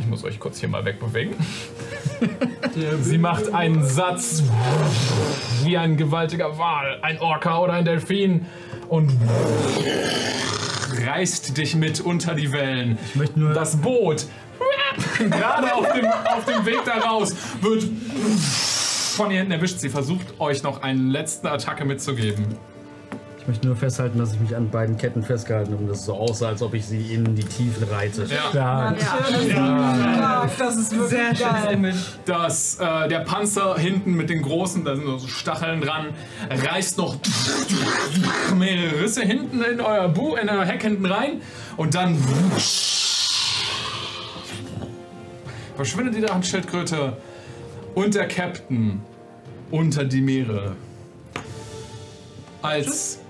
Ich muss euch kurz hier mal wegbewegen. Sie macht einen Satz wie ein gewaltiger Wal, ein Orca oder ein Delfin und reißt dich mit unter die Wellen. Ich möchte nur das Boot gerade auf dem, auf dem Weg da raus wird von ihr hinten erwischt. Sie versucht euch noch eine letzte Attacke mitzugeben.
Ich möchte nur festhalten, dass ich mich an beiden Ketten festgehalten habe und das so aussah, als ob ich sie in die Tiefen reite.
Ja.
Stark.
Das ist wirklich
Sehr schönes
geil.
Image. Dass äh, der Panzer hinten mit den großen, da sind noch so Stacheln dran, reißt noch mehrere Risse hinten in euer Bu, in euer Heck hinten rein und dann verschwindet die Drachenschildkröte und der Captain unter die Meere. Als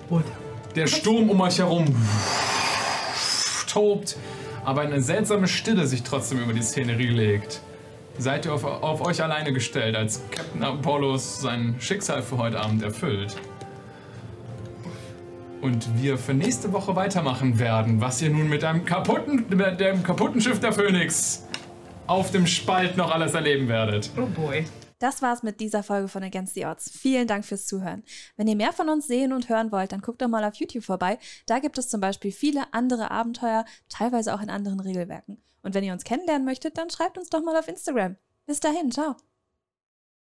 der Sturm um euch herum tobt, aber eine seltsame Stille sich trotzdem über die Szenerie legt. Seid ihr auf, auf euch alleine gestellt, als Captain Apollos sein Schicksal für heute Abend erfüllt. Und wir für nächste Woche weitermachen werden, was ihr nun mit einem kaputten, mit dem kaputten Schiff der Phoenix auf dem Spalt noch alles erleben werdet.
Oh boy.
Das war's mit dieser Folge von Against the Odds. Vielen Dank fürs Zuhören. Wenn ihr mehr von uns sehen und hören wollt, dann guckt doch mal auf YouTube vorbei. Da gibt es zum Beispiel viele andere Abenteuer, teilweise auch in anderen Regelwerken. Und wenn ihr uns kennenlernen möchtet, dann schreibt uns doch mal auf Instagram. Bis dahin, ciao.